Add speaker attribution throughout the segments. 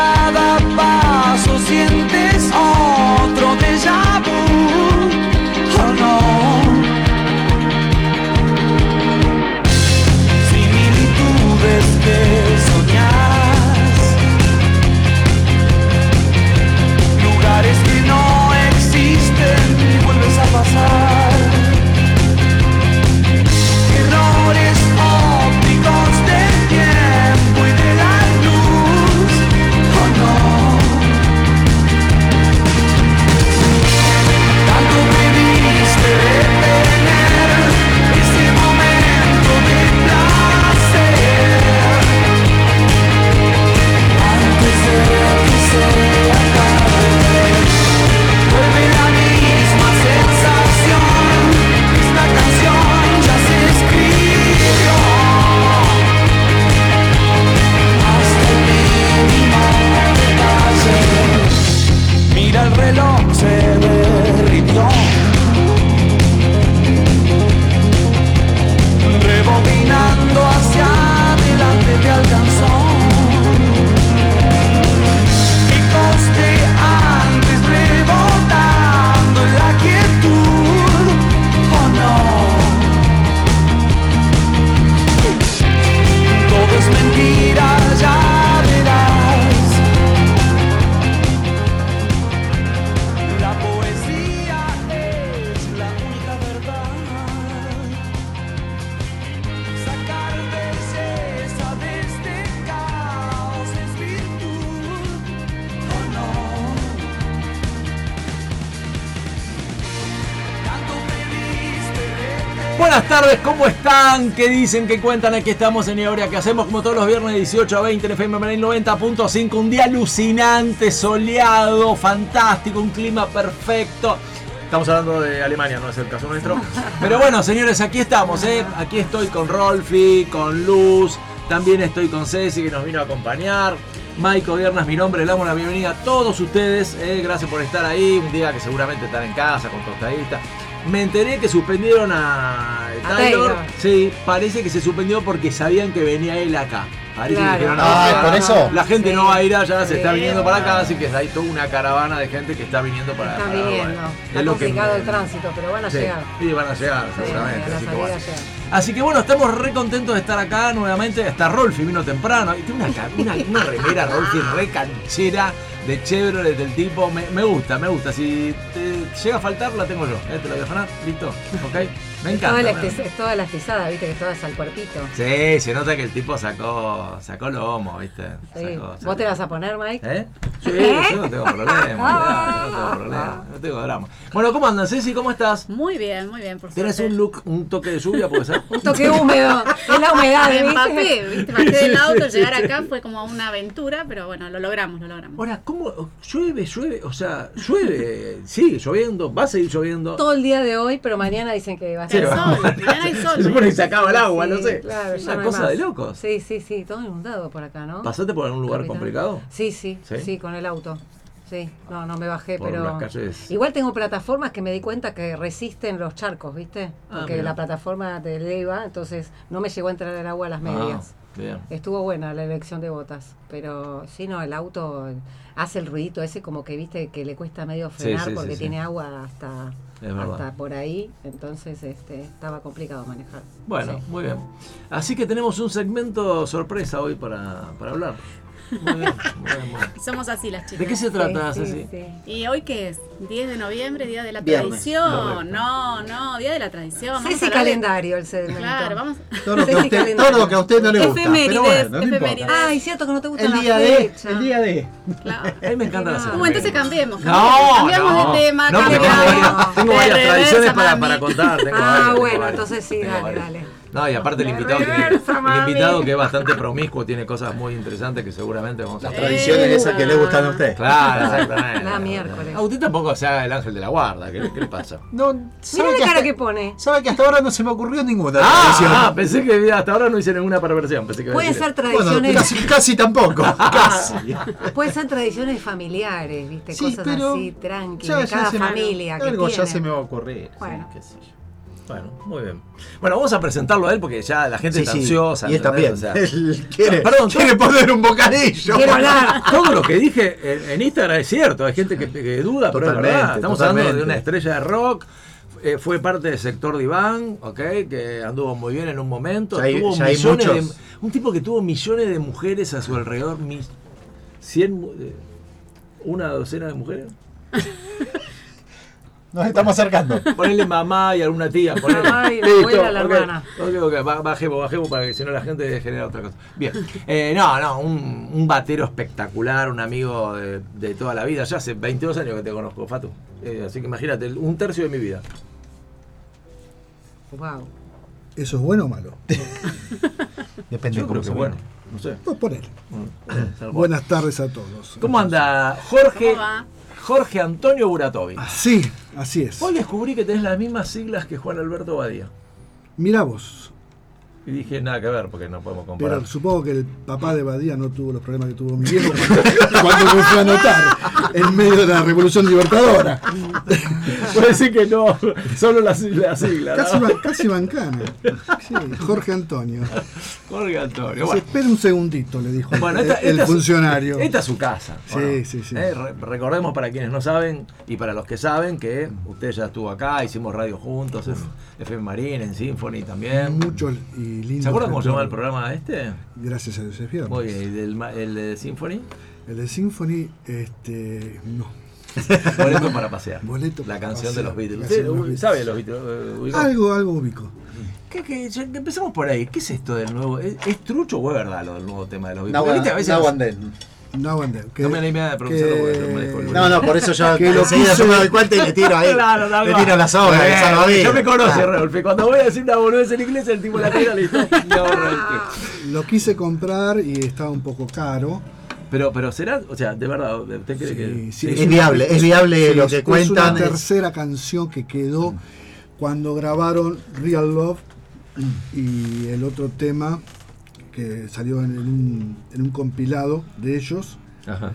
Speaker 1: cada paso sientes otro déjà vu. Oh no. Similitudes que soñás. Lugares que no existen y vuelves a pasar. Errores ópticos del tiempo y de la luz. Oh no. Tanto me diste detener ese momento de placer antes de que se acabe. Vuelve la misma sensación. Esta canción ya se escribió hasta el mínimo detalle. Mira el reloj, se derritió. Rebobinando hacia adelante te alcanzó. Picaste antes rebotando en la quietud. Oh no. Todo es mentira, ya verás. La poesía es la única verdad. Sacar belleza de este caos es virtud. Oh no. Tanto pediste de
Speaker 2: Buenas tardes, ¿cómo están? ¿Qué dicen? ¿Qué cuentan? Aquí estamos en Ahora que hacemos como todos los viernes 18 a 20 en FM 90.5. Un día alucinante, soleado, fantástico, un clima perfecto. Estamos hablando de Alemania, no es el caso nuestro. Pero bueno, señores, aquí estamos, ¿eh? Aquí estoy con Rolfi, con Luz, también estoy con Ceci que nos vino a acompañar. Maico Viernas, mi nombre, le damos la bienvenida a todos ustedes. ¿eh? Gracias por estar ahí. Un día que seguramente están en casa con tostadita. Me enteré que suspendieron a
Speaker 3: A
Speaker 2: Taylor.
Speaker 3: Taylor.
Speaker 2: Sí, parece que se suspendió porque sabían que venía él acá. Parece que
Speaker 3: Claro.
Speaker 2: dijeron, no,
Speaker 4: Ah,
Speaker 2: no,
Speaker 4: ¿por
Speaker 2: no,
Speaker 4: eso?
Speaker 2: La gente
Speaker 3: Sí.
Speaker 2: no va a ir allá, se está
Speaker 3: Sí,
Speaker 2: viniendo para acá,
Speaker 3: bueno.
Speaker 2: así que hay toda una caravana de gente que está viniendo para
Speaker 3: Están
Speaker 2: para-
Speaker 3: viniendo.
Speaker 2: Ah, bueno, es
Speaker 3: Está
Speaker 2: lo que-
Speaker 3: complicado el tránsito, pero van a
Speaker 2: Sí,
Speaker 3: llegar.
Speaker 2: y van a llegar,
Speaker 3: Sí,
Speaker 2: seguramente.
Speaker 3: a la
Speaker 2: así, que
Speaker 3: salida
Speaker 2: bueno.
Speaker 3: llegan.
Speaker 2: Así que bueno, estamos re contentos de estar acá nuevamente. Hasta Rolfi vino temprano. Y tiene una, ca- una, una remera Rolfi re canchera de Chevrolet del tipo. Me, me gusta, me gusta. Si te llega a faltar, la tengo yo. Eh, Te la voy a dejar, listo. ¿Ok? Me encanta.
Speaker 3: Toda la
Speaker 2: me-
Speaker 3: elastiz- es toda elastizada, viste, que toda es al cuerpito.
Speaker 2: Sí, se nota que el tipo sacó, sacó lomo, ¿viste?
Speaker 3: Sí.
Speaker 2: Sacó- sacó-
Speaker 3: ¿Vos te vas a poner, Mike?
Speaker 2: ¿Eh? Sí, yo no tengo problema, no tengo problema, no tengo drama. Bueno, ¿cómo andan, Ceci? ¿Cómo estás?
Speaker 5: Muy bien, muy bien, por
Speaker 2: Tenés
Speaker 5: suerte.
Speaker 2: un look, un toque de lluvia, puede ser.
Speaker 3: Un toque húmedo. Es la humedad,
Speaker 5: Me
Speaker 3: ¿viste?
Speaker 5: empapé, ¿viste? Bajé del
Speaker 2: Sí,
Speaker 5: auto,
Speaker 2: sí, sí,
Speaker 5: llegar
Speaker 2: sí.
Speaker 5: acá fue como una aventura, pero bueno, lo logramos, lo logramos.
Speaker 2: Ahora, ¿cómo? Llueve, llueve, o sea, llueve, sigue lloviendo, va a seguir lloviendo.
Speaker 3: Todo el día de hoy, pero mañana dicen que va a
Speaker 5: Sí,
Speaker 3: ser
Speaker 5: El
Speaker 2: va.
Speaker 5: sol, mañana hay sol.
Speaker 2: Se supone que se acaba el agua,
Speaker 3: Sí,
Speaker 2: no sé.
Speaker 3: claro,
Speaker 2: es
Speaker 3: ya no
Speaker 2: una
Speaker 3: hay
Speaker 2: cosa
Speaker 3: más.
Speaker 2: de locos.
Speaker 3: Sí, sí, sí, todo inundado por acá, ¿no?
Speaker 2: ¿Pasaste por algún lugar
Speaker 3: Capital.
Speaker 2: complicado?
Speaker 3: Sí, sí,
Speaker 2: ¿Sí?
Speaker 3: sí, con el auto. Sí, no, no me bajé,
Speaker 2: Por
Speaker 3: pero.
Speaker 2: las calles.
Speaker 3: Igual tengo plataformas que me di cuenta que resisten los charcos, ¿viste?
Speaker 2: Ah,
Speaker 3: Porque
Speaker 2: mira.
Speaker 3: la plataforma de Leiva, entonces no me llegó a entrar el agua a las medias.
Speaker 2: Ah, bien.
Speaker 3: Estuvo buena la elección de botas, pero sí, no, el auto hace el ruidito ese como que viste que le cuesta medio
Speaker 2: Sí,
Speaker 3: frenar
Speaker 2: sí, sí,
Speaker 3: porque
Speaker 2: sí.
Speaker 3: tiene agua hasta,
Speaker 2: Es verdad.
Speaker 3: hasta por ahí, entonces este, estaba complicado manejar.
Speaker 2: Bueno,
Speaker 3: Sí.
Speaker 2: muy bien. Así que tenemos un segmento sorpresa hoy para, para hablar. Muy bien, muy bien, muy bien.
Speaker 5: Somos así las chicas.
Speaker 2: ¿De qué se trata,
Speaker 3: Sí, sí,
Speaker 2: Ceci?
Speaker 3: sí.
Speaker 5: ¿Y hoy qué es? 10 de noviembre, Día de la
Speaker 4: Viernes.
Speaker 5: Tradición. No, no, Día de la Tradición. Vamos
Speaker 3: Ceci
Speaker 5: a hablar de-
Speaker 3: calendario el segmento.
Speaker 5: Claro, vamos.
Speaker 4: Todo lo que a
Speaker 3: Ceci
Speaker 4: usted,
Speaker 3: Calendario.
Speaker 4: todo lo que a usted no le gusta.
Speaker 5: Efemérides,
Speaker 4: Pero bueno, no
Speaker 5: efemérides.
Speaker 4: importa.
Speaker 3: Ay, Ah, cierto que no te gusta
Speaker 4: El
Speaker 3: la
Speaker 4: día de.
Speaker 3: fecha.
Speaker 4: El día de.
Speaker 5: Claro.
Speaker 2: Eh, A mí me encanta la
Speaker 3: No.
Speaker 2: segmento.
Speaker 5: Uh, entonces cambiemos.
Speaker 2: No,
Speaker 5: cambiamos, cambiamos
Speaker 2: no.
Speaker 5: de tema.
Speaker 2: No, porque
Speaker 5: cambiamos.
Speaker 2: tengo varias, tengo
Speaker 5: De
Speaker 2: varias
Speaker 5: reversa,
Speaker 2: tradiciones para,
Speaker 5: mami.
Speaker 2: para contar. tengo
Speaker 3: Ah,
Speaker 2: varias, tengo
Speaker 3: bueno,
Speaker 2: varias,
Speaker 3: entonces sí,
Speaker 2: tengo
Speaker 3: dale,
Speaker 2: varias.
Speaker 3: dale.
Speaker 2: No, y aparte el
Speaker 3: De
Speaker 2: invitado,
Speaker 3: reversa,
Speaker 2: que, el
Speaker 3: mami.
Speaker 2: invitado que es bastante promiscuo tiene cosas muy interesantes que seguramente vamos a
Speaker 4: Las
Speaker 5: Eh.
Speaker 4: tradiciones esas que le gustan a usted.
Speaker 2: Claro, exactamente.
Speaker 3: La miércoles.
Speaker 2: A usted tampoco se haga el ángel de la guarda. ¿Qué, qué le pasa?
Speaker 4: No,
Speaker 3: Mira
Speaker 4: sabe
Speaker 3: la
Speaker 4: que,
Speaker 3: cara
Speaker 4: hasta,
Speaker 3: que pone.
Speaker 4: sabe que hasta ahora no se me ocurrió ninguna tradición.
Speaker 2: Ah, ah, pensé que hasta ahora no hice ninguna perversión. Pensé que iba a
Speaker 3: Pueden
Speaker 2: decir
Speaker 3: ser
Speaker 2: eso.
Speaker 4: bueno,
Speaker 3: tradiciones,
Speaker 4: casi, casi tampoco. Casi.
Speaker 3: pueden ser ah. Pues tradiciones familiares, ¿viste?
Speaker 4: Sí,
Speaker 3: Cosas
Speaker 4: pero
Speaker 3: así, tranquilas,
Speaker 4: ya
Speaker 3: cada
Speaker 4: se me-
Speaker 3: familia que
Speaker 4: algo ya
Speaker 3: tiene.
Speaker 4: se me va a ocurrir. sí,
Speaker 3: Bueno.
Speaker 4: qué sé yo.
Speaker 2: Bueno, muy bien. Bueno, vamos a presentarlo a él porque ya la gente
Speaker 4: Sí,
Speaker 2: está
Speaker 4: sí,
Speaker 2: ansiosa.
Speaker 4: Y él también.
Speaker 2: ¿entendés? O sea,
Speaker 4: Él quiere,
Speaker 2: Perdón,
Speaker 4: quiere poner un bocadillo.
Speaker 3: Quiero hablar.
Speaker 2: todo lo que dije en, en Instagram es cierto. Hay gente que, que duda, pero es
Speaker 4: Totalmente,
Speaker 2: verdad. Estamos hablando de
Speaker 4: totalmente.
Speaker 2: una estrella de rock. eh, fue parte del sector diván, ¿ok? Que anduvo muy bien en un momento.
Speaker 4: Ya hay-
Speaker 2: tuvo
Speaker 4: ya hay
Speaker 2: millones de-
Speaker 4: muchos.
Speaker 2: un tipo que tuvo millones de mujeres a su alrededor. mi- 100, mu- eh, una docena de mujeres.
Speaker 4: Nos estamos acercando.
Speaker 2: Ponele mamá y alguna tía. Ponele.
Speaker 3: Mamá y
Speaker 2: Listo,
Speaker 3: abuela, la
Speaker 2: ok,
Speaker 3: hermana.
Speaker 2: ok, ok, ba- Bajemos, bajemos para que si no la gente genera otra cosa. Bien. Eh, no, no, un, un batero espectacular, un amigo de, de toda la vida. Ya hace 22 años que te conozco, Fato. Eh, así que imagínate, un tercio de mi vida.
Speaker 3: Wow.
Speaker 6: ¿Eso es bueno o malo?
Speaker 4: Depende de
Speaker 2: Yo
Speaker 4: cómo
Speaker 2: creo
Speaker 4: se
Speaker 2: que bueno.
Speaker 4: bueno.
Speaker 2: No sé.
Speaker 6: Pues poner.
Speaker 2: Tal cual.
Speaker 6: Buenas tardes a todos.
Speaker 2: ¿Cómo anda Jorge,
Speaker 5: ¿Cómo va?
Speaker 2: Jorge Antonio Buratovi?
Speaker 6: Ah, Sí, así es.
Speaker 2: Hoy descubrí que tenés las mismas siglas que Juan Alberto Badía.
Speaker 6: Mirá vos.
Speaker 2: Y dije, nada que ver, porque no podemos comparar.
Speaker 6: Pero supongo que el papá de Badía no tuvo los problemas que tuvo mi viejo cuando, cuando me fue a anotar en medio de la Revolución Libertadora.
Speaker 2: Puede decir que no, solo las siglas. siglas,
Speaker 6: Casi,
Speaker 2: ¿no?
Speaker 6: ba- casi bancana. Sí, Jorge Antonio.
Speaker 2: Jorge Antonio.
Speaker 6: Se
Speaker 2: Bueno.
Speaker 6: espera un segundito, le dijo
Speaker 2: Bueno,
Speaker 6: el,
Speaker 2: esta-
Speaker 6: el
Speaker 2: esta es-
Speaker 6: funcionario.
Speaker 2: Esta es su casa. ¿o
Speaker 6: Sí,
Speaker 2: no?
Speaker 6: sí, sí.
Speaker 2: Eh, re- recordemos para quienes no saben y para los que saben que usted ya estuvo acá, hicimos radio juntos, en FM Marín, en Symphony también.
Speaker 6: Muchos y lindos.
Speaker 2: ¿Se acuerdan cómo se llamaba el
Speaker 6: recuerdos.
Speaker 2: programa este?
Speaker 6: Gracias a Dios es viernes.
Speaker 2: Muy bien, ¿y del ma- el de Symphony?
Speaker 6: El de Symphony, este, no.
Speaker 2: Boleto para pasear.
Speaker 6: Boleto
Speaker 2: la
Speaker 6: para
Speaker 2: canción de
Speaker 6: pasear,
Speaker 2: los Beatles.
Speaker 6: la
Speaker 2: ¿Usted
Speaker 6: canción de los Beatles.
Speaker 2: sabe los Beatles? eh, ubicó?
Speaker 6: Algo, algo ubico.
Speaker 2: ¿Qué- qué- ya- que empecemos por ahí. ¿Qué es esto del nuevo? ¿Es, es trucho o es verdad lo del nuevo tema de los Beatles?
Speaker 4: Now,
Speaker 2: Porque, viste, a veces-
Speaker 4: now and then.
Speaker 6: No, Wander, que-
Speaker 2: No me animé a pronunciarlo porque me molestó el
Speaker 4: No, no, por eso yo
Speaker 6: Que lo
Speaker 4: enseguida
Speaker 6: quise-
Speaker 4: yo me doy cuenta y le tiro ahí.
Speaker 2: Claro, tal
Speaker 4: le
Speaker 2: cual.
Speaker 4: tiro la soga,
Speaker 2: Bien,
Speaker 4: el salvavidas.
Speaker 2: Yo me conoce,
Speaker 4: Ah,
Speaker 2: Rolfe. Cuando voy a decir una boludez en inglés, el tipo la tira listo. No, Rolfe.
Speaker 6: lo quise comprar y estaba un poco caro.
Speaker 2: Pero, pero será, o sea, de verdad, ¿usted cree que.?
Speaker 6: Sí, sí,
Speaker 4: Es viable, es viable lo que
Speaker 6: es
Speaker 4: cuentan.
Speaker 6: una tercera canción que quedó cuando grabaron Real Love y el otro tema que salió en un, en un compilado de ellos.
Speaker 2: Ajá.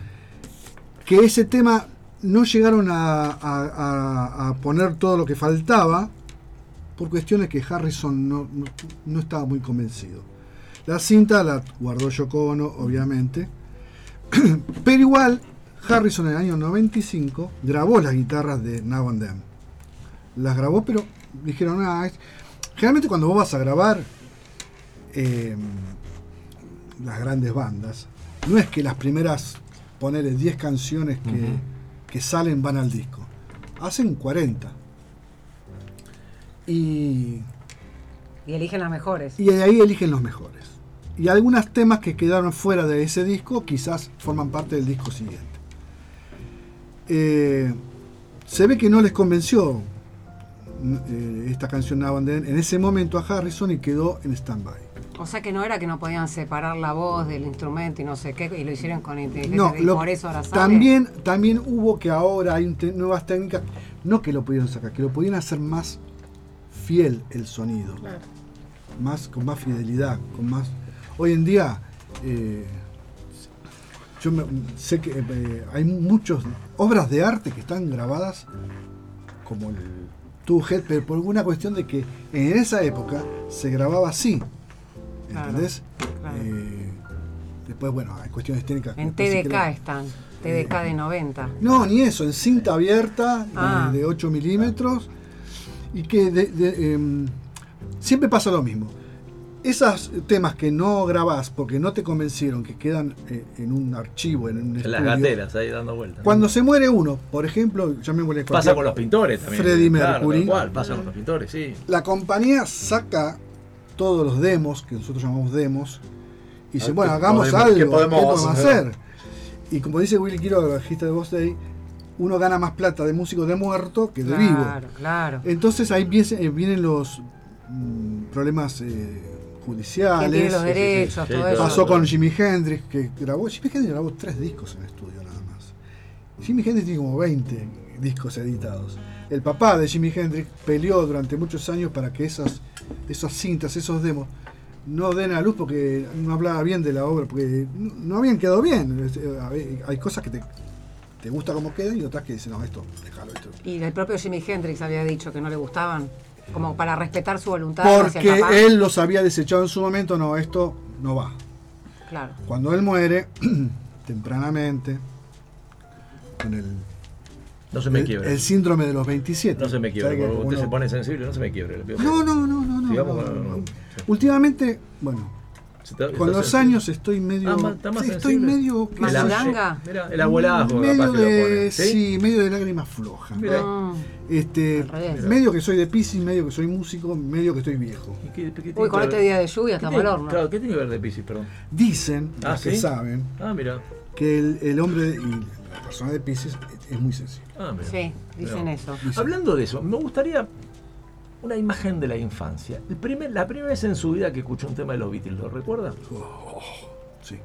Speaker 6: que ese tema no llegaron a, a- a- a poner todo lo que faltaba por cuestiones que Harrison no, no- no estaba muy convencido. La cinta la guardó Yoko Ono, obviamente, pero igual Harrison en el año 95 grabó las guitarras de Now and Then. Las grabó, pero dijeron, ah, es-". generalmente cuando vos vas a grabar eh, las grandes bandas, no es que las primeras ponerle 10 canciones que, que salen van al disco. Hacen 40. Y,
Speaker 3: Y eligen las mejores.
Speaker 6: y de ahí eligen los mejores. Y algunos temas que quedaron fuera de ese disco quizás forman parte del disco siguiente. Eh, se ve que no les convenció n- eh, esta canción Now and Then en ese momento a Harrison y quedó en stand-by.
Speaker 3: O sea que no era que no podían separar la voz del instrumento y no sé qué, y lo hicieron con inteligencia
Speaker 6: No,
Speaker 3: artificial,
Speaker 6: lo-
Speaker 3: por eso ahora sale.
Speaker 6: también, también hubo que ahora hay un te- nuevas técnicas, no que lo pudieron sacar, que lo pudieron hacer más fiel el sonido, más con más fidelidad, con más. Hoy en día, eh, yo me- sé que eh, hay muchas obras de arte que están grabadas como el Two Head, pero por alguna cuestión de que en esa época se grababa así,
Speaker 3: Claro,
Speaker 6: ¿entendés?
Speaker 3: claro.
Speaker 6: Eh, después, bueno, hay cuestiones técnicas. que
Speaker 3: En
Speaker 6: después si
Speaker 3: TDK
Speaker 6: querés-
Speaker 3: están, TDK de 90.
Speaker 6: no, ni eso, en cinta abierta de-
Speaker 3: Ah.
Speaker 6: de, 8 milímetros. Y que de- de, em, siempre pasa lo mismo. Esos temas que no grabás porque no te convencieron, que quedan eh, en un archivo, en un
Speaker 2: En las
Speaker 6: estudio,
Speaker 2: gateras, ahí dando vueltas.
Speaker 6: Cuando se muere uno, por ejemplo, llamémosle
Speaker 2: Pasa
Speaker 6: cualquier-
Speaker 2: con los pintores también.
Speaker 6: Freddie
Speaker 2: Claro, tal
Speaker 6: Mercury.
Speaker 2: cual, pasa con los pintores, sí.
Speaker 6: La compañía saca todos los demos, que nosotros llamamos demos, y dice,
Speaker 4: Ah,
Speaker 6: bueno,
Speaker 4: ¿qué
Speaker 6: hagamos
Speaker 4: podemos-
Speaker 6: algo,
Speaker 4: qué
Speaker 6: ¿qué
Speaker 4: podemos
Speaker 6: podemos,
Speaker 4: hacer?
Speaker 6: hacer? Y como dice Willy Quiroga, el bajista de Boss Day, uno gana más plata de músico de muerto que de vivo.
Speaker 3: Claro, claro.
Speaker 6: Entonces ahí viene- eh, vienen los mm, problemas eh,
Speaker 3: ¿Quién tiene
Speaker 6: judiciales. eh,
Speaker 3: los derechos?
Speaker 2: sí,
Speaker 3: todo
Speaker 2: sí,
Speaker 3: eso.
Speaker 6: Pasó con Jimi Hendrix, que grabó. Jimi Hendrix grabó tres discos en estudio nada más. Jimi Hendrix tiene como 20 discos editados. El papá de Jimi Hendrix peleó durante muchos años para que esas, esas cintas, esos demos, no den a luz porque no hablaba bien de la obra, porque no no habían quedado bien. Es- eh, a ve- Hay cosas que te, te gusta como quedan y otras que dicen, no, esto, déjalo, esto.
Speaker 3: Y el propio Jimi Hendrix había dicho que no le gustaban. como para respetar su voluntad. hacia el
Speaker 6: Porque
Speaker 3: papá.
Speaker 6: él los había desechado en su momento, no, esto no va.
Speaker 3: Claro.
Speaker 6: Cuando él muere, tempranamente, con el,
Speaker 2: No se me
Speaker 6: el-
Speaker 2: quiebre.
Speaker 6: el síndrome de los 27.
Speaker 2: No se me quiebre.
Speaker 6: ¿Sabe que
Speaker 2: porque Usted
Speaker 6: uno-
Speaker 2: se pone sensible, no se me quiebre. le pido
Speaker 6: No,
Speaker 2: perdón.
Speaker 6: no, no, no, no,
Speaker 2: Sigamos
Speaker 6: no,
Speaker 2: con-
Speaker 6: no, no.
Speaker 2: sí.
Speaker 6: Últimamente, bueno,
Speaker 2: Se está-
Speaker 6: con
Speaker 2: está
Speaker 6: los
Speaker 2: sensible.
Speaker 6: años estoy medio.
Speaker 2: Ah, ma- está más
Speaker 6: sí, estoy
Speaker 2: sensible.
Speaker 6: medio.
Speaker 2: El
Speaker 6: qué
Speaker 3: Más
Speaker 6: sé yo,
Speaker 2: abuelo-
Speaker 3: Mandanga.
Speaker 2: Mira, el abuelazgo
Speaker 6: medio
Speaker 2: capaz que lo
Speaker 6: de,
Speaker 2: pone.
Speaker 6: ¿sí? medio de lágrimas flojas.
Speaker 2: Mira.
Speaker 3: Mm.
Speaker 6: Este,
Speaker 3: Al revés.
Speaker 6: medio que soy de Pisces, medio que soy músico, medio que estoy viejo.
Speaker 2: ¿Y qué- qué tiene
Speaker 3: Uy,
Speaker 2: que
Speaker 3: con
Speaker 2: ver-
Speaker 3: este día de lluvia
Speaker 2: ¿Qué
Speaker 3: estamos
Speaker 2: tiene-
Speaker 3: al horno.
Speaker 2: Claro, ¿qué tiene que ver de Pisces, perdón?
Speaker 6: Dicen,
Speaker 2: Ah,
Speaker 6: los
Speaker 2: ¿sí?
Speaker 6: que saben,
Speaker 2: Ah, mira.
Speaker 6: que el, el hombre de- y la persona de Pisces es muy sensible.
Speaker 2: Ah, mira.
Speaker 3: Sí, dicen
Speaker 2: Mira.
Speaker 3: eso.
Speaker 2: Hablando de eso, me gustaría una imagen de la infancia. El primer, la primera vez en su vida que escuchó un tema de los Beatles, ¿lo recuerda?
Speaker 6: Oh, Sí.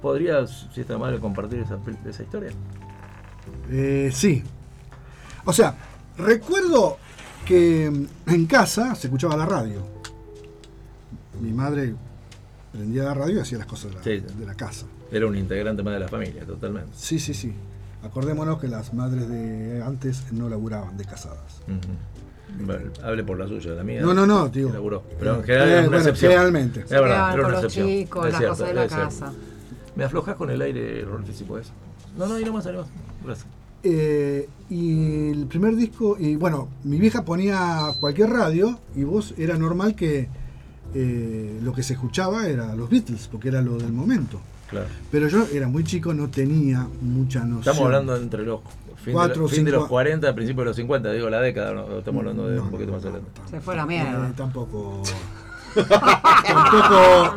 Speaker 2: ¿Podría, si está mal, compartir esa, pel- esa historia?
Speaker 6: Eh, sí. O sea, recuerdo que mm, en casa se escuchaba la radio. Mi madre prendía la radio y hacía las cosas de la,
Speaker 2: Sí.
Speaker 6: Ah, de la casa.
Speaker 2: Era un integrante más de la familia, totalmente.
Speaker 6: Sí, sí, sí. Acordémonos que las madres de antes no laburaban de casadas.
Speaker 2: Mm. Ujú. Bueno, hable por la suya, la mía.
Speaker 6: No, no, no, digo.
Speaker 2: Laburó. Pero en general
Speaker 6: Eh,
Speaker 2: era una
Speaker 6: bueno,
Speaker 2: excepción.
Speaker 6: generalmente.
Speaker 2: Era verdad,
Speaker 3: Quedaban
Speaker 2: era
Speaker 3: con
Speaker 2: una
Speaker 3: los
Speaker 2: excepción.
Speaker 3: chicos,
Speaker 2: Es
Speaker 3: las
Speaker 2: cierto,
Speaker 3: cosas de la
Speaker 2: es cierto.
Speaker 3: casa.
Speaker 2: ¿Me aflojas con el aire, Rolfi, si puedes? No, no, ahí nomás, ahí nomás. Gracias.
Speaker 6: Eh, y el primer disco, y bueno, mi vieja ponía cualquier radio y vos era normal que eh, lo que se escuchaba era los Beatles, porque era lo del momento.
Speaker 2: Claro.
Speaker 6: Pero yo era muy chico, no tenía mucha noción.
Speaker 2: Estamos hablando entre los fin, de,
Speaker 6: Cuatro,
Speaker 2: los, fin de los
Speaker 6: cinco-
Speaker 2: 40, principios de los 50, digo la década, ¿no? estamos hablando de
Speaker 6: No,
Speaker 2: un poquito
Speaker 6: no,
Speaker 2: más
Speaker 6: no,
Speaker 2: adelante.
Speaker 6: tam-
Speaker 3: Se fue a la mierda.
Speaker 6: eh, tampoco. tampoco.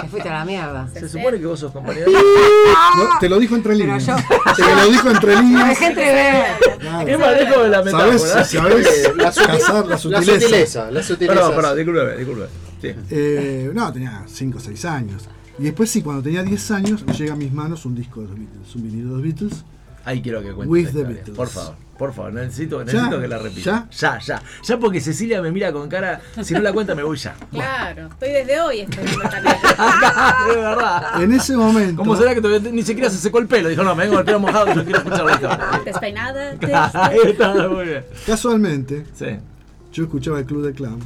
Speaker 3: Te fuiste a la mierda.
Speaker 2: Se supone que vos sos compañero.
Speaker 6: no, te lo dijo entre
Speaker 3: Ah. Pero
Speaker 6: líneas.
Speaker 3: yo-
Speaker 6: Te lo dijo entre
Speaker 3: La
Speaker 6: líneas.
Speaker 3: gente ve.
Speaker 6: Claro.
Speaker 2: ¿Qué ¿eh? manejo de la metáfora?
Speaker 6: ¿Sabes? ¿Sabes?
Speaker 4: La suti-
Speaker 6: Cazar la
Speaker 4: La
Speaker 6: sutileza.
Speaker 4: sutileza, la sutileza.
Speaker 2: Perdón, perdón, discúlpeme, discúlpeme. Sí.
Speaker 6: Eh, no, tenía 5 o 6 años. Y después sí, cuando tenía 10 años, llega a mis manos un disco de los Beatles, un vinilo de los Beatles.
Speaker 2: Ahí quiero que cuentes.
Speaker 6: With
Speaker 2: esta
Speaker 6: the
Speaker 2: historia.
Speaker 6: Beatles.
Speaker 2: Por favor, por favor, necesito, necesito que la
Speaker 6: ¿Ya?
Speaker 2: repita. ¿Ya? ya, ya. porque Cecilia me mira con cara, si no la cuenta me voy ya.
Speaker 5: Claro, estoy desde hoy esperando también.
Speaker 2: de verdad.
Speaker 6: En ese momento.
Speaker 2: ¿Cómo será que todavía ni siquiera se secó el pelo? Dijo, no, me vengo el pelo mojado, yo quiero escuchar la historia.
Speaker 5: Despeinada,
Speaker 2: Ahí
Speaker 5: triste.
Speaker 2: está, muy bien.
Speaker 6: Casualmente,
Speaker 2: Sí,
Speaker 6: yo escuchaba el Club de Clan,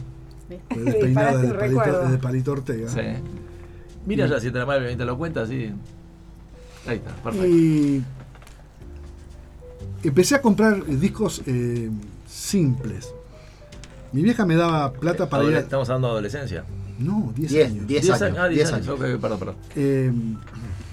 Speaker 5: Sí.
Speaker 6: de despeinada
Speaker 3: para tu
Speaker 6: de palito,
Speaker 3: recuerdo.
Speaker 6: de Palito Ortega.
Speaker 2: sí. Mira ya si te la madre te lo cuenta, así. Ahí está, perfecto.
Speaker 6: Y empecé a comprar discos eh, simples. Mi vieja me daba plata para ir
Speaker 2: Adole-
Speaker 6: a...
Speaker 2: Estamos hablando de adolescencia.
Speaker 6: No, 10
Speaker 4: Diez,
Speaker 6: años.
Speaker 4: diez
Speaker 2: Diez
Speaker 4: años,
Speaker 2: Ah, 10
Speaker 4: diez
Speaker 2: años.
Speaker 4: años.
Speaker 2: Ok, perdón, perdón.
Speaker 6: Eh,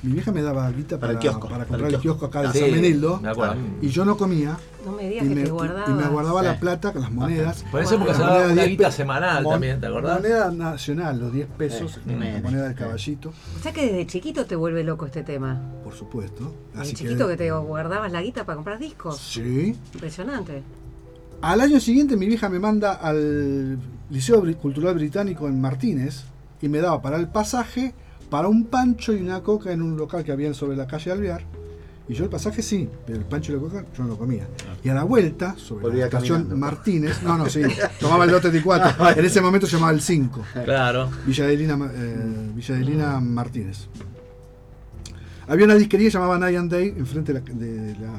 Speaker 6: mi vieja me daba guita
Speaker 4: Para
Speaker 6: para,
Speaker 4: el kiosco,
Speaker 6: para
Speaker 4: para el
Speaker 6: comprar el
Speaker 4: kiosco.
Speaker 6: kiosco acá de
Speaker 2: Sí,
Speaker 6: San Benildo.
Speaker 2: me acuerdo.
Speaker 6: Y yo no comía.
Speaker 3: No me digas
Speaker 6: y
Speaker 3: que
Speaker 6: me,
Speaker 3: te
Speaker 6: y me guardaba
Speaker 3: guardabas.
Speaker 6: la plata, las monedas.
Speaker 2: Por eso porque
Speaker 6: Las
Speaker 2: se daba
Speaker 6: monedas
Speaker 2: una
Speaker 6: 10
Speaker 2: guita
Speaker 6: pe-
Speaker 2: semanal
Speaker 6: mon-
Speaker 2: también, ¿te acordás?
Speaker 6: Moneda nacional, los 10 pesos,
Speaker 4: Eh,
Speaker 6: la
Speaker 4: nene.
Speaker 6: moneda del caballito,
Speaker 3: O sea que desde chiquito te vuelve loco este tema.
Speaker 6: por supuesto.
Speaker 3: Desde chiquito que... te guardabas la guita para comprar discos.
Speaker 6: Sí.
Speaker 3: Impresionante.
Speaker 6: Al año siguiente mi vieja me manda al Liceo Bri- Cultural Británico en Martínez y me daba para el pasaje, para un pancho y una coca en un local que había sobre la calle Alvear. Y yo el pasaje sí, pero el pancho y la coca yo no lo comía. Y a la vuelta, sobre
Speaker 4: Volvía
Speaker 6: la estación
Speaker 4: caminando.
Speaker 6: Martínez, no, no, sí, tomaba el 234, en ese momento se llamaba el 5.
Speaker 2: Claro.
Speaker 6: Villadelina, Ma- eh, Villadelina Martínez. Había una disquería llamada Night and Day enfrente de la, de la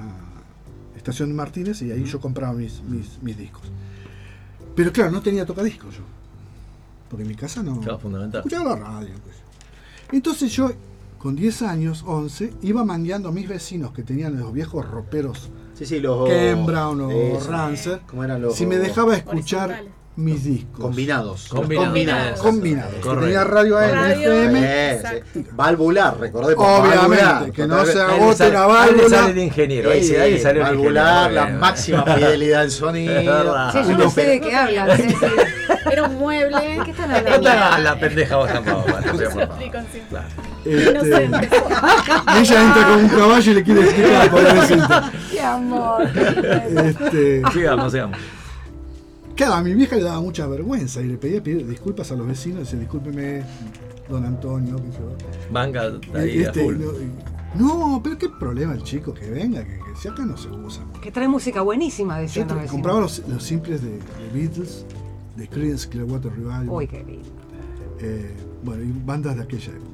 Speaker 6: estación Martínez y ahí yo compraba mis, mis, mis discos. Pero claro, no tenía tocadiscos yo. Porque en mi casa no.
Speaker 2: Claro, fundamental.
Speaker 6: Escuchaba la radio. pues. Entonces yo, con 10 años, 11, iba mangueando a mis vecinos que tenían los viejos roperos
Speaker 4: Sí, sí, los.
Speaker 6: Ken Brown o
Speaker 4: Eso.
Speaker 6: Rancer.
Speaker 4: Oh, ¿Cómo eran los?
Speaker 6: si me dejaba escuchar
Speaker 5: horizontales.
Speaker 6: mis discos.
Speaker 4: Combinados.
Speaker 2: Combinados.
Speaker 5: Combinados.
Speaker 6: Combinados. que
Speaker 2: Correcto.
Speaker 6: Tenía radio AM,
Speaker 5: Radio.
Speaker 6: FM.
Speaker 4: Eh, sí.
Speaker 5: Exacto.
Speaker 4: Valvular, recordemos.
Speaker 6: Obviamente,
Speaker 4: valvular,
Speaker 6: que no
Speaker 4: totalmente.
Speaker 6: se
Speaker 2: Ahí le
Speaker 6: agote
Speaker 2: sale-
Speaker 6: la
Speaker 2: ahí le sale
Speaker 6: válvula.
Speaker 2: el ingeniero. Ahí,
Speaker 4: Sí,
Speaker 2: sí, ahí le sale el
Speaker 4: valvular,
Speaker 2: ingeniero.
Speaker 4: la máxima fidelidad al sonido.
Speaker 2: verdad.
Speaker 3: Che, yo no sé de qué hablan. Ceci.
Speaker 5: Era un mueble.
Speaker 3: ¿Qué están
Speaker 2: No te
Speaker 3: hablando?
Speaker 2: hagas la pendeja vos tampoco, Marta, por favor.
Speaker 5: Explicación.
Speaker 2: Claro.
Speaker 6: Este,
Speaker 5: Inocente.
Speaker 6: ella entra con un caballo y le quiere explicar, pobrecita.
Speaker 3: Qué amor.
Speaker 6: Este,
Speaker 2: Sigamos, sigamos.
Speaker 6: claro, a mi vieja le daba mucha vergüenza y le pedía, pedir disculpas a los vecinos. Dice, discúlpeme, don Antonio. qué sé yo".
Speaker 2: Manga ahí
Speaker 6: Y
Speaker 2: a
Speaker 6: este,
Speaker 2: full.
Speaker 6: no, y- no, pero qué problema el chico que venga, que, que si acá no se usa.
Speaker 3: Que trae música buenísima,
Speaker 6: Yo
Speaker 3: decían
Speaker 6: tra-
Speaker 3: los vecinos.
Speaker 6: compraba los, los simples de, de Beatles, de Creedence Clearwater Revival.
Speaker 3: Uy, qué lindo.
Speaker 6: Eh, bueno, y bandas de aquella época.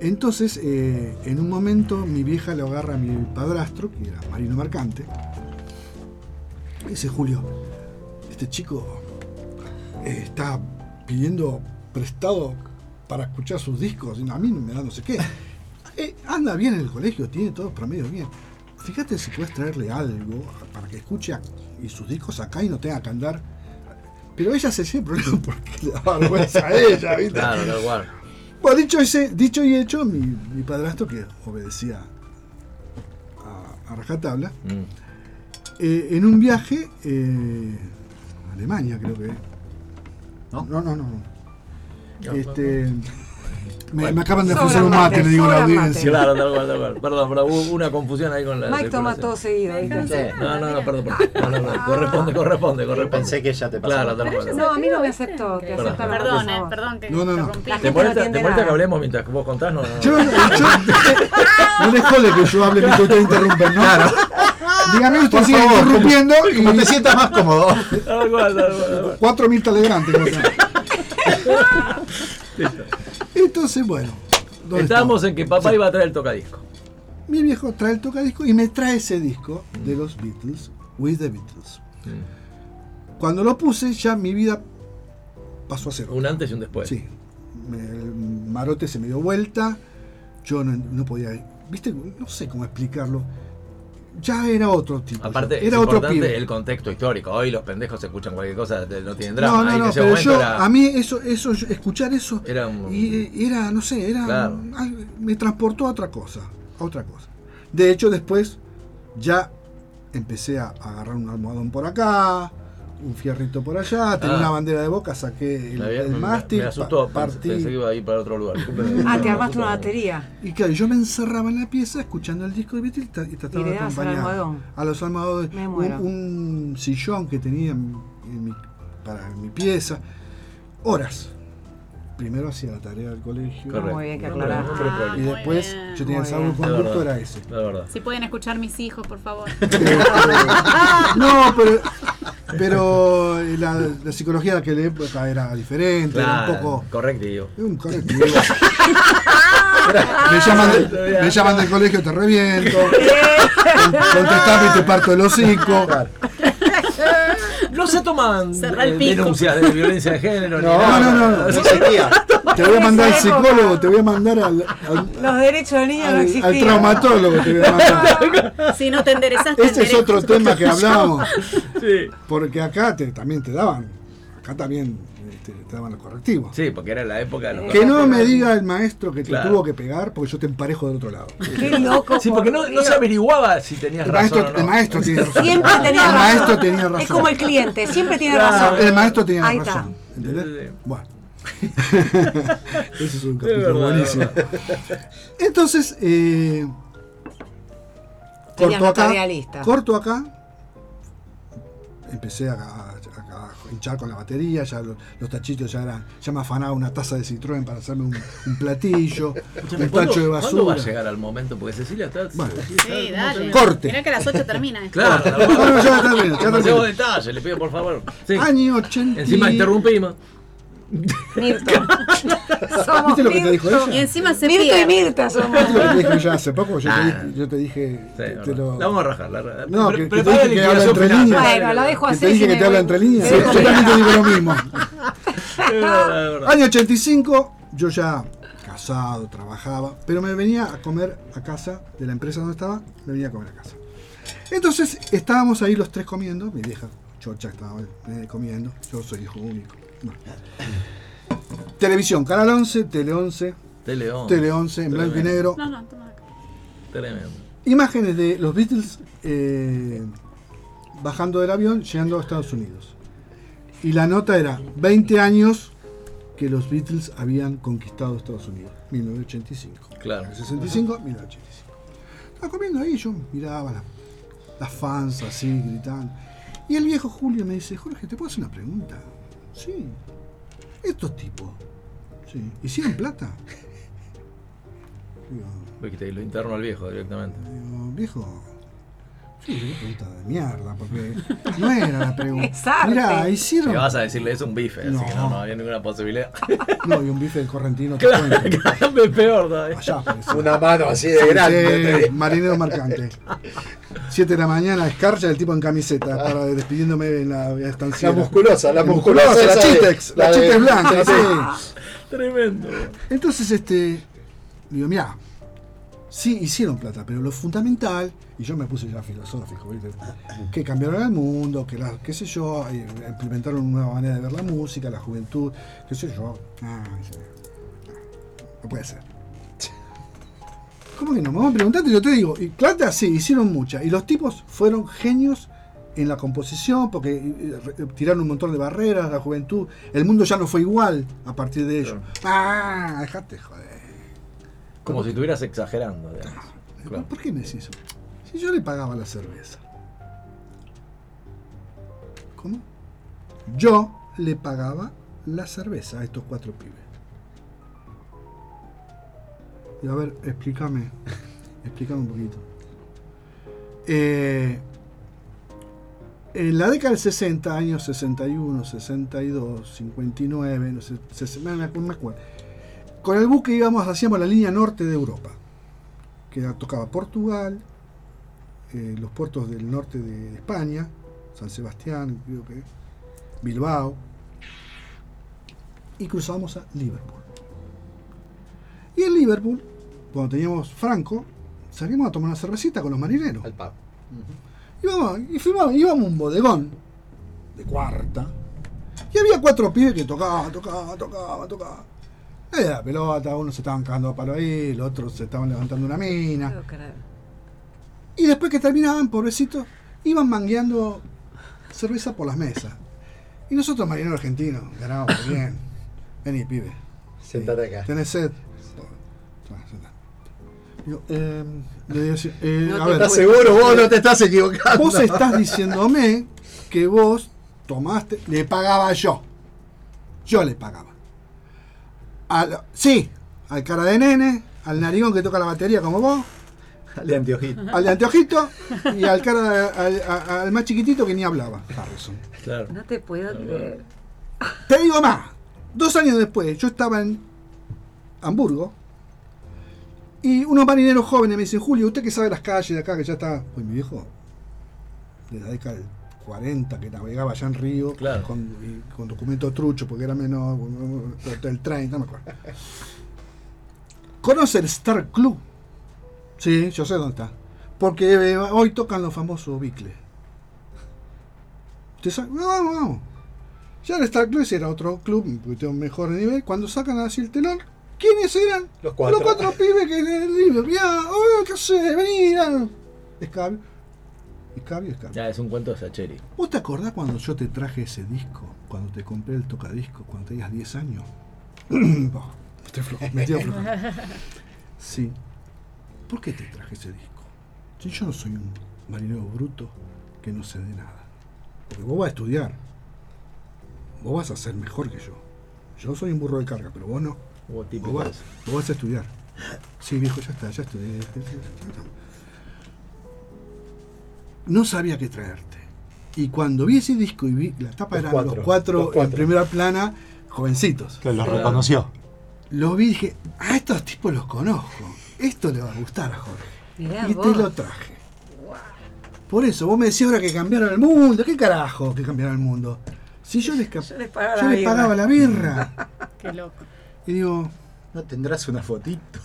Speaker 6: Entonces, eh, en un momento, mi vieja lo agarra a mi padrastro, que era marino mercante, y dice, Julio, este chico eh, está pidiendo prestado para escuchar sus discos, y a mí me da no sé qué. Eh, anda bien en el colegio, tiene todos promedios bien. Fíjate si puedes traerle algo para que escuche a- y sus discos acá y no tenga que andar. Pero ella se siempre problema porque le da vergüenza a ella, ¿viste?
Speaker 2: Claro, tal cual.
Speaker 6: Bueno, dicho, ese, dicho y hecho, mi, mi padrastro, que obedecía a, a rajatabla,
Speaker 2: Mm.
Speaker 6: eh, en un viaje eh, a Alemania, creo que.
Speaker 2: ¿No?
Speaker 6: no, no. no, no.
Speaker 2: No,
Speaker 6: este, me, me acaban de
Speaker 3: Sobran
Speaker 6: ofrecer un mate,
Speaker 3: mates,
Speaker 6: le digo a la
Speaker 3: sobran
Speaker 6: audiencia.
Speaker 2: Claro, tal cual, tal cual. Perdón, pero hubo una confusión ahí con la.
Speaker 3: Mike toma Ah. todo
Speaker 2: circulación.
Speaker 3: seguido. ¿viste?
Speaker 5: Sí.
Speaker 2: Sí, No, no, no, perdón, perdón. No, no, no. Corresponde, corresponde, corresponde.
Speaker 4: Pensé que ya te
Speaker 2: Claro,
Speaker 4: pasaba.
Speaker 2: tal
Speaker 5: Pero ella
Speaker 2: cual.
Speaker 3: No, a mí no me
Speaker 5: ¿Viste?
Speaker 3: aceptó que
Speaker 5: Perdón.
Speaker 2: aceptara, por
Speaker 5: Perdón, eh,
Speaker 3: favor.
Speaker 5: perdón que
Speaker 6: No, no, no.
Speaker 5: interrumpí.
Speaker 3: La
Speaker 2: ¿Te
Speaker 3: gente
Speaker 2: molesta,
Speaker 3: no
Speaker 2: ¿Te
Speaker 3: entiende
Speaker 2: molesta que
Speaker 3: nada.
Speaker 2: hablemos mientras vos contás? No, no, no.
Speaker 6: Yo, yo, no les jode que yo hable mientras ustedes interrumpen, ¿no? Dígame, usted
Speaker 4: Por
Speaker 6: sigue
Speaker 4: favor,
Speaker 6: interrumpiendo
Speaker 4: Como te
Speaker 6: y
Speaker 4: sientas más cómodo.
Speaker 2: Tal cual, tal cual, tal cual.
Speaker 6: 4.000 telegrantes. como sea. Entonces, bueno. ¿dónde
Speaker 2: Estábamos en que papá iba a traer el tocadisco.
Speaker 6: mi viejo trae el tocadisco y me trae ese disco de los Beatles, With the Beatles. Cuando lo puse, ya mi vida pasó a cero.
Speaker 2: Un antes y un después.
Speaker 6: Sí, me- el marote se me dio vuelta, yo no, no podía, viste, no sé cómo explicarlo. Ya era otro tipo. yo,
Speaker 2: Aparte,
Speaker 6: era
Speaker 2: es
Speaker 6: otro
Speaker 2: importante
Speaker 6: pibe.
Speaker 2: el contexto histórico. Hoy los pendejos escuchan cualquier cosa, de- no tienen drama.
Speaker 6: No, no,
Speaker 2: Ahí en
Speaker 6: no,
Speaker 2: ese
Speaker 6: pero
Speaker 2: momento
Speaker 6: yo, ah,
Speaker 2: era-
Speaker 6: a mí eso, eso, yo- escuchar eso,
Speaker 2: Era un-
Speaker 6: y, eh, era, no sé, era,
Speaker 2: Claro.
Speaker 6: algo- me transportó a otra cosa, a otra cosa. De hecho, después ya empecé a agarrar un almohadón por acá, un fierrito por allá, tenía
Speaker 2: Ah.
Speaker 6: una bandera de boca, saqué el,
Speaker 2: la
Speaker 6: el
Speaker 2: había- me-
Speaker 6: mástil,
Speaker 2: me asustó,
Speaker 6: pa-
Speaker 2: pensé,
Speaker 6: partí.
Speaker 2: pensé que iba a ir para otro lugar.
Speaker 3: Ah, te armaste una batería.
Speaker 6: Y claro, yo me encerraba en la pieza escuchando el disco de Beatles y tra- y trataba
Speaker 3: Y le
Speaker 6: de
Speaker 3: dabas al
Speaker 6: acompañar
Speaker 3: almohadón.
Speaker 6: a los almohadones.
Speaker 3: Me
Speaker 6: Un,
Speaker 3: muero.
Speaker 6: un sillón que tenía en, en mi, para en mi pieza. Horas. Primero hacía la tarea del colegio.
Speaker 3: Correcto. Muy bien, que aclarás.
Speaker 5: Ah,
Speaker 6: Y
Speaker 5: muy
Speaker 6: después
Speaker 5: bien.
Speaker 6: yo tenía el
Speaker 3: Muy
Speaker 6: salvo
Speaker 2: bien.
Speaker 6: conducto, era ese.
Speaker 2: La verdad.
Speaker 5: Si pueden escuchar mis hijos, por favor.
Speaker 6: No, pero, pero la, la psicología de aquella época era diferente, era un poco.
Speaker 2: Correctivo.
Speaker 6: era Un colectivo. Me llaman, del- me llaman del colegio, te reviento. Con- Contestame y te parto el hocico.
Speaker 2: No se toman
Speaker 5: Cerrá el
Speaker 2: eh,
Speaker 5: pico.
Speaker 2: denuncias de violencia de género. ni
Speaker 4: No,
Speaker 2: nada.
Speaker 6: no, no, no.
Speaker 4: No existía.
Speaker 6: Te voy a mandar al
Speaker 3: Esa época.
Speaker 6: psicólogo, te voy a mandar al, al,
Speaker 3: Los derechos del niño no
Speaker 6: al- al
Speaker 3: existían.
Speaker 6: traumatólogo. Te voy a mandar.
Speaker 5: Si no te enderezaste,
Speaker 6: Ese es
Speaker 5: enderezas.
Speaker 6: otro tema que hablábamos.
Speaker 2: Sí.
Speaker 6: Porque acá te, también te daban, acá también este, te daban los correctivos.
Speaker 2: Sí, porque era la época de los
Speaker 6: Que no me diga el maestro que te
Speaker 2: Claro.
Speaker 6: tuvo que pegar porque yo te emparejo del otro lado.
Speaker 3: Qué loco.
Speaker 2: Sí, porque no, no se averiguaba si tenías
Speaker 6: El
Speaker 2: razón.
Speaker 6: maestro,
Speaker 2: o no.
Speaker 6: el maestro tiene razón.
Speaker 3: Siempre tenía
Speaker 6: El
Speaker 3: razón.
Speaker 6: maestro tenía razón.
Speaker 3: Es como el cliente, siempre tiene
Speaker 2: Claro.
Speaker 3: razón.
Speaker 6: El maestro tenía
Speaker 3: Ahí está.
Speaker 6: razón.
Speaker 2: Sí, sí,
Speaker 6: ¿Entendés?
Speaker 2: sí.
Speaker 6: Bueno. Ese es un capítulo
Speaker 2: Es verdad,
Speaker 6: buenísimo.
Speaker 2: es verdad.
Speaker 6: Entonces, eh,
Speaker 3: Tenías
Speaker 6: corto
Speaker 3: la
Speaker 6: acá.
Speaker 3: tarea lista.
Speaker 6: Corto acá. Empecé a, a- a hinchar con la batería, ya lo- los tachitos ya eran, ya me afanaba una taza de citrón para hacerme un, un platillo,
Speaker 2: Escúchame,
Speaker 6: un
Speaker 2: ¿cuándo-
Speaker 6: tacho de
Speaker 2: ¿Cuándo va a
Speaker 6: basura.
Speaker 2: llegar al momento? Porque Cecilia está.
Speaker 6: Bueno.
Speaker 5: Sí, dale.
Speaker 6: Corte.
Speaker 5: Mirá que a las 8 termina. esto.
Speaker 2: Claro, la verdad.
Speaker 6: No, no, ya termino, ya
Speaker 2: Demasiado
Speaker 6: termino.
Speaker 2: detalle, le pido por favor. Sí.
Speaker 6: Año 80.
Speaker 2: Encima interrumpimos.
Speaker 3: Mirta. Somos
Speaker 6: ¿Viste lo que te dijo
Speaker 3: Mirta.
Speaker 5: Y
Speaker 6: ella?
Speaker 5: encima se
Speaker 3: Mirta y
Speaker 5: pierde.
Speaker 3: Mirta somos.
Speaker 6: ¿Viste lo que te dijo ella hace poco? Yo te,
Speaker 2: Ah.
Speaker 6: dije- yo te dije.
Speaker 2: Sí,
Speaker 6: te-
Speaker 2: la
Speaker 6: te
Speaker 2: verdad.
Speaker 6: lo-
Speaker 2: La vamos a rajar. La, ra-
Speaker 6: No,
Speaker 2: pre-
Speaker 6: que- que
Speaker 2: prepara
Speaker 6: te dije
Speaker 2: la
Speaker 6: que habla
Speaker 2: liquidación
Speaker 6: entre
Speaker 2: final.
Speaker 6: líneas.
Speaker 3: Bueno, la dejo
Speaker 6: que
Speaker 3: así.
Speaker 6: te dije que te habla entre líneas.
Speaker 3: Sí.
Speaker 6: Yo también te digo lo mismo.
Speaker 2: Es verdad, es verdad.
Speaker 6: Año 85, yo ya casado, trabajaba, pero me venía a comer a casa de la empresa donde estaba, me venía a comer a casa. Entonces estábamos ahí los tres comiendo, mi vieja chocha estaba eh, comiendo, yo soy hijo único. Bueno. Televisión, Canal 11, Tele 11,
Speaker 2: Tele 11.
Speaker 6: Tele 11, en blanco y
Speaker 2: Tremendo,
Speaker 6: negro.
Speaker 5: No, no, toma acá.
Speaker 2: Tremendo.
Speaker 6: Imágenes de los Beatles eh, bajando del avión, llegando a Estados Unidos. Y la nota era 20 años que los Beatles habían conquistado Estados Unidos, 1985.
Speaker 2: Claro.
Speaker 6: 65, 1985. Estaba comiendo ahí, yo miraba la- las fans así, gritando. Y el viejo Julio me dice, Jorge, ¿te puedo hacer una pregunta? Sí. Estos tipos, sí, ¿hicieron plata? Digo,
Speaker 2: Viste, y lo interno al viejo directamente.
Speaker 6: Digo, viejo, Sí, pregunta de mierda, porque no era la pregunta.
Speaker 3: Es arte.
Speaker 6: Mirá,
Speaker 2: ¿Qué
Speaker 6: hicieron.
Speaker 2: vas a decirle? Es un bife, así
Speaker 6: No.
Speaker 2: que no, no había ninguna posibilidad.
Speaker 6: No, y un bife del correntino te
Speaker 2: claro,
Speaker 6: cuento.
Speaker 2: claro, es peor todavía.
Speaker 6: Allá, parece.
Speaker 4: Una mano así de grande.
Speaker 6: Sí, marinero marcante. 7 de la mañana, escarcha el tipo en camiseta, para despidiéndome en la estancia.
Speaker 4: Ah. La musculosa, la musculosa.
Speaker 6: la
Speaker 4: esa de-
Speaker 6: chitex, la,
Speaker 4: de-
Speaker 6: chitex
Speaker 4: sí,
Speaker 6: blanca,
Speaker 4: sí.
Speaker 6: sí.
Speaker 2: Tremendo.
Speaker 6: Entonces, este, digo, mirá, sí hicieron plata, pero lo fundamental, y yo me puse ya filosófico, ¿viste? que cambiaron el mundo, que la, qué sé yo, eh, implementaron una nueva manera de ver la música, la juventud, qué sé yo. Ah, sí. no puede ser. ¿Cómo que no? Me van a preguntar y yo te digo, y plata sí, hicieron mucha. Y los tipos fueron genios en la composición porque eh, re- tiraron un montón de barreras, la juventud. El mundo ya no fue igual a partir de ello. Ah, dejate, joder.
Speaker 2: Como si estuvieras exagerando. digamos. Claro.
Speaker 6: ¿Por qué me decís eso? Si yo le pagaba la cerveza. ¿Cómo? Yo le pagaba la cerveza a estos cuatro pibes. Y a ver, explícame. explícame un poquito. Eh, en la década del 60, años 61, 62, 59, no sé, 60, no me acu- no me acuerdo. Con el buque íbamos, hacíamos la línea norte de Europa que era- tocaba Portugal, eh, los puertos del norte de España, San Sebastián, creo que, Bilbao, y cruzamos a Liverpool. Y en Liverpool, cuando teníamos Franco, salimos a tomar una cervecita con los marineros.
Speaker 4: Al pub.
Speaker 6: Íbamos, y fuimos- íbamos a un bodegón de cuarta. Y había cuatro pibes que tocaban, tocaban, tocaban, tocaban. Ahí era la pelota, unos se estaban cagando a palo ahí, los otros se estaban levantando una mina.
Speaker 3: Claro, carajo.
Speaker 6: Y después que terminaban, pobrecitos, iban mangueando cerveza por las mesas. Y nosotros, marineros argentinos, ganábamos bien. Vení, pibe.
Speaker 4: Sentate acá.
Speaker 6: ¿Tenés sed? Tomá, sentá. Digo, eh, le digo así, eh,
Speaker 3: No
Speaker 6: a
Speaker 3: te
Speaker 6: ver,
Speaker 4: ¿Estás seguro? Vos no te estás equivocando.
Speaker 6: vos estás diciéndome que vos tomaste, le pagaba yo. Yo le pagaba. Al- sí, al cara de nene, al narigón que toca la batería como vos,
Speaker 4: Dale anteojito.
Speaker 6: al de anteojito y al cara al, a- al más chiquitito que ni hablaba, Harrison.
Speaker 2: Claro.
Speaker 3: No te puedo creer.
Speaker 6: Te digo más, dos años después yo estaba en Hamburgo y unos marineros jóvenes me dicen, Julio, ¿usted que sabe las calles de acá que ya está? Pues mi viejo, de la década del 40 que navegaba allá en Río
Speaker 2: Claro.
Speaker 6: con, y con documento trucho porque era menor, el tren, no me acuerdo. ¿Conoce el Star Club? Sí, yo sé dónde está. Porque eh, hoy tocan los famosos bicles. ¿Usted sabe? No, vamos, vamos. Ya el Star Club ese era otro club, porque tengo un mejor nivel. Cuando sacan así el telón, ¿quiénes eran?
Speaker 4: Los cuatro.
Speaker 6: Los cuatro pibes que en el libro. Mirá, oh, ¿qué sé? Vení, dale. Escabio. Escabio, escabio.
Speaker 2: Ya, es un cuento de Sacheri.
Speaker 6: ¿Vos te acordás cuando yo te traje ese disco? Cuando te compré el tocadisco, cuando tenías 10 años. Bah, estoy flojo, metido flojo. Sí. ¿Por qué te traje ese disco? Si yo no soy un marinero bruto que no sé de nada. Porque vos vas a estudiar. Vos vas a ser mejor que yo. Yo soy un burro de carga, pero vos no.
Speaker 2: Hubo
Speaker 6: Vos
Speaker 2: típico de
Speaker 6: vas,
Speaker 2: eso.
Speaker 6: vos vas a estudiar. Sí, viejo, ya está, ya estudié. No sabía qué traerte. Y cuando vi ese disco y vi la tapa
Speaker 4: Los
Speaker 6: eran
Speaker 4: cuatro,
Speaker 6: los, cuatro
Speaker 4: los cuatro.
Speaker 6: en primera plana, jovencitos.
Speaker 7: Que los reconoció.
Speaker 6: Los vi y dije, a estos tipos los conozco. Esto le va a gustar a Jorge.
Speaker 3: Mirá
Speaker 6: Y
Speaker 3: vos.
Speaker 6: te lo traje. Por eso, vos me decís ahora que cambiaron el mundo. ¿Qué carajo que cambiaron el mundo? Si yo les, ca-
Speaker 3: Yo les pagaba
Speaker 6: yo
Speaker 3: la
Speaker 6: les
Speaker 3: birra.
Speaker 6: pagaba la birra.
Speaker 5: Qué loco.
Speaker 6: Y digo,
Speaker 4: ¿No tendrás una fotito?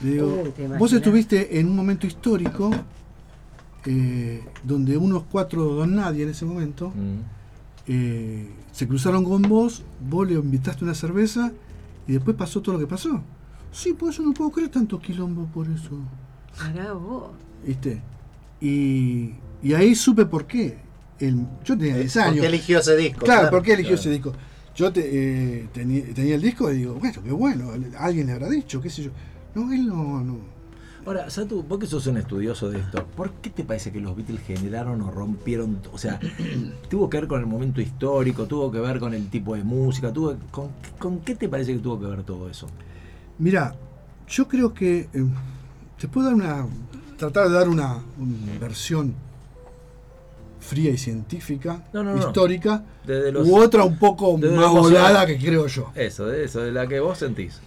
Speaker 6: Le digo,
Speaker 3: Uh, ¿te imaginas?
Speaker 6: vos estuviste en un momento histórico eh, donde unos cuatro don nadie en ese momento
Speaker 2: Mm.
Speaker 6: eh, se cruzaron con vos, vos le invitaste una cerveza y después pasó todo lo que pasó. Sí, por eso no puedo creer tanto quilombo por eso.
Speaker 3: Mirá vos.
Speaker 6: ¿Viste? Y, y ahí supe por qué. El- yo tenía 10 años.
Speaker 4: ¿Por qué eligió ese disco?
Speaker 6: Claro, ¿por qué eligió
Speaker 2: claro.
Speaker 6: ese disco? Yo te- eh, teni- tenía el disco y digo, bueno, qué bueno, alguien le habrá dicho, qué sé yo. No, él no, no.
Speaker 2: Ahora, Satu, vos que sos un estudioso de esto, ¿por qué te parece que los Beatles generaron o rompieron? O sea, ¿tuvo que ver con el momento histórico? ¿Tuvo que ver con el tipo de música? ¿Tuvo, con, ¿Con qué te parece que tuvo que ver todo eso?
Speaker 6: Mira, yo creo que. eh, ¿Te em, puedo dar una tratar de dar una, una versión fría y científica,
Speaker 2: No, no, no.
Speaker 6: histórica,
Speaker 2: Desde los-
Speaker 6: u otra un poco
Speaker 2: desde
Speaker 6: más
Speaker 2: lo emocional.
Speaker 6: volada que creo yo.
Speaker 2: Eso, de eso, de la que vos sentís.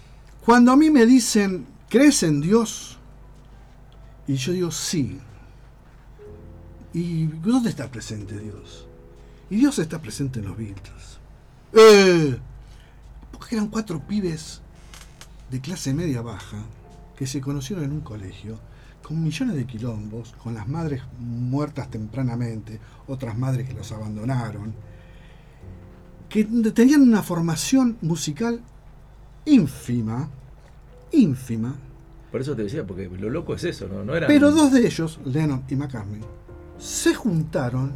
Speaker 6: Cuando a mí me dicen, ¿crees en Dios? Y yo digo, sí. ¿Y dónde está presente Dios? Y Dios está presente en los Beatles. ¡Eh! Porque eran cuatro pibes de clase media baja que se conocieron en un colegio con millones de quilombos, con las madres muertas tempranamente, otras madres que los abandonaron, que tenían una formación musical ínfima, ínfima,
Speaker 2: Por eso te decía, porque lo loco es eso, ¿no? no eran-
Speaker 6: pero dos de ellos, Lennon y McCartney, se juntaron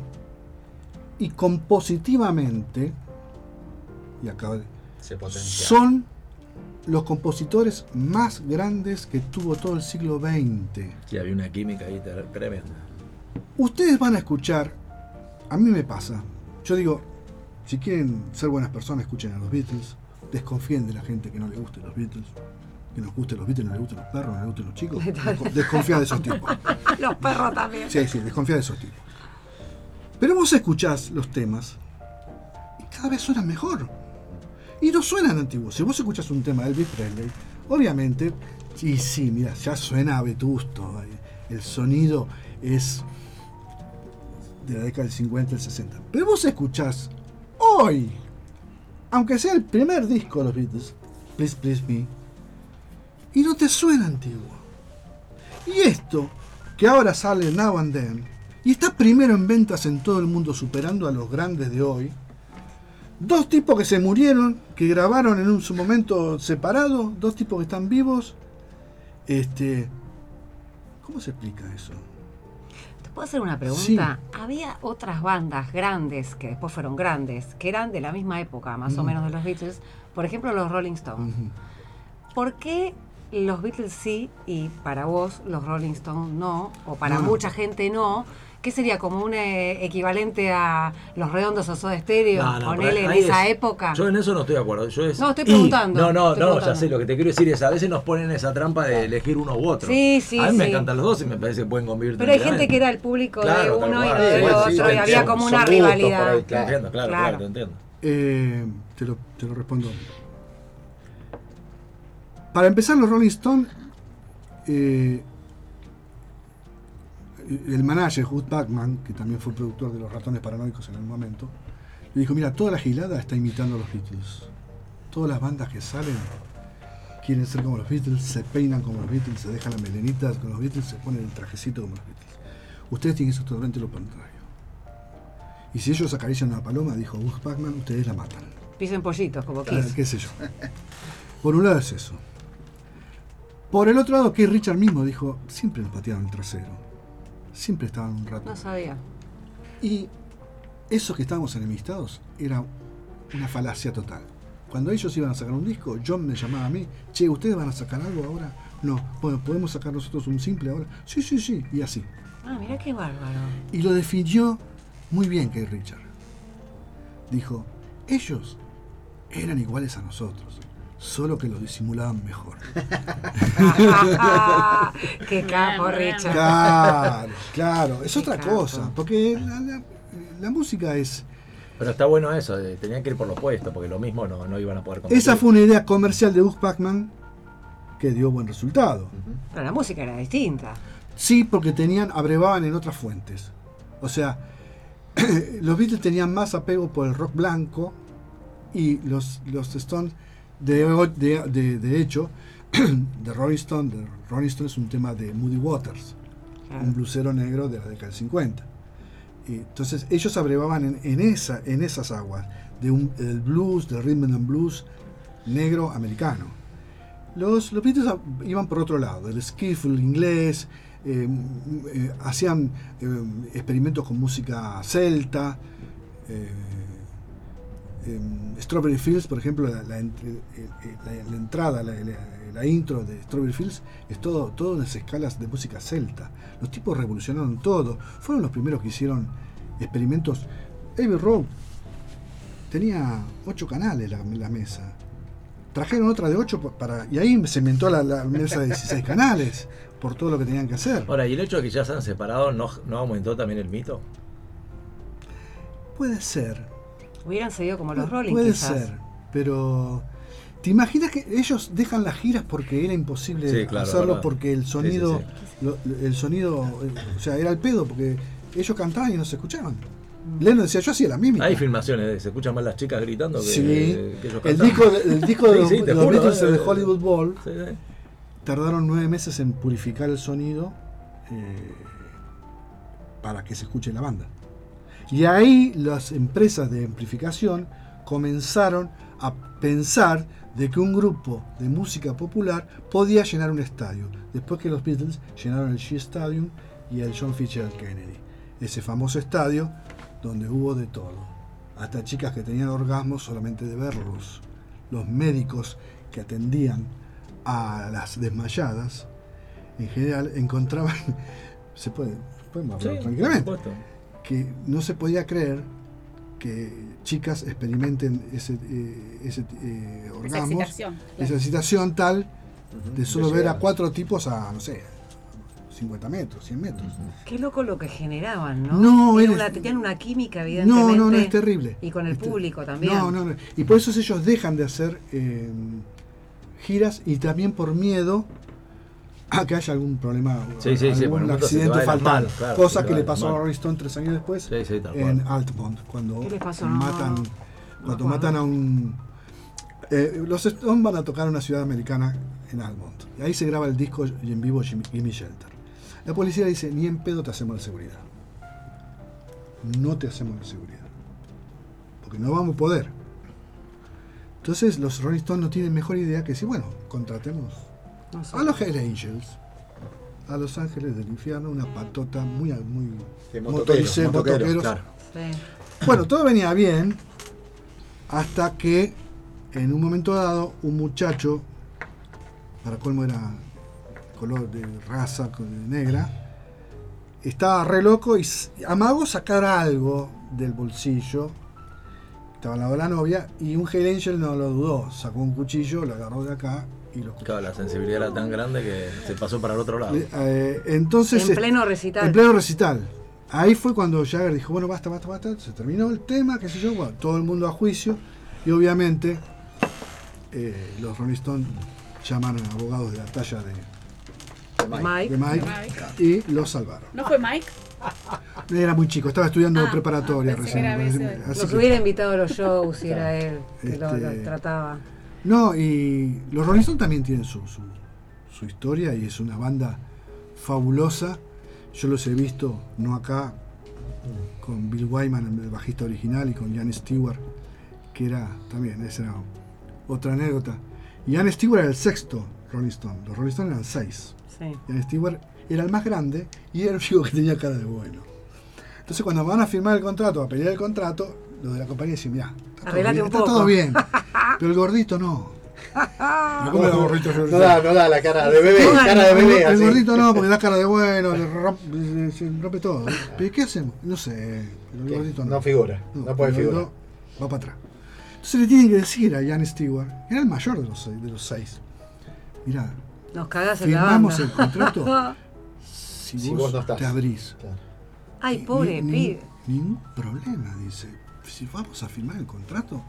Speaker 6: y compositivamente, y acá
Speaker 4: Se potencia.
Speaker 6: son los compositores más grandes que tuvo todo el siglo XX.
Speaker 2: Sí, había una química ahí ter- tremenda.
Speaker 6: Ustedes van a escuchar, a mí me pasa, yo digo, si quieren ser buenas personas, escuchen a los Beatles, desconfíen de la gente que no le guste los Beatles, que nos guste los Beatles, no le gusten los perros, no le gusten los chicos, desco- desconfía de esos tipos.
Speaker 3: Los perros también.
Speaker 6: Sí, sí, desconfía de esos tipos. Pero vos escuchás los temas y cada vez suenan mejor. Y no suenan antiguos. Si vos escuchás un tema de Elvis Presley, obviamente, y sí, mira, ya suena a vetusto. eh, El sonido es de la década del 50 y el 60. Pero vos escuchás hoy, aunque sea el primer disco de los Beatles, Please Please Me, y no te suena antiguo. Y esto, que ahora sale Now and Then, y está primero en ventas en todo el mundo, superando a los grandes de hoy. Dos tipos que se murieron, que grabaron en un, su momento separado, dos tipos que están vivos. Este. ¿Cómo se explica eso?
Speaker 3: ¿Te puedo hacer una pregunta? Había otras bandas grandes, que después fueron grandes, que eran de la misma época, más o menos, de los Beatles. Por ejemplo, los Rolling Stones. ¿Por qué los Beatles sí y para vos los Rolling Stones no? O para
Speaker 6: No, no.
Speaker 3: mucha gente no. ¿Qué sería como un eh, equivalente a los redondos o Soda Stereo?
Speaker 2: No, no, pero
Speaker 3: ponele en
Speaker 2: ahí
Speaker 3: esa
Speaker 2: es-
Speaker 3: época.
Speaker 2: Yo en eso no estoy de acuerdo. Yo es-
Speaker 3: No, estoy
Speaker 2: y-
Speaker 3: preguntando,
Speaker 2: no, no,
Speaker 3: estoy
Speaker 2: no, ya
Speaker 3: preguntando.
Speaker 2: sé, lo que te quiero decir es, a veces nos ponen esa trampa de elegir uno u otro.
Speaker 3: Sí, sí,
Speaker 2: A mí me
Speaker 3: sí.
Speaker 2: encantan los dos y me parece que pueden convivir
Speaker 3: Pero hay gente
Speaker 2: tranquilamente.
Speaker 3: que era el público
Speaker 2: Claro,
Speaker 3: de
Speaker 2: tal
Speaker 3: uno y
Speaker 2: cual.
Speaker 3: del
Speaker 2: Sí,
Speaker 3: otro,
Speaker 2: sí,
Speaker 3: y
Speaker 2: son-
Speaker 3: había como
Speaker 4: son
Speaker 3: una
Speaker 4: gustos por ahí,
Speaker 3: rivalidad.
Speaker 2: Te entiendo, claro, claro, te entiendo.
Speaker 6: Eh, te, lo, te lo respondo. Para empezar, los Rolling Stones, eh, el manager Hugh Bachman, que también fue productor de los ratones paranoicos en el momento, le dijo, mira, toda la gilada está imitando a los Beatles. Todas las bandas que salen quieren ser como los Beatles, se peinan como los Beatles, se dejan las melenitas con los Beatles, se ponen el trajecito como los Beatles. Ustedes tienen que ser totalmente lo contrario. Y si ellos acarician una paloma, dijo Hugh Bachman, ustedes la matan.
Speaker 3: Pisen pollitos, como
Speaker 6: Claro,
Speaker 3: quieras.
Speaker 6: qué sé yo. Por un lado es eso. Por el otro lado, que Richard mismo dijo, siempre nos patearon el trasero. Siempre estaban un rato.
Speaker 3: No sabía.
Speaker 6: Y esos que estábamos enemistados era una falacia total. Cuando ellos iban a sacar un disco, John me llamaba a mí, che, ¿ustedes van a sacar algo ahora? No, bueno, ¿podemos sacar nosotros un simple ahora? Sí, sí, sí, y así.
Speaker 3: Ah, mirá qué bárbaro.
Speaker 6: Y lo definió muy bien Keith Richard. Dijo, ellos eran iguales a nosotros, solo que los disimulaban mejor.
Speaker 3: qué capo,
Speaker 5: Bien, bien.
Speaker 3: Richard.
Speaker 6: Claro, claro, es otra
Speaker 3: capo.
Speaker 6: cosa, porque la, la- la música es...
Speaker 2: Pero está bueno eso, de- tenían que ir por lo opuesto, porque lo mismo no, no iban a poder competir.
Speaker 6: Esa fue una idea comercial de Hugh Pac-Man que dio buen resultado.
Speaker 3: Pero la música era distinta.
Speaker 6: Sí, porque tenían, abrevaban en otras fuentes. O sea, los Beatles tenían más apego por el rock blanco y los, los Stones, de, de- de- de hecho, de Rolling Stone, de Rolling Stone es un tema de Moody Waters,
Speaker 3: Claro.
Speaker 6: un blusero negro de la década del 50. Y entonces ellos abrevaban en, en esa, en esas aguas, de un- del blues, del rhythm and blues negro americano. Los, los Beatles a- iban por otro lado, el skiffle inglés, eh, mm, eh, hacían eh, experimentos con música celta. eh, em, Strawberry Fields, por ejemplo, la, la ent- eh, eh, la- la entrada, la, la- la intro de Strawberry Fields es todo, todo en las escalas de música celta. Los tipos revolucionaron todo. Fueron los primeros que hicieron experimentos. Abbey Road tenía ocho canales la, la mesa. Trajeron otra de ocho pa- para, y ahí se inventó la, la mesa de 16 canales. por todo lo que tenían que hacer.
Speaker 2: Ahora, ¿y el hecho de que ya se han separado no, no aumentó también el mito?
Speaker 6: Puede ser.
Speaker 3: Hubieran seguido como los
Speaker 6: Pu-
Speaker 3: Rolling,
Speaker 6: Puede
Speaker 3: quizás.
Speaker 6: ser, pero ¿te imaginas que ellos dejan las giras porque era imposible
Speaker 2: Sí, claro,
Speaker 6: hacerlo
Speaker 2: verdad.
Speaker 6: porque el
Speaker 2: sí,
Speaker 6: sonido
Speaker 2: sí.
Speaker 6: lo- lo- el sonido, eh, o sea, era el pedo porque ellos cantaban y no se escuchaban. Lennon decía, yo hacía la mímica.
Speaker 2: Hay filmaciones de se escuchan más las chicas gritando que,
Speaker 6: Sí.
Speaker 2: que ellos
Speaker 6: el
Speaker 2: cantando.
Speaker 6: disco, el disco de
Speaker 2: Sí,
Speaker 6: los,
Speaker 2: sí, te
Speaker 6: los
Speaker 2: juro,
Speaker 6: Beatles,
Speaker 2: eh,
Speaker 6: el de
Speaker 2: eh,
Speaker 6: Hollywood Bowl,
Speaker 2: Sí, sí.
Speaker 6: tardaron nueve meses en purificar el sonido eh, para que se escuche la banda. Y ahí las empresas de amplificación comenzaron a pensar de que un grupo de música popular podía llenar un estadio. Después que los Beatles llenaron el Shea Stadium y el John Fitzgerald Kennedy. Ese famoso estadio donde hubo de todo. Hasta chicas que tenían orgasmos solamente de verlos. Los médicos que atendían a las desmayadas, en general, encontraban... Se puede, podemos hablar
Speaker 2: Sí, por
Speaker 6: tranquilamente
Speaker 2: supuesto.
Speaker 6: que no se podía creer que chicas experimenten ese, eh, ese eh,
Speaker 5: Esa
Speaker 6: orgasmos,
Speaker 5: excitación.
Speaker 6: esa excitación tal de solo
Speaker 2: de
Speaker 6: ver a
Speaker 2: llegar.
Speaker 6: cuatro tipos a, no sé, 50 metros, 100 metros.
Speaker 3: Qué loco lo que generaban, ¿no?
Speaker 6: No,
Speaker 3: Era
Speaker 6: eres-
Speaker 3: una- tenían una química,
Speaker 6: No,
Speaker 3: evidentemente.
Speaker 6: no, no, es terrible.
Speaker 3: Y con el
Speaker 6: Es ter-
Speaker 3: público también.
Speaker 6: Este, No, no, no. Y por eso ellos dejan de hacer eh, giras y también por miedo a que haya algún problema,
Speaker 2: Sí, sí, sí, por
Speaker 6: algún
Speaker 2: el momento se te
Speaker 6: accidente
Speaker 2: va de las
Speaker 6: fatal.
Speaker 2: manos, claro, se
Speaker 6: cosa
Speaker 2: te
Speaker 6: que
Speaker 2: va
Speaker 6: le
Speaker 2: de las
Speaker 6: pasó a
Speaker 2: manos.
Speaker 6: Rolling Stone tres años después
Speaker 2: Sí, sí, tal
Speaker 6: en
Speaker 2: cual.
Speaker 6: Altmont, cuando
Speaker 3: ¿Qué les pasó? No,
Speaker 6: matan,
Speaker 3: no, no.
Speaker 6: cuando
Speaker 3: No me
Speaker 6: matan
Speaker 3: acuerdo.
Speaker 6: a un... eh, los Stones van a tocar en una ciudad americana en Altmont. Y ahí se graba el disco y en vivo Jimmy, Jimmy Shelter. La policía dice, ni en pedo te hacemos la seguridad. No te hacemos la seguridad. Porque no vamos a poder. Entonces los Rolling Stones no tienen mejor idea que decir, bueno, contratemos a los Hell Angels, a los Ángeles del Infierno, una patota muy, muy
Speaker 4: Sí,
Speaker 6: motorice- motoqueros.
Speaker 3: Sí.
Speaker 6: Bueno, todo venía bien hasta que en un momento dado un muchacho, para colmo era color de raza co- de negra, estaba re loco y s- amagó sacar algo del bolsillo. Estaba al lado de la novia y un Hell Angel no lo dudó, sacó un cuchillo, lo agarró de acá y lo
Speaker 2: Claro, la sensibilidad era tan grande que se pasó para el otro lado.
Speaker 6: Le- eh, entonces,
Speaker 3: en
Speaker 6: es-
Speaker 3: pleno recital.
Speaker 6: en pleno recital. Ahí fue cuando Jagger dijo, bueno, basta, basta, basta, se terminó el tema, qué sé yo, bueno, todo el mundo a juicio. Y obviamente eh, los Rolling Stones llamaron a abogados de la talla de, de
Speaker 3: Mike.
Speaker 6: Mike y lo salvaron.
Speaker 5: ¿No fue Mike?
Speaker 6: Era muy chico, estaba estudiando
Speaker 5: Ah,
Speaker 6: preparatoria
Speaker 5: ah, pensé
Speaker 6: recién.
Speaker 5: que era
Speaker 6: recién,
Speaker 5: BSO.
Speaker 6: así
Speaker 3: Los
Speaker 6: que-
Speaker 3: hubiera invitado a los shows si era él que lo,
Speaker 6: Este-
Speaker 3: lo trataba.
Speaker 6: no, y los Rolling Stones también tienen su, su, su historia y es una banda fabulosa. Yo los he visto, no acá, con Bill Wyman, el bajista original, y con Jan Stewart, que era también, esa era otra anécdota. Jan Stewart era el sexto Rolling Stone, los Rolling Stones eran seis.
Speaker 3: Sí.
Speaker 6: Jan Stewart era el más grande y era el único que tenía cara de bueno. Entonces cuando van a firmar el contrato, a pelear el contrato, los de la compañía dicen, mira, está, todo
Speaker 3: Arreglate
Speaker 6: bien,
Speaker 3: un
Speaker 6: está
Speaker 3: poco".
Speaker 6: todo bien, pero el gordito no. Pero ¿cómo era gordito el
Speaker 4: No
Speaker 6: gordito?
Speaker 4: da, no da la cara de bebé,
Speaker 6: No,
Speaker 4: cara de
Speaker 6: el-
Speaker 4: bebé.
Speaker 6: El,
Speaker 4: así.
Speaker 6: gordito no, porque da cara de bueno, le rompe, le- se rompe todo. ¿Pero qué hacemos? No sé, pero el
Speaker 4: Que
Speaker 6: gordito
Speaker 4: No figura, no puede
Speaker 6: el
Speaker 4: figurar.
Speaker 6: gordito Va para atrás. Entonces le tienen que decir a Jan Stewart, que era el mayor de los, seis- de los seis, mirá,
Speaker 3: Nos cagás en la
Speaker 6: firmamos el
Speaker 3: banda.
Speaker 6: contrato si,
Speaker 4: Si
Speaker 6: vos,
Speaker 4: vos no estás.
Speaker 6: te abrís.
Speaker 4: Claro.
Speaker 3: Ay, pobre
Speaker 6: Ni- ni-
Speaker 3: pibe.
Speaker 6: Ningún problema, dice. Si vamos a firmar el contrato,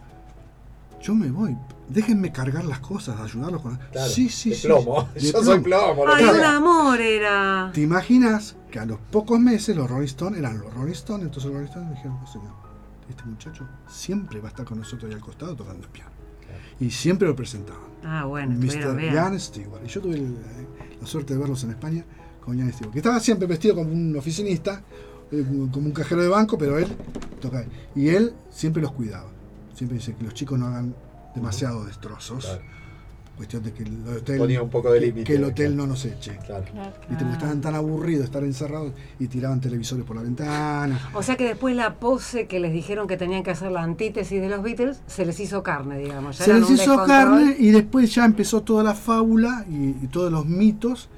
Speaker 6: yo me voy. Déjenme cargar las cosas, ayudarlos con.
Speaker 4: Claro,
Speaker 6: sí, sí,
Speaker 4: de
Speaker 6: sí.
Speaker 4: plomo.
Speaker 6: de
Speaker 4: Yo soy plomo. lo
Speaker 3: Ay,
Speaker 4: que
Speaker 3: un
Speaker 4: sea.
Speaker 3: amor era.
Speaker 6: ¿Te imaginas que a los pocos meses los Rolling Stones eran los Rolling Stones? Entonces los Rolling Stones dijeron, no señor, este muchacho siempre va a estar con nosotros ahí al costado tocando el piano. Y siempre lo presentaban.
Speaker 3: Ah, bueno, estuvieron
Speaker 6: Mr.
Speaker 3: bien.
Speaker 6: Jan Stewart. Y yo tuve eh, la, la suerte de verlos en España con Jan Stewart, que estaba siempre vestido como un oficinista, eh, como un cajero de banco, pero él tocaba. Y él siempre los cuidaba. Siempre dice que los chicos no hagan demasiados destrozos.
Speaker 4: Claro.
Speaker 6: Cuestión de que el hotel,
Speaker 4: Ponía un poco de
Speaker 6: que-
Speaker 4: límite,
Speaker 6: que el hotel
Speaker 4: claro.
Speaker 6: no nos eche.
Speaker 4: Claro.
Speaker 6: ¿Viste? Porque estaban tan aburridos estar encerrados y tiraban televisores por la ventana.
Speaker 3: O sea que después la pose que les dijeron que tenían que hacer la antítesis de los Beatles, se les hizo carne, digamos. Ya
Speaker 6: Se
Speaker 3: eran
Speaker 6: les
Speaker 3: un
Speaker 6: hizo
Speaker 3: descontrol.
Speaker 6: carne y después ya empezó toda la fábula y, y todos los mitos.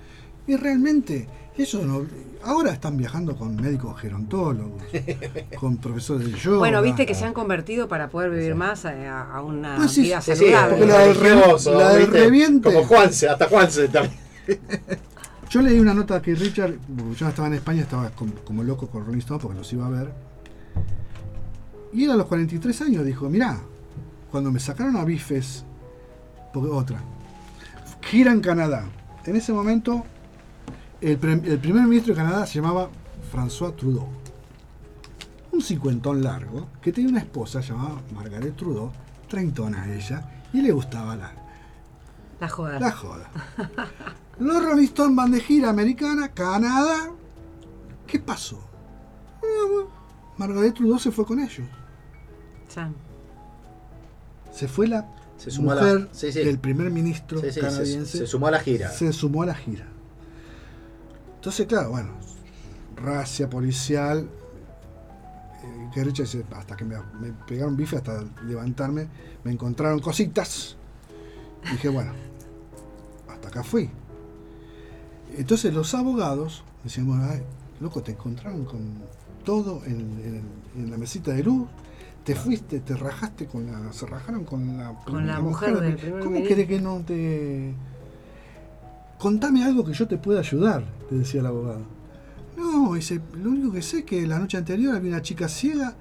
Speaker 6: Y realmente, ellos no- ahora están viajando con médicos gerontólogos, con profesores de yoga.
Speaker 3: Bueno, viste que se han convertido para poder vivir más a, a una
Speaker 6: Pues sí,
Speaker 3: vida
Speaker 4: Sí, sí,
Speaker 3: saludable.
Speaker 6: porque la del re-
Speaker 4: religioso,
Speaker 6: la del
Speaker 4: ¿viste?
Speaker 6: reviente.
Speaker 4: Como Juanse, hasta Juanse también.
Speaker 6: Yo leí una nota que Richard, porque yo no estaba en España, estaba como, como loco con Rolling Stone porque los iba a ver. Y él a los 43 años dijo, mirá, cuando me sacaron a Bifes, porque otra, gira en Canadá. En ese momento, el, pre- el primer ministro de Canadá se llamaba François Trudeau. Un cincuentón largo, que tenía una esposa llamada Margaret Trudeau, treintona ella, y le gustaba la,
Speaker 3: La joda.
Speaker 6: la joda. Los Rolling Stones van de gira americana, Canadá. ¿Qué pasó? Ah, bueno, Margaret Trudeau se fue con ellos.
Speaker 3: Chan.
Speaker 6: Se fue la
Speaker 4: Se sumó a la-
Speaker 6: mujer
Speaker 4: sí, sí.
Speaker 6: del primer ministro
Speaker 4: Sí, sí, se,
Speaker 6: canadiense.
Speaker 4: se sumó a la gira.
Speaker 6: se sumó a la gira. Entonces, claro, bueno, racia policial. eh, Que Richard dice, hasta que me, me pegaron bife, hasta levantarme, me encontraron cositas. Dije, bueno, hasta acá fui. Entonces los abogados decían, bueno, ay, loco, te encontraron con todo en, en- en la mesita de luz, te fuiste, te rajaste con la, se rajaron con la,
Speaker 3: Con la mujer del primer
Speaker 6: ¿Cómo
Speaker 3: ministro".
Speaker 6: querés que no te... Contame algo que yo te pueda ayudar, le decía el abogado. No, dice, lo único que sé es que la noche anterior había una chica ciega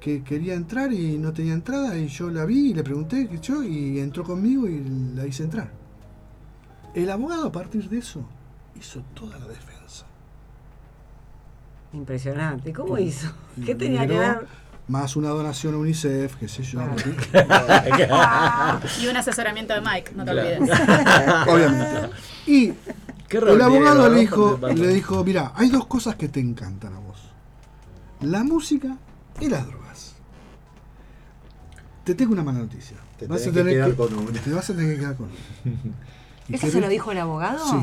Speaker 6: que quería entrar y no tenía entrada y yo la vi y le pregunté qué yo y entró conmigo y la hice entrar. El abogado a partir de eso hizo toda la defensa.
Speaker 3: Impresionante. ¿Y ¿Cómo hizo?
Speaker 6: Y
Speaker 3: ¿Qué tenía que
Speaker 6: liberó
Speaker 3: ver?
Speaker 6: Más una donación a UNICEF, qué sé yo.
Speaker 3: Ah.
Speaker 5: Y un asesoramiento de Mike, no te
Speaker 2: Claro.
Speaker 5: olvides.
Speaker 6: Obviamente. Y
Speaker 2: Qué
Speaker 6: el
Speaker 2: rebeldía,
Speaker 6: abogado
Speaker 2: ¿no?
Speaker 6: le dijo,
Speaker 2: Porque-
Speaker 6: le dijo, mira, hay dos cosas que te encantan a vos. La música y las drogas. Te tengo una mala noticia.
Speaker 4: Te
Speaker 6: vas a
Speaker 4: tenés que
Speaker 6: tener
Speaker 4: quedar
Speaker 6: que-
Speaker 4: con una.
Speaker 6: Te vas a tener que quedar con una. Y
Speaker 3: ¿Eso
Speaker 6: que
Speaker 3: se
Speaker 6: Rich-
Speaker 3: lo dijo el abogado?
Speaker 6: Sí.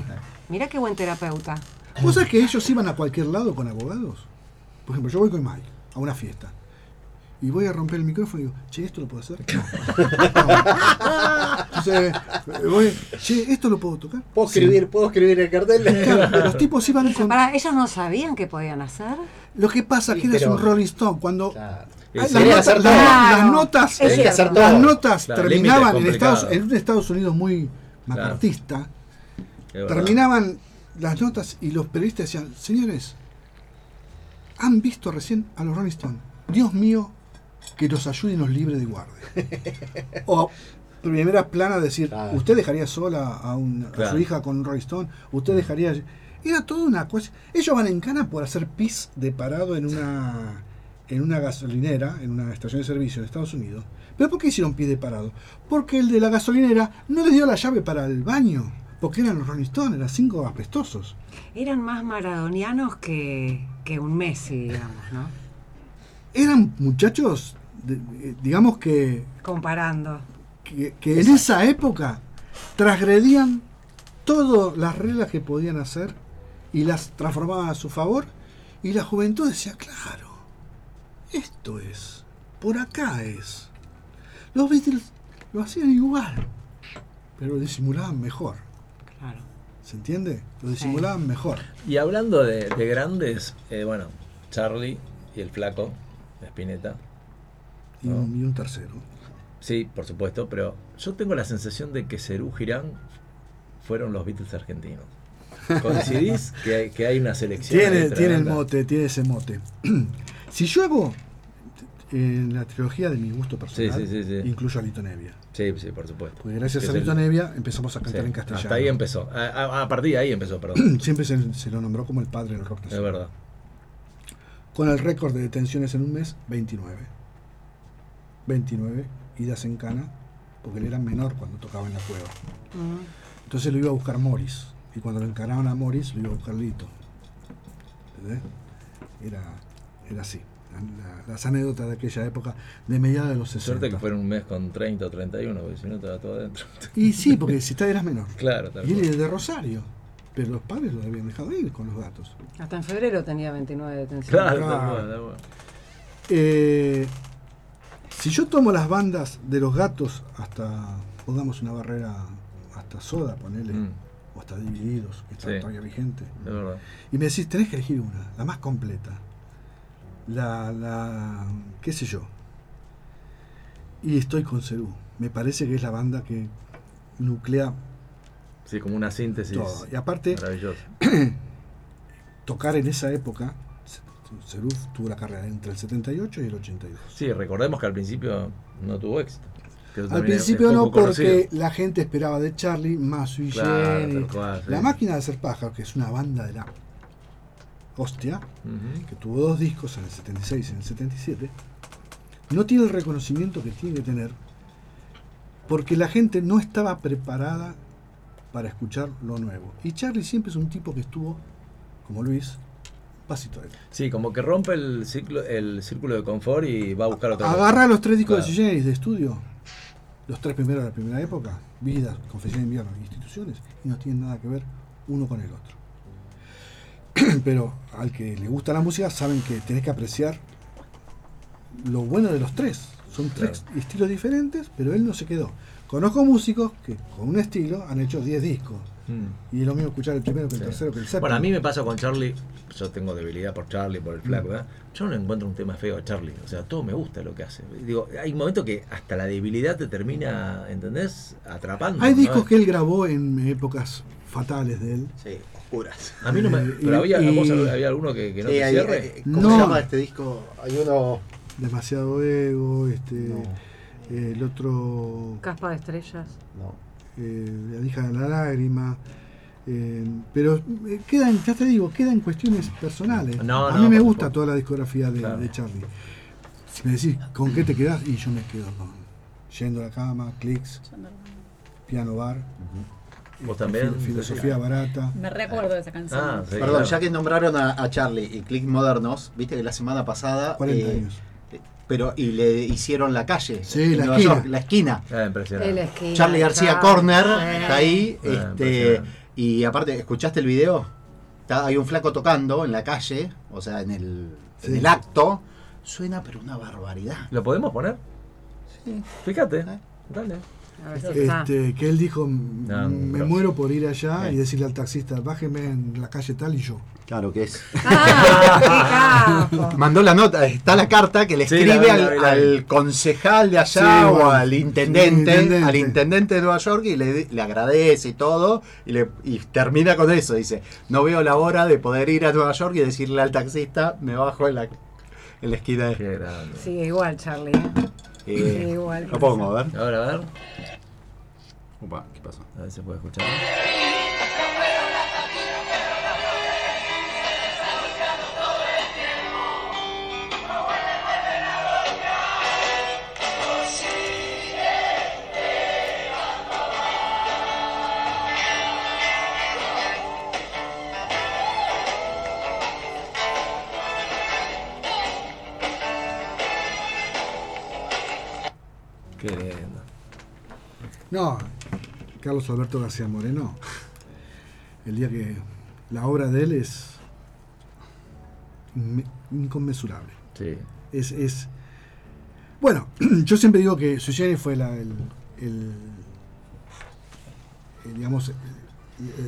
Speaker 3: Mirá qué buen terapeuta.
Speaker 6: ¿Vos sabés que ellos iban a cualquier lado con abogados? Por ejemplo, yo voy con Mike a una fiesta y voy a romper el micrófono y digo, che, ¿esto lo puedo hacer? No. No. Entonces, eh, voy, che, ¿esto lo puedo tocar?
Speaker 4: ¿Puedo escribir, ¿Puedo escribir el cartel?
Speaker 6: Claro, los tipos iban con...
Speaker 3: Para, ¿ellos no sabían qué podían hacer?
Speaker 6: Lo que pasa es
Speaker 4: Sí,
Speaker 6: que eres
Speaker 4: pero-
Speaker 6: un Rolling Stone. Cuando
Speaker 4: Claro.
Speaker 6: Ay, Ah, las,
Speaker 4: Quería
Speaker 6: notas,
Speaker 4: hacer
Speaker 6: las-
Speaker 4: todo.
Speaker 6: las
Speaker 3: Claro.
Speaker 6: notas-
Speaker 3: Es
Speaker 4: Tenés que hacer
Speaker 3: cierto.
Speaker 4: todo.
Speaker 6: las notas
Speaker 2: Claro, límite
Speaker 6: terminaban en,
Speaker 2: complicado.
Speaker 6: Estados, en un Estados Unidos muy macartista.
Speaker 2: Qué verdad.
Speaker 6: Terminaban las notas y los periodistas decían, señores, han visto recién a los Rolling Stones. Dios mío, que los ayude y nos libre de guardia. o primera plana decir,
Speaker 4: Claro.
Speaker 6: ¿usted dejaría sola a, un- a
Speaker 2: Claro.
Speaker 6: su hija con un Rolling Stone? ¿Usted dejaría...? Era toda una cosa... Ellos van en cana por hacer pis de parado en una, en una gasolinera, en una estación de servicio en Estados Unidos. ¿Pero por qué hicieron pis de parado? Porque el de la gasolinera no les dio la llave para el baño. Porque eran los Rolling Stones, eran cinco apestosos.
Speaker 3: Eran más maradonianos que, que un Messi, digamos, ¿no?
Speaker 6: Eran muchachos, de- eh, digamos que
Speaker 3: Comparando.
Speaker 6: que, que en esa época transgredían todas las reglas que podían hacer y las transformaban a su favor. Y la juventud decía, claro, esto es, por acá es. Los Beatles lo hacían igual, pero lo disimulaban mejor.
Speaker 3: Claro.
Speaker 6: ¿Se entiende? Lo disimulaban mejor.
Speaker 2: Y hablando de, de grandes, eh, bueno, Charlie y el flaco, Spinetta.
Speaker 6: Y, un, y un tercero.
Speaker 2: Sí, por supuesto, pero yo tengo la sensación de que Cerú Girán fueron los Beatles argentinos. ¿Coincidís que, hay- que hay una selección? ahí
Speaker 6: Tiene, tiene el
Speaker 2: tremenda?
Speaker 6: mote, tiene ese mote. si yo hago eh, la trilogía de mi gusto personal,
Speaker 2: sí, sí, sí.
Speaker 6: incluyo a Lito Nevia.
Speaker 2: Sí, sí, por supuesto.
Speaker 6: Porque Pues gracias
Speaker 2: Que
Speaker 6: a
Speaker 2: es el-
Speaker 6: Lito Nevia empezamos a
Speaker 2: Sí,
Speaker 6: cantar en castellano.
Speaker 2: Hasta ahí empezó. A, a- a partir de ahí empezó, perdón.
Speaker 6: Siempre se, se lo nombró como el padre del rock
Speaker 2: es
Speaker 6: nacional.
Speaker 2: verdad.
Speaker 6: Con el récord de detenciones en un mes, 29. 29 idas en cana, porque él era menor cuando tocaba en la cueva.
Speaker 3: Mm.
Speaker 6: Entonces lo iba a buscar Morris. Y cuando lo encaraban a Morris, lo iba a buscar Lito. ¿Entendés? Era, era así. La- la- las anécdotas de aquella época, de mediados de los 60.
Speaker 2: Suerte que fueron un mes con 30 o 31, porque si no estaba todo adentro.
Speaker 6: Y sí, porque si está eras menor.
Speaker 2: claro, tal
Speaker 6: Y él
Speaker 2: cual.
Speaker 6: era de Rosario. Pero los padres lo habían dejado ir con los gatos.
Speaker 3: Hasta en febrero tenía 29 detenciones.
Speaker 2: Claro, tal cual, tal cual.
Speaker 6: Eh, si yo tomo las bandas de los gatos hasta, pongamos una barrera hasta soda, ponele,
Speaker 2: Mm,
Speaker 6: o hasta divididos, que está
Speaker 2: Sí.
Speaker 6: todavía vigente,
Speaker 2: es verdad.
Speaker 6: y me decís, tenés que elegir una, la más completa, la, la, qué sé yo, y estoy con Cerú, me parece que es la banda que nuclea
Speaker 2: Sí, como una síntesis.
Speaker 6: todo. Y aparte,
Speaker 2: Maravilloso.
Speaker 6: tocar en esa época, Cerú tuvo la carrera entre el 78 y el 82.
Speaker 2: Sí, recordemos que al principio no tuvo éxito. que eso
Speaker 6: Al
Speaker 2: también es- es
Speaker 6: principio no,
Speaker 2: poco
Speaker 6: porque
Speaker 2: conocido.
Speaker 6: la gente esperaba de Charlie más sui
Speaker 2: Claro,
Speaker 6: generis.
Speaker 2: tal cual, sí.
Speaker 6: La máquina de hacer paja, que es una banda de la hostia,
Speaker 2: Ujú.
Speaker 6: que tuvo dos discos en el 76 y en el 77, no tiene el reconocimiento que tiene que tener porque la gente no estaba preparada para escuchar lo nuevo. Y Charlie siempre es un tipo que estuvo, como Luis, un pasito adelante.
Speaker 2: Sí, como que rompe el ciclo, el círculo de confort y va a buscar otra cosa.
Speaker 6: Agarra los tres discos
Speaker 2: Claro.
Speaker 6: de Sui Generis de estudio, los tres primeros de la primera época, Vidas, Confesión de Invierno y Instituciones, y no tienen nada que ver uno con el otro. Pero al que le gusta la música saben que tenés que apreciar lo bueno de los tres. Son tres estilos diferentes, pero él no se quedó. Conozco músicos que con un estilo han hecho 10 discos.
Speaker 2: Mm.
Speaker 6: Y es lo mismo escuchar el primero que el
Speaker 2: Sí.
Speaker 6: tercero que el séptimo.
Speaker 2: Bueno, a mí me pasa con Charlie. Yo tengo debilidad por Charlie, por el
Speaker 6: Mm.
Speaker 2: flaco. ¿verdad? Yo no encuentro un tema feo a Charlie. O sea, todo me gusta lo que hace. Digo, hay momentos que hasta la debilidad te termina, ¿entendés? Atrapando.
Speaker 6: Hay
Speaker 2: ¿no?
Speaker 6: discos que él grabó en épocas fatales de él.
Speaker 7: Sí, oscuras.
Speaker 2: A mí no me.
Speaker 6: Eh,
Speaker 2: Pero
Speaker 6: y-
Speaker 2: había,
Speaker 6: y-
Speaker 2: vos al- había alguno que, que no
Speaker 7: Sí,
Speaker 2: te
Speaker 7: hay-
Speaker 2: cierre.
Speaker 7: hay- ¿Cómo
Speaker 6: No.
Speaker 7: se llama este disco?
Speaker 4: Hay uno.
Speaker 6: demasiado ego, este,
Speaker 4: No.
Speaker 6: eh, el otro,
Speaker 3: Caspa de estrellas.
Speaker 4: No.
Speaker 6: eh, la hija de la lágrima. eh, pero eh, quedan, ya te digo, quedan cuestiones personales.
Speaker 2: No,
Speaker 6: a
Speaker 2: no,
Speaker 6: mí me
Speaker 2: por
Speaker 6: gusta
Speaker 2: supuesto.
Speaker 6: toda la discografía de,
Speaker 2: Claro.
Speaker 6: de Charlie. Si me decís, ¿con qué te quedás? Y yo me quedo con Yendo a la cama, Clicks, Piano Bar,
Speaker 2: Vos
Speaker 6: este,
Speaker 2: también.
Speaker 6: fil- Filosofía Barata.
Speaker 5: Me recuerdo de esa canción.
Speaker 2: Ah, sí,
Speaker 7: Perdón,
Speaker 2: claro.
Speaker 7: ya que nombraron a, a Charlie y Click Modernos, viste que la semana pasada.
Speaker 6: 40
Speaker 7: eh,
Speaker 6: años.
Speaker 7: Pero, y le hicieron la calle.
Speaker 6: Sí,
Speaker 7: en
Speaker 6: la
Speaker 7: Nueva
Speaker 6: esquina.
Speaker 7: York, la esquina.
Speaker 2: Ah, impresionante.
Speaker 3: El esquí,
Speaker 7: Charlie García
Speaker 3: Charlie.
Speaker 7: Corner
Speaker 3: Sí.
Speaker 7: está ahí.
Speaker 2: Ah,
Speaker 7: este,
Speaker 2: impresionante.
Speaker 7: y aparte, ¿escuchaste el video? Está, hay un flaco tocando en la calle, o sea, en el, en
Speaker 6: Sí.
Speaker 7: el acto. Suena, pero una barbaridad.
Speaker 2: ¿Lo podemos poner?
Speaker 7: Sí.
Speaker 2: Fíjate.
Speaker 7: Sí.
Speaker 2: Dale.
Speaker 3: A ver si está.
Speaker 6: Este, que él dijo, "M-
Speaker 2: un
Speaker 6: me
Speaker 2: grosso.
Speaker 6: muero por ir allá
Speaker 7: Sí.
Speaker 6: y decirle al taxista, bájeme en la calle tal y yo.
Speaker 7: Claro que es.
Speaker 3: Ah, qué capo.
Speaker 7: Mandó la nota, está la carta que le
Speaker 2: Sí,
Speaker 7: escribe
Speaker 2: la vi, la
Speaker 7: al,
Speaker 2: vi, la vi.
Speaker 7: al concejal de allá
Speaker 6: Sí,
Speaker 7: o
Speaker 6: bueno,
Speaker 7: al
Speaker 6: sí,
Speaker 7: intendente,
Speaker 6: intendente.
Speaker 7: al intendente de Nueva York y le, le agradece y todo y, le, y termina con eso, dice, no veo la hora de poder ir a Nueva York y decirle al taxista, me bajo en la, en la esquina de...
Speaker 2: Qué grande.
Speaker 3: Sigue igual, Charlie. ¿eh?
Speaker 7: Eh,
Speaker 3: Sí, igual.
Speaker 7: lo pongo, a ver.
Speaker 2: Ahora, a ver.
Speaker 7: Upa, ¿qué pasó?
Speaker 2: A ver si se puede escuchar. Qué lindo.
Speaker 6: No, Carlos Alberto García Moreno. El día que la obra de él es inme- inconmensurable.
Speaker 2: Sí.
Speaker 6: Es, es bueno, yo siempre digo que Sui Generis fue la, el, el- el, digamos el-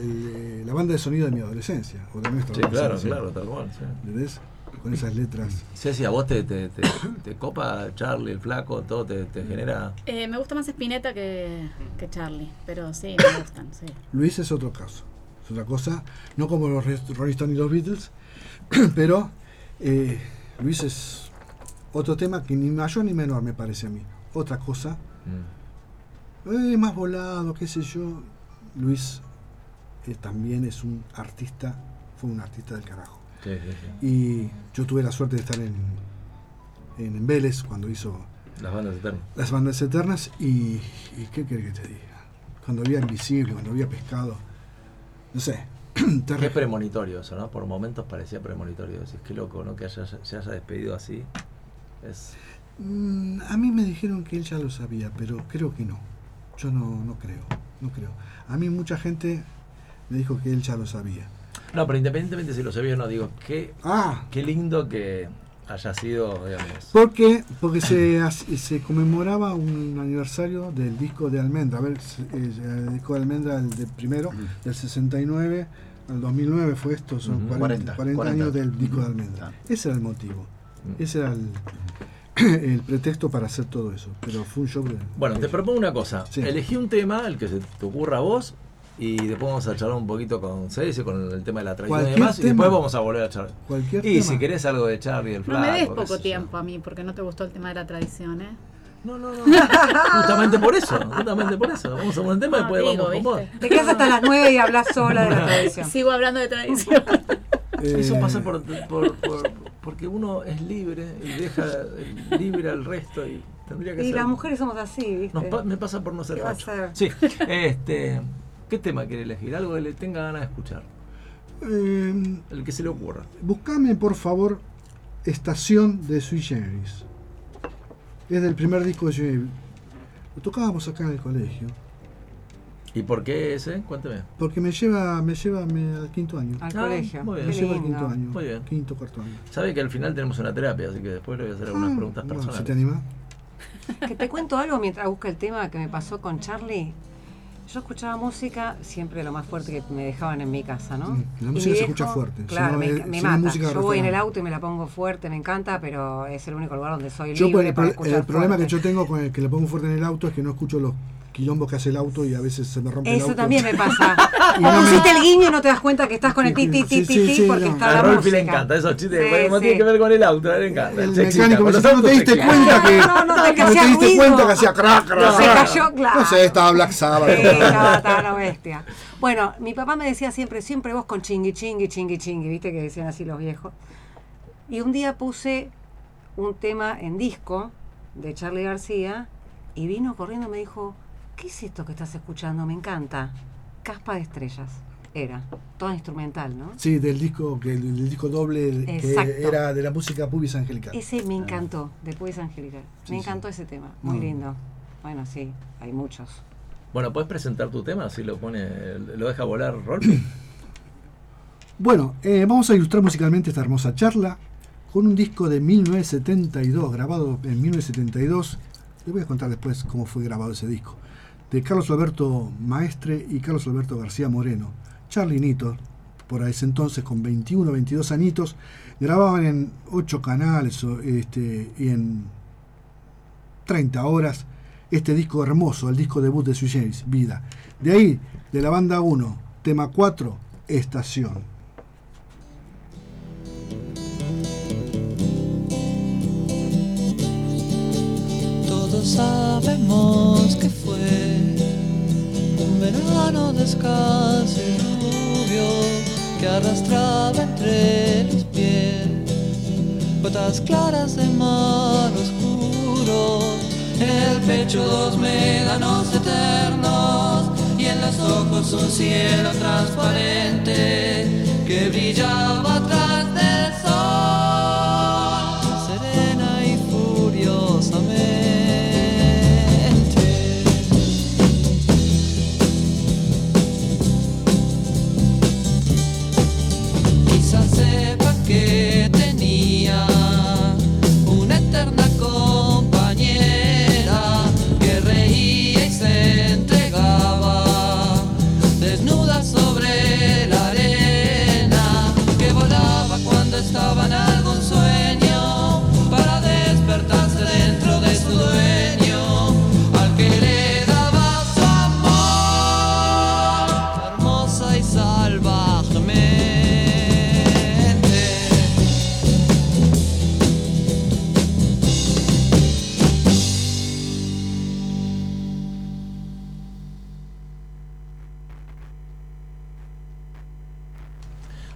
Speaker 6: el- la banda de sonido de mi adolescencia o de nuestra
Speaker 2: Sí, claro,
Speaker 6: adolescencia,
Speaker 2: claro, tal cual. Sí.
Speaker 6: ¿entendés? Con esas letras.
Speaker 2: Ceci, ¿a vos te, te, te, te copa Charlie, el flaco, todo te, te genera...?
Speaker 5: Eh, me gusta más Spinetta que, que Charlie, pero sí, me gustan, sí.
Speaker 6: Luis es otro caso. Es otra cosa, no como los Re- Rolling Stones y los Beatles, pero eh, Luis es otro tema que ni mayor ni menor me parece a mí. Otra cosa,
Speaker 2: Mm.
Speaker 6: eh, más volado, qué sé yo. Luis eh, también es un artista, fue un artista del carajo.
Speaker 2: Sí, sí, sí.
Speaker 6: Y yo tuve la suerte de estar en, en Vélez cuando hizo
Speaker 2: Las bandas eternas.
Speaker 6: las bandas eternas y, y qué querés que te diga cuando había invisible cuando había pescado no sé te
Speaker 2: Qué
Speaker 6: re-
Speaker 2: premonitorio eso, ¿no? Por momentos parecía premonitorio. Decís, qué loco, ¿no? Que haya, se haya despedido así. Es...
Speaker 6: Mm, a mí me dijeron que él ya lo sabía pero creo que no yo no, no creo no creo a mí mucha gente me dijo que él ya lo sabía
Speaker 2: No, pero independientemente si lo sabía o no, digo, qué,
Speaker 6: ah
Speaker 2: qué lindo que haya sido, digamos...
Speaker 6: porque porque se hace- se conmemoraba un aniversario del disco de Almendra a ver se- eh, el disco de Almendra el de primero del 69 al 2009 fue esto son
Speaker 2: Ujú.
Speaker 6: 40,
Speaker 7: 40,
Speaker 6: 40 años
Speaker 7: 40.
Speaker 6: del disco de
Speaker 7: Ujú.
Speaker 6: Almendra
Speaker 7: Ah.
Speaker 6: ese era el motivo
Speaker 2: Mm.
Speaker 6: Ese era el, el pretexto para hacer todo eso. Pero fue un show. de-
Speaker 2: Bueno, te
Speaker 6: de-
Speaker 2: propongo una cosa.
Speaker 6: Sí.
Speaker 2: Elegí un tema, el que se te ocurra a vos, Y después vamos a charlar un poquito con César, con el tema de la traición y
Speaker 6: Cualquier
Speaker 2: demás. Y
Speaker 6: tema.
Speaker 2: después vamos a volver a charlar.
Speaker 6: Cualquier
Speaker 2: Y
Speaker 6: tema.
Speaker 2: si querés algo de Charlie, el
Speaker 5: No me des
Speaker 2: flaco, qué sé
Speaker 5: poco
Speaker 2: yo.
Speaker 5: tiempo a mí porque no te gustó el tema de la tradición, ¿eh?
Speaker 2: No, no, no. justamente por eso, justamente por eso. Vamos a poner un tema y
Speaker 5: No,
Speaker 2: después
Speaker 5: digo,
Speaker 2: vamos con vos.
Speaker 5: ¿viste?
Speaker 3: Te quedas hasta las 9 y hablas sola de la tradición.
Speaker 5: Sigo hablando de tradición.
Speaker 2: Eso
Speaker 6: Eh,
Speaker 2: pasa por, por- por- porque uno es libre y deja el- libre al resto y tendría que
Speaker 3: Y
Speaker 2: ser.
Speaker 3: las mujeres somos así, ¿viste?
Speaker 2: Nos pa- me pasa por no ser
Speaker 3: ¿Qué va a
Speaker 2: macho.
Speaker 3: ser?
Speaker 2: Sí. Este, ¿Qué tema quiere elegir? Algo que le tenga ganas de escuchar.
Speaker 6: eh,
Speaker 2: El que se le ocurra.
Speaker 6: buscame por favor Estación de Sui Generis. Es del primer disco de Sui Generis. Lo tocábamos acá en el colegio.
Speaker 2: ¿Y por qué ese? Cuénteme.
Speaker 6: Porque me lleva, me lleva me- al quinto año.
Speaker 3: Al
Speaker 2: Ah,
Speaker 3: colegio.
Speaker 2: muy bien.
Speaker 6: me
Speaker 3: Qué
Speaker 6: lleva al
Speaker 3: lindo.
Speaker 6: quinto año.
Speaker 2: Muy bien.
Speaker 6: Quinto, cuarto año.
Speaker 2: Sabe que al final tenemos una terapia, así que después le voy a hacer algunas
Speaker 6: Ah,
Speaker 2: preguntas
Speaker 6: bueno, si
Speaker 2: personales.
Speaker 6: te animás.
Speaker 3: Que te cuento algo mientras busca el tema que me pasó con Charlie. Yo escuchaba música, siempre lo más fuerte que me dejaban en mi casa, ¿no?
Speaker 6: Mm, la
Speaker 3: Y
Speaker 6: música
Speaker 3: mi
Speaker 6: se escucha fuerte, si
Speaker 3: Claro,
Speaker 6: no,
Speaker 3: me,
Speaker 6: eh,
Speaker 3: me
Speaker 6: si no es
Speaker 3: mata.
Speaker 6: música de
Speaker 3: yo voy en el
Speaker 6: restaurante.
Speaker 3: auto y me la pongo fuerte, me encanta, pero es el único lugar donde soy
Speaker 6: Yo, pues,
Speaker 3: libre
Speaker 6: el,
Speaker 3: para
Speaker 6: pro-
Speaker 3: escuchar
Speaker 6: el problema
Speaker 3: fuerte.
Speaker 6: que yo tengo con el que le pongo fuerte en el auto es que no escucho los quilombos que hace el auto y a veces se me rompe el auto.
Speaker 3: Eso también me pasa.
Speaker 6: Y no
Speaker 3: Cuando
Speaker 6: me-
Speaker 3: hiciste el guiño no te das cuenta que estás con el ti, ti, ti,
Speaker 6: Sí,
Speaker 3: ti,
Speaker 6: sí,
Speaker 3: ti,
Speaker 6: sí,
Speaker 3: porque
Speaker 6: no.
Speaker 3: está
Speaker 2: A
Speaker 3: la
Speaker 2: Rolfi
Speaker 3: música.
Speaker 2: le encanta esos chistes,
Speaker 3: Sí,
Speaker 2: bueno,
Speaker 3: sí.
Speaker 2: tiene que ver con el auto, a él le encanta.
Speaker 6: El
Speaker 2: se excita,
Speaker 6: mecánico me
Speaker 2: con los
Speaker 6: dice, no
Speaker 2: autos
Speaker 6: te
Speaker 2: se
Speaker 6: diste
Speaker 2: excita.
Speaker 6: cuenta que.
Speaker 3: No, no, no, de que
Speaker 6: no
Speaker 3: hacía
Speaker 6: te diste
Speaker 3: ruido.
Speaker 6: cuenta que hacía crack, crack,
Speaker 3: Se
Speaker 6: crack.
Speaker 3: cayó, claro.
Speaker 6: No sé, estaba Black Sabbath.
Speaker 3: Sí, estaba, estaba la bestia. Bueno, mi papá me decía siempre, siempre vos con chingui, chingui, chingui, chingui, viste que decían así los viejos. Y un día puse un tema en disco de Charlie García y vino corriendo y me dijo, ¿qué es esto que estás escuchando? Me encanta. Caspa de estrellas. Era, toda instrumental, ¿no?
Speaker 6: Sí, del disco, que, del disco doble
Speaker 3: Exacto.
Speaker 6: que era de la música pubis angelical.
Speaker 3: Ese me encantó, de Puedes Angélica.
Speaker 6: Sí,
Speaker 3: Me
Speaker 6: sí.
Speaker 3: encantó ese tema, muy
Speaker 6: Mm.
Speaker 3: lindo. Bueno, sí, hay muchos.
Speaker 2: Bueno, ¿puedes presentar tu tema? Así lo pone, lo deja volar Rolfi.
Speaker 6: Bueno, eh, vamos a ilustrar musicalmente esta hermosa charla con un disco de 1972, grabado en 1972. Les voy a contar después cómo fue grabado ese disco. De Carlos Alberto Maestre y Carlos Alberto García Moreno. Charlie Nito, por ese entonces con 21 o 22 anitos, grababan en 8 canales o, este, y en 30 horas este disco hermoso, el disco debut de Sui Generis, Vida. De ahí, de la banda 1, tema 4, Estación.
Speaker 8: Todos sabemos que fue un verano descalzo y rubio que arrastraba entre los pies gotas claras de mar oscuro, el pecho dos médanos eternos y en los ojos un cielo transparente que brillaba atrás del sol, serena y furiosamente. Quizás sepa que tenía una eterna compañera que reía y se entregaba, desnuda sobre la arena, que volaba cuando estaba en algún sueño, para despertarse dentro de su dueño, al que le daba su amor hermosa y salvajemente.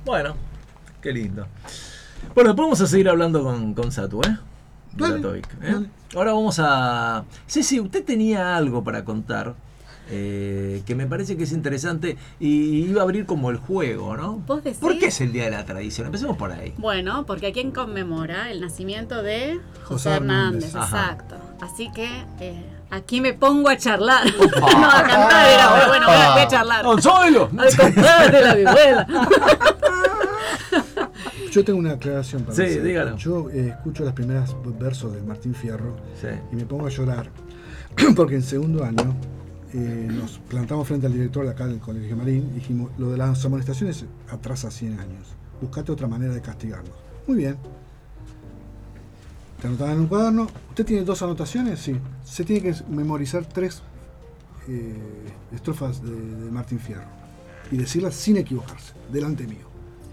Speaker 2: Bueno, qué lindo. Bueno, después vamos a seguir hablando con, con Satu, ¿eh? De
Speaker 6: Dale,
Speaker 2: Latovic, ¿eh?
Speaker 6: dale.
Speaker 2: Ahora vamos a... Sí, sí, usted tenía algo para contar eh, que me parece que es interesante y iba a abrir como el juego, ¿no?
Speaker 5: ¿Vos decís?
Speaker 2: ¿Por qué es el Día de la Tradición? Empecemos por ahí.
Speaker 5: Bueno, porque a quién conmemora el nacimiento de José,
Speaker 6: José
Speaker 5: Hernández,
Speaker 6: Hernández,
Speaker 2: ajá.
Speaker 5: exacto. Así que eh, aquí me pongo a charlar. no, a cantar era, pero bueno, voy a, voy a charlar.
Speaker 2: ¡Consuelo!
Speaker 5: Al compadre la vihuela.
Speaker 6: Pues Yo tengo una aclaración para
Speaker 2: Sí,
Speaker 6: hacer.
Speaker 2: dígalo.
Speaker 6: Yo eh, escucho las primeras versos de Martín Fierro
Speaker 2: Sí.
Speaker 6: y me pongo a llorar porque en segundo año eh, nos plantamos frente al director de acá del Colegio Marín y dijimos, lo de las amonestaciones atrasa 100 años. Buscate otra manera de castigarnos. Muy bien. Te anotaban en un cuaderno. ¿Usted tiene dos anotaciones? Sí. Se tiene que memorizar tres eh, estrofas de, de Martín Fierro y decirlas sin equivocarse, delante mío.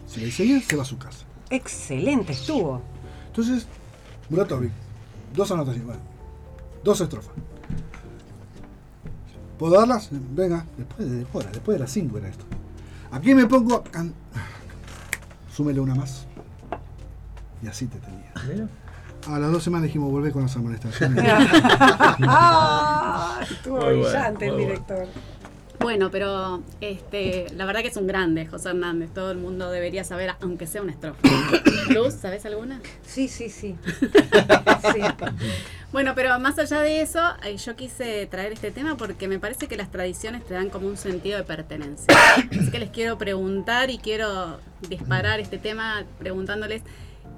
Speaker 6: Si la dice bien, se va a su casa.
Speaker 3: Excelente estuvo.
Speaker 6: Entonces, Muratovic, dos anotaciones, bueno, dos estrofas. ¿Puedo darlas? Venga, después de hora, después de las 5 era esto. Aquí me pongo. a can- Súmele una más. Y así te tenía. A las dos semanas dijimos, volvé con las amonestaciones.
Speaker 3: Ah, estuvo
Speaker 2: Muy bueno,
Speaker 3: brillante el
Speaker 2: muy bueno.
Speaker 3: director.
Speaker 5: Bueno, pero este, la verdad que es un grande José Hernández. Todo el mundo debería saber, aunque sea una estrofa. Luz, ¿sabes alguna?
Speaker 3: Sí, sí, sí.
Speaker 5: Bueno, pero más allá de eso, eh, yo quise traer este tema porque me parece que las tradiciones te dan como un sentido de pertenencia. Así que les quiero preguntar y quiero disparar este tema preguntándoles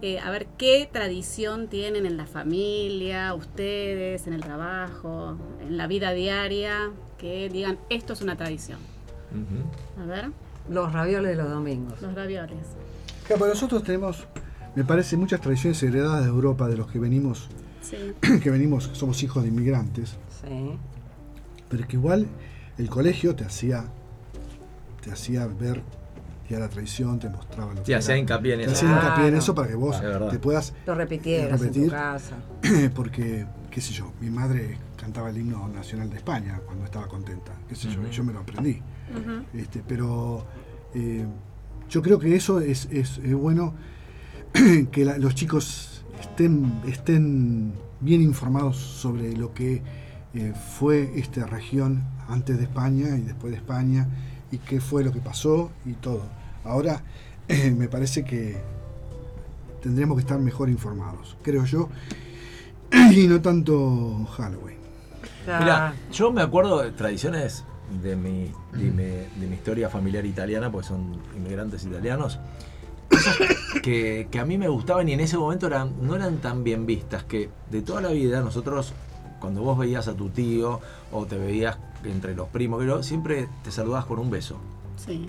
Speaker 5: eh, a ver qué tradición tienen en la familia, ustedes, en el trabajo, en la vida diaria, que digan esto es una tradición. A ver,
Speaker 3: Los ravioles de los domingos.
Speaker 5: los ravioles.
Speaker 6: Claro, nosotros tenemos, me parece, muchas tradiciones heredadas de Europa, de los que venimos,
Speaker 5: Sí.
Speaker 6: que venimos, somos hijos de inmigrantes.
Speaker 3: Sí.
Speaker 6: pero que igual el colegio te hacía te hacía ver te hacía la traición, te mostraba lo que
Speaker 2: Sí, hacía
Speaker 6: era.
Speaker 2: hincapié en
Speaker 6: Te
Speaker 2: eso.
Speaker 6: hacía hincapié en
Speaker 3: Claro.
Speaker 6: eso para que vos
Speaker 2: Es verdad.
Speaker 6: te puedas
Speaker 3: Lo repitieras en
Speaker 6: Repetir.
Speaker 3: tu casa.
Speaker 6: porque qué sé yo mi madre cantaba el himno nacional de España cuando estaba contenta qué sé yo y yo me lo aprendí este, pero eh, yo creo que eso es, es- es bueno que la- los chicos estén estén bien informados sobre lo que eh, fue esta región antes de España y después de España y qué fue lo que pasó y todo. Ahora me parece que tendremos que estar mejor informados, creo yo, y no tanto Halloween.
Speaker 2: Mira,
Speaker 3: Claro.
Speaker 2: yo me acuerdo de tradiciones de mi, de mi, de mi historia familiar italiana, porque son inmigrantes italianos, cosas que, que a mí me gustaban y en ese momento eran, no eran tan bien vistas, que de toda la vida nosotros, cuando vos veías a tu tío o te veías entre los primos, creo, siempre te saludabas con un beso.
Speaker 5: Sí.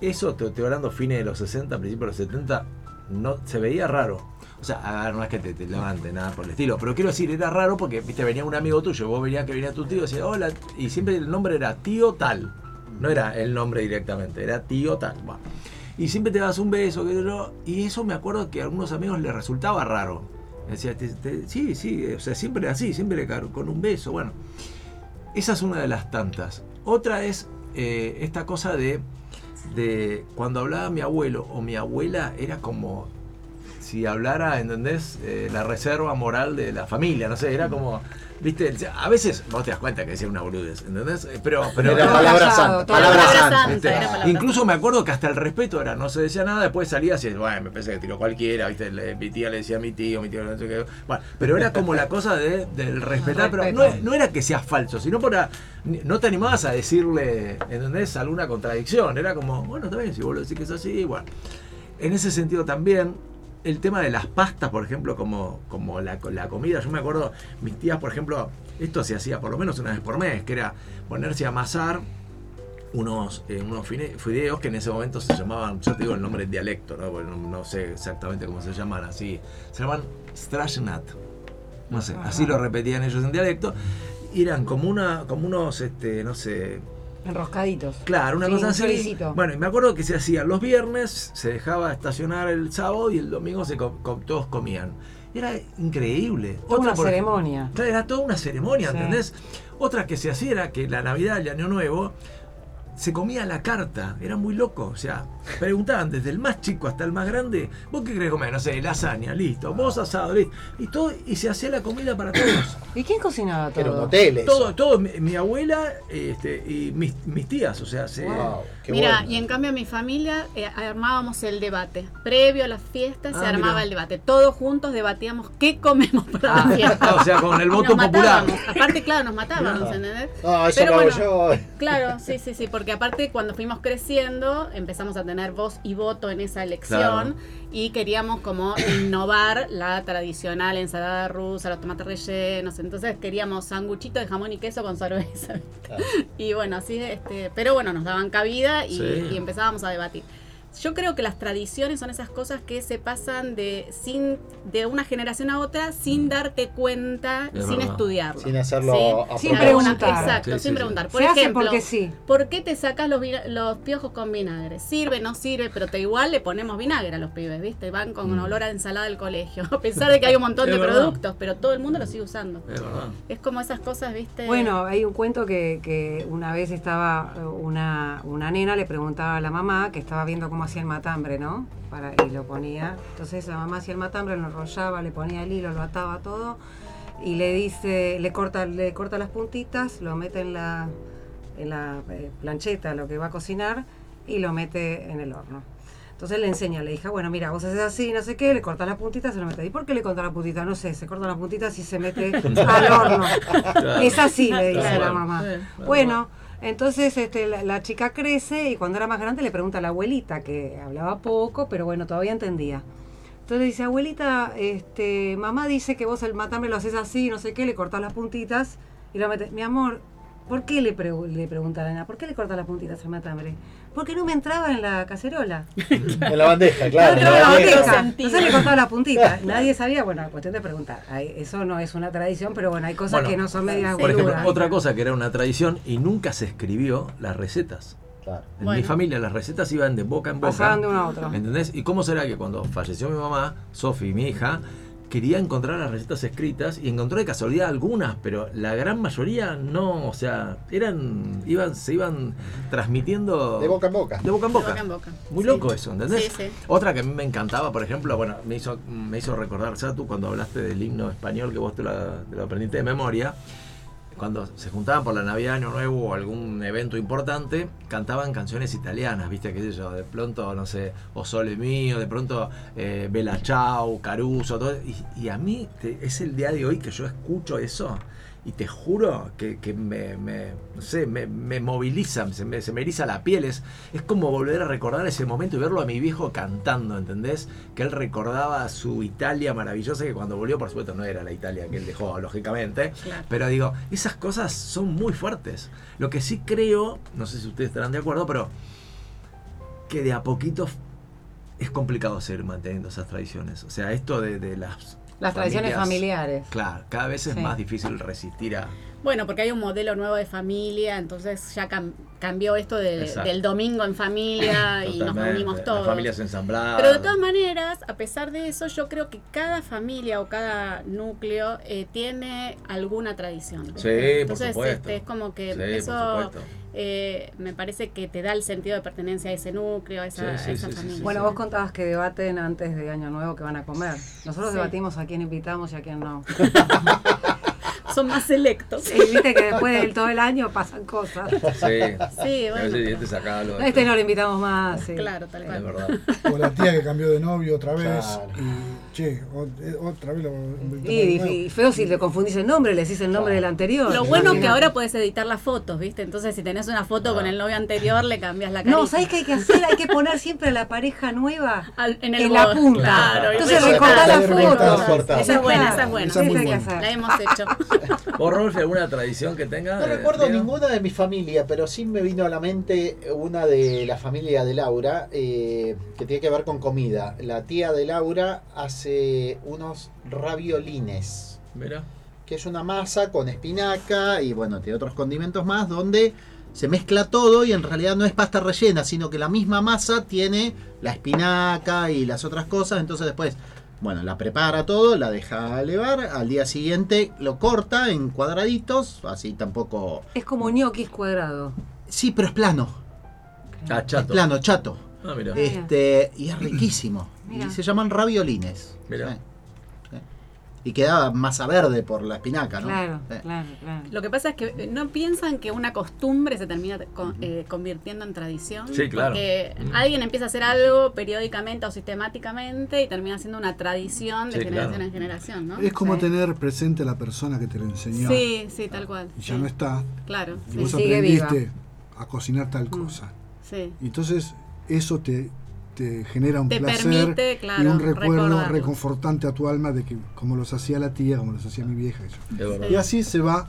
Speaker 2: Eso, te estoy hablando fines de los 60, principios de los 70, no, se veía raro. O sea, a ver, no es que te, te levante, nada por el estilo. Pero quiero decir, era raro porque viste, venía un amigo tuyo, vos venías que venía tu tío, decía, hola, y siempre el nombre era tío tal. No era el nombre directamente, era tío tal. va. Y siempre te das un beso, qué sé yo, y eso me acuerdo que a algunos amigos les resultaba raro. Decía, "Te- te- sí, sí, eh, o sea, siempre así, siempre car- con un beso. Bueno, esa es una de las tantas. Otra es eh, esta cosa de, de cuando hablaba mi abuelo o mi abuela era como si hablara, ¿entendés? Eh, la reserva moral de la familia, no sé, era como, viste, a veces vos te das cuenta que decía una boludez, ¿entendés? Eh, Pero, pero
Speaker 7: Era
Speaker 3: todo
Speaker 7: palabra
Speaker 3: casado,
Speaker 7: santa.
Speaker 3: todo
Speaker 7: Palabra
Speaker 5: casado.
Speaker 7: santa.
Speaker 5: Palabra
Speaker 2: este,
Speaker 5: era palabra
Speaker 2: incluso me acuerdo que hasta el respeto era, no se decía nada, después salías y bueno, me pensé que tiró cualquiera, ¿viste? Le- mi tía le decía a mi tío, mi tío no sé qué. Bueno, pero era como la cosa de, del respetar, pero no,
Speaker 3: Respeto.
Speaker 2: no era que seas falso, sino para. No te animabas a decirle, ¿entendés? Alguna contradicción. Era como, bueno, está bien, si vos lo decís que es así, bueno. En ese sentido también, el tema de las pastas, por ejemplo, como, como la, la comida. Yo me acuerdo, mis tías, por ejemplo, esto se hacía por lo menos una vez por mes, que era ponerse a amasar unos, eh, unos fine- fideos que en ese momento se llamaban, yo te digo el nombre en dialecto, ¿no? Porque no, no sé exactamente cómo se llaman así. Se llaman Strashnat. No sé, así lo repetían ellos en dialecto. Y eran como, una, como unos, este, no sé,
Speaker 3: Enroscaditos.
Speaker 2: Claro, una
Speaker 3: Sí,
Speaker 2: cosa
Speaker 3: un
Speaker 2: así.
Speaker 3: choricito.
Speaker 2: Bueno, y me acuerdo que se hacía los viernes, se dejaba estacionar el sábado y el domingo se co- co- todos comían. Era increíble.
Speaker 3: Toda una
Speaker 2: por ejemplo-
Speaker 3: ceremonia.
Speaker 2: Claro, era toda una ceremonia,
Speaker 3: Sí.
Speaker 2: ¿entendés? Otra que se hacía era que la Navidad, el Año Nuevo, se comía la carta. Era muy loco. O sea, preguntaban desde el más chico hasta el más grande, ¿vos qué querés comer? No sé, lasaña, listo. Vos asado, listo. Y, todo, y se hacía la comida para todos.
Speaker 3: ¿Y quién cocinaba todo?
Speaker 7: Era un hotel. eso.
Speaker 2: todo, todo, mi, mi abuela este, y mis, mis tías. O sea, se,
Speaker 7: Wow, qué
Speaker 5: Mira,
Speaker 7: bueno.
Speaker 5: y en cambio en mi familia eh, armábamos el debate. Previo a las fiestas se
Speaker 2: Ah,
Speaker 5: armaba
Speaker 2: mira.
Speaker 5: el debate. Todos juntos debatíamos qué comemos para la
Speaker 2: Ah,
Speaker 5: fiesta.
Speaker 2: o sea, con el
Speaker 5: Y
Speaker 2: voto
Speaker 5: nos
Speaker 2: popular.
Speaker 5: matábamos. Aparte, claro, nos matábamos, ¿entendés?
Speaker 7: Ah, eso
Speaker 5: Pero
Speaker 7: lo hago
Speaker 5: bueno,
Speaker 7: yo.
Speaker 5: Claro, sí, sí, sí, porque aparte cuando fuimos creciendo empezamos a tener voz y voto en esa elección
Speaker 2: Claro.
Speaker 5: y queríamos como innovar la tradicional ensalada rusa, los tomates rellenos, entonces queríamos sanguchito de jamón y queso con cerveza. ¿viste? Y bueno, así, este, pero bueno, nos daban cabida y,
Speaker 2: Sí.
Speaker 5: y empezábamos a debatir. Yo creo que las tradiciones son esas cosas que se pasan de, sin, de una generación a otra sin darte cuenta,
Speaker 2: Mm. Es
Speaker 5: sin
Speaker 2: verdad.
Speaker 5: estudiarlo.
Speaker 4: Sin hacerlo a
Speaker 3: Sin
Speaker 5: Sin
Speaker 4: propósito.
Speaker 5: preguntar.
Speaker 3: preguntar.
Speaker 5: Exacto,
Speaker 2: Sí, sí,
Speaker 5: sin
Speaker 2: sí.
Speaker 5: preguntar. Por
Speaker 3: Se hace
Speaker 5: ejemplo,
Speaker 3: porque sí.
Speaker 5: ¿por qué te sacas los, vina- los piojos con vinagre? ¿Sirve, no sirve? Pero te igual le ponemos vinagre a los pibes, ¿viste? Van con olor a ensalada del colegio. A pesar de que hay un montón
Speaker 2: Mm. Es
Speaker 5: de
Speaker 2: verdad.
Speaker 5: productos, pero todo el mundo lo sigue usando.
Speaker 2: Es verdad.
Speaker 5: Es como esas cosas, ¿viste?
Speaker 3: Bueno, hay un cuento que, que una vez estaba eh, una, una nena, le preguntaba a la mamá que estaba viendo cómo hacía el matambre, ¿no? Para, y lo ponía. Entonces la mamá hacía el matambre, lo enrollaba, le ponía el hilo, lo ataba todo y le dice, le corta, le corta las puntitas, lo mete en la, en la eh, plancheta, lo que va a cocinar, y lo mete en el horno. Entonces le enseña a la hija, bueno, mira, vos haces así, no sé qué, le cortas las puntitas, se lo mete. ¿Y por qué le cortas las puntitas? No sé, se cortan las puntitas y se mete al horno. Es así, le dice
Speaker 2: Claro.
Speaker 3: la mamá.
Speaker 2: Claro.
Speaker 3: Bueno, entonces este, la, la chica crece y cuando era más grande le pregunta a la abuelita, que hablaba poco, pero bueno, todavía entendía. Entonces dice, abuelita, este, mamá dice que vos el matambre lo haces así, no sé qué, le cortás las puntitas y lo metes. Mi amor, ¿por qué le, pregu- le pregunta la nena? ¿Por qué le cortas las puntitas al matambre? Porque no me entraba en la cacerola.
Speaker 4: En la bandeja,
Speaker 3: No me
Speaker 4: claro. en
Speaker 3: entraba en la bandeja.
Speaker 5: bandeja.
Speaker 3: Entonces le cortaba las puntitas. Nadie sabía, bueno, cuestión de preguntar. Ay, Eso no es una tradición, pero bueno, hay cosas
Speaker 2: Bueno,
Speaker 3: que no son medias
Speaker 2: Por ejemplo,
Speaker 3: boludas.
Speaker 2: otra cosa que era una tradición y nunca se escribió las recetas.
Speaker 4: Claro.
Speaker 2: En mi
Speaker 5: Bueno.
Speaker 2: familia las recetas iban de boca en boca.
Speaker 3: Pasaban de uno a otro.
Speaker 2: ¿Entendés? ¿Y cómo será que cuando falleció mi mamá, Sofi, mi hija, quería encontrar las recetas escritas y encontró de casualidad algunas, pero la gran mayoría no, o sea, eran, iban, se iban transmitiendo
Speaker 4: De boca en boca.
Speaker 2: de boca
Speaker 5: De
Speaker 2: en boca.
Speaker 5: boca en boca.
Speaker 2: Muy
Speaker 5: Sí.
Speaker 2: loco eso, ¿entendés?
Speaker 5: Sí, sí.
Speaker 2: Otra que a mí me encantaba, por ejemplo, bueno, me hizo, me hizo recordar, Satu, cuando hablaste del himno español que vos te la- te lo aprendiste de memoria, cuando se juntaban por la Navidad, Año Nuevo o algún evento importante, cantaban canciones italianas, ¿viste? ¿Qué sé yo? De pronto, no sé, O Sole Mío, de pronto eh, Bella Ciao, Caruso, todo. Y, y a mí te- es el día de hoy que yo escucho eso y te juro que, que me, me- no sé, me, me moviliza, se me, se me eriza la piel. Es, es como volver a recordar ese momento y verlo a mi viejo cantando, ¿entendés? Que él recordaba su Italia maravillosa, que cuando volvió, por supuesto, no era la Italia que él dejó, lógicamente.
Speaker 5: Claro.
Speaker 2: Pero digo, esas cosas son muy fuertes. Lo que sí creo, no sé si ustedes estarán de acuerdo, pero que de a poquito f- es complicado seguir manteniendo esas tradiciones. O sea, esto de, de las...
Speaker 3: Las tradiciones
Speaker 2: familias,
Speaker 3: familiares.
Speaker 2: Claro, cada vez es
Speaker 3: Sí.
Speaker 2: más difícil resistir a...
Speaker 5: Bueno, porque hay un modelo nuevo de familia, entonces ya cam- cambió esto de-
Speaker 2: Exacto.
Speaker 5: del domingo en familia y nos
Speaker 2: Totalmente,
Speaker 5: reunimos todos.
Speaker 2: Las familias ensambladas.
Speaker 5: Pero de todas maneras, a pesar de eso, yo creo que cada familia o cada núcleo eh, tiene alguna tradición.
Speaker 2: Sí,
Speaker 5: Entonces,
Speaker 2: por supuesto.
Speaker 5: este, es como que
Speaker 2: Sí, por
Speaker 5: eso
Speaker 2: supuesto.
Speaker 5: eh, me parece que te da el sentido de pertenencia a ese núcleo, a esa,
Speaker 2: Sí, sí,
Speaker 5: a esa
Speaker 2: sí, sí,
Speaker 5: familia.
Speaker 2: sí,
Speaker 3: Bueno, vos contabas que debaten antes de Año Nuevo que van a comer. Nosotros
Speaker 5: Sí.
Speaker 3: debatimos a quién invitamos y a quién no.
Speaker 5: Son más selectos.
Speaker 3: Sí, viste que después de todo el año pasan cosas.
Speaker 2: Sí.
Speaker 5: Sí,
Speaker 2: A
Speaker 5: bueno.
Speaker 2: veces te saca algo.
Speaker 3: A este no lo invitamos más. sí.
Speaker 5: Claro, tal
Speaker 2: Es
Speaker 5: cual.
Speaker 2: verdad.
Speaker 6: O la tía que cambió de novio otra vez.
Speaker 4: Claro.
Speaker 6: Y, che, o- eh, otra vez lo.
Speaker 3: Y, y feo si le confundís el nombre, le decís el nombre del anterior.
Speaker 5: Lo bueno es que ahora puedes editar las fotos, ¿viste? Entonces, si tenés una foto
Speaker 2: Ah.
Speaker 5: con el novio anterior, le cambias la cara.
Speaker 3: No, ¿sabes qué hay que hacer? Hay que poner siempre a la pareja nueva
Speaker 5: Al- en
Speaker 3: en,
Speaker 5: el
Speaker 3: la
Speaker 5: bot.
Speaker 3: punta.
Speaker 5: Claro, y
Speaker 3: Entonces
Speaker 5: recortar.
Speaker 3: recordá la
Speaker 4: Recortar, recortar,
Speaker 3: foto.
Speaker 4: recortar.
Speaker 5: Esa es buena, esa es buena.
Speaker 6: Esa es
Speaker 3: Sí,
Speaker 6: muy
Speaker 3: hay que
Speaker 6: buena.
Speaker 3: hacer.
Speaker 5: La hemos hecho.
Speaker 2: ¿Vos, Rolfi, alguna tradición que tengas?
Speaker 4: No
Speaker 2: eh,
Speaker 4: recuerdo
Speaker 2: Diego?
Speaker 4: ninguna de mi familia, pero sí me vino a la mente una de la familia de Laura, eh, que tiene que ver con comida. La tía de Laura hace unos raviolines,
Speaker 2: Mira.
Speaker 4: que es una masa con espinaca y bueno, tiene otros condimentos más, donde se mezcla todo y en realidad no es pasta rellena, sino que la misma masa tiene la espinaca y las otras cosas, entonces después... Bueno, la prepara todo, la deja elevar, al día siguiente lo corta en cuadraditos, así tampoco
Speaker 3: Es como ñoquis cuadrado.
Speaker 4: Sí, pero es plano.
Speaker 2: Ah,
Speaker 4: Es
Speaker 2: chato.
Speaker 4: plano, chato.
Speaker 2: Ah, mira.
Speaker 3: Eh.
Speaker 4: Este, y es riquísimo.
Speaker 3: Mira.
Speaker 4: Y se llaman raviolines.
Speaker 2: Mira.
Speaker 4: Sí. Sí. Y queda masa verde por la espinaca, ¿no?
Speaker 3: Claro,
Speaker 6: eh.
Speaker 4: Sí.
Speaker 3: claro, claro.
Speaker 5: Lo que pasa es que eh, no piensan que una costumbre se termina con- eh, convirtiendo en tradición.
Speaker 2: Sí, claro.
Speaker 5: Porque
Speaker 2: Mm.
Speaker 5: alguien empieza a hacer algo periódicamente o sistemáticamente y termina siendo una tradición de
Speaker 2: Sí,
Speaker 5: generación
Speaker 2: claro.
Speaker 5: en generación, ¿no?
Speaker 6: Es como
Speaker 3: Sí.
Speaker 6: tener presente a la persona que te lo enseñó.
Speaker 5: Sí, sí, tal cual.
Speaker 6: Y
Speaker 5: sí.
Speaker 6: ya no está.
Speaker 5: Claro,
Speaker 6: Y
Speaker 5: sí, Mm.
Speaker 6: vos
Speaker 3: sí. Sigue viva.
Speaker 6: aprendiste a cocinar tal cosa.
Speaker 5: sí.
Speaker 6: Y entonces eso te, te genera un
Speaker 5: Te
Speaker 6: placer
Speaker 5: permite,
Speaker 6: y
Speaker 5: claro,
Speaker 6: un recuerdo
Speaker 5: recordarlo.
Speaker 6: reconfortante a tu alma de que como los hacía la tía, como los hacía mi vieja. y yo.
Speaker 2: Es verdad.
Speaker 6: Y así se va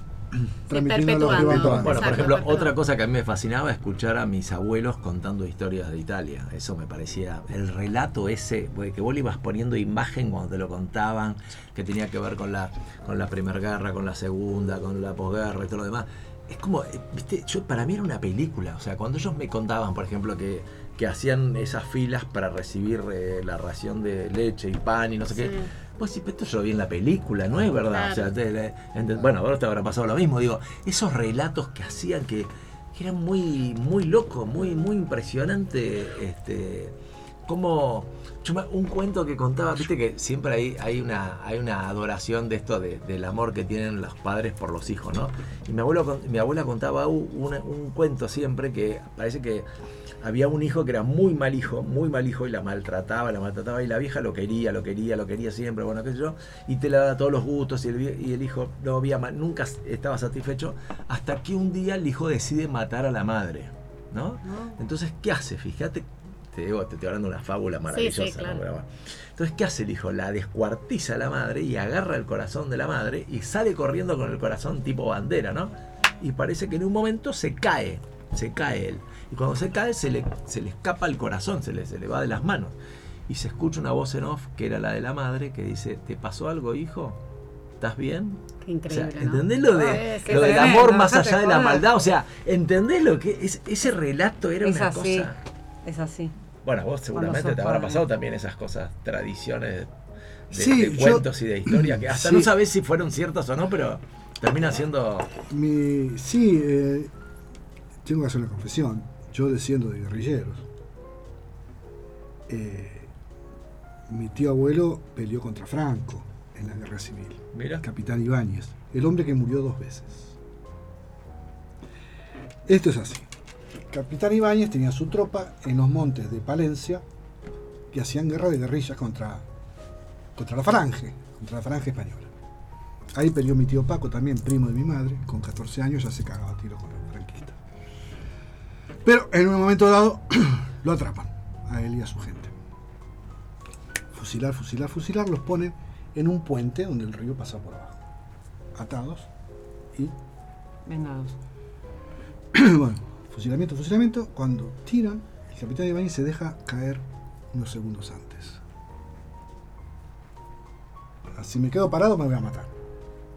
Speaker 6: transmitiendo lo que
Speaker 5: perpetuando.
Speaker 6: van
Speaker 5: Bueno,
Speaker 6: tomando.
Speaker 2: Bueno, por
Speaker 5: Exacto,
Speaker 2: ejemplo,
Speaker 5: perdón.
Speaker 2: otra cosa que a mí me fascinaba es escuchar a mis abuelos contando historias de Italia. Eso me parecía, el relato ese, güey, que vos le ibas poniendo imagen cuando te lo contaban, que tenía que ver con la, con la Primera Guerra, con la Segunda, con la posguerra y todo lo demás. Es como, eh, viste, yo, para mí era una película. O sea, cuando ellos me contaban, por ejemplo, que, que hacían esas filas para recibir eh, la ración de leche y pan y no sé
Speaker 5: Sí.
Speaker 2: qué. Pues sí, pero esto yo lo vi en la película, no es verdad. O sea,
Speaker 5: Claro.
Speaker 2: te- le- ente- bueno, ahora te habrá pasado lo mismo. Digo, esos relatos que hacían que, que eran muy, muy locos, muy, muy impresionante. Este, como yo me- un cuento que contaba, viste que siempre hay, hay, una, hay una adoración de esto de- del amor que tienen los padres por los hijos, ¿no? Y mi, abuelo, con- mi abuela contaba u- una- un cuento siempre que parece que había un hijo que era muy mal hijo, muy mal hijo, y la maltrataba, la maltrataba, y la vieja lo quería, lo quería, lo quería siempre, bueno, qué sé yo, y te la daba todos los gustos, y el, vie- y el hijo no había, ma- nunca s- estaba satisfecho, hasta que un día el hijo decide matar a la madre, ¿no? Entonces, ¿qué hace? Fíjate, te digo, te estoy hablando de una fábula maravillosa.
Speaker 5: sí, claro.
Speaker 2: ¿no? Pero bueno. Entonces, ¿qué hace el hijo? La descuartiza a la madre y agarra el corazón de la madre y sale corriendo con el corazón tipo bandera, ¿no? Y parece que en un momento se cae, se cae él. Y cuando se cae se le, se le escapa el corazón, se le, se le va de las manos. Y se escucha una voz en off, que era la de la madre, que dice, ¿te pasó algo, hijo? ¿Estás bien?
Speaker 5: Qué
Speaker 2: O sea,
Speaker 5: increíble. ¿no?
Speaker 2: ¿entendés lo, de,
Speaker 3: Eh, qué
Speaker 2: lo del
Speaker 3: tremendo,
Speaker 2: amor más
Speaker 3: ya te
Speaker 2: allá de la
Speaker 3: acordás.
Speaker 2: maldad? O sea, ¿entendés lo que es, ese relato era
Speaker 3: Es
Speaker 2: una
Speaker 3: así.
Speaker 2: cosa?
Speaker 3: Es así.
Speaker 2: Bueno, a vos seguramente
Speaker 3: sos
Speaker 2: te habrá
Speaker 3: joven.
Speaker 2: pasado también esas cosas, tradiciones de,
Speaker 6: Sí,
Speaker 2: de
Speaker 6: yo-
Speaker 2: cuentos y de historias, que hasta
Speaker 6: Sí.
Speaker 2: no sabés si fueron ciertas o no, pero termina siendo...
Speaker 6: Mi- sí, eh, tengo que hacer una confesión. Yo desciendo de guerrilleros. Eh, mi tío abuelo peleó contra Franco en la guerra civil.
Speaker 2: Mira,
Speaker 6: Capitán Ibáñez, el hombre que murió dos veces. Esto es así. Capitán Ibáñez tenía su tropa en los montes de Palencia que hacían guerra de guerrillas contra, contra la Falange, contra la Falange española. Ahí peleó mi tío Paco, también primo de mi madre, con 14 años ya se cagaba a tiro con los franquistas. Pero en un momento dado lo atrapan a él y a su gente. Fusilar, fusilar, fusilar, los ponen en un puente donde el río pasa por abajo. Atados y
Speaker 3: Vengados.
Speaker 6: bueno, fusilamiento, fusilamiento. Cuando tiran, el capitán Ibáñez se deja caer unos segundos antes. Ah, Si me quedo parado, me voy a matar.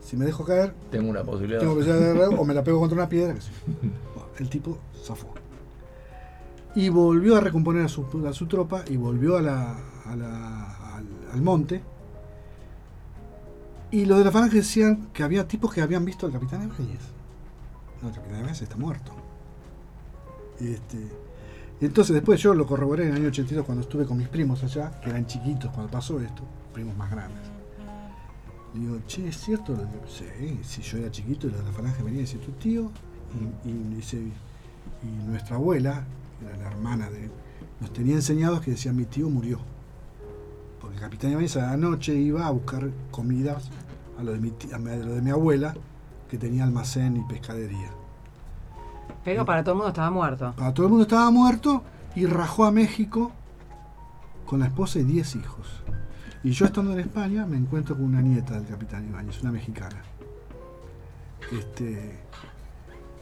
Speaker 6: Si me dejo caer,
Speaker 2: tengo una posibilidad.
Speaker 6: tengo que llegar de reo o me la pego contra una piedra. qué sé yo. Bueno, El tipo zafó. Y volvió a recomponer a su, a su tropa y volvió a la, a la- al, al monte. Y los de la falange decían que había tipos que habían visto al capitán Ibáñez. No, el capitán Ibáñez está muerto. Este, entonces después yo lo corroboré en el año 82 cuando estuve con mis primos allá, que eran chiquitos cuando pasó esto, primos más grandes. Le digo, che, ¿es cierto? lo que-?" Sí, si yo era chiquito y los de la falange venía y decía, tu tío, y, y me dice, y nuestra abuela, que era la hermana de él, nos tenía enseñados que decía, mi tío murió. Porque el capitán Ibáñez a la noche iba a buscar comidas a lo de mi, ti- a lo de mi abuela, que tenía almacén y pescadería.
Speaker 3: Pero para todo el mundo estaba muerto.
Speaker 6: Para todo el mundo estaba muerto y rajó a México con la esposa y 10 hijos. Y yo estando en España me encuentro con una nieta del capitán Ibáñez, una mexicana. Este,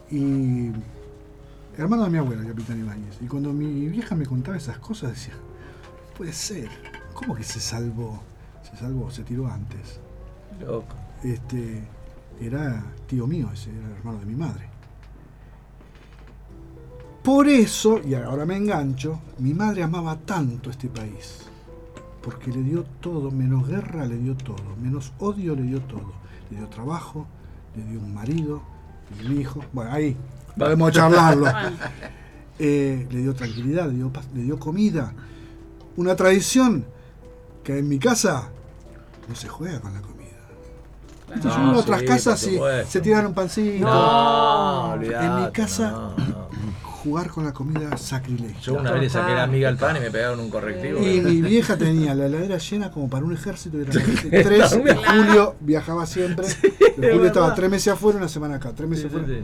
Speaker 6: y hermano de mi abuela, el capitán Ibáñez. Y cuando mi vieja me contaba esas cosas decía, "No puede ser, ¿cómo que se salvó? Se salvó, se tiró antes.
Speaker 2: Loco.
Speaker 6: Este, era tío mío, ese era el hermano de mi madre. Por eso, y ahora me engancho, mi madre amaba tanto este país. Porque le dio todo, menos guerra le dio todo, menos odio le dio todo. Le dio trabajo, le dio un marido, un hijo. Bueno, ahí podemos charlarlo. Eh, le dio tranquilidad, le dio, paz, le dio comida. Una tradición que en mi casa no se juega con la comida. Entonces,
Speaker 2: No,
Speaker 7: Ah,
Speaker 6: en otras
Speaker 2: sí, por
Speaker 6: casas sí,
Speaker 2: supuesto.
Speaker 6: se tiran un pancito.
Speaker 2: No, olvidate,
Speaker 6: en mi casa-
Speaker 2: no, no.
Speaker 6: Jugar con la comida es sacrilegio.
Speaker 2: Yo una vez le saqué la amiga al pan y me pegaron un correctivo.
Speaker 6: Y mi vieja tenía la heladera llena como para un ejército. y eran 23 de julio viajaba siempre. De julio estaba tres meses afuera, una semana acá, tres meses
Speaker 2: Sí, sí,
Speaker 6: afuera.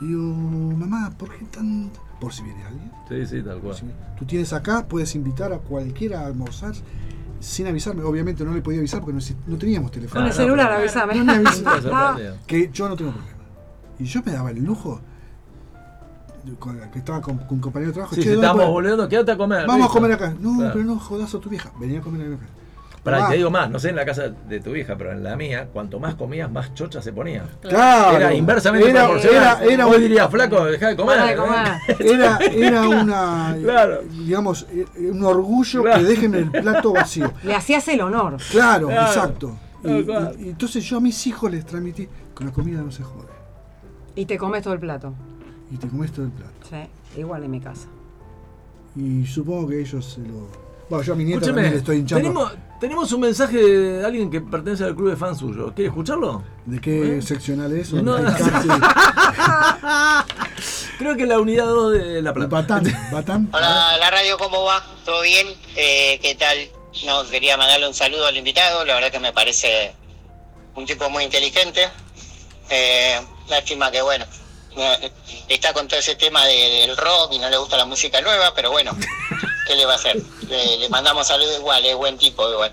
Speaker 2: sí.
Speaker 6: Y digo, mamá, ¿por qué tan.? Por si viene alguien.
Speaker 2: Sí, sí, tal cual.
Speaker 6: Si Tú tienes acá, puedes invitar a cualquiera a almorzar sin avisarme. Obviamente no le podía avisar porque no, exist- no teníamos
Speaker 3: Con
Speaker 6: teléfono.
Speaker 2: Ah,
Speaker 3: el
Speaker 2: no,
Speaker 3: celular,
Speaker 2: pero-
Speaker 3: avísame.
Speaker 6: No me avisé.
Speaker 2: Nunca se aprende.
Speaker 6: Que yo no tengo problema. Y yo me daba el lujo, con la que estaba con, con un compañero de trabajo,
Speaker 2: Sí,
Speaker 6: "Che,
Speaker 2: si
Speaker 6: ¿dónde
Speaker 2: estamos
Speaker 6: puedo-
Speaker 2: volviendo, quédate a comer.
Speaker 6: Vamos
Speaker 2: listo.
Speaker 6: a comer acá. No,
Speaker 2: Claro.
Speaker 6: pero no jodas a tu vieja. Venía a comer acá.
Speaker 2: Pará,
Speaker 6: Ah,
Speaker 2: te digo más, no sé en la casa de tu hija, pero en la mía, cuanto más comías, más chocha se ponía.
Speaker 6: Claro.
Speaker 2: Era inversamente
Speaker 6: Era-
Speaker 2: proporcional.
Speaker 6: era- era
Speaker 2: Vos
Speaker 6: un-
Speaker 2: dirías, flaco, dejá de comer.
Speaker 3: Pará de
Speaker 2: ¿eh?
Speaker 3: comer.
Speaker 6: Era, era una,
Speaker 2: Claro.
Speaker 6: digamos, eh, un orgullo
Speaker 2: Claro.
Speaker 6: que dejen el plato vacío.
Speaker 3: Le hacías el honor.
Speaker 6: Claro,
Speaker 2: Claro.
Speaker 6: exacto. Y,
Speaker 2: Tal cual.
Speaker 6: y- y entonces yo a mis hijos les transmití, con la comida no se jode.
Speaker 3: Y te comes todo el plato.
Speaker 6: Y te comes todo el plato.
Speaker 3: Sí, igual en mi casa.
Speaker 6: Y supongo que ellos se lo... Bueno, yo a mi nieta
Speaker 2: Escúcheme,
Speaker 6: también le estoy hinchando.
Speaker 2: tenemos, tenemos un mensaje de alguien que pertenece al club de fans suyo. ¿Quieres escucharlo?
Speaker 6: ¿De qué
Speaker 2: ¿Eh?
Speaker 6: seccional es? ¿O
Speaker 2: No,
Speaker 6: de
Speaker 2: no.
Speaker 6: Casi-
Speaker 2: Creo que la unidad 2 de La
Speaker 6: de
Speaker 2: Plata.
Speaker 6: Batán. Batán.
Speaker 9: Hola, la radio, ¿cómo va? ¿Todo bien? Eh, ¿Qué tal? No, quería mandarle un saludo al invitado, la verdad que me parece un tipo muy inteligente. Eh, lástima que, bueno, eh, está con todo ese tema de- del rock y no le gusta la música nueva, pero bueno, ¿qué le va a hacer? Le, le mandamos saludos igual, es buen tipo igual.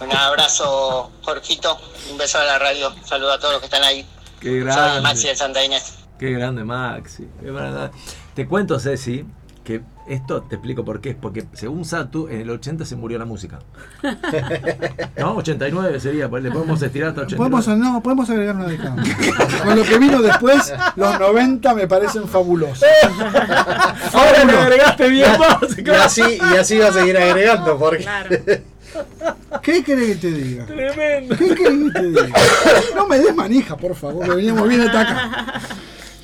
Speaker 9: Un abrazo, Jorgito, un beso a la radio, saludo a todos los que están ahí.
Speaker 2: Qué
Speaker 9: Soy Maxi
Speaker 2: grande.
Speaker 9: de Santa Inés.
Speaker 2: Qué grande, Maxi. Qué grande. Te cuento, Ceci, que esto te explico por qué. Es porque según Satu, en el 80 se murió la música. No, 89 sería, pues le podemos estirar hasta 89.
Speaker 6: Podemos, no, podemos agregar una década. Con lo que vino después, los 90 me parecen fabulosos.
Speaker 2: Ahora le agregaste bien más.
Speaker 7: Y así, y así va a seguir agregando, porque
Speaker 5: Claro.
Speaker 6: ¿Qué querés que te diga?
Speaker 2: Tremendo.
Speaker 6: ¿Qué querés que te diga? No me des manija, Ah, por favor, que veníamos bien hasta acá.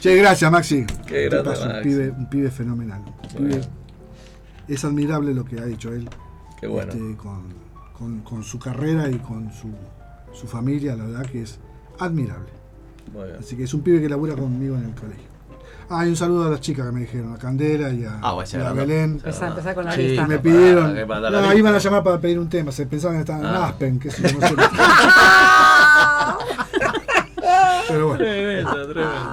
Speaker 6: Che, gracias, Maxi.
Speaker 2: Qué grande,
Speaker 6: Tipazo, un,
Speaker 2: Maxi.
Speaker 6: pibe, un pibe fenomenal. Un pibe-
Speaker 2: bien.
Speaker 6: es admirable lo que ha hecho él
Speaker 2: Qué bueno.
Speaker 6: este, con, con- con su carrera y con su, su familia, la verdad que es admirable.
Speaker 2: Muy bien.
Speaker 6: Así que es un pibe que labura conmigo en el colegio. Ah, y un saludo a las chicas que me dijeron, a Candela y a,
Speaker 2: Ah, bueno,
Speaker 6: y
Speaker 2: ya
Speaker 6: a
Speaker 2: ganó.
Speaker 6: Belén.
Speaker 2: Ya ganó.
Speaker 3: Empezá- empezá con la
Speaker 2: Sí,
Speaker 3: lista.
Speaker 6: Y me
Speaker 2: para-
Speaker 6: pidieron.
Speaker 2: que para la
Speaker 6: No,
Speaker 2: lista.
Speaker 6: iban a llamar para pedir un tema, se pensaban que estaban en
Speaker 2: Ah.
Speaker 6: Aspen, que sé yo, no sé. Pero bueno.
Speaker 2: Tremendo, tremendo.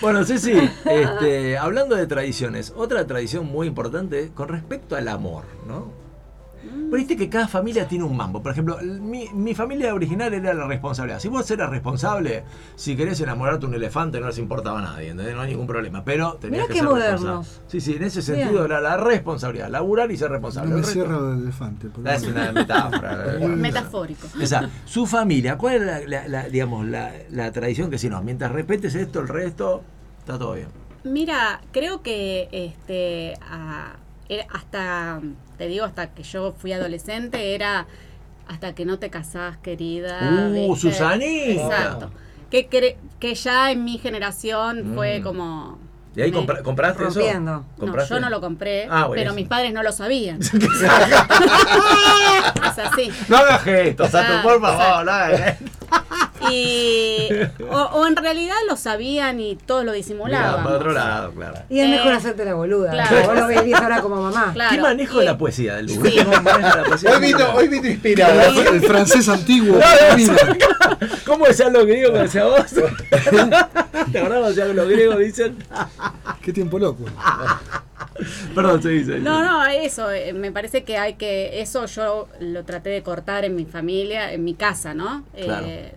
Speaker 2: Bueno, Ceci, este, hablando de tradiciones, otra tradición muy importante con respecto al amor, ¿no?
Speaker 3: Mm.
Speaker 2: Pero Viste que cada familia tiene un mambo. Por ejemplo, mi, mi familia original era la responsabilidad. Si vos eras responsable, si querés enamorarte de un elefante, no les importaba a nadie, ¿entendés? No hay ningún problema. Pero
Speaker 3: Mirá
Speaker 2: tenías que
Speaker 3: qué
Speaker 2: ser
Speaker 3: modernos.
Speaker 2: responsable. Sí, sí, en ese sentido
Speaker 3: Bien.
Speaker 2: era la responsabilidad, laburar y ser responsable.
Speaker 6: No me
Speaker 2: El resto-
Speaker 6: cierra el elefante. pero
Speaker 2: Ah, es
Speaker 6: bueno.
Speaker 2: una metáfora.
Speaker 5: Metafórico.
Speaker 2: Esa, su familia, ¿cuál es la, la- la, digamos, la, la tradición que si no? Mientras respetes esto, el resto, está todo bien.
Speaker 5: Mira, creo que este a- era hasta, te digo, hasta que yo fui adolescente era hasta que no te casabas, querida.
Speaker 2: Uh,
Speaker 5: ¿viste?
Speaker 2: Susanita.
Speaker 5: Exacto. Que, cre- que ya en mi generación fue
Speaker 2: Mm.
Speaker 5: como...
Speaker 2: ¿Y ahí
Speaker 5: me-
Speaker 2: compra- compraste eso?
Speaker 3: rompiendo.
Speaker 5: No, yo no lo compré,
Speaker 2: Ah, buenísimo.
Speaker 5: pero mis padres no lo sabían. es así.
Speaker 2: No hagas gestos, Sato, por favor.
Speaker 5: Exacto.
Speaker 2: no hagas gestos.
Speaker 5: Y, o, o en realidad lo sabían y todos lo
Speaker 2: Mirá,
Speaker 5: disimulaban.
Speaker 2: para otro lado, claro.
Speaker 3: Y es mejor
Speaker 5: Eh,
Speaker 3: hacerte la boluda.
Speaker 5: claro.
Speaker 3: porque Vos lo vivís ahora como mamá.
Speaker 5: Claro.
Speaker 2: ¿Qué manejo de
Speaker 5: Y-
Speaker 2: la poesía del Lugo?
Speaker 5: Sí.
Speaker 2: ¿Cómo maneja la poesía
Speaker 7: hoy
Speaker 2: del
Speaker 7: vino,
Speaker 2: Lugo?
Speaker 7: hoy vino inspirado.
Speaker 6: El francés antiguo.
Speaker 2: ¿Cómo decías los griegos cuando decías vos? ¿Te acordás cuando decías que los griegos dicen?
Speaker 6: Qué tiempo loco.
Speaker 2: Perdón, se dice.
Speaker 5: No, no, eso, eh, me parece que hay que, eso yo lo traté de cortar en mi familia, en mi casa, ¿no?
Speaker 2: Claro.
Speaker 5: Eh,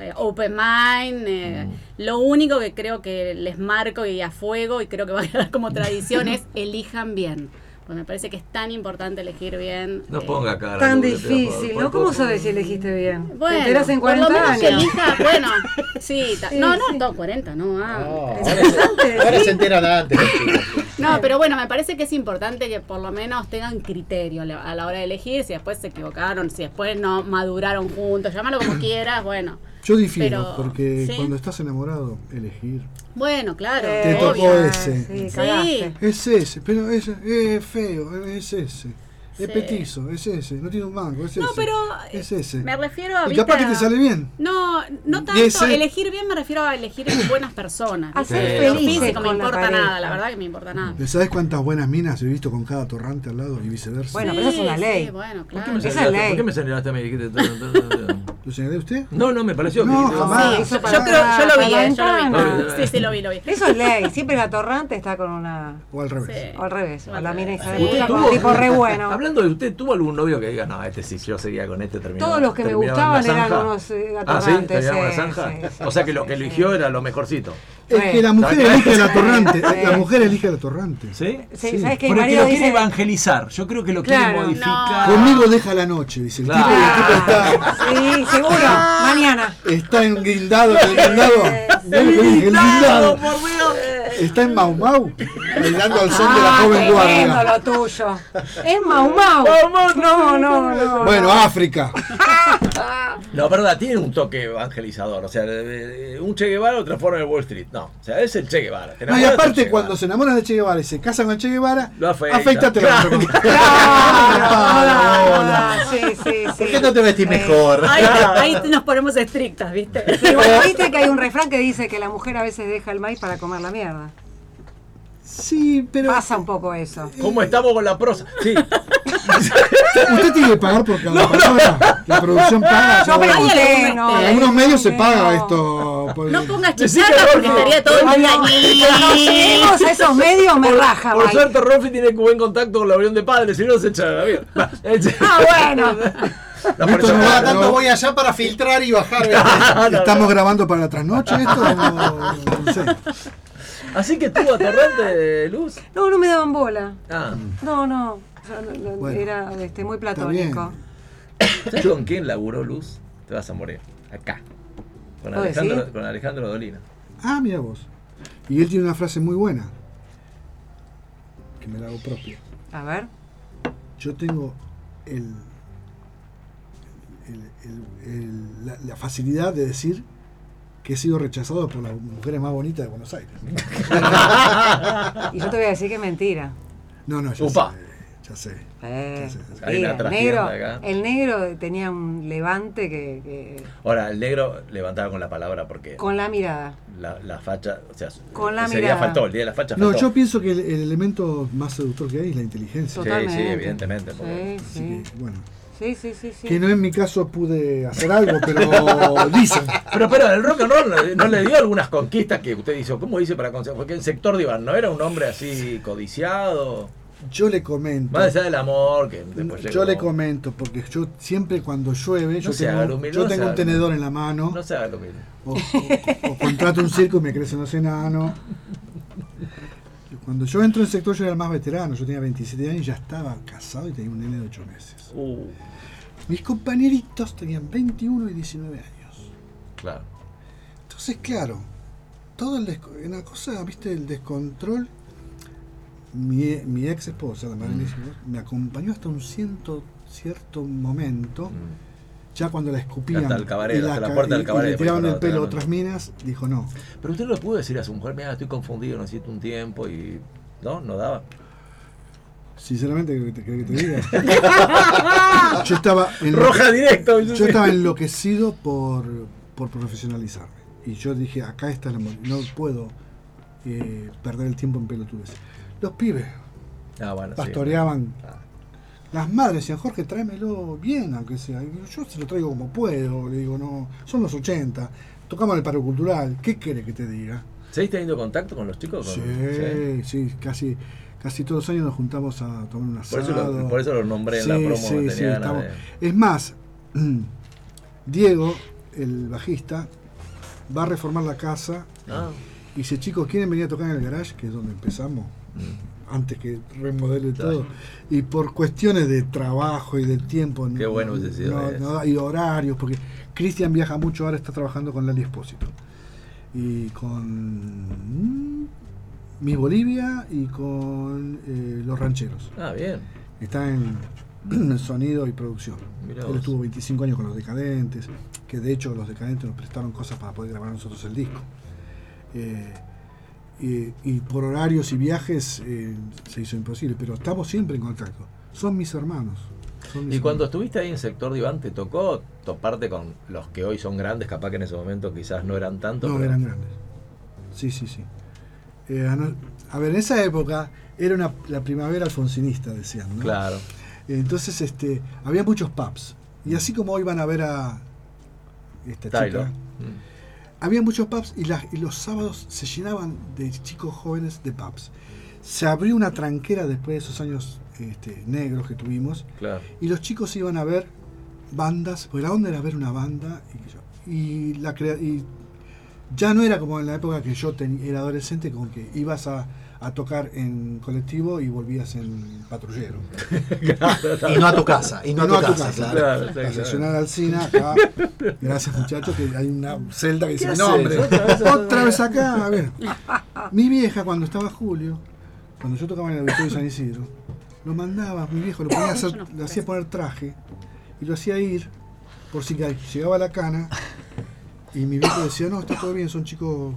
Speaker 5: eh, open mind, eh, lo único que creo que les marco y a fuego y creo que va a quedar como tradición es elijan bien, pues me parece que es tan importante elegir bien.
Speaker 2: No
Speaker 5: eh,
Speaker 2: ponga cara.
Speaker 3: Tan
Speaker 2: Lugo, que te va a
Speaker 3: difícil,
Speaker 2: por-
Speaker 3: ¿no?
Speaker 2: por
Speaker 3: ¿Cómo
Speaker 2: poco.
Speaker 3: sabes si elegiste bien?
Speaker 5: Bueno,
Speaker 3: te enterás en
Speaker 5: por lo
Speaker 3: 40
Speaker 5: menos que
Speaker 3: años.
Speaker 5: elija, bueno, sí, ta-
Speaker 3: Sí,
Speaker 5: no, no,
Speaker 3: sí.
Speaker 5: todo 40, no, ah,
Speaker 7: Ahora se enteran antes. los chicos.
Speaker 5: No, pero bueno, me parece que es importante que por lo menos tengan criterio le- a la hora de elegir, si después se equivocaron, si después no maduraron juntos, llámalo como quieras, bueno.
Speaker 6: Yo difiero,
Speaker 5: Pero,
Speaker 6: porque
Speaker 5: ¿sí?
Speaker 6: cuando estás enamorado, elegir.
Speaker 5: Bueno, claro,
Speaker 6: Te tocó
Speaker 5: obvio.
Speaker 6: ese.
Speaker 3: Sí,
Speaker 5: Sí.
Speaker 3: cagaste.
Speaker 6: Es ese, pero es, es feo, es ese. Es
Speaker 5: Sí.
Speaker 6: petizo, es ese. No tiene un mango, es ese.
Speaker 5: No, pero eh,
Speaker 6: Es ese.
Speaker 5: me refiero a...
Speaker 6: y capaz
Speaker 5: viste,
Speaker 6: que te
Speaker 5: a-
Speaker 6: sale bien.
Speaker 5: No, no tanto.
Speaker 6: Ese-
Speaker 5: Elegir bien me refiero a elegir buenas personas.
Speaker 3: A ser
Speaker 5: Lo
Speaker 2: felices
Speaker 5: físico me
Speaker 3: con la
Speaker 5: importa
Speaker 3: pareja.
Speaker 5: nada, la verdad que me importa nada.
Speaker 6: ¿Sabes cuántas buenas minas he visto con cada torrante al lado y viceversa?
Speaker 3: Bueno, pero esa es una
Speaker 5: Sí,
Speaker 3: ley.
Speaker 5: Sí, bueno,
Speaker 2: ¿Por
Speaker 5: claro.
Speaker 2: qué me
Speaker 3: Esa es
Speaker 2: señalaste?
Speaker 3: ley.
Speaker 2: ¿Por qué me señalaste a mí? Dijiste, "Tú, tú, tú, tú".
Speaker 6: ¿Lo señalé a usted?
Speaker 2: No, no, me pareció
Speaker 6: No,
Speaker 2: que.
Speaker 6: jamás.
Speaker 3: Sí,
Speaker 5: Yo,
Speaker 3: eso
Speaker 5: yo creo, yo lo vi, eh, yo
Speaker 3: Para
Speaker 5: lo
Speaker 2: la
Speaker 5: vi. Sí, sí, lo vi, lo vi.
Speaker 3: Eso es ley. Siempre el atorrante está con una.
Speaker 6: O al revés.
Speaker 5: Sí.
Speaker 3: O al revés. O la mina hija de
Speaker 5: Sí.
Speaker 3: puta con
Speaker 2: eh, ¿Tuvo-
Speaker 3: un tipo re bueno.
Speaker 2: Hablando de usted, ¿tuvo algún novio que diga, no, este sí, yo seguía con este terminaba-
Speaker 3: Todos los que me
Speaker 2: terminaba en la
Speaker 3: gustaban eran
Speaker 2: zanja"?
Speaker 3: unos, eh,
Speaker 2: Ah, sí,
Speaker 3: atorrantes,
Speaker 2: terminaban en la
Speaker 3: sí,
Speaker 2: zanja.
Speaker 3: sí, sí,
Speaker 2: o sea que lo que
Speaker 3: sí,
Speaker 2: eligió
Speaker 3: sí.
Speaker 2: era lo mejorcito.
Speaker 6: Es que la mujer
Speaker 2: Sí.
Speaker 6: elige el atorrante.
Speaker 3: Sí.
Speaker 6: La mujer elige el atorrante.
Speaker 2: ¿Sí?
Speaker 3: Sí, ¿sabes qué? Mi
Speaker 2: Porque
Speaker 3: marido
Speaker 2: lo quiere
Speaker 3: dice.
Speaker 2: evangelizar. Yo creo que lo quiere
Speaker 3: Claro.
Speaker 2: modificar.
Speaker 6: Conmigo deja la noche, dice. El
Speaker 2: Claro.
Speaker 6: tipo, el tipo está,
Speaker 3: Sí, seguro. Mañana.
Speaker 6: está enguindado, enguindado. ¿Ves lo que dije? Enguindado. Está en Mau Mau, bailando al son de la
Speaker 3: Ah,
Speaker 6: joven
Speaker 3: tremendo
Speaker 6: guardia.
Speaker 3: lo tuyo. Es Mau Mau. No, no, no.
Speaker 6: Bueno, África.
Speaker 2: No, verdad, tiene un toque evangelizador. O sea, de- de- de- un Che Guevara lo transforma en el Wall Street. No, o sea, es el Che Guevara. Te
Speaker 6: No, y
Speaker 2: enamoras del
Speaker 6: aparte,
Speaker 2: Che
Speaker 6: cuando
Speaker 2: Guevara.
Speaker 6: se enamoran de Che Guevara y se casan con Che Guevara,
Speaker 2: Lo afecta.
Speaker 6: afeítate la
Speaker 2: Claro.
Speaker 6: barba.
Speaker 3: Claro,
Speaker 6: Hola,
Speaker 3: no,
Speaker 6: hola.
Speaker 3: no, Sí, sí, sí.
Speaker 7: ¿Por qué no te vestís mejor?
Speaker 5: Ahí, ahí nos ponemos estrictas, ¿viste?
Speaker 3: Igual, Viste que hay un refrán que dice que la mujer a veces deja el maíz para comer la mierda.
Speaker 6: Sí, pero
Speaker 3: Pasa un poco eso.
Speaker 2: ¿Cómo estamos con la prosa? Sí.
Speaker 6: usted tiene que pagar por cada palabra. La producción paga.
Speaker 3: Yo
Speaker 6: bueno.
Speaker 3: pregunté, no.
Speaker 6: en algunos medios se
Speaker 3: no.
Speaker 6: paga esto. por-
Speaker 5: No pongas
Speaker 2: Decí
Speaker 5: chicharra
Speaker 2: que
Speaker 5: porque
Speaker 2: Rolfi-
Speaker 5: estaría todo
Speaker 3: Ay,
Speaker 5: en
Speaker 3: no. Cuando
Speaker 5: la
Speaker 3: lleguemos a esos medios me raja,
Speaker 2: Por
Speaker 3: Mike.
Speaker 2: suerte, Rofi tiene buen contacto con la unión de padres. Si no, se echa la mierda. Va, el Che-
Speaker 3: Ah, bueno.
Speaker 2: No, por
Speaker 6: Esto
Speaker 2: eso-
Speaker 6: no va-
Speaker 7: Cada tanto voy allá para filtrar y bajar. ¿viste?
Speaker 2: Ah, no, no.
Speaker 6: ¿Estamos grabando para la trasnoche esto? No, no sé.
Speaker 2: Así que estuvo atorrante, Luz.
Speaker 3: No, no me daban bola.
Speaker 2: Ah,
Speaker 3: No, no. O sea, no, no,
Speaker 6: Bueno.
Speaker 3: Era este, muy
Speaker 6: Está bien.
Speaker 3: platónico.
Speaker 2: ¿sabes con quién laburó Luz? Te vas a morir. Acá. Con
Speaker 3: ¿Vos
Speaker 2: Alejandro,
Speaker 3: decís?
Speaker 2: con Alejandro Dolina.
Speaker 6: Ah, mira vos. Y él tiene una frase muy buena. Que me la hago propia.
Speaker 3: A ver.
Speaker 6: Yo tengo el, el- el- el- la, la facilidad de decir que he sido rechazado por las mujeres más bonitas de Buenos Aires.
Speaker 3: Y yo te voy a decir que es mentira.
Speaker 6: No, no, ya
Speaker 2: Upa.
Speaker 6: sé. Ya sé.
Speaker 3: Eh,
Speaker 6: Sí, sí, sí.
Speaker 2: Hay
Speaker 3: mira,
Speaker 2: una
Speaker 3: el, negro,
Speaker 2: trastienda acá.
Speaker 3: el negro tenía un levante que, que-
Speaker 2: Ahora, el negro levantaba con la palabra porque
Speaker 3: con la mirada.
Speaker 2: la, la facha. O sea,
Speaker 3: Con la
Speaker 2: ese día
Speaker 3: mirada.
Speaker 2: faltó, el día de la facha
Speaker 6: No,
Speaker 2: faltó.
Speaker 6: yo pienso que el, el elemento más seductor que hay es la inteligencia.
Speaker 3: Totalmente.
Speaker 2: evidentemente, porque-
Speaker 3: Sí,
Speaker 6: Así
Speaker 3: sí.
Speaker 6: que, bueno.
Speaker 3: Sí, sí, sí, sí.
Speaker 6: Que no en mi caso pude hacer algo, pero dicen.
Speaker 2: Pero, pero el rock and roll no- no le dio algunas conquistas que usted hizo. ¿Cómo hice para conseguir? Porque el sector de Iván no era un hombre así codiciado.
Speaker 6: Yo le comento.
Speaker 2: Más allá del amor, que después
Speaker 6: Yo
Speaker 2: llegó.
Speaker 6: le comento, porque yo siempre cuando llueve, yo
Speaker 2: sea
Speaker 6: tengo,
Speaker 2: alumino,
Speaker 6: yo
Speaker 2: no
Speaker 6: tengo
Speaker 2: sea
Speaker 6: un tenedor en la mano, Oh.
Speaker 2: No se haga lo mismo.
Speaker 6: o, o- o contrato un circo y me crecen los enanos. Cuando yo entro en el sector, yo era el más veterano, yo tenía 27 años y ya estaba casado y tenía un nene de 8 meses.
Speaker 2: Uh,
Speaker 6: Mis compañeritos tenían 21 y 19 años.
Speaker 2: claro.
Speaker 6: Entonces, claro, todo el desco- una cosa, viste, el descontrol. Mi, mi ex esposa, la madre de
Speaker 2: Mm.
Speaker 6: mis hijos, me acompañó hasta un ciento, cierto momento.
Speaker 2: Mm.
Speaker 6: ya cuando la escupían
Speaker 2: Hasta el cabaret,
Speaker 6: y, la
Speaker 2: hasta la
Speaker 6: ca-
Speaker 2: puerta del
Speaker 6: y- y
Speaker 2: cabaret,
Speaker 6: le tiraban
Speaker 2: porque
Speaker 6: el pelo a
Speaker 2: no-
Speaker 6: otras minas, dijo no.
Speaker 2: Pero usted no le pudo decir a su mujer, mira, estoy confundido, necesito un tiempo y. No, no daba.
Speaker 6: Sinceramente, ¿qué te- querés que te diga? yo, estaba en
Speaker 2: Roja directo.
Speaker 6: yo estaba enloquecido por, por profesionalizarme. Y yo dije, acá está la mon- no puedo eh, perder el tiempo en pelotudes. Los pibes
Speaker 2: Ah, bueno, sí.
Speaker 6: pastoreaban.
Speaker 2: Ah.
Speaker 6: Las madres decían, Jorge, tráemelo bien, aunque sea. Y yo se lo traigo como puedo. Le digo, no, son los 80. Tocamos en el paro cultural. ¿Qué querés que te diga?
Speaker 2: ¿Seguís teniendo contacto con los chicos? Con-
Speaker 6: Sí, sí, casi, casi todos los años nos juntamos a tomar un
Speaker 2: Por
Speaker 6: asado.
Speaker 2: eso, lo, por eso lo nombré en la
Speaker 6: Sí,
Speaker 2: promo.
Speaker 6: sí,
Speaker 2: tenía
Speaker 6: sí,
Speaker 2: ganas
Speaker 6: estamos-
Speaker 2: de-
Speaker 6: Es más, Diego, el bajista, va a reformar la casa
Speaker 2: Ah,
Speaker 6: y dice, chicos, ¿quieren venir a tocar en el garage? Que es donde empezamos, antes que remodele todo. Y por cuestiones de trabajo y de tiempo.
Speaker 2: Qué
Speaker 6: no-
Speaker 2: bueno hubiese sido
Speaker 6: no-
Speaker 2: eso.
Speaker 6: no da- Y horarios, porque Cristian viaja mucho, ahora está trabajando con Lali Espósito. Y con mm, Mi Bolivia y con eh, Los Rancheros.
Speaker 2: ah, bien.
Speaker 6: Está en, en sonido y producción.
Speaker 2: Mirá
Speaker 6: Él
Speaker 2: vos.
Speaker 6: estuvo 25 años con Los Decadentes, que de hecho Los Decadentes nos prestaron cosas para poder grabar nosotros el disco. Eh, y, y por horarios y viajes eh, se hizo imposible, pero estamos siempre en contacto. Son mis hermanos. son mis
Speaker 2: Y
Speaker 6: hermanos.
Speaker 2: cuando estuviste ahí en sector diván, ¿te tocó toparte con los que hoy son grandes? Capaz que en ese momento quizás no eran tanto.
Speaker 6: No,
Speaker 2: pero-
Speaker 6: eran grandes. Sí, sí, sí. Eh, a, no- a ver, en esa época era una- la primavera alfonsinista, decían, ¿no?
Speaker 2: Claro.
Speaker 6: Entonces, este, había muchos pubs. Y así como hoy van a ver a esta
Speaker 2: Tyler. Mm.
Speaker 6: chica. Había muchos pubs y, las- y los sábados se llenaban de chicos jóvenes de pubs. Se abrió una tranquera después de esos años este, negros que tuvimos
Speaker 2: Claro.
Speaker 6: y los chicos iban a ver bandas, porque la onda era ver una banda y, qué sé yo. Y la crea- y ya no era como en la época que yo ten- era adolescente, como que ibas a, a tocar en colectivo y volvías en patrullero.
Speaker 7: Y no a tu casa, y no, a tu casa, claro.
Speaker 2: Claro,
Speaker 6: La
Speaker 2: sí, claro.
Speaker 6: seccional Alcina, acá. Gracias, muchachos, que hay una celda que dice:
Speaker 2: ¿Qué
Speaker 6: No, hombre,
Speaker 2: haces? Otra vez acá.
Speaker 6: otra vez acá. A ver, mi vieja, cuando estaba Julio, cuando yo tocaba en el auditorio de San Isidro, lo mandaba, mi viejo, lo ponía a hacer,
Speaker 5: Yo no,
Speaker 6: le hacía poner traje y lo hacía ir, por si ca- llegaba la cana. Y mi viejo decía: No, está todo bien, son chicos,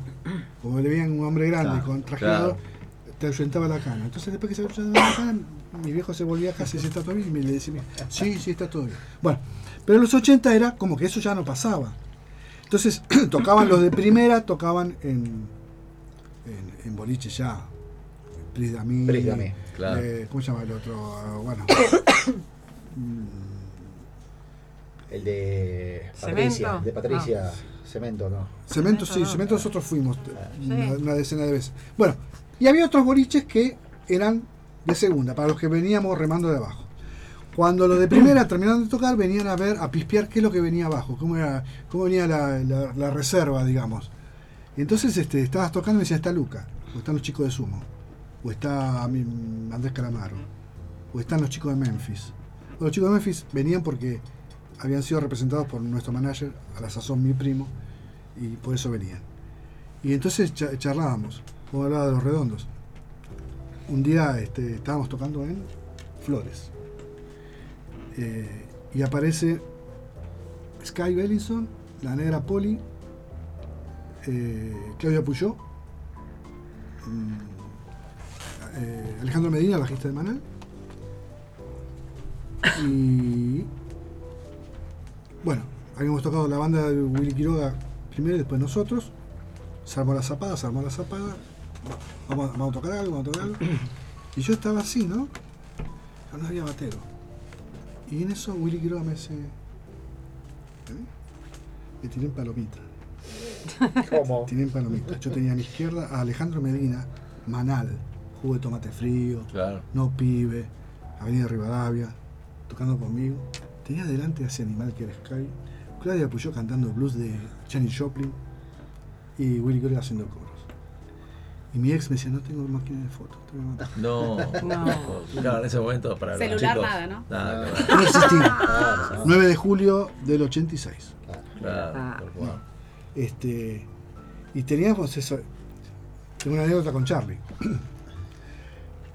Speaker 6: como le veían un hombre grande,
Speaker 7: Claro,
Speaker 6: con trajeado.
Speaker 2: claro.
Speaker 6: Te ahuyentaba la cana. Entonces, después que se ahuyentaba la cana, mi viejo se volvía casi si está todo bien y me le decía: Sí, sí, está todo bien. Bueno, pero en los 80 era como que eso ya no pasaba. Entonces tocaban los de primera, tocaban en, en, en boliche ya. Prisdamí.
Speaker 7: Prisdamí,
Speaker 2: claro.
Speaker 6: eh, ¿Cómo se llama el otro? Ah, Bueno. mm,
Speaker 7: El de Patricia,
Speaker 3: Cemento. Ah.
Speaker 7: de Patricia, Cemento, ¿no?
Speaker 6: Cemento,
Speaker 3: Cemento
Speaker 6: sí,
Speaker 3: no.
Speaker 6: Cemento nosotros fuimos una, una decena de veces. Bueno, y había otros boliches que eran de segunda, para los que veníamos remando de abajo. Cuando los de primera terminaron de tocar, venían a ver, a pispear qué es lo que venía abajo, cómo, era, cómo venía la, la- la reserva, digamos. Entonces este, estabas tocando y decías, está Luca, o están los chicos de Sumo, o está mm, Andrés Calamaro, o están los chicos de Memphis. Los chicos de Memphis venían porque habían sido representados por nuestro manager, a la sazón mi primo, y por eso venían. Y entonces cha- charlábamos, vos hablabas de los redondos. Un día este, estábamos tocando en Flores. Eh, y aparece Sky Bellinson, la negra Poli, eh, Claudia Puyó, mm, eh, Alejandro Medina, bajista de Manal, y bueno, habíamos tocado la banda de Willy Quiroga primero y después nosotros. Se armó la zapada, se armó la zapada. Va- Vamos, a- vamos a tocar algo, vamos a tocar algo. Y yo estaba así, ¿no? Ya no había batero. Y en eso Willy Quiroga me dice. ¿eh? Me tiré en palomita.
Speaker 7: ¿Cómo?
Speaker 6: Tiré en palomita. Yo tenía a mi izquierda a Alejandro Medina, Manal, jugo de tomate frío,
Speaker 2: Claro.
Speaker 6: no Pibe, Avenida Rivadavia, tocando conmigo. Tenía delante a ese animal que era Sky, Claudia Puyó cantando blues de Janis Joplin y Willy Correa haciendo coros. Y mi ex me decía, no tengo máquina de fotos, te voy a matar".
Speaker 2: No.
Speaker 3: No.
Speaker 2: Claro, en ese momento para los
Speaker 5: Celular,
Speaker 2: chicos,
Speaker 5: nada, ¿no?
Speaker 2: Nada, Ah,
Speaker 6: No existía. 9 de julio del 86.
Speaker 2: claro,
Speaker 3: Ah.
Speaker 2: tal cual.
Speaker 6: Este, y teníamos eso. Tengo una anécdota con Charlie.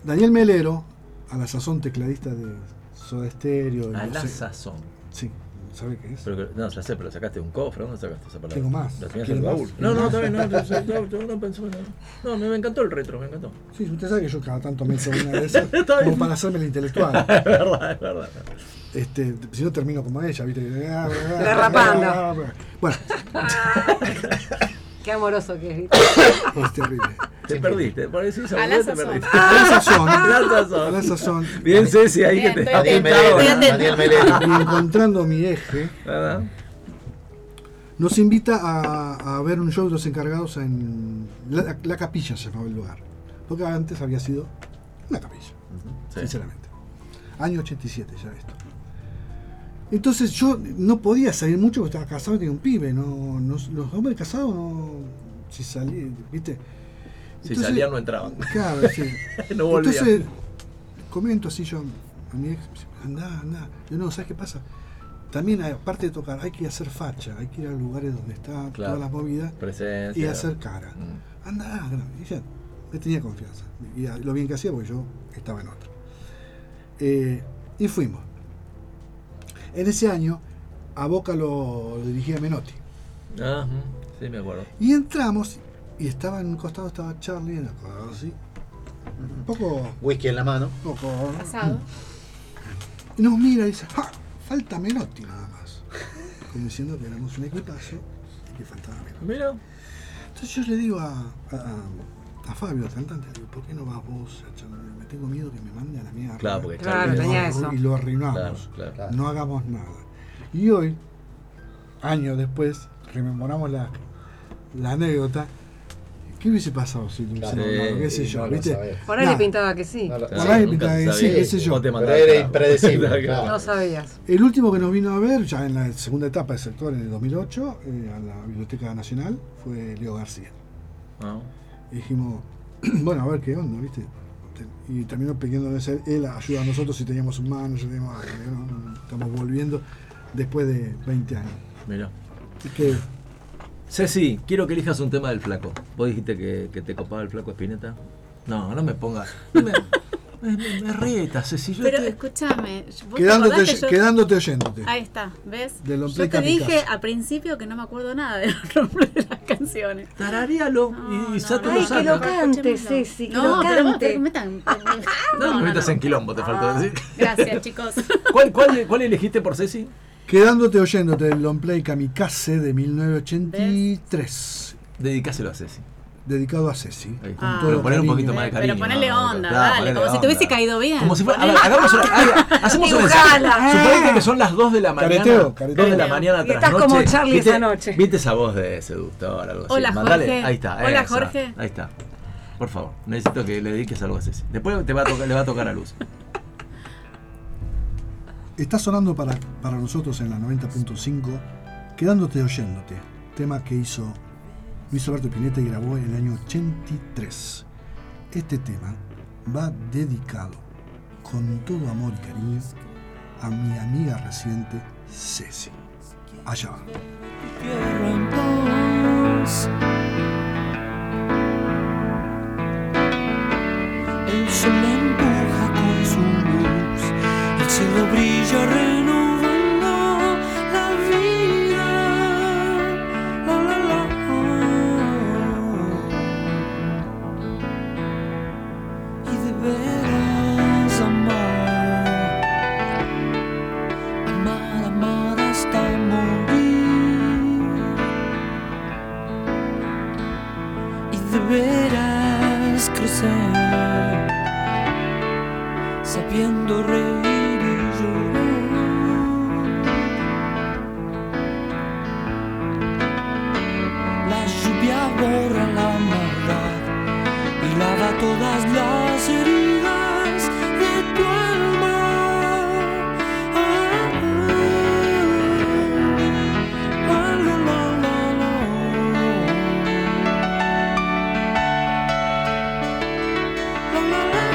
Speaker 6: Daniel Melero, a la sazón tecladista de Soda Stereo. y no
Speaker 2: A Ah, la
Speaker 6: sé-
Speaker 2: sazón.
Speaker 6: Sí, ¿sabe qué es?
Speaker 2: Pero, que- no, ya sé, pero sacaste un cofre. ¿Dónde sacaste esa palabra?
Speaker 6: Tengo más.
Speaker 2: ¿La tenías en el
Speaker 6: ¿Quieres
Speaker 2: baúl?
Speaker 6: más?
Speaker 2: No, no, todavía no. yo- yo- yo- yo no pensé en nada. No, me me encantó el retro, me encantó.
Speaker 6: Sí, usted sabe que yo cada tanto me echo una de esas
Speaker 2: Está bien.
Speaker 6: como para hacerme el intelectual.
Speaker 2: Es verdad, es verdad.
Speaker 6: Este, si no termino como ella, ¿viste?
Speaker 3: Derrapando.
Speaker 6: Bueno,
Speaker 3: Qué amoroso que es. ¿viste?
Speaker 6: Pues es terrible.
Speaker 2: Te perdiste. Por decir esa
Speaker 5: A la
Speaker 2: boludez te
Speaker 5: sazón.
Speaker 2: perdiste.
Speaker 6: A la sazón,
Speaker 2: A la
Speaker 6: a
Speaker 2: sazón.
Speaker 6: la sazón,
Speaker 2: Bien, Ceci, ahí que
Speaker 5: Bien,
Speaker 2: te
Speaker 5: estoy
Speaker 2: estás
Speaker 7: Daniel
Speaker 5: atenta,
Speaker 7: Melero,
Speaker 5: estoy
Speaker 2: inventado.
Speaker 5: atenta.
Speaker 7: Daniel Melero.
Speaker 6: y encontrando mi eje,
Speaker 2: ¿Verdad?
Speaker 6: nos invita a, a ver un show de los encargados en la, la capilla, se llamaba el lugar. Porque antes había sido una capilla.
Speaker 2: Sí.
Speaker 6: sinceramente. Año 87 ya esto. Entonces yo no podía salir mucho porque estaba casado y tenía un pibe. No, no- los hombres casados no. Si salí, ¿viste?
Speaker 2: Si
Speaker 6: Entonces-
Speaker 2: salían, no entraban.
Speaker 6: Claro, sí.
Speaker 2: No volvían.
Speaker 6: Entonces, comento así yo a mi ex, me dice, andá, andá. Yo no, ¿sabes qué pasa? También, aparte de tocar, hay que hacer facha, hay que ir a lugares donde está
Speaker 2: Claro.
Speaker 6: todas las movidas
Speaker 2: Presencia.
Speaker 6: y hacer cara.
Speaker 2: Mm.
Speaker 6: Andá, andá. Y ya, me tenía confianza. Y a- lo bien que hacía, porque yo estaba en otra. Eh, y fuimos. En ese año, a Boca lo dirigía Menotti.
Speaker 2: Ah, mm, sí, me acuerdo.
Speaker 6: Y entramos, y estaba en un costado, estaba Charlie, en el costado así. Un poco,
Speaker 7: Whisky en la mano.
Speaker 6: Ah, poco.
Speaker 5: Pasado.
Speaker 6: Y nos mira y dice, "Ja, falta Menotti nada más. Como diciendo que éramos un equipazo y que faltaba Menotti.
Speaker 2: Mira.
Speaker 6: Entonces yo le digo a, a, a Fabio, al cantante, le digo, ¿por qué no vas vos a charlar? Me tengo miedo que me mande a la mierda.
Speaker 2: Claro, porque
Speaker 3: Claro,
Speaker 2: Charlie-
Speaker 6: Y lo
Speaker 3: tenía
Speaker 6: arru-
Speaker 3: eso.
Speaker 6: Y lo
Speaker 2: Claro,
Speaker 6: arruinamos.
Speaker 2: claro.
Speaker 7: Claro.
Speaker 6: No hagamos nada. Y hoy, años después, rememoramos la, la anécdota. ¿Qué hubiese pasado si lo hubiese
Speaker 2: Claro,
Speaker 6: nombrado?
Speaker 2: sí,
Speaker 6: ¿Qué sé
Speaker 7: y
Speaker 6: yo?
Speaker 7: no lo
Speaker 6: ¿Viste?
Speaker 7: sabés.
Speaker 3: Por ahí
Speaker 6: Nah.
Speaker 3: le pintaba que sí.
Speaker 7: No lo-
Speaker 6: Por ahí pintaba que sí, qué sé yo.
Speaker 2: O te
Speaker 7: Pero
Speaker 2: mandaba
Speaker 7: era
Speaker 2: carajo.
Speaker 7: impredecible,
Speaker 2: Claro.
Speaker 7: claro.
Speaker 3: No sabías.
Speaker 6: El último que nos vino a ver, ya en la segunda etapa del sector, en el 2008, eh, a la Biblioteca Nacional, fue Leo García.
Speaker 2: Ah.
Speaker 6: Y dijimos, bueno, a ver qué onda, ¿viste? Te- Y terminó pidiéndonos él, él ayuda a nosotros si teníamos un manager, teníamos, ah, no, no, no, estamos volviendo después de 20 años.
Speaker 2: Mirá.
Speaker 6: Y que
Speaker 2: Ceci, quiero que elijas un tema del flaco. Vos dijiste que, que te copaba el flaco Espineta. No, no me pongas. no me, me, me- me retas, Ceci. Yo
Speaker 5: Pero
Speaker 2: te-
Speaker 5: escúchame, ¿vos te
Speaker 6: quedándote,
Speaker 5: acordás que yo-
Speaker 6: quedándote oyéndote.
Speaker 5: Ahí está, ¿ves?
Speaker 6: Del hombre
Speaker 5: yo te
Speaker 6: kamikaze.
Speaker 5: dije al principio que no me acuerdo nada de los nombres de las canciones.
Speaker 2: Tararealo y, y ya te
Speaker 3: Ay,
Speaker 2: lo
Speaker 3: que
Speaker 2: saca.
Speaker 3: lo cante,
Speaker 5: Escúchamelo.
Speaker 3: Ceci, que
Speaker 5: No,
Speaker 3: lo
Speaker 5: pero vos,
Speaker 3: cante.
Speaker 5: pero me tan-
Speaker 2: No, te metas en quilombo, te faltó decir.
Speaker 5: Gracias, chicos.
Speaker 2: ¿Cuál, cuál, ¿Cuál elegiste por Ceci?
Speaker 6: Quedándote oyéndote del long play Kamikaze de 1983,
Speaker 2: Dedicáselo a Ceci.
Speaker 6: dedicado a Ceci.
Speaker 2: Ahí.
Speaker 5: Ah.
Speaker 2: Pero poner un
Speaker 6: cariño. eh.
Speaker 2: poquito más de
Speaker 5: Pero
Speaker 2: cariño.
Speaker 5: ponele
Speaker 2: ¿no?
Speaker 5: onda,
Speaker 2: Claro,
Speaker 5: dale,
Speaker 2: ponele
Speaker 5: como si te hubiese caído bien.
Speaker 2: Como si fuera. A ver,
Speaker 5: Ponele- Ah.
Speaker 2: hagamos una- haga- hacemos un
Speaker 3: Dibujala.
Speaker 2: ensayo. Suponete que son las 2 de la mañana.
Speaker 6: Careteo, careteo.
Speaker 2: 2 de la mañana
Speaker 3: Y
Speaker 2: tras
Speaker 3: estás
Speaker 2: noche.
Speaker 3: como Charlie
Speaker 2: ¿Viste-
Speaker 3: esa noche.
Speaker 2: Viste esa voz de seductor, algo así.
Speaker 5: Hola,
Speaker 2: Mandale,
Speaker 5: Jorge.
Speaker 2: Ahí está.
Speaker 5: Hola,
Speaker 2: esa,
Speaker 5: Jorge.
Speaker 2: Ahí está. Por favor, necesito que le dediques algo a Ceci. Después te va a tocar, le va a tocar a Luz.
Speaker 6: Está sonando para, para nosotros en la 90.5, quedándote oyéndote, tema que hizo Luis Alberto Pineta y grabó en el año 83. Este tema va dedicado con todo amor y cariño a mi amiga reciente Ceci. Allá va.
Speaker 1: quiero en paz. El sol me empuja con su luz, el cielo brilla renovando la vida. La, la, la. oh. Y deberás amar amar, amar hasta morir. Y deberás crecer sabiendo reír y llorar. La lluvia borra la maldad y lava todas las heridas de tu alma. Ah, ah, ah, la, la, la, la. La, la, la,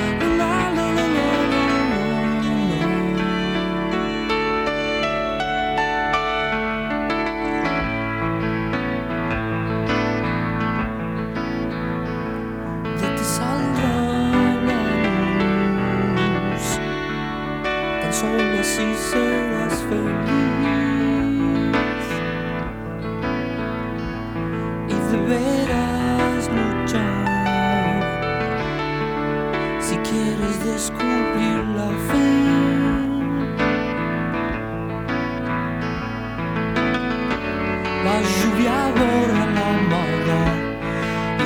Speaker 1: la. La, la, la, la, la, la. de ti saldrá la luz. Tan solo así serás feliz y deberás luchar si quieres descubrir la fe. La lluvia borra la maldad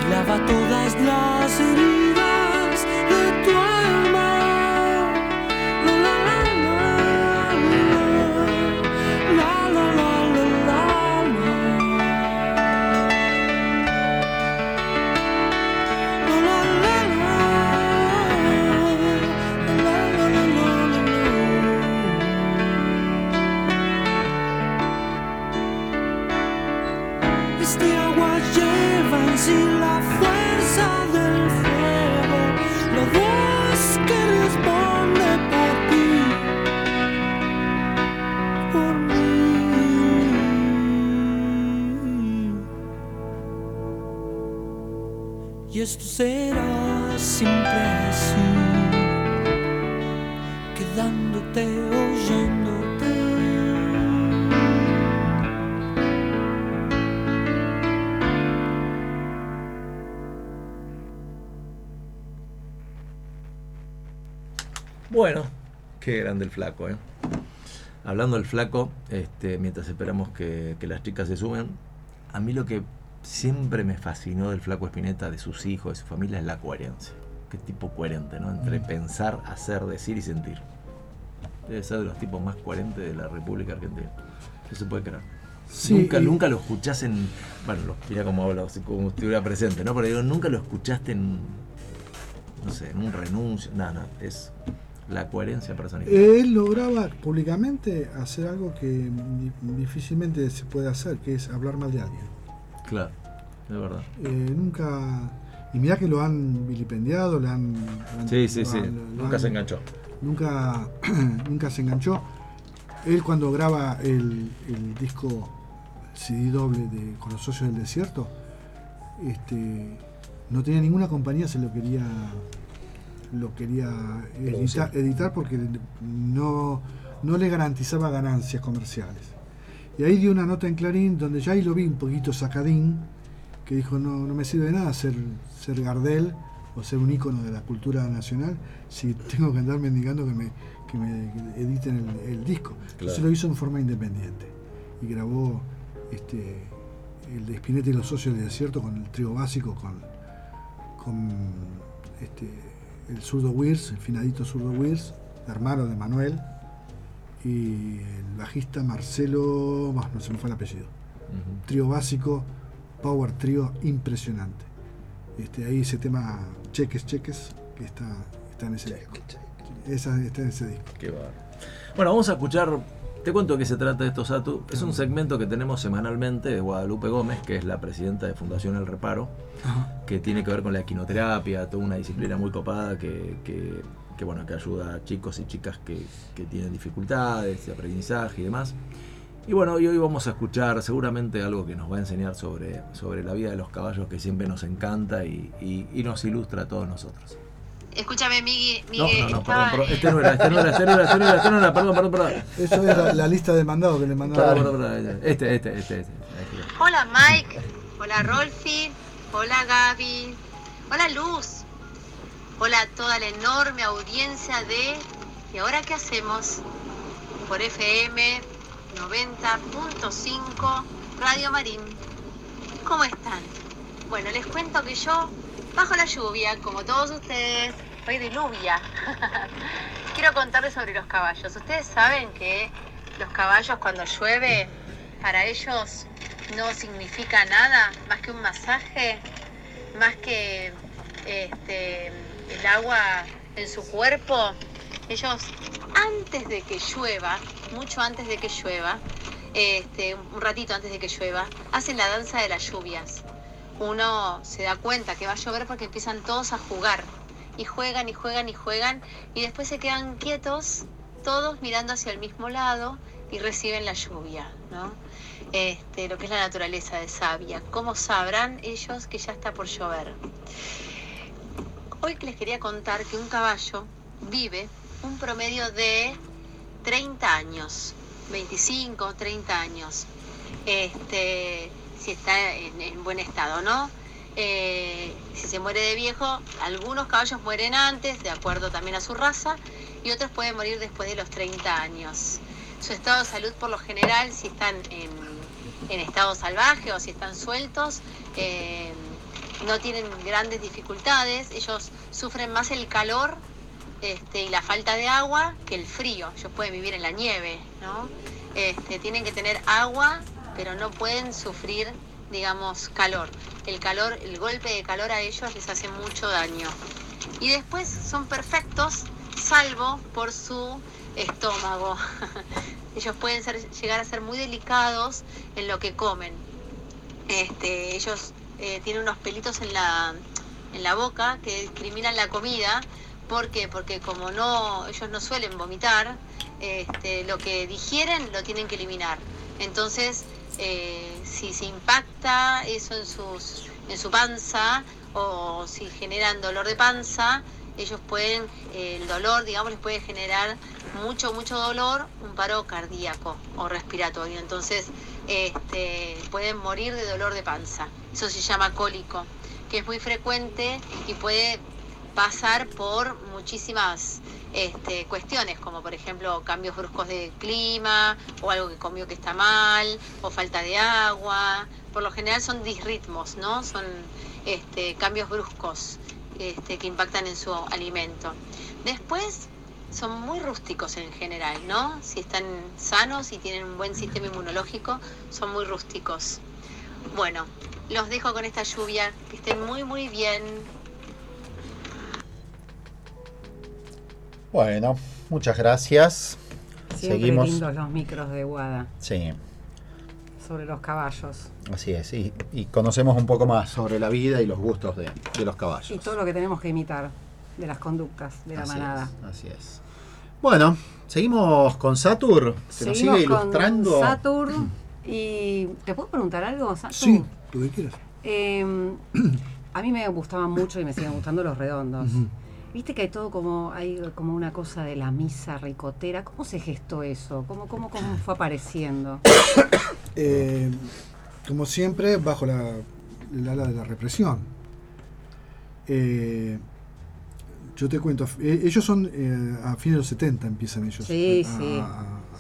Speaker 1: y lava todas las heridas de tu alma. La la la la la la la la la la. La, la, la, la, la, la, la, la, la. Este agua llevan sin la fuerza del fuego. La voz que responde por ti, por mí. Y esto será siempre así, quedándote oyéndote.
Speaker 2: Bueno, qué grande el flaco, ¿eh? Hablando del flaco, este, mientras esperamos que, que las chicas se sumen, a mí lo que siempre me fascinó del flaco Espineta, de sus hijos, de su familia,
Speaker 6: Mm.
Speaker 2: es la coherencia. Qué tipo coherente, ¿no? Entre pensar, hacer, decir y sentir. Debe ser de los tipos más coherentes de la República Argentina. No se puede creer.
Speaker 6: Sí,
Speaker 2: nunca,
Speaker 6: y-
Speaker 2: nunca lo escuchás en. Bueno, lo, mira cómo habla, así como estuviera presente, ¿no? Pero digo, nunca lo escuchaste en. No sé, en un renuncio. No, no, es la coherencia personificada.
Speaker 6: Él lograba públicamente hacer algo que di- difícilmente se puede hacer, que es hablar mal de alguien.
Speaker 2: Claro, es verdad.
Speaker 6: Eh, nunca. Y mirá que lo han vilipendiado, le han. han-
Speaker 2: Sí, sí,
Speaker 6: lo
Speaker 2: sí.
Speaker 6: han- lo
Speaker 2: Nunca se
Speaker 6: han-
Speaker 2: enganchó.
Speaker 6: Nunca, nunca se enganchó. Él, cuando graba el, el disco CD doble de Con los Socios del Desierto, este, no tenía ninguna compañía, se lo quería lo quería edita- editar porque no, no le garantizaba ganancias comerciales. Y ahí dio una nota en Clarín donde ya ahí lo vi un poquito sacadín, que dijo, no, no me sirve de nada ser, ser Gardel o ser un ícono de la cultura nacional si tengo que andar mendigando que me, que me editen el, el disco. Entonces
Speaker 2: Claro.
Speaker 6: lo hizo en forma independiente y grabó este, el de Spinetta y los socios del desierto con el trío básico, con, con este, el zurdo Weirs, el finadito zurdo Weirs, hermano de Manuel, y el bajista Marcelo, bah, no se me fue el apellido,
Speaker 2: Ujú.
Speaker 6: trío básico, power trío impresionante. Este, ahí ese tema Cheques Cheques, que está, está en ese disco. Esa, está en ese disco.
Speaker 2: Qué bárbaro. Bueno, vamos a escuchar. Te cuento de qué se trata esto, Satu. Es un segmento que tenemos semanalmente de Guadalupe Gómez, que es la presidenta de Fundación El Reparo, que tiene que ver con la equinoterapia, toda una disciplina muy copada que, que- que, bueno, que ayuda a chicos y chicas que, que tienen dificultades de aprendizaje y demás. Y bueno, y hoy vamos a escuchar seguramente algo que nos va a enseñar sobre, sobre la vida de los caballos que siempre nos encanta y, y- y nos ilustra a todos nosotros.
Speaker 10: Escúchame, Miguel.
Speaker 2: No,
Speaker 10: Miguel
Speaker 2: no, no,
Speaker 10: estaba
Speaker 2: perdón, perdón.
Speaker 10: en-
Speaker 2: Este no era, este no era, este no era, este no era, este no era, perdón, perdón, perdón.
Speaker 6: Eso es la, la lista de mandados que le mandaba.
Speaker 2: Perdón, perdón, perdón. Este, este, este, este. Ahí
Speaker 10: Hola, Mike. Hola, Rolfi. Hola, Gaby. Hola, Luz. Hola a toda la enorme audiencia de ¿Y ahora qué hacemos? Por FM 90.5 Radio Marín. ¿Cómo están? Bueno, les cuento que yo, bajo la lluvia, como todos ustedes, soy de lluvia. Quiero contarles sobre los caballos. Ustedes saben que los caballos cuando llueve, para ellos no significa nada más que un masaje, más que este, el agua en su cuerpo. Ellos, antes de que llueva, mucho antes de que llueva, este, un ratito antes de que llueva, hacen la danza de las lluvias. Uno se da cuenta que va a llover porque empiezan todos a jugar. Y juegan y juegan y juegan y después se quedan quietos, todos mirando hacia el mismo lado y reciben la lluvia, ¿no? este, lo que es la naturaleza de Sabia. ¿Cómo sabrán ellos que ya está por llover? Hoy les quería contar que un caballo vive un promedio de 30 años, 25, 30 años, este, si está en, en buen estado, ¿no? Eh, si se muere de viejo, algunos caballos mueren antes, de acuerdo también a su raza, y otros pueden morir después de los 30 años su estado de salud por lo general, si están en, en estado salvaje o si están sueltos, eh, no tienen grandes dificultades, ellos sufren más el calor este, y la falta de agua que el frío, ellos pueden vivir en la nieve, ¿no? Este, tienen que tener agua, pero no pueden sufrir, digamos, calor. El calor, el golpe de calor a ellos les hace mucho daño y después son perfectos salvo por su estómago. ellos pueden ser- llegar a ser muy delicados en lo que comen. Este, ellos eh, tienen unos pelitos en la, en la boca que discriminan la comida. ¿Por qué? Porque como no, ellos no suelen vomitar, este, lo que digieren lo tienen que eliminar. Entonces, eh, si se impacta eso en, sus, en su panza o si generan dolor de panza, ellos pueden, eh, el dolor, digamos, les puede generar mucho, mucho dolor, un paro cardíaco o respiratorio. Entonces, este, pueden morir de dolor de panza. Eso se llama cólico, que es muy frecuente y puede pasar por muchísimas este, cuestiones, como por ejemplo cambios bruscos de clima, o algo que comió que está mal, o falta de agua. Por lo general son disritmos, ¿no? Son este, cambios bruscos este, que impactan en su alimento. Después son muy rústicos en general, ¿no? Si están sanos y tienen un buen sistema inmunológico, son muy rústicos. Bueno, los dejo con esta lluvia, que estén muy muy bien.
Speaker 7: Bueno, muchas gracias.
Speaker 3: Siempre
Speaker 7: Seguimos.
Speaker 3: lindos los micros de Guada
Speaker 7: Sí,
Speaker 3: sobre los caballos
Speaker 7: así es. Y, y conocemos un poco más sobre la vida y los gustos de, de los
Speaker 3: y
Speaker 7: caballos.
Speaker 3: todo lo que tenemos que imitar de las conductas de la
Speaker 7: así
Speaker 3: manada.
Speaker 7: Es, así es. Bueno, seguimos con Satur, que nos sigue
Speaker 3: Seguimos con
Speaker 7: ilustrando. Mm.
Speaker 3: Saturn y ¿te puedo preguntar algo, Saturn?
Speaker 6: Sí, lo que quieras.
Speaker 3: Eh, a mí me gustaban mucho y me siguen gustando los redondos. Viste que hay todo como, hay como una cosa de la misa ricotera. ¿Cómo se gestó eso? ¿Cómo, cómo, cómo fue apareciendo?
Speaker 6: Eh, como siempre, bajo la, el ala de la represión. Eh, yo te cuento, eh, ellos son eh, a fines de los 70 empiezan ellos. eh,
Speaker 3: Sí,
Speaker 6: a-
Speaker 3: sí,
Speaker 6: a-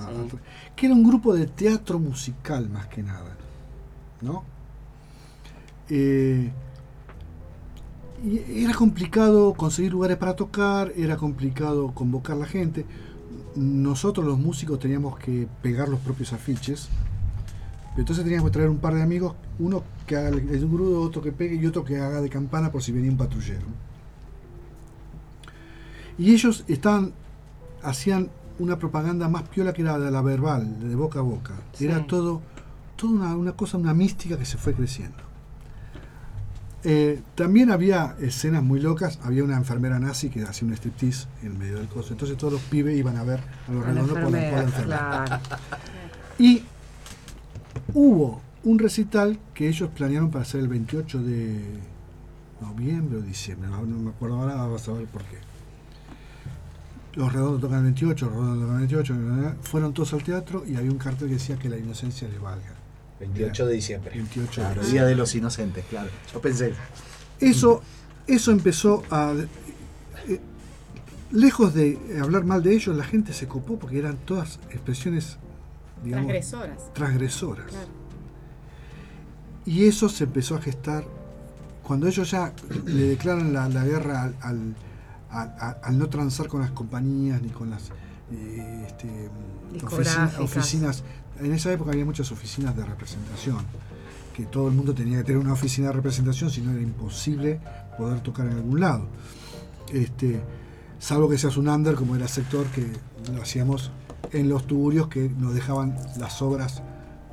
Speaker 6: a-
Speaker 3: sí.
Speaker 6: a- que era un grupo de teatro musical más que nada. ¿No? Eh, y era complicado conseguir lugares para tocar, era complicado convocar la gente. Nosotros los músicos teníamos que pegar los propios afiches. Entonces teníamos que traer un par de amigos, uno que haga el el grudo, otro que pegue y otro que haga de campana por si venía un patrullero. Y ellos estaban, hacían una propaganda más piola que era de la verbal, de boca a boca.
Speaker 3: Sí.
Speaker 6: Era todo, toda una, una cosa, una mística que se fue creciendo. Eh, también había escenas muy locas, había una enfermera nazi que hacía un striptease en medio del coso, entonces todos los pibes iban a ver a los
Speaker 3: Con la
Speaker 6: redondos por la- por la
Speaker 3: enfermera,
Speaker 6: enfermera.
Speaker 3: claro.
Speaker 6: Y hubo un recital que ellos planearon para hacer el 28 de noviembre o diciembre, no, no me acuerdo ahora, vas a ver por qué. Los redondos tocan el 28, los redondos tocan el 28, bla, bla, bla. fueron todos al teatro y había un cartel que decía que la inocencia le valga.
Speaker 7: 28 de diciembre.
Speaker 6: 28
Speaker 7: Claro,
Speaker 6: horas.
Speaker 7: Día de los Inocentes, claro. Yo pensé,
Speaker 6: Eso, eso empezó a... eh, lejos de hablar mal de ellos, la gente se copó porque eran todas expresiones, digamos,
Speaker 5: Transgresoras.
Speaker 6: transgresoras.
Speaker 5: Claro.
Speaker 6: Y eso se empezó a gestar cuando ellos ya le declaran la, la guerra al, al- al- a- al no transar con las compañías ni con las eh, este, oficina-
Speaker 3: Discográficas.
Speaker 6: oficinas. En esa época había muchas oficinas de representación, que todo el mundo tenía que tener una oficina de representación, si no era imposible poder tocar en algún lado. Este, salvo que seas un under, como era sector, que lo hacíamos en los tuburios que nos dejaban las obras,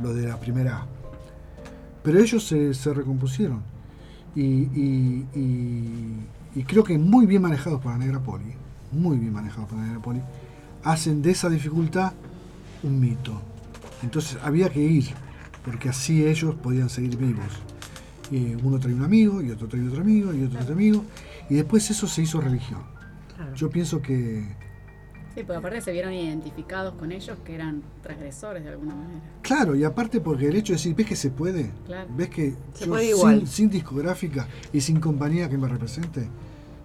Speaker 6: lo de la primera A. Pero ellos se, se recompusieron. Y, y- y- y creo que muy bien manejados por la Negra Poli, muy bien manejados por la Negra Poli, hacen de esa dificultad un mito. Entonces había que ir, porque así ellos podían seguir vivos. Eh, uno trae un amigo, y otro trae otro amigo, y otro otro amigo, y después eso se hizo religión.
Speaker 3: Claro.
Speaker 6: Yo pienso que,
Speaker 5: Sí, porque aparte se vieron identificados con ellos que eran transgresores de alguna manera.
Speaker 6: Claro, y aparte porque el hecho de decir, ves que se puede,
Speaker 5: Claro.
Speaker 6: ves que
Speaker 3: Se
Speaker 6: yo
Speaker 3: puede
Speaker 6: sin-
Speaker 3: igual.
Speaker 6: Sin, discográfica y sin compañía que me represente,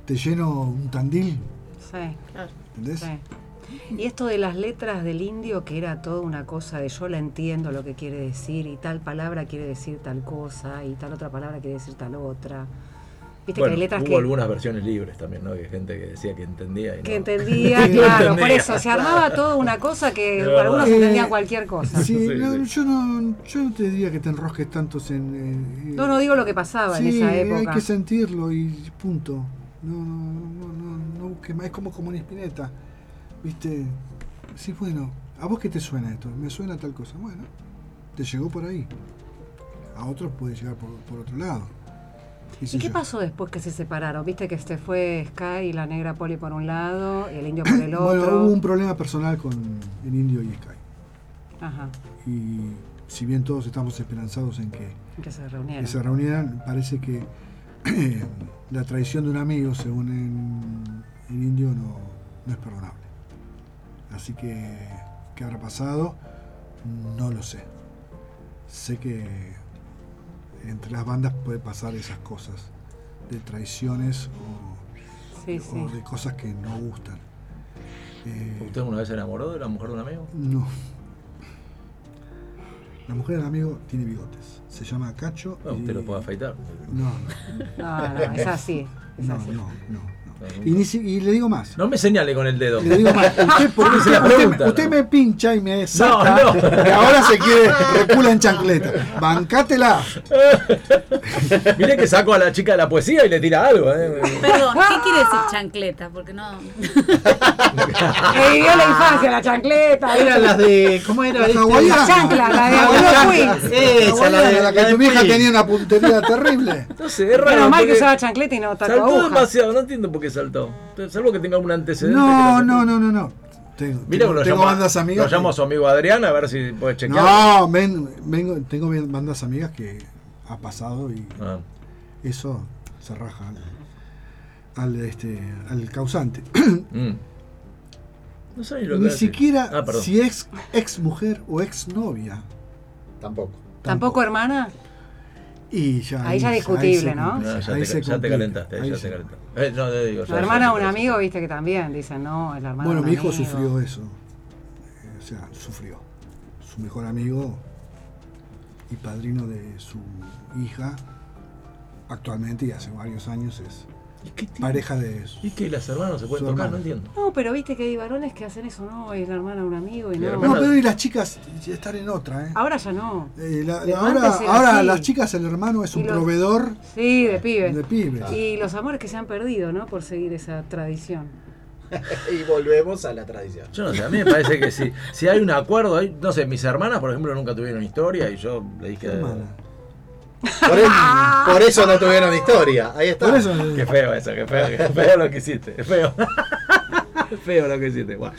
Speaker 6: te lleno un tandil,
Speaker 3: Sí,
Speaker 5: Claro.
Speaker 6: ¿entendés?
Speaker 3: sí. Y esto de las letras del indio, que era toda una cosa de yo la entiendo lo que quiere decir, y tal palabra quiere decir tal cosa, y tal otra palabra quiere decir tal otra. Viste que
Speaker 2: Bueno,
Speaker 3: hay letras
Speaker 2: hubo
Speaker 3: que.
Speaker 2: algunas versiones libres también, ¿no? Que gente que decía que entendía y no.
Speaker 3: que entendía,
Speaker 2: No
Speaker 3: claro, por
Speaker 2: entendía.
Speaker 3: eso se armaba toda una cosa que
Speaker 2: De verdad.
Speaker 3: algunos
Speaker 6: Eh,
Speaker 3: entendían cualquier cosa.
Speaker 6: Sí,
Speaker 2: Sí,
Speaker 6: no,
Speaker 2: sí.
Speaker 6: Yo, no, yo no te diría que te enrosques tantos en... en- eh,
Speaker 3: No, no digo lo que pasaba en
Speaker 6: sí,
Speaker 3: esa
Speaker 6: hay
Speaker 3: época.
Speaker 6: que sentirlo y punto. No, no, no, no, no busques más. Es como como una espineta, ¿viste? Sí, bueno, ¿a vos qué te suena esto? Me suena tal cosa. Bueno, te llegó por ahí. A otros puede llegar por, por otro lado. sé
Speaker 3: ¿Y qué
Speaker 6: yo.
Speaker 3: pasó después que se separaron? Viste que se fue Sky y la negra Poli por un lado, y el indio por el
Speaker 6: Bueno, hubo un
Speaker 3: otro.
Speaker 6: problema personal con el Indio y Sky.
Speaker 3: Ajá,
Speaker 6: Y si bien todos estamos esperanzados en que
Speaker 3: que se
Speaker 6: que se
Speaker 3: reunieron.
Speaker 6: reunieran, parece que la traición de un amigo, según en, en indio, no, no es perdonable. Así que, ¿qué habrá pasado? No lo sé. Sé que entre las bandas puede pasar esas cosas, de traiciones o,
Speaker 3: Sí,
Speaker 6: o
Speaker 3: sí.
Speaker 6: de cosas que no gustan. Eh,
Speaker 2: ¿Usted alguna vez se enamoró de la mujer de un amigo?
Speaker 6: no. La mujer del amigo tiene bigotes. Se llama Cacho.
Speaker 2: Bueno,
Speaker 6: y-
Speaker 2: usted lo puede afeitar.
Speaker 6: No, no.
Speaker 3: No, no, es así. Es
Speaker 6: No,
Speaker 3: así.
Speaker 6: no, no, no. Y, ni si- y le digo más.
Speaker 2: Eh, No me señale con el dedo.
Speaker 6: Le digo más. Usted, por-
Speaker 2: Porque se la
Speaker 6: usted-
Speaker 2: pregunta,
Speaker 6: usted
Speaker 2: ¿no?
Speaker 6: me pincha y me saca.
Speaker 2: No, no.
Speaker 6: que ahora se quiere recula en chancleta. Bancátela.
Speaker 2: Mire que saco a la chica de la poesía y le tira algo. ¿eh?
Speaker 5: Perdón, ¿qué quiere decir chancleta? Porque no.
Speaker 3: Que vivió la infancia, la chancleta.
Speaker 7: Ah. Eran las de. ¿Cómo era? Este,
Speaker 6: La
Speaker 7: esta?
Speaker 6: hawaiana.
Speaker 3: Este, La chancla, la de Abuelo Queens.
Speaker 7: Esa, la de
Speaker 6: la que
Speaker 7: de
Speaker 6: tu vieja
Speaker 7: Queen.
Speaker 6: tenía una puntería terrible.
Speaker 2: Entonces, es raro.
Speaker 3: Menos mal que
Speaker 2: porque
Speaker 3: usaba chancleta y no taco
Speaker 2: Saltó
Speaker 3: aguja.
Speaker 2: demasiado, no entiendo por qué saltó. Salvo que tenga algún antecedente.
Speaker 6: No, no, no, no, no. Tengo,
Speaker 2: Mira,
Speaker 6: tengo,
Speaker 2: lo,
Speaker 6: tengo
Speaker 2: llamo,
Speaker 6: bandas amigas.
Speaker 2: lo llamo a
Speaker 6: que-
Speaker 2: su amigo Adrián a ver si puede chequear.
Speaker 6: No, ven- vengo, tengo bien bandas amigas que ha pasado y
Speaker 2: Ah.
Speaker 6: eso se raja al, al, este, al causante.
Speaker 2: Mm. No sé lo que
Speaker 6: Ni
Speaker 2: hace.
Speaker 6: siquiera
Speaker 2: Ah, perdón.
Speaker 6: si es ex mujer o ex novia.
Speaker 7: Tampoco.
Speaker 3: ¿Tampoco, hermana?
Speaker 6: Y ya,
Speaker 3: Ahí ya discutible, ¿no?
Speaker 2: No, Ah, ya, te, ya te calentaste, ya te
Speaker 6: calentaste.
Speaker 2: calentaste. Eh, no, te digo, ya-
Speaker 3: La hermana
Speaker 2: ya-
Speaker 3: de un amigo, viste que también dicen, no, es la hermana
Speaker 6: Bueno,
Speaker 3: de un
Speaker 6: mi hijo
Speaker 3: amigo.
Speaker 6: sufrió eso. Eh, O sea, sufrió. Su mejor amigo y padrino de su hija, actualmente y hace varios años, es
Speaker 2: ¿Y qué tiene?
Speaker 6: pareja de su.
Speaker 2: ¿Y que las hermanas se pueden
Speaker 6: Su
Speaker 2: tocar? No
Speaker 6: hermana.
Speaker 2: entiendo.
Speaker 3: No, pero viste que hay varones que hacen eso, no, es la hermana de un amigo y
Speaker 2: Mi
Speaker 3: no.
Speaker 6: No,
Speaker 2: hermana-
Speaker 6: pero y las chicas estar en otra, ¿eh?
Speaker 3: Ahora ya no.
Speaker 6: Eh, la- la-
Speaker 3: Pero
Speaker 6: ahora
Speaker 3: antes era
Speaker 6: ahora
Speaker 3: así.
Speaker 6: las chicas, el hermano es
Speaker 3: Y
Speaker 6: un
Speaker 3: lo-
Speaker 6: proveedor
Speaker 3: Sí, de pibes.
Speaker 6: de pibes.
Speaker 3: Y los amores que se han perdido, ¿no? Por seguir esa tradición.
Speaker 7: Y volvemos a la tradición.
Speaker 2: Yo no sé, a mí me parece que si, si hay un acuerdo, hay- no sé, mis hermanas, por ejemplo, nunca tuvieron historia y yo le dije.
Speaker 6: Hermana.
Speaker 7: Por, el- por eso no tuvieron historia. Ahí está.
Speaker 6: Por eso.
Speaker 2: Qué feo eso, qué feo, qué feo lo que hiciste, es feo. Es feo lo que hiciste, guau.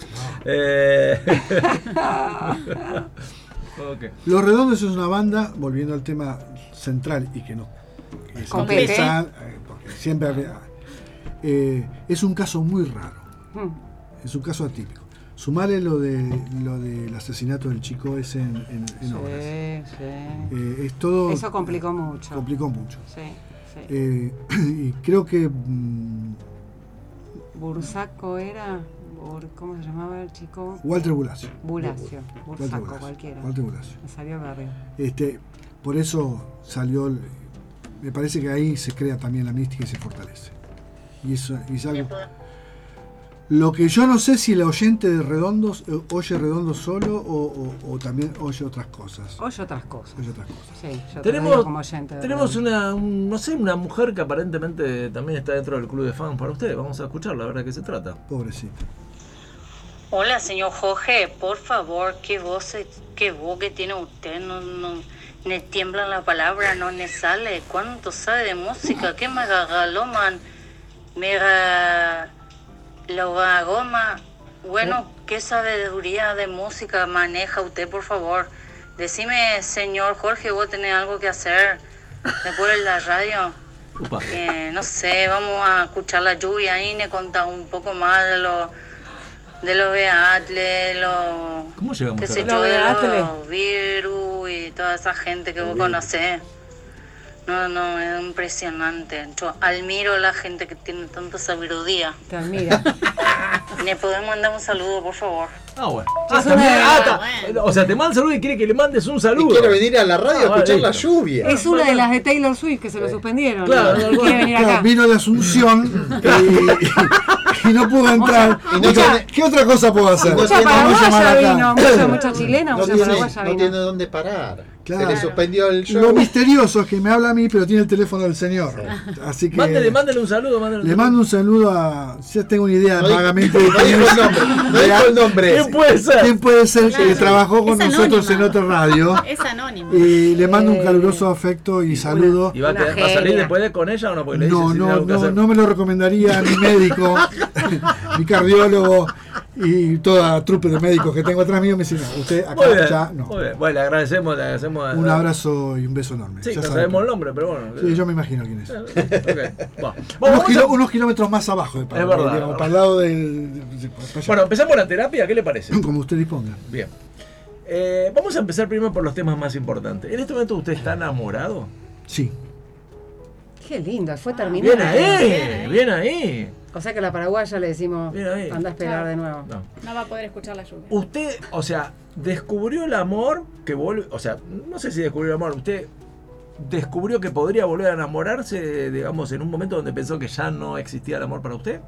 Speaker 2: Eh, ok.
Speaker 6: Los Redondos es una banda, volviendo al tema central y que no. que es
Speaker 3: Compete.
Speaker 6: interesante, eh, porque siempre había- eh, es un caso muy raro,
Speaker 3: Mm.
Speaker 6: es un caso atípico. Sumale lo de lo del asesinato del chico ese en, en- en obras.
Speaker 3: Sí, sí.
Speaker 6: Eh, es todo
Speaker 3: Eso complicó mucho.
Speaker 6: complicó mucho.
Speaker 3: sí, sí.
Speaker 6: Eh, y creo que mm,
Speaker 3: Bursaco era. Bur- ¿Cómo se llamaba el chico?
Speaker 6: Walter Bulacio.
Speaker 3: Bulacio.
Speaker 6: Walter
Speaker 3: Bursaco,
Speaker 6: Bulacio,
Speaker 3: cualquiera.
Speaker 6: Walter Bulacio.
Speaker 3: Me salió el barrio.
Speaker 6: Este, por eso salió. el- me parece que ahí se crea también la mística y se fortalece. Y eso y es algo. Lo que yo no sé si la oyente de Redondos eh, oye Redondos solo o, o- o también oye otras cosas.
Speaker 3: Oye otras cosas.
Speaker 6: Oye otras cosas.
Speaker 3: Sí, yo te lo digo
Speaker 2: Tenemos,
Speaker 3: como oyente. de
Speaker 2: tenemos
Speaker 3: radio.
Speaker 2: una, un- no sé, una mujer que aparentemente también está dentro del club de fans para ustedes. Vamos a escucharla, a ver de qué se trata.
Speaker 6: Pobrecita.
Speaker 11: Hola, señor Jorge, por favor, qué voz, es- qué voz que tiene usted, no, no, le tiemblan las palabras, no le sale. ¿Cuánto sabe de música? ¿Qué me regaloman? Mira, lo goma. Bueno, ¿qué sabiduría de música maneja usted, por favor? Decime, señor Jorge, vos tenés algo que hacer después de la radio.
Speaker 2: Upa.
Speaker 11: Eh, no sé, vamos a escuchar la lluvia y me contás un poco más de los de los Beatles, de los
Speaker 2: ¿Cómo llegamos
Speaker 11: qué
Speaker 2: a
Speaker 11: sé
Speaker 2: la-
Speaker 11: yo, de
Speaker 3: Beatles.
Speaker 11: los virus y toda esa gente que vos conocés. No, no, es impresionante. Yo admiro a la gente que tiene tanta sabiduría.
Speaker 3: Te admira.
Speaker 11: ¿Le podés mandar un saludo, por favor?
Speaker 2: Ah, bueno. Ah, también, ah, ta- O sea, te manda saludo y quiere que le mandes un
Speaker 7: Y
Speaker 2: saludo.
Speaker 7: quiere venir a la radio a
Speaker 2: Ah,
Speaker 7: escuchar la
Speaker 2: listo.
Speaker 7: lluvia.
Speaker 3: es una de las de Taylor Swift que se lo suspendieron.
Speaker 2: Claro,
Speaker 3: ¿no?
Speaker 2: tal
Speaker 3: Y
Speaker 2: cual.
Speaker 3: quiere venir
Speaker 6: Claro,
Speaker 3: acá.
Speaker 6: vino de Asunción y, y no pudo entrar.
Speaker 7: Y no
Speaker 6: O sea,
Speaker 7: tiene-
Speaker 6: ¿Qué otra cosa puedo hacer?
Speaker 7: Eh, no
Speaker 6: Vamos a
Speaker 3: Mucha
Speaker 7: tiene-
Speaker 6: llamar
Speaker 3: paraguaya
Speaker 6: acá.
Speaker 3: vino, mucha, mucha chilena,
Speaker 7: No
Speaker 3: mucha
Speaker 7: tiene,
Speaker 3: paraguaya
Speaker 7: no
Speaker 3: vino.
Speaker 7: tiene dónde parar.
Speaker 6: Claro.
Speaker 7: Se le suspendió el show.
Speaker 6: Lo misterioso es que me habla a mí, pero tiene el teléfono del señor. Así que
Speaker 2: Mándele, mándele un saludo, mándele un
Speaker 6: le
Speaker 2: saludo.
Speaker 6: mando un saludo a. Ya tengo una idea
Speaker 7: No di-
Speaker 6: vagamente de
Speaker 7: No dijo el nombre. No dijo el nombre.
Speaker 2: ¿Quién puede ser?
Speaker 6: quién puede ser que
Speaker 5: Claro.
Speaker 6: trabajó con
Speaker 5: Es
Speaker 6: nosotros en
Speaker 5: anónima.
Speaker 6: otra radio.
Speaker 5: Es anónimo.
Speaker 6: Y le mando un caluroso afecto y saludo.
Speaker 2: ¿Y va a,
Speaker 3: Una
Speaker 2: quedar- va a salir
Speaker 3: genia.
Speaker 2: después de con ella o no? Porque le dice
Speaker 6: No,
Speaker 2: si tiene
Speaker 6: no,
Speaker 2: algo que
Speaker 6: no,
Speaker 2: hacer.
Speaker 6: no me lo recomendaría mi médico, mi cardiólogo y toda trupe de médicos que tengo atrás mío. Me dicen, no, usted
Speaker 2: Muy bien,
Speaker 6: acá ya no.
Speaker 2: muy bien. Bueno, le agradecemos, le agradecemos. a-
Speaker 6: Un abrazo y un beso enorme.
Speaker 2: Sí,
Speaker 6: Ya
Speaker 2: no
Speaker 6: saben.
Speaker 2: sabemos el nombre, pero bueno.
Speaker 6: Sí, yo me imagino quién es.
Speaker 2: Ok, va. Vamos
Speaker 6: Unos,
Speaker 2: a-
Speaker 6: kilo- unos kilómetros más abajo de Paraguay,
Speaker 2: verdad,
Speaker 6: digamos,
Speaker 2: es
Speaker 6: para el lado del. de- de- para allá.
Speaker 2: Bueno, empezamos la terapia, ¿qué le parece?
Speaker 6: como usted disponga.
Speaker 2: Bien. Eh, vamos a empezar primero por los temas más importantes. ¿En este momento usted está enamorado?
Speaker 6: Sí.
Speaker 3: Qué linda, fue terminada.
Speaker 2: Ah, Bien ahí, bien ahí.
Speaker 3: O sea que a la paraguaya le decimos,
Speaker 2: Bien ahí.
Speaker 3: anda a esperar de nuevo.
Speaker 2: No.
Speaker 5: No va a poder escuchar la lluvia.
Speaker 2: Usted, o sea, descubrió el amor que vuelve. O sea, no sé si descubrió el amor. Usted descubrió que podría volver a enamorarse, digamos, en un momento donde pensó que ya no existía el amor para usted?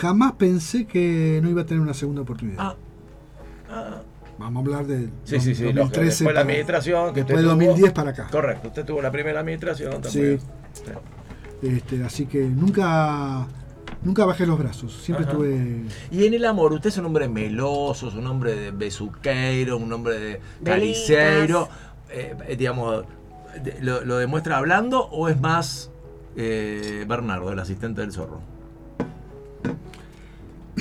Speaker 6: Jamás pensé que no iba a tener una segunda oportunidad.
Speaker 2: Ah. Ah,
Speaker 6: Vamos a hablar de
Speaker 2: sí, sí, sí, lógico. Después la
Speaker 6: para-
Speaker 2: administración. Que usted
Speaker 6: después de
Speaker 2: tuvo-
Speaker 6: 2010 para acá.
Speaker 2: Correcto, usted tuvo la primera administración
Speaker 6: Sí.
Speaker 2: también. Sí.
Speaker 6: Este, así que nunca nunca bajé los brazos. Siempre
Speaker 2: Ajá.
Speaker 6: estuve
Speaker 2: Y en el amor, usted es un hombre meloso, es un hombre de besuqueiro, un hombre de cariceiro. eh, eh, digamos, de- lo, lo demuestra hablando o es más eh, Bernardo, el asistente del zorro?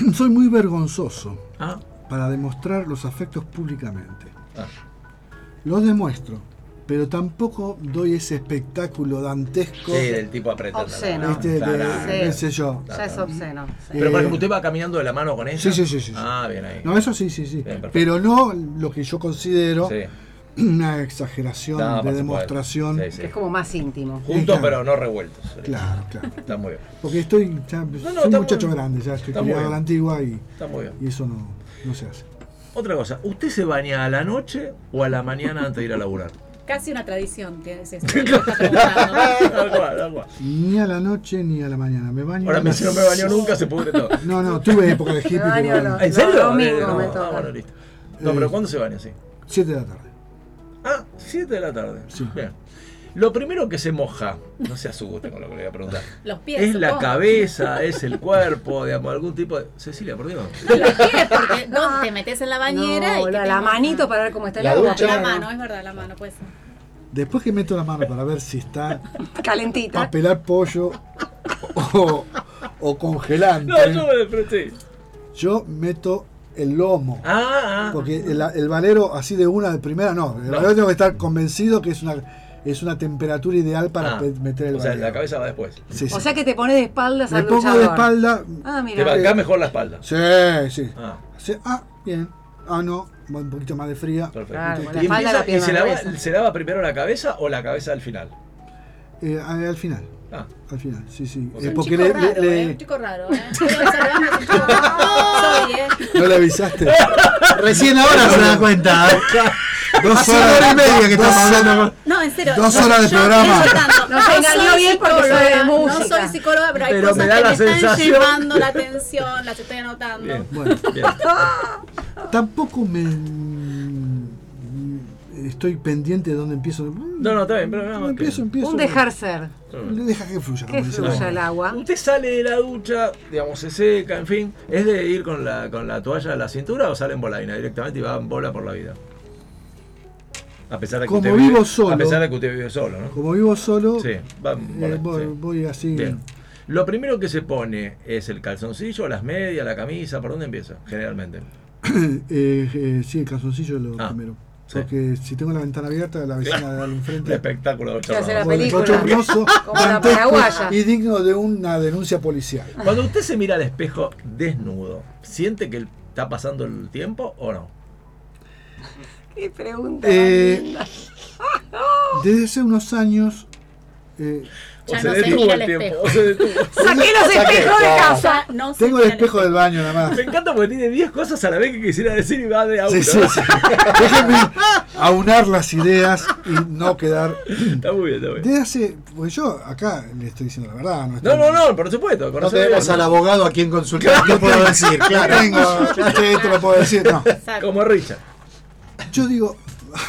Speaker 6: soy muy vergonzoso
Speaker 2: Ah.
Speaker 6: para demostrar los afectos públicamente.
Speaker 2: Ah.
Speaker 6: Los demuestro, pero tampoco doy ese espectáculo dantesco.
Speaker 2: Sí, del tipo aprieta.
Speaker 3: Obsceno.
Speaker 6: Este, de-
Speaker 2: Claro.
Speaker 6: qué sé yo.
Speaker 3: Ya es obsceno. sí.
Speaker 2: Pero por
Speaker 6: Eh,
Speaker 2: ejemplo, usted va caminando de la mano con ella.
Speaker 6: Sí, sí, sí, sí, sí.
Speaker 2: Ah, bien ahí.
Speaker 6: No, eso sí, sí, sí.
Speaker 2: Bien, perfecto.
Speaker 6: pero no lo que yo considero
Speaker 2: Sí.
Speaker 6: una exageración
Speaker 2: No,
Speaker 6: de
Speaker 2: por
Speaker 6: demostración.
Speaker 2: supuesto. Sí,
Speaker 3: Que
Speaker 2: sí.
Speaker 3: es como más íntimo.
Speaker 2: Juntos
Speaker 6: Claro.
Speaker 2: pero no revueltos. Sí.
Speaker 6: Claro, claro.
Speaker 2: Está muy bien.
Speaker 6: Porque estoy, ya,
Speaker 2: no,
Speaker 6: soy
Speaker 2: está
Speaker 6: un muchacho
Speaker 2: muy-
Speaker 6: grande, ya estoy
Speaker 2: está muy
Speaker 6: criado a la
Speaker 2: bien.
Speaker 6: antigua y,
Speaker 2: Está muy bien.
Speaker 6: y eso no, no se hace.
Speaker 2: Otra cosa, ¿usted se baña a la noche o a la mañana antes de ir a laburar?
Speaker 5: Casi una tradición que es esto. que me está preguntando.
Speaker 2: Tal cual, tal cual.
Speaker 6: Ni a la noche ni a la mañana. Me baño.
Speaker 2: Ahora,
Speaker 6: a las-
Speaker 2: si no me baño nunca, se pudre todo.
Speaker 6: No, no, tuve época de hippie.
Speaker 3: Me baño
Speaker 6: que, Eh.
Speaker 3: los-
Speaker 2: ¿En serio?
Speaker 3: domingo
Speaker 2: Eh, no,
Speaker 3: me
Speaker 2: ah,
Speaker 3: toca.
Speaker 2: bueno, listo. No, pero ¿cuándo se baña así?
Speaker 6: 7 de la tarde.
Speaker 2: Ah, 7 de la tarde.
Speaker 6: Sí.
Speaker 2: Bien. Lo primero que se moja, no se asusten con lo que le voy a preguntar.
Speaker 5: Los pies.
Speaker 2: Es la
Speaker 5: supongo.
Speaker 2: cabeza, es el cuerpo, digamos, algún tipo de. Cecilia, por Dios.
Speaker 5: Porque no te metes en la bañera
Speaker 3: No,
Speaker 5: y.
Speaker 3: la,
Speaker 5: que
Speaker 3: la
Speaker 5: tenga-
Speaker 3: manito para ver cómo está el
Speaker 4: La
Speaker 3: agua.
Speaker 4: ducha.
Speaker 5: La
Speaker 3: claro.
Speaker 5: mano, es verdad, la mano, pues.
Speaker 6: Después que meto la mano para ver si está
Speaker 3: Calentita.
Speaker 6: a pelar pollo o, o congelante,
Speaker 2: No, yo me desperté.
Speaker 6: yo meto el lomo.
Speaker 2: Ah, ah.
Speaker 6: Porque el, el valero así de una de primera, no. El
Speaker 2: No.
Speaker 6: valero tengo que estar convencido que es una, es una temperatura ideal para
Speaker 2: Ah.
Speaker 6: pe- meter el
Speaker 2: O sea,
Speaker 6: valero.
Speaker 2: la cabeza va después.
Speaker 6: Sí,
Speaker 3: O
Speaker 6: sí.
Speaker 3: sea que te pones de espaldas
Speaker 6: Me
Speaker 3: al
Speaker 6: pongo de
Speaker 3: luchador.
Speaker 6: espalda.
Speaker 3: Ah,
Speaker 2: Te
Speaker 3: mira.
Speaker 2: bancás mejor la espalda.
Speaker 6: Sí, sí.
Speaker 2: Ah,
Speaker 6: Sí, ah, bien. Ah, no. Un poquito más de fría. Este,
Speaker 3: Claro,
Speaker 2: perfecto.
Speaker 3: con
Speaker 2: ¿Y,
Speaker 3: la espalda,
Speaker 2: empieza-
Speaker 3: la
Speaker 2: y
Speaker 3: pierna,
Speaker 2: se,
Speaker 3: la
Speaker 2: lava,
Speaker 3: cabeza.
Speaker 2: se lava primero la cabeza o la cabeza al final?
Speaker 6: Eh, al final.
Speaker 2: Ah,
Speaker 6: Al final, sí, sí.
Speaker 2: Ok.
Speaker 6: Eh,
Speaker 5: Un
Speaker 6: porque
Speaker 5: chico
Speaker 6: le,
Speaker 5: raro,
Speaker 6: le- le-
Speaker 5: ¿eh? Un chico raro, ¿eh? Estoy observando, es un chico raro. Soy, ¿eh?
Speaker 6: no le avisaste.
Speaker 4: Recién ahora se da cuenta.
Speaker 6: Dos
Speaker 4: Hace una hora y media que
Speaker 6: dos-
Speaker 4: estamos hablando.
Speaker 5: No, en serio.
Speaker 6: Dos
Speaker 5: yo-
Speaker 6: horas de
Speaker 5: yo
Speaker 6: programa.
Speaker 5: estoy llorando.
Speaker 3: Nos engañó
Speaker 5: soy
Speaker 3: bien porque sabe de
Speaker 5: psicóloga,
Speaker 3: música.
Speaker 5: No soy psicóloga, pero hay
Speaker 2: Pero
Speaker 5: cosas
Speaker 2: me da
Speaker 5: que
Speaker 2: la
Speaker 5: me están
Speaker 2: sensación.
Speaker 5: llevando la atención, las estoy anotando.
Speaker 2: bien.
Speaker 6: Bueno,
Speaker 2: bien.
Speaker 6: tampoco me. mm, Estoy pendiente de dónde empiezo.
Speaker 2: No, no, está bien, pero no,
Speaker 6: empiezo,
Speaker 2: ok.
Speaker 6: empiezo.
Speaker 3: Un dejar ser.
Speaker 2: Mm.
Speaker 6: Le Deja que fluya.
Speaker 3: Que
Speaker 6: como dice la
Speaker 3: fluya
Speaker 6: mamá.
Speaker 3: el agua.
Speaker 2: Usted sale de la ducha, digamos, se seca, en fin. ¿Es de ir con la, con la toalla a la cintura o sale en bolaina directamente y va en bola por la vida? A pesar de que
Speaker 6: Como
Speaker 2: usted
Speaker 6: vivo
Speaker 2: vive,
Speaker 6: solo.
Speaker 2: A pesar de que usted vive solo, ¿no?
Speaker 6: Como vivo solo,
Speaker 2: Sí,
Speaker 6: eh,
Speaker 2: va en bola.
Speaker 6: voy,
Speaker 2: sí.
Speaker 6: voy así.
Speaker 2: Bien. Lo primero que se pone es el calzoncillo, las medias, la camisa. ¿Por dónde empieza? Generalmente.
Speaker 6: Eh, eh, sí, el calzoncillo es lo
Speaker 2: Ah,
Speaker 6: primero.
Speaker 2: sí.
Speaker 6: Porque si tengo la ventana abierta, la vecina de al
Speaker 2: Un
Speaker 6: enfrente.
Speaker 2: espectáculo de ocho
Speaker 3: hace la
Speaker 2: rounds.
Speaker 6: Bueno,
Speaker 3: película.
Speaker 6: coche horroroso,
Speaker 3: Como la
Speaker 6: dantesco
Speaker 3: paraguaya.
Speaker 6: y digno de una denuncia policial.
Speaker 2: Cuando usted se mira al espejo desnudo, ¿siente que está pasando el tiempo o no?
Speaker 3: Qué pregunta.
Speaker 6: Eh, desde hace unos años, eh,
Speaker 2: O
Speaker 5: Ya no se mira al espejo.
Speaker 2: o se detuvo.
Speaker 3: Saqué los espejos de casa.
Speaker 5: Ya no sé
Speaker 6: tengo
Speaker 5: si
Speaker 6: el
Speaker 5: era
Speaker 6: espejo del baño nada más.
Speaker 2: Me encanta porque tiene 10 cosas a la vez que quisiera decir y va de a uno.
Speaker 6: Sí, sí, sí. Déjenme aunar las ideas y no quedar.
Speaker 2: Está muy bien, está muy bien.
Speaker 6: Desde hace. Pues yo acá le estoy diciendo la verdad.
Speaker 2: No,
Speaker 6: estoy-
Speaker 2: no, no, por supuesto. con
Speaker 4: No
Speaker 2: eso
Speaker 4: tenemos
Speaker 2: digo,
Speaker 4: al abogado a quien consultar. ¿Qué puedo decir?
Speaker 6: Claro,
Speaker 4: Claro.
Speaker 6: tengo. ya sé, esto lo puedo decir. No.
Speaker 5: Exacto.
Speaker 2: Como Richard.
Speaker 6: Yo digo,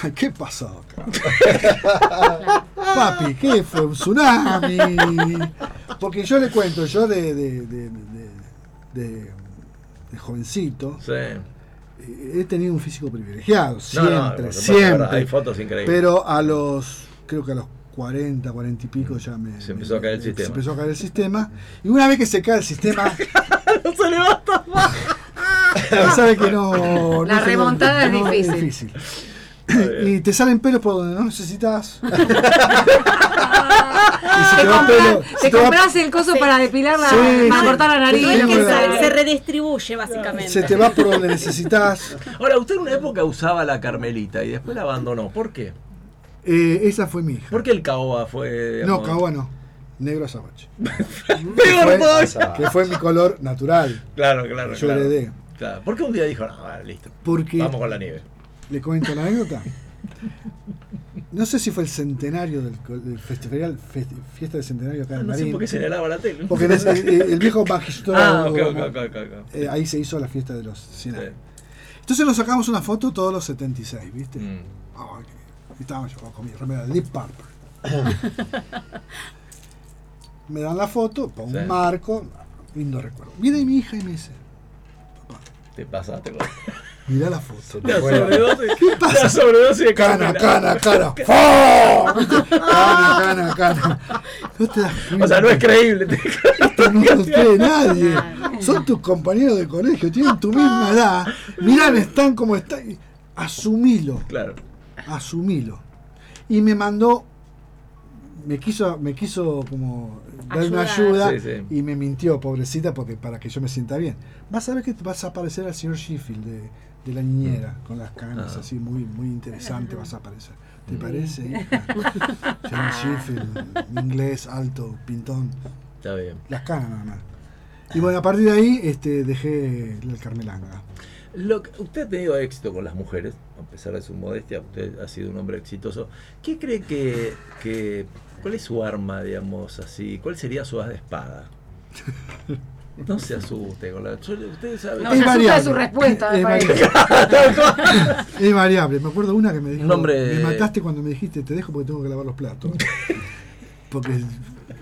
Speaker 6: "Ay, ¿qué pasó acá? Papi, ¿qué fue? ¿Un tsunami? Porque yo le cuento, yo de, de, de, de- de- de jovencito
Speaker 2: Sí.
Speaker 6: eh, he tenido un físico privilegiado,
Speaker 2: No,
Speaker 6: siempre,
Speaker 2: no, por supuesto, ahora
Speaker 6: siempre.
Speaker 2: Hay fotos increíbles.
Speaker 6: Pero a los, creo que a los 40, 40 y pico ya me...
Speaker 2: Se empezó a caer el
Speaker 6: me-
Speaker 2: sistema.
Speaker 6: Se empezó a caer el sistema. Y una vez que se cae el sistema,
Speaker 2: no se levanta más.
Speaker 6: sabe que no...
Speaker 3: La
Speaker 6: no se-
Speaker 3: remontada es difícil.
Speaker 6: Y te salen pelos por donde no necesitas.
Speaker 3: Ah, Te,
Speaker 6: va
Speaker 3: compras-
Speaker 6: pelo,
Speaker 3: te
Speaker 6: se te va-
Speaker 3: compras el coso para depilar la,
Speaker 6: Sí,
Speaker 3: para
Speaker 6: sí.
Speaker 3: cortar la nariz.
Speaker 5: No es que
Speaker 6: Sí,
Speaker 5: se,
Speaker 6: bueno.
Speaker 5: se redistribuye, básicamente.
Speaker 6: Se te va por donde necesitas.
Speaker 2: Ahora, usted en una época usaba la Carmelita y después la abandonó. ¿Por qué?
Speaker 6: Eh, esa fue mi hija.
Speaker 2: ¿Por qué el caoba fue.?
Speaker 6: No,
Speaker 2: digamos,
Speaker 6: caoba no. Negro azabache.
Speaker 2: Peor
Speaker 6: Fue-
Speaker 2: todavía.
Speaker 6: que fue mi color natural.
Speaker 2: Claro, claro,
Speaker 6: Yo
Speaker 2: claro.
Speaker 6: le dé.
Speaker 2: Claro. ¿Por qué un día dijo, no, vale, "Ah, listo,
Speaker 6: Porque
Speaker 2: vamos con la nieve?
Speaker 6: le cuento la anécdota. No sé si fue el centenario del, co- del festival, fest- fiesta del centenario acá en
Speaker 2: Ah, No sé
Speaker 6: Marín.
Speaker 2: por qué señalaba la tele.
Speaker 6: Porque en ese- el, el viejo magistroso.
Speaker 2: Ah, ok, ok, ok, ok, ok.
Speaker 6: eh, ahí se hizo la fiesta de los 100 años. Entonces nos sacamos una foto todos los 76, ¿viste?
Speaker 2: Mm.
Speaker 6: Ah, ok. Y estábamos yo con mi remera de Deep Purple. me dan la foto, pongo
Speaker 2: Sí.
Speaker 6: un marco, lindo recuerdo. Viene mi hija y me dice,
Speaker 2: Te pasaste con.
Speaker 6: mirá la foto.
Speaker 2: Te sobredosis.
Speaker 6: ¿Qué pasa?
Speaker 2: La sobredosis de
Speaker 6: Cana,
Speaker 2: cana,
Speaker 6: cana, cana. ¡Fo! Cana, cana, cana. No te das
Speaker 2: O sea, no es creíble.
Speaker 6: Esto no lo cree nadie. Son tus compañeros de colegio, tienen tu misma edad. Mirá, están como están. Asumilo.
Speaker 2: Claro.
Speaker 6: Asumilo. Y me mandó. Me quiso, me quiso como dar una
Speaker 2: Ayudar.
Speaker 6: ayuda
Speaker 2: Sí,
Speaker 6: y me mintió, pobrecita, porque para que yo me sienta bien. Vas a ver que te vas a parecer al señor Sheffield de, de la niñera, con las canas
Speaker 2: Ah.
Speaker 6: así, muy, muy interesante vas a parecer. ¿Te
Speaker 2: Mm.
Speaker 6: parece? hija? señor Sheffield, inglés, alto, pintón.
Speaker 2: Está bien.
Speaker 6: Las canas nada más. Y bueno, a partir de ahí este, dejé el Carmelanga.
Speaker 2: Lo que- usted ha tenido éxito con las mujeres, a pesar de su modestia, usted ha sido un hombre exitoso. ¿Qué cree que, que- cuál es su arma, digamos así? ¿Cuál sería su haz de espada? No se asuste con la. yo- usted sabe.
Speaker 3: No, se asusta de su respuesta, me
Speaker 6: Es
Speaker 3: parece.
Speaker 6: variable. Es variable. Me acuerdo una que me dijo,
Speaker 2: Un hombre-
Speaker 6: me mataste cuando me dijiste, te dejo porque tengo que lavar los platos. Porque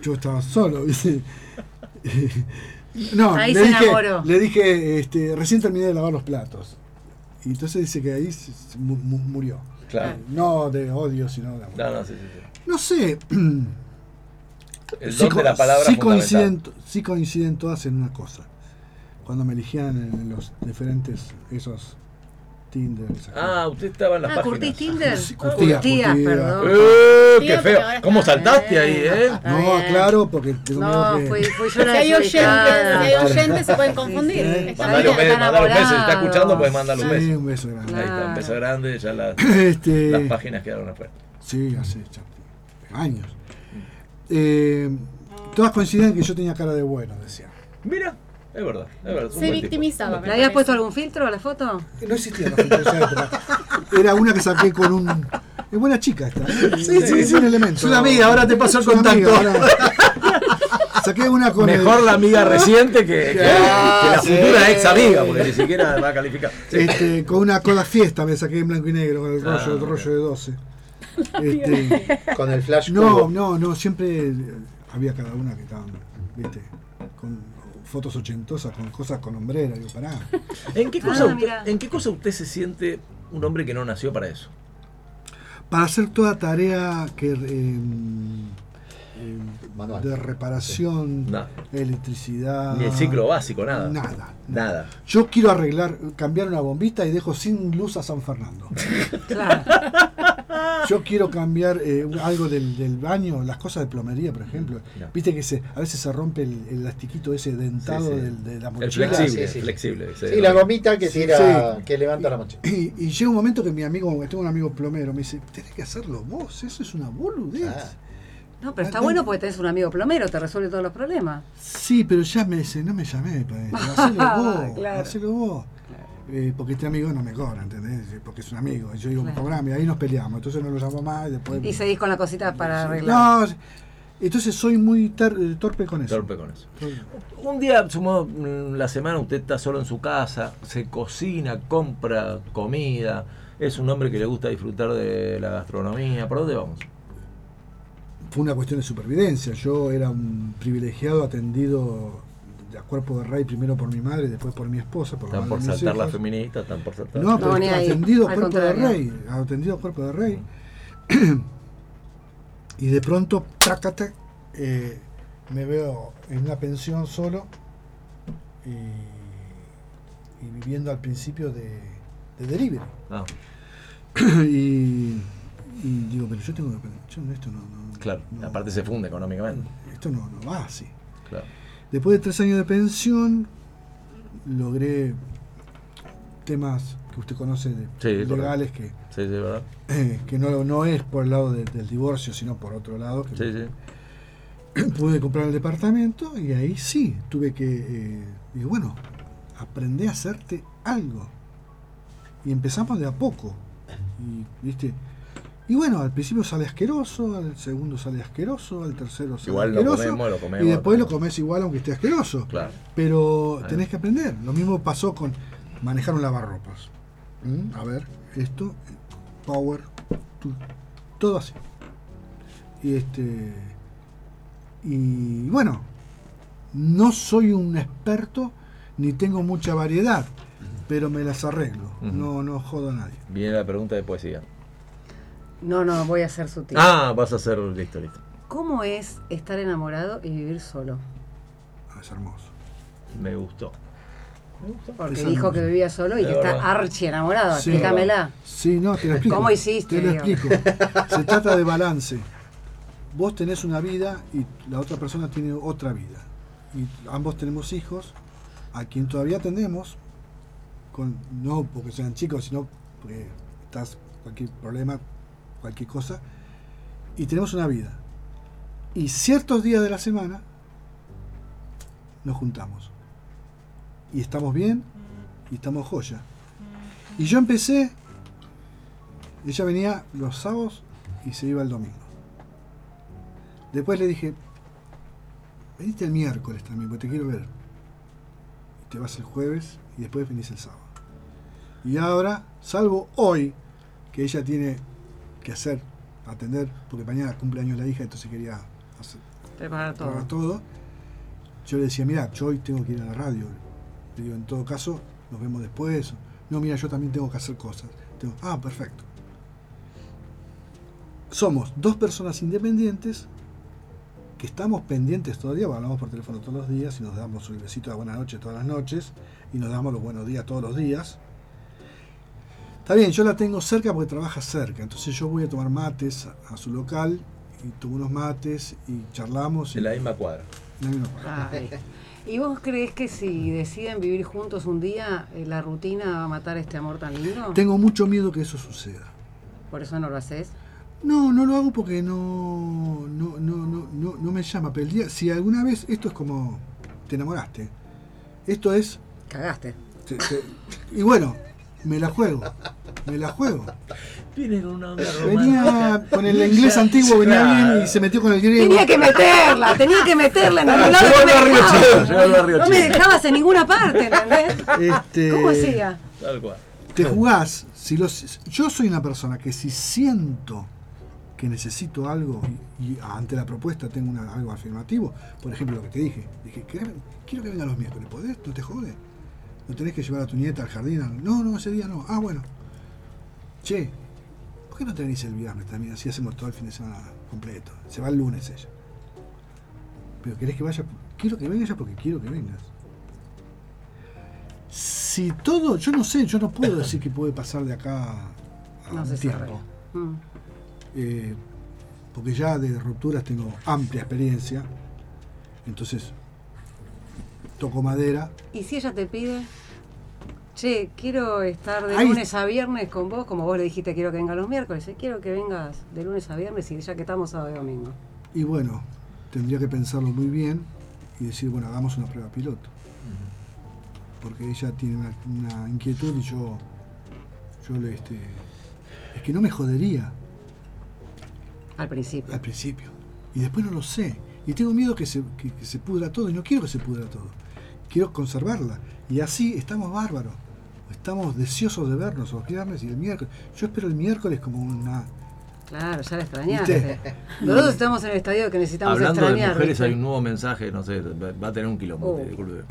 Speaker 6: yo estaba solo, ¿viste? No,
Speaker 3: Ahí
Speaker 6: le,
Speaker 3: se
Speaker 6: dije,
Speaker 3: enamoró.
Speaker 6: le dije, este, recién terminé de lavar los platos. Y entonces dice que ahí se- se mu- mu- murió.
Speaker 2: Claro.
Speaker 6: No de odio, sino de amor.
Speaker 2: No, no, sí, sí, sí.
Speaker 6: No sé.
Speaker 2: El
Speaker 6: Sí
Speaker 2: don de la
Speaker 6: co-
Speaker 2: palabra
Speaker 6: sí
Speaker 2: fundamental.
Speaker 6: coinciden, sí coinciden todas en una cosa. Cuando me elegían en los diferentes, esos Tinder. esas
Speaker 2: Ah, usted estaba en las
Speaker 5: Ah,
Speaker 2: páginas.
Speaker 5: curtís Tinder.
Speaker 6: Sí, ah. curtía,
Speaker 3: Curtía,
Speaker 6: curtía.
Speaker 3: perdón.
Speaker 2: ¡Eh, qué
Speaker 5: Digo,
Speaker 2: feo!
Speaker 5: pero ahora
Speaker 2: ¿Cómo
Speaker 5: está
Speaker 2: saltaste
Speaker 5: bien.
Speaker 2: ahí, eh?
Speaker 6: No,
Speaker 3: bien.
Speaker 6: claro, porque tengo
Speaker 3: No,
Speaker 6: miedo que-
Speaker 3: fui, fui yo
Speaker 5: Si
Speaker 3: la
Speaker 5: hay oyentes, si
Speaker 3: desubicada.
Speaker 5: hay oyentes se pueden confundir.
Speaker 6: Sí, sí.
Speaker 5: Está
Speaker 2: Mandale
Speaker 5: bien.
Speaker 2: un beso,
Speaker 3: están
Speaker 2: mandale un beso. Si está escuchando,
Speaker 3: enamorados.
Speaker 2: pues mandale un
Speaker 6: Sí,
Speaker 2: beso.
Speaker 6: un beso grande.
Speaker 2: Ahí está, un beso grande, ya las,
Speaker 6: Este-
Speaker 2: las páginas quedaron afuera.
Speaker 6: Sí, hace ya años. Eh, todas coinciden que yo tenía cara de bueno, decía.
Speaker 2: Mira, es verdad, es verdad. es un
Speaker 5: Se
Speaker 2: buen tipo.
Speaker 5: victimizaba. me
Speaker 3: ¿Le habías
Speaker 5: parece.
Speaker 3: puesto algún filtro a la foto?
Speaker 6: No existía la foto, o sea, pero Era una que saqué con un. Es buena chica esta. ¿eh?
Speaker 7: Sí, sí,
Speaker 6: es
Speaker 7: sí.
Speaker 6: un elemento.
Speaker 7: Es una amiga, ahora te paso el
Speaker 6: Es una amiga,
Speaker 7: contacto.
Speaker 6: ahora- Saqué una con. el- Ah,
Speaker 2: Mejor la amiga reciente que, que- que la
Speaker 6: sí.
Speaker 2: futura ex amiga, porque ni siquiera va a calificar. Sí.
Speaker 6: Este, con una cola fiesta me saqué en blanco y negro con el rollo,
Speaker 2: Ah,
Speaker 6: el
Speaker 2: ok.
Speaker 6: rollo de 12. Este,
Speaker 7: Con el flash
Speaker 6: no,
Speaker 7: cubo.
Speaker 6: no, no, siempre eh, había cada una que estaban, viste, con fotos ochentosas, con cosas con hombrera, digo, pará.
Speaker 2: ¿En, qué cosa
Speaker 3: Ah,
Speaker 2: usted,
Speaker 3: mira.
Speaker 2: ¿En qué cosa usted se siente un hombre que no nació para eso?
Speaker 6: Para hacer toda tarea que eh, eh,
Speaker 7: Manual.
Speaker 6: de reparación,
Speaker 2: No.
Speaker 6: electricidad.
Speaker 2: Ni el ciclo básico, nada.
Speaker 6: Ah. Nada.
Speaker 2: Nada.
Speaker 6: Yo quiero arreglar, cambiar una bombita y dejo sin luz a San Fernando.
Speaker 3: Claro.
Speaker 6: Yo quiero cambiar eh, un- algo del, del baño, las cosas de plomería, por ejemplo.
Speaker 2: Claro.
Speaker 6: Viste que se, a veces se rompe el, el elastiquito ese dentado
Speaker 2: Sí, sí.
Speaker 6: del- de la
Speaker 2: Es
Speaker 6: mochila.
Speaker 2: flexible,
Speaker 7: sí, sí.
Speaker 2: flexible. sí,
Speaker 7: Sí, la gomita que
Speaker 6: Sí,
Speaker 7: tira, que levanta la mochila.
Speaker 6: Y, y llega un momento que mi amigo, tengo un amigo plomero, me dice, tenés que hacerlo vos, eso es una boludez.
Speaker 7: Ah.
Speaker 3: No, pero está bueno porque tenés un amigo plomero, te resuelve todos los problemas.
Speaker 6: Sí, pero ya me dice, no me llamé para esto, hacelo vos,
Speaker 3: Claro.
Speaker 6: hacelo vos. Eh, porque este amigo no me cobra, ¿entendés? Eh, Porque es un amigo. Y yo digo,
Speaker 3: Claro.
Speaker 6: cobrame, ahí nos peleamos. Entonces no lo llamo más y después...
Speaker 3: Y seguís con la cosita para arreglar.
Speaker 6: no, entonces soy muy ter- eh, torpe con eso.
Speaker 2: Torpe con eso. Un día, sumado mm, la semana, usted está solo en su casa, se cocina, compra comida, es un hombre que le gusta disfrutar de la gastronomía. ¿Por dónde vamos?
Speaker 6: fue una cuestión de supervivencia. Yo era un privilegiado atendido a cuerpo de rey, primero por mi madre, después por mi esposa. Por la madre
Speaker 2: Están por
Speaker 6: de mis
Speaker 2: saltar las
Speaker 6: hijos.
Speaker 2: feministas, están por saltar.
Speaker 6: No, pero
Speaker 3: No, ni ahí,
Speaker 6: atendido a
Speaker 3: al
Speaker 6: cuerpo de
Speaker 3: contrario.
Speaker 6: rey. Atendido a cuerpo de rey. y de pronto, trácate, eh, me veo en una pensión solo y, y viviendo al principio de, de delivery.
Speaker 2: Ah,
Speaker 6: y, y digo, pero yo tengo que aprender. Yo esto no, no-
Speaker 2: claro,
Speaker 6: no-
Speaker 2: aparte se funde económicamente.
Speaker 6: esto no, no va así.
Speaker 2: Claro.
Speaker 6: Después de tres años de pensión, logré temas que usted conoce de-
Speaker 2: Sí,
Speaker 6: legales que,
Speaker 2: Sí, sí, ¿verdad?
Speaker 6: eh, que no, no es por el lado de- del divorcio, sino por otro lado. que
Speaker 2: Sí, sí.
Speaker 6: Pude comprar el departamento y ahí sí, tuve que, eh, digo, bueno, aprendí a hacerte algo. Y empezamos de a poco. Y, viste, Y bueno, al principio sale asqueroso, al segundo sale asqueroso, al tercero sale
Speaker 12: Igual lo
Speaker 6: asqueroso.
Speaker 12: comemos, lo comemos,
Speaker 6: y después
Speaker 12: lo
Speaker 6: lo comes igual aunque esté asqueroso.
Speaker 12: Claro.
Speaker 6: Pero
Speaker 12: Claro.
Speaker 6: tenés que aprender. Lo mismo pasó con manejar un lavarropas. ¿Mm? A ver, esto, power, tu- todo así. Y este. Y bueno, no soy un experto ni tengo mucha variedad, pero me las arreglo.
Speaker 12: Ujú.
Speaker 6: No, no jodo a nadie.
Speaker 12: Viene la pregunta de poesía.
Speaker 3: No, no, voy a ser sutil.
Speaker 12: Ah, vas a hacer listo, listo.
Speaker 3: ¿Cómo es estar enamorado y vivir solo?
Speaker 6: Ah, Es hermoso.
Speaker 12: Me gustó.
Speaker 3: Porque
Speaker 6: Es
Speaker 3: dijo
Speaker 6: hermoso.
Speaker 3: que vivía solo y
Speaker 6: Es
Speaker 3: que está
Speaker 6: verdad.
Speaker 3: archi enamorado.
Speaker 6: Sí.
Speaker 3: Explícamela.
Speaker 6: Sí, no, te lo explico.
Speaker 3: ¿Cómo hiciste,
Speaker 6: Te lo
Speaker 3: digo?
Speaker 6: explico. Se trata de balance. Vos tenés una vida y la otra persona tiene otra vida. Y ambos tenemos hijos, a quien todavía tenemos, con, no porque sean chicos, sino porque estás cualquier problema, cualquier cosa, y tenemos una vida. Y ciertos días de la semana nos juntamos. Y estamos bien y estamos joya. Y yo empecé ella venía los sábados y se iba el domingo. Después le dije, veniste el miércoles también, porque te quiero ver. Te vas el jueves y después venís el sábado. Y ahora, salvo hoy, que ella tiene que hacer, atender, porque mañana cumpleaños la hija, entonces quería hacer,
Speaker 3: Preparar todo.
Speaker 6: preparar todo. Yo le decía, mira, yo hoy tengo que ir a la radio. Le digo, en todo caso, nos vemos después. No, mira, yo también tengo que hacer cosas. Tengo- ah, perfecto. Somos dos personas independientes que estamos pendientes todo el día, hablamos por teléfono todos los días y nos damos un besito de buena noche todas las noches y nos damos los buenos días todos los días. Está bien, yo la tengo cerca porque trabaja cerca, entonces yo voy a tomar mates a- a su local y tomo unos mates y charlamos.
Speaker 12: En la misma cuadra.
Speaker 6: En la misma cuadra.
Speaker 3: Ay. ¿Y vos crees que si deciden vivir juntos un día, eh, la rutina va a matar este amor tan lindo?
Speaker 6: Tengo mucho miedo que eso suceda.
Speaker 3: ¿Por eso no lo haces?
Speaker 6: No, no lo hago porque no, no, no, no, no, no me llama. Pero el día, si alguna vez, esto es como, te enamoraste. Esto es...
Speaker 3: Cagaste.
Speaker 6: te- te- y bueno, me la juego. Me la juego.
Speaker 12: Tienen una onda
Speaker 6: Venía con el inglés antiguo, venía bien y se metió con el griego.
Speaker 3: Tenía que meterla, tenía que meterla en algún lado.
Speaker 6: Llegó
Speaker 3: que
Speaker 6: al
Speaker 3: me
Speaker 6: barrio
Speaker 3: dejaba.
Speaker 6: chino, llegó al barrio
Speaker 3: No me
Speaker 6: chino.
Speaker 3: dejabas en ninguna parte, ¿entendés?
Speaker 6: Este,
Speaker 3: ¿Cómo hacía?
Speaker 12: Tal cual.
Speaker 6: Te jugás. Si los, yo soy una persona que si siento que necesito algo y, y ante la propuesta tengo una- algo afirmativo, por ejemplo lo que te dije, dije, "¿Querés ven- quiero que vengan los miércoles, ¿podés? No te jode. No tenés que llevar a tu nieta al jardín. No, no, ese día no. Ah, bueno. Che, ¿por qué no te venís el viernes también? Así hacemos todo el fin de semana completo. Se va el lunes ella. Pero querés que vaya, quiero que venga ella porque quiero que vengas. Si todo, yo no sé, yo no puedo decir que puede pasar de acá a
Speaker 3: No
Speaker 6: un
Speaker 3: se sabe.
Speaker 6: tiempo.
Speaker 3: Mm.
Speaker 6: Eh, porque ya de rupturas tengo amplia experiencia. Entonces, toco madera.
Speaker 3: ¿Y si ella te pide? Che, quiero estar de
Speaker 6: Ahí-
Speaker 3: lunes a viernes con vos, como vos le dijiste quiero que venga los miércoles, eh, quiero que vengas de lunes a viernes y ya que estamos sábado y domingo.
Speaker 6: Y bueno, tendría que pensarlo muy bien y decir, bueno, hagamos una prueba piloto. Porque ella tiene una, una inquietud y yo, yo le, este, es que no me jodería.
Speaker 3: Al principio.
Speaker 6: Al principio. Y después no lo sé. Y tengo miedo que se, que- que se pudra todo y no quiero que se pudra todo. Quiero conservarla. Y así estamos bárbaros. Estamos deseosos de vernos los viernes y el miércoles. Yo espero el miércoles como una...
Speaker 3: Claro, ya la extrañaste.
Speaker 6: ¿Viste?
Speaker 3: Nosotros estamos en el estadio que necesitamos
Speaker 12: Hablando de
Speaker 3: extrañar.
Speaker 12: mujeres,
Speaker 3: ¿viste?
Speaker 12: hay un nuevo mensaje, no sé, va va a tener un
Speaker 3: Oh.
Speaker 12: kilómetro.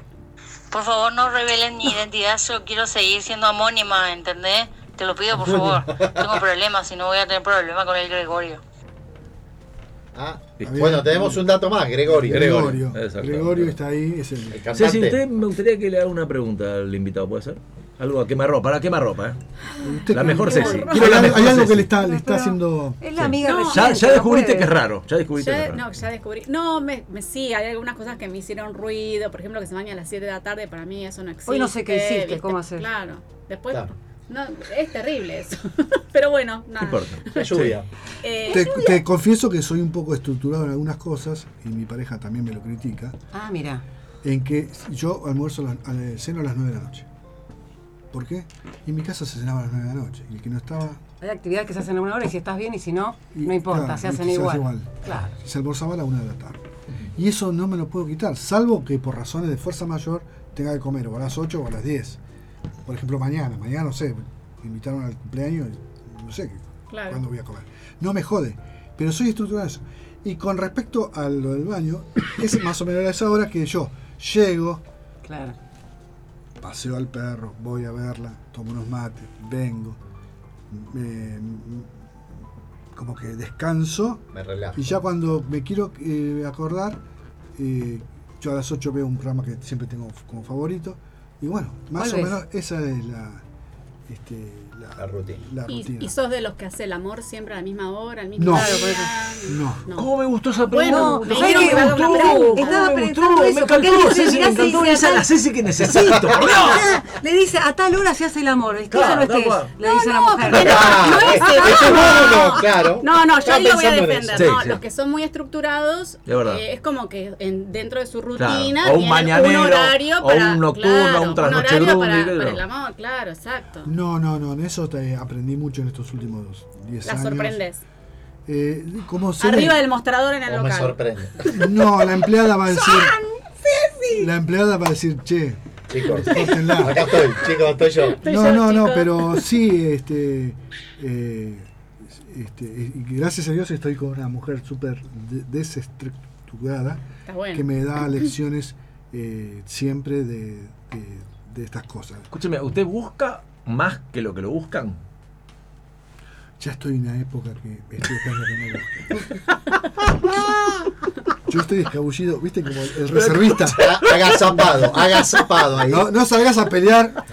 Speaker 11: Por favor, no revelen mi identidad, yo quiero seguir siendo amónima, ¿entendés? Te lo pido, por favor. Tengo problemas, si no voy a tener problemas con el Gregorio.
Speaker 4: Ah, bueno, tenemos un dato más, Gregorio.
Speaker 6: Gregorio.
Speaker 12: Exacto.
Speaker 6: Gregorio está ahí. Es el,
Speaker 12: Ceci, usted me gustaría que le haga una pregunta al invitado, ¿puede ser? Algo a quemarropa, para quemarropa, ¿eh? La mejor Ceci.
Speaker 6: Hay,
Speaker 12: Quiero la
Speaker 6: algo-
Speaker 12: mejor
Speaker 6: hay algo
Speaker 12: Ceci.
Speaker 6: que le está, le está haciendo...
Speaker 3: Es la amiga
Speaker 5: No,
Speaker 12: Ya,
Speaker 3: reciente,
Speaker 12: ya
Speaker 3: no
Speaker 12: descubriste
Speaker 3: puede.
Speaker 12: que es raro, ya descubriste que es
Speaker 5: Ya,
Speaker 12: raro.
Speaker 5: no, ya descubrí. No, me, me- sí, hay algunas cosas que me hicieron ruido. Por ejemplo, que se baña a las 7 de la tarde, para mí eso no existe.
Speaker 3: Hoy no sé qué hiciste, ¿cómo hacer?
Speaker 5: Claro. Después,
Speaker 4: Claro.
Speaker 5: no, es terrible eso. Pero bueno, nada.
Speaker 6: No importa.
Speaker 4: La lluvia.
Speaker 5: Eh,
Speaker 6: Te, te confieso que soy un poco estructurado en algunas cosas y mi pareja también me lo critica.
Speaker 3: Ah, mira.
Speaker 6: En que yo almuerzo, a las- a- ceno a las 9 de la noche. ¿Por qué? Y en mi casa se cenaba a las 9 de la noche. Y el que no estaba,
Speaker 3: Hay actividades que se hacen en una hora y si estás bien y si no, no importa,
Speaker 6: claro,
Speaker 3: se
Speaker 6: no,
Speaker 3: hacen
Speaker 6: se hace
Speaker 3: igual.
Speaker 6: Ah, igual.
Speaker 3: Claro.
Speaker 6: se almorzaba a la 1 de la tarde. Y eso no me lo puedo quitar, salvo que por razones de fuerza mayor tenga que comer o a las 8 o a las 10. Por ejemplo, mañana, mañana no sé, me invitaron al cumpleaños, y no sé
Speaker 5: Claro.
Speaker 6: cuándo voy a comer. No me jode, pero soy estructurado en eso. Y con respecto a lo del baño, es más o menos a esa hora que yo llego,
Speaker 3: Claro.
Speaker 6: paseo al perro, voy a verla, tomo unos mates, vengo, me- como que descanso
Speaker 4: Me relajo.
Speaker 6: y ya cuando me quiero eh, acordar, eh, yo a las 8 veo un programa que siempre tengo f- como favorito. Y bueno, más
Speaker 5: ¿Cuál
Speaker 6: o
Speaker 5: ves?
Speaker 6: menos esa es la, este, la, rutina.
Speaker 5: ¿Y, y sos de los que hace el amor siempre a la misma hora, al mismo
Speaker 6: No.
Speaker 5: día?
Speaker 6: No.
Speaker 2: ¿Cómo me gustó esa
Speaker 5: Bueno,
Speaker 2: pregunta?
Speaker 5: me
Speaker 2: ¿Cómo
Speaker 5: dijeron que
Speaker 2: me
Speaker 5: me haga
Speaker 2: gustó?
Speaker 5: una
Speaker 2: ¿Cómo
Speaker 5: pregunta.
Speaker 3: Estaba
Speaker 2: me
Speaker 3: pensando
Speaker 2: gustó?
Speaker 3: eso,
Speaker 2: Me
Speaker 3: porque él
Speaker 2: encantó,
Speaker 3: dice,
Speaker 2: Ceci, me
Speaker 3: mirá, sí,
Speaker 2: encantó.
Speaker 3: sí,
Speaker 2: Esa es la
Speaker 3: acá-
Speaker 2: Ceci que necesito, por Dios.
Speaker 3: Ah, Le dice, a tal hora se hace el amor. ¿viste?
Speaker 2: Claro,
Speaker 3: Eso no
Speaker 2: tal
Speaker 3: estés,
Speaker 2: cual.
Speaker 3: le dice la mujer.
Speaker 5: no es eso.
Speaker 4: claro.
Speaker 5: No, no, yo
Speaker 4: Estaba
Speaker 5: ahí lo voy a
Speaker 4: pensando en
Speaker 5: defender.
Speaker 4: eso.
Speaker 5: no,
Speaker 4: Sí, sí.
Speaker 5: Los que son muy estructurados,
Speaker 4: Es verdad.
Speaker 5: eh, es como que en- dentro de su
Speaker 2: Claro,
Speaker 5: rutina
Speaker 2: o un
Speaker 5: tienen
Speaker 2: mañanero,
Speaker 5: un horario
Speaker 2: o
Speaker 5: para,
Speaker 2: un nocturno,
Speaker 5: claro,
Speaker 2: un trasnoche
Speaker 5: horario
Speaker 2: brundi,
Speaker 5: para,
Speaker 2: qué sé
Speaker 5: para
Speaker 2: yo.
Speaker 5: el amor, claro, exacto.
Speaker 6: No, no, no, en eso te aprendí mucho en estos últimos 10
Speaker 5: La
Speaker 6: años.
Speaker 5: sorprendes.
Speaker 6: Eh, ¿Cómo se
Speaker 5: Arriba del mostrador en el
Speaker 6: O me
Speaker 5: local.
Speaker 4: sorprende.
Speaker 6: No, la empleada va a decir. La empleada va a decir, che.
Speaker 4: Chicos,
Speaker 6: córtenla".
Speaker 4: acá estoy, chicos, estoy yo.
Speaker 6: No, no, no, pero sí, este, eh, este, y gracias a Dios estoy con una mujer súper de- desestructurada
Speaker 5: Está bueno.
Speaker 6: que me da lecciones eh, siempre de, de- de estas cosas.
Speaker 2: Escúcheme, ¿usted busca más que lo que lo buscan?
Speaker 6: Ya estoy en una época que estoy esperando que me busquen. Yo estoy escabullido, viste, como el, el reservista.
Speaker 4: Agazapado, agazapado ahí.
Speaker 6: No, no salgas a pelear.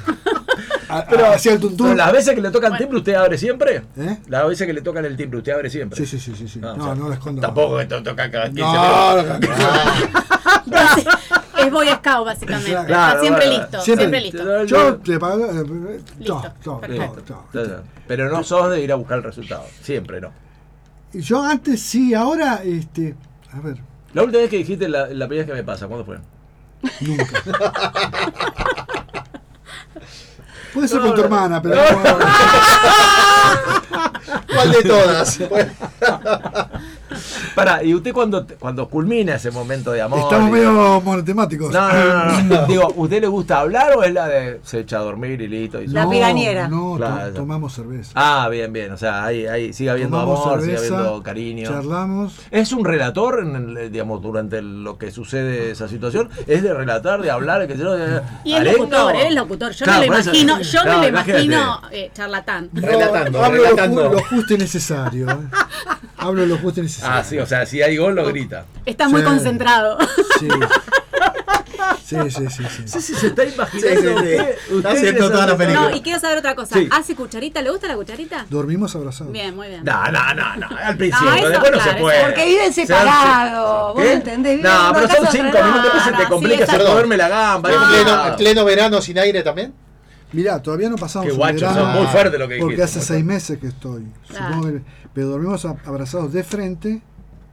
Speaker 2: Pero,
Speaker 6: hacia el
Speaker 2: Ah. pero las veces que le tocan timbre, ¿usted abre siempre?
Speaker 6: ¿Eh?
Speaker 2: Las veces que le tocan el timbre, ¿usted abre siempre? Sí,
Speaker 6: sí, sí. sí,
Speaker 2: No,
Speaker 6: No, no lo escondo.
Speaker 2: Tampoco que te toca cada 15
Speaker 6: No,
Speaker 2: minutos.
Speaker 5: Es Boy Scout, básicamente.
Speaker 6: Claro,
Speaker 5: Está siempre
Speaker 2: bueno,
Speaker 5: listo,
Speaker 2: siempre
Speaker 5: siempre,
Speaker 2: listo.
Speaker 5: listo.
Speaker 6: Yo le pago. eh, eh, todo, todo, todo,
Speaker 2: Listo, ya, ya. Pero no sos de ir a buscar el resultado. Siempre no.
Speaker 6: Y Yo antes sí, ahora, este, a ver,
Speaker 2: La última vez que dijiste la, la primera vez que me pasa, ¿cuándo fue?
Speaker 6: nunca. Puede ser
Speaker 2: No,
Speaker 6: con tu
Speaker 2: no.
Speaker 6: hermana, pero.
Speaker 4: ¿Cuál de todas?
Speaker 2: Pará, y usted cuando, cuando culmina ese momento de amor.
Speaker 6: Estamos
Speaker 2: y-
Speaker 6: medio monotemáticos.
Speaker 2: No, no, no, no, no. Digo, ¿usted le gusta hablar o es la de se echa a dormir y listo? Y
Speaker 6: No, No, to-
Speaker 2: Claro.
Speaker 6: tomamos cerveza.
Speaker 2: Ah, bien, bien. O sea, ahí, ahí sigue habiendo
Speaker 6: Tomamos
Speaker 2: amor,
Speaker 6: cerveza,
Speaker 2: sigue habiendo cariño.
Speaker 6: Charlamos.
Speaker 2: ¿Es un relator, en el- digamos, durante el- lo que sucede esa situación? ¿Es de relatar, de hablar, que se lo... de-
Speaker 5: Y el
Speaker 2: arenga
Speaker 5: locutor,
Speaker 2: o-
Speaker 5: él es locutor. Yo
Speaker 2: Claro,
Speaker 5: no lo
Speaker 2: por eso-
Speaker 5: imagino, yo no,
Speaker 2: Claro,
Speaker 5: lo
Speaker 2: imagínate.
Speaker 5: imagino eh, charlatán.
Speaker 4: Relatando,
Speaker 6: hablo lo, ju-
Speaker 2: relatando.
Speaker 6: lo justo y necesario. eh. Hablo lo justo y necesario.
Speaker 2: Ah, sí, o sea, si hay gol, lo grita.
Speaker 5: Estás muy
Speaker 6: Sí.
Speaker 5: concentrado.
Speaker 6: Sí, sí, sí. sí.
Speaker 2: se está imaginando.
Speaker 6: Sí, sí, sí.
Speaker 2: usted-
Speaker 6: Está
Speaker 2: usted
Speaker 6: haciendo
Speaker 2: es
Speaker 6: toda la
Speaker 2: el-
Speaker 6: película.
Speaker 5: No, y quiero saber otra cosa.
Speaker 2: Sí.
Speaker 5: ¿Hace cucharita? ¿Le gusta la cucharita?
Speaker 6: Dormimos abrazados.
Speaker 5: Bien, muy bien.
Speaker 2: No, no, no, no, al principio,
Speaker 5: No, eso,
Speaker 2: después no
Speaker 5: claro,
Speaker 2: se
Speaker 5: eso.
Speaker 2: puede.
Speaker 5: Porque
Speaker 3: viven
Speaker 2: Se dan-
Speaker 3: separados, vos
Speaker 2: ¿Qué?
Speaker 3: entendés, viven
Speaker 2: No,
Speaker 3: en
Speaker 2: pero
Speaker 3: una
Speaker 2: son
Speaker 3: casa
Speaker 2: cinco
Speaker 3: cerrada.
Speaker 2: minutos, después se te complica hacer
Speaker 4: exacto.
Speaker 2: comerme la gamba.
Speaker 4: ¿En
Speaker 2: es
Speaker 4: pleno,
Speaker 2: complicado.
Speaker 4: en pleno verano sin aire también?
Speaker 6: Mirá, todavía no pasamos
Speaker 2: Qué
Speaker 6: un
Speaker 2: guacho,
Speaker 6: verano,
Speaker 2: sos muy fuerte lo que
Speaker 6: Porque hace
Speaker 2: dijiste, muy
Speaker 6: seis meses que estoy.
Speaker 5: Claro.
Speaker 6: Supongo que- pero dormimos a- abrazados de frente.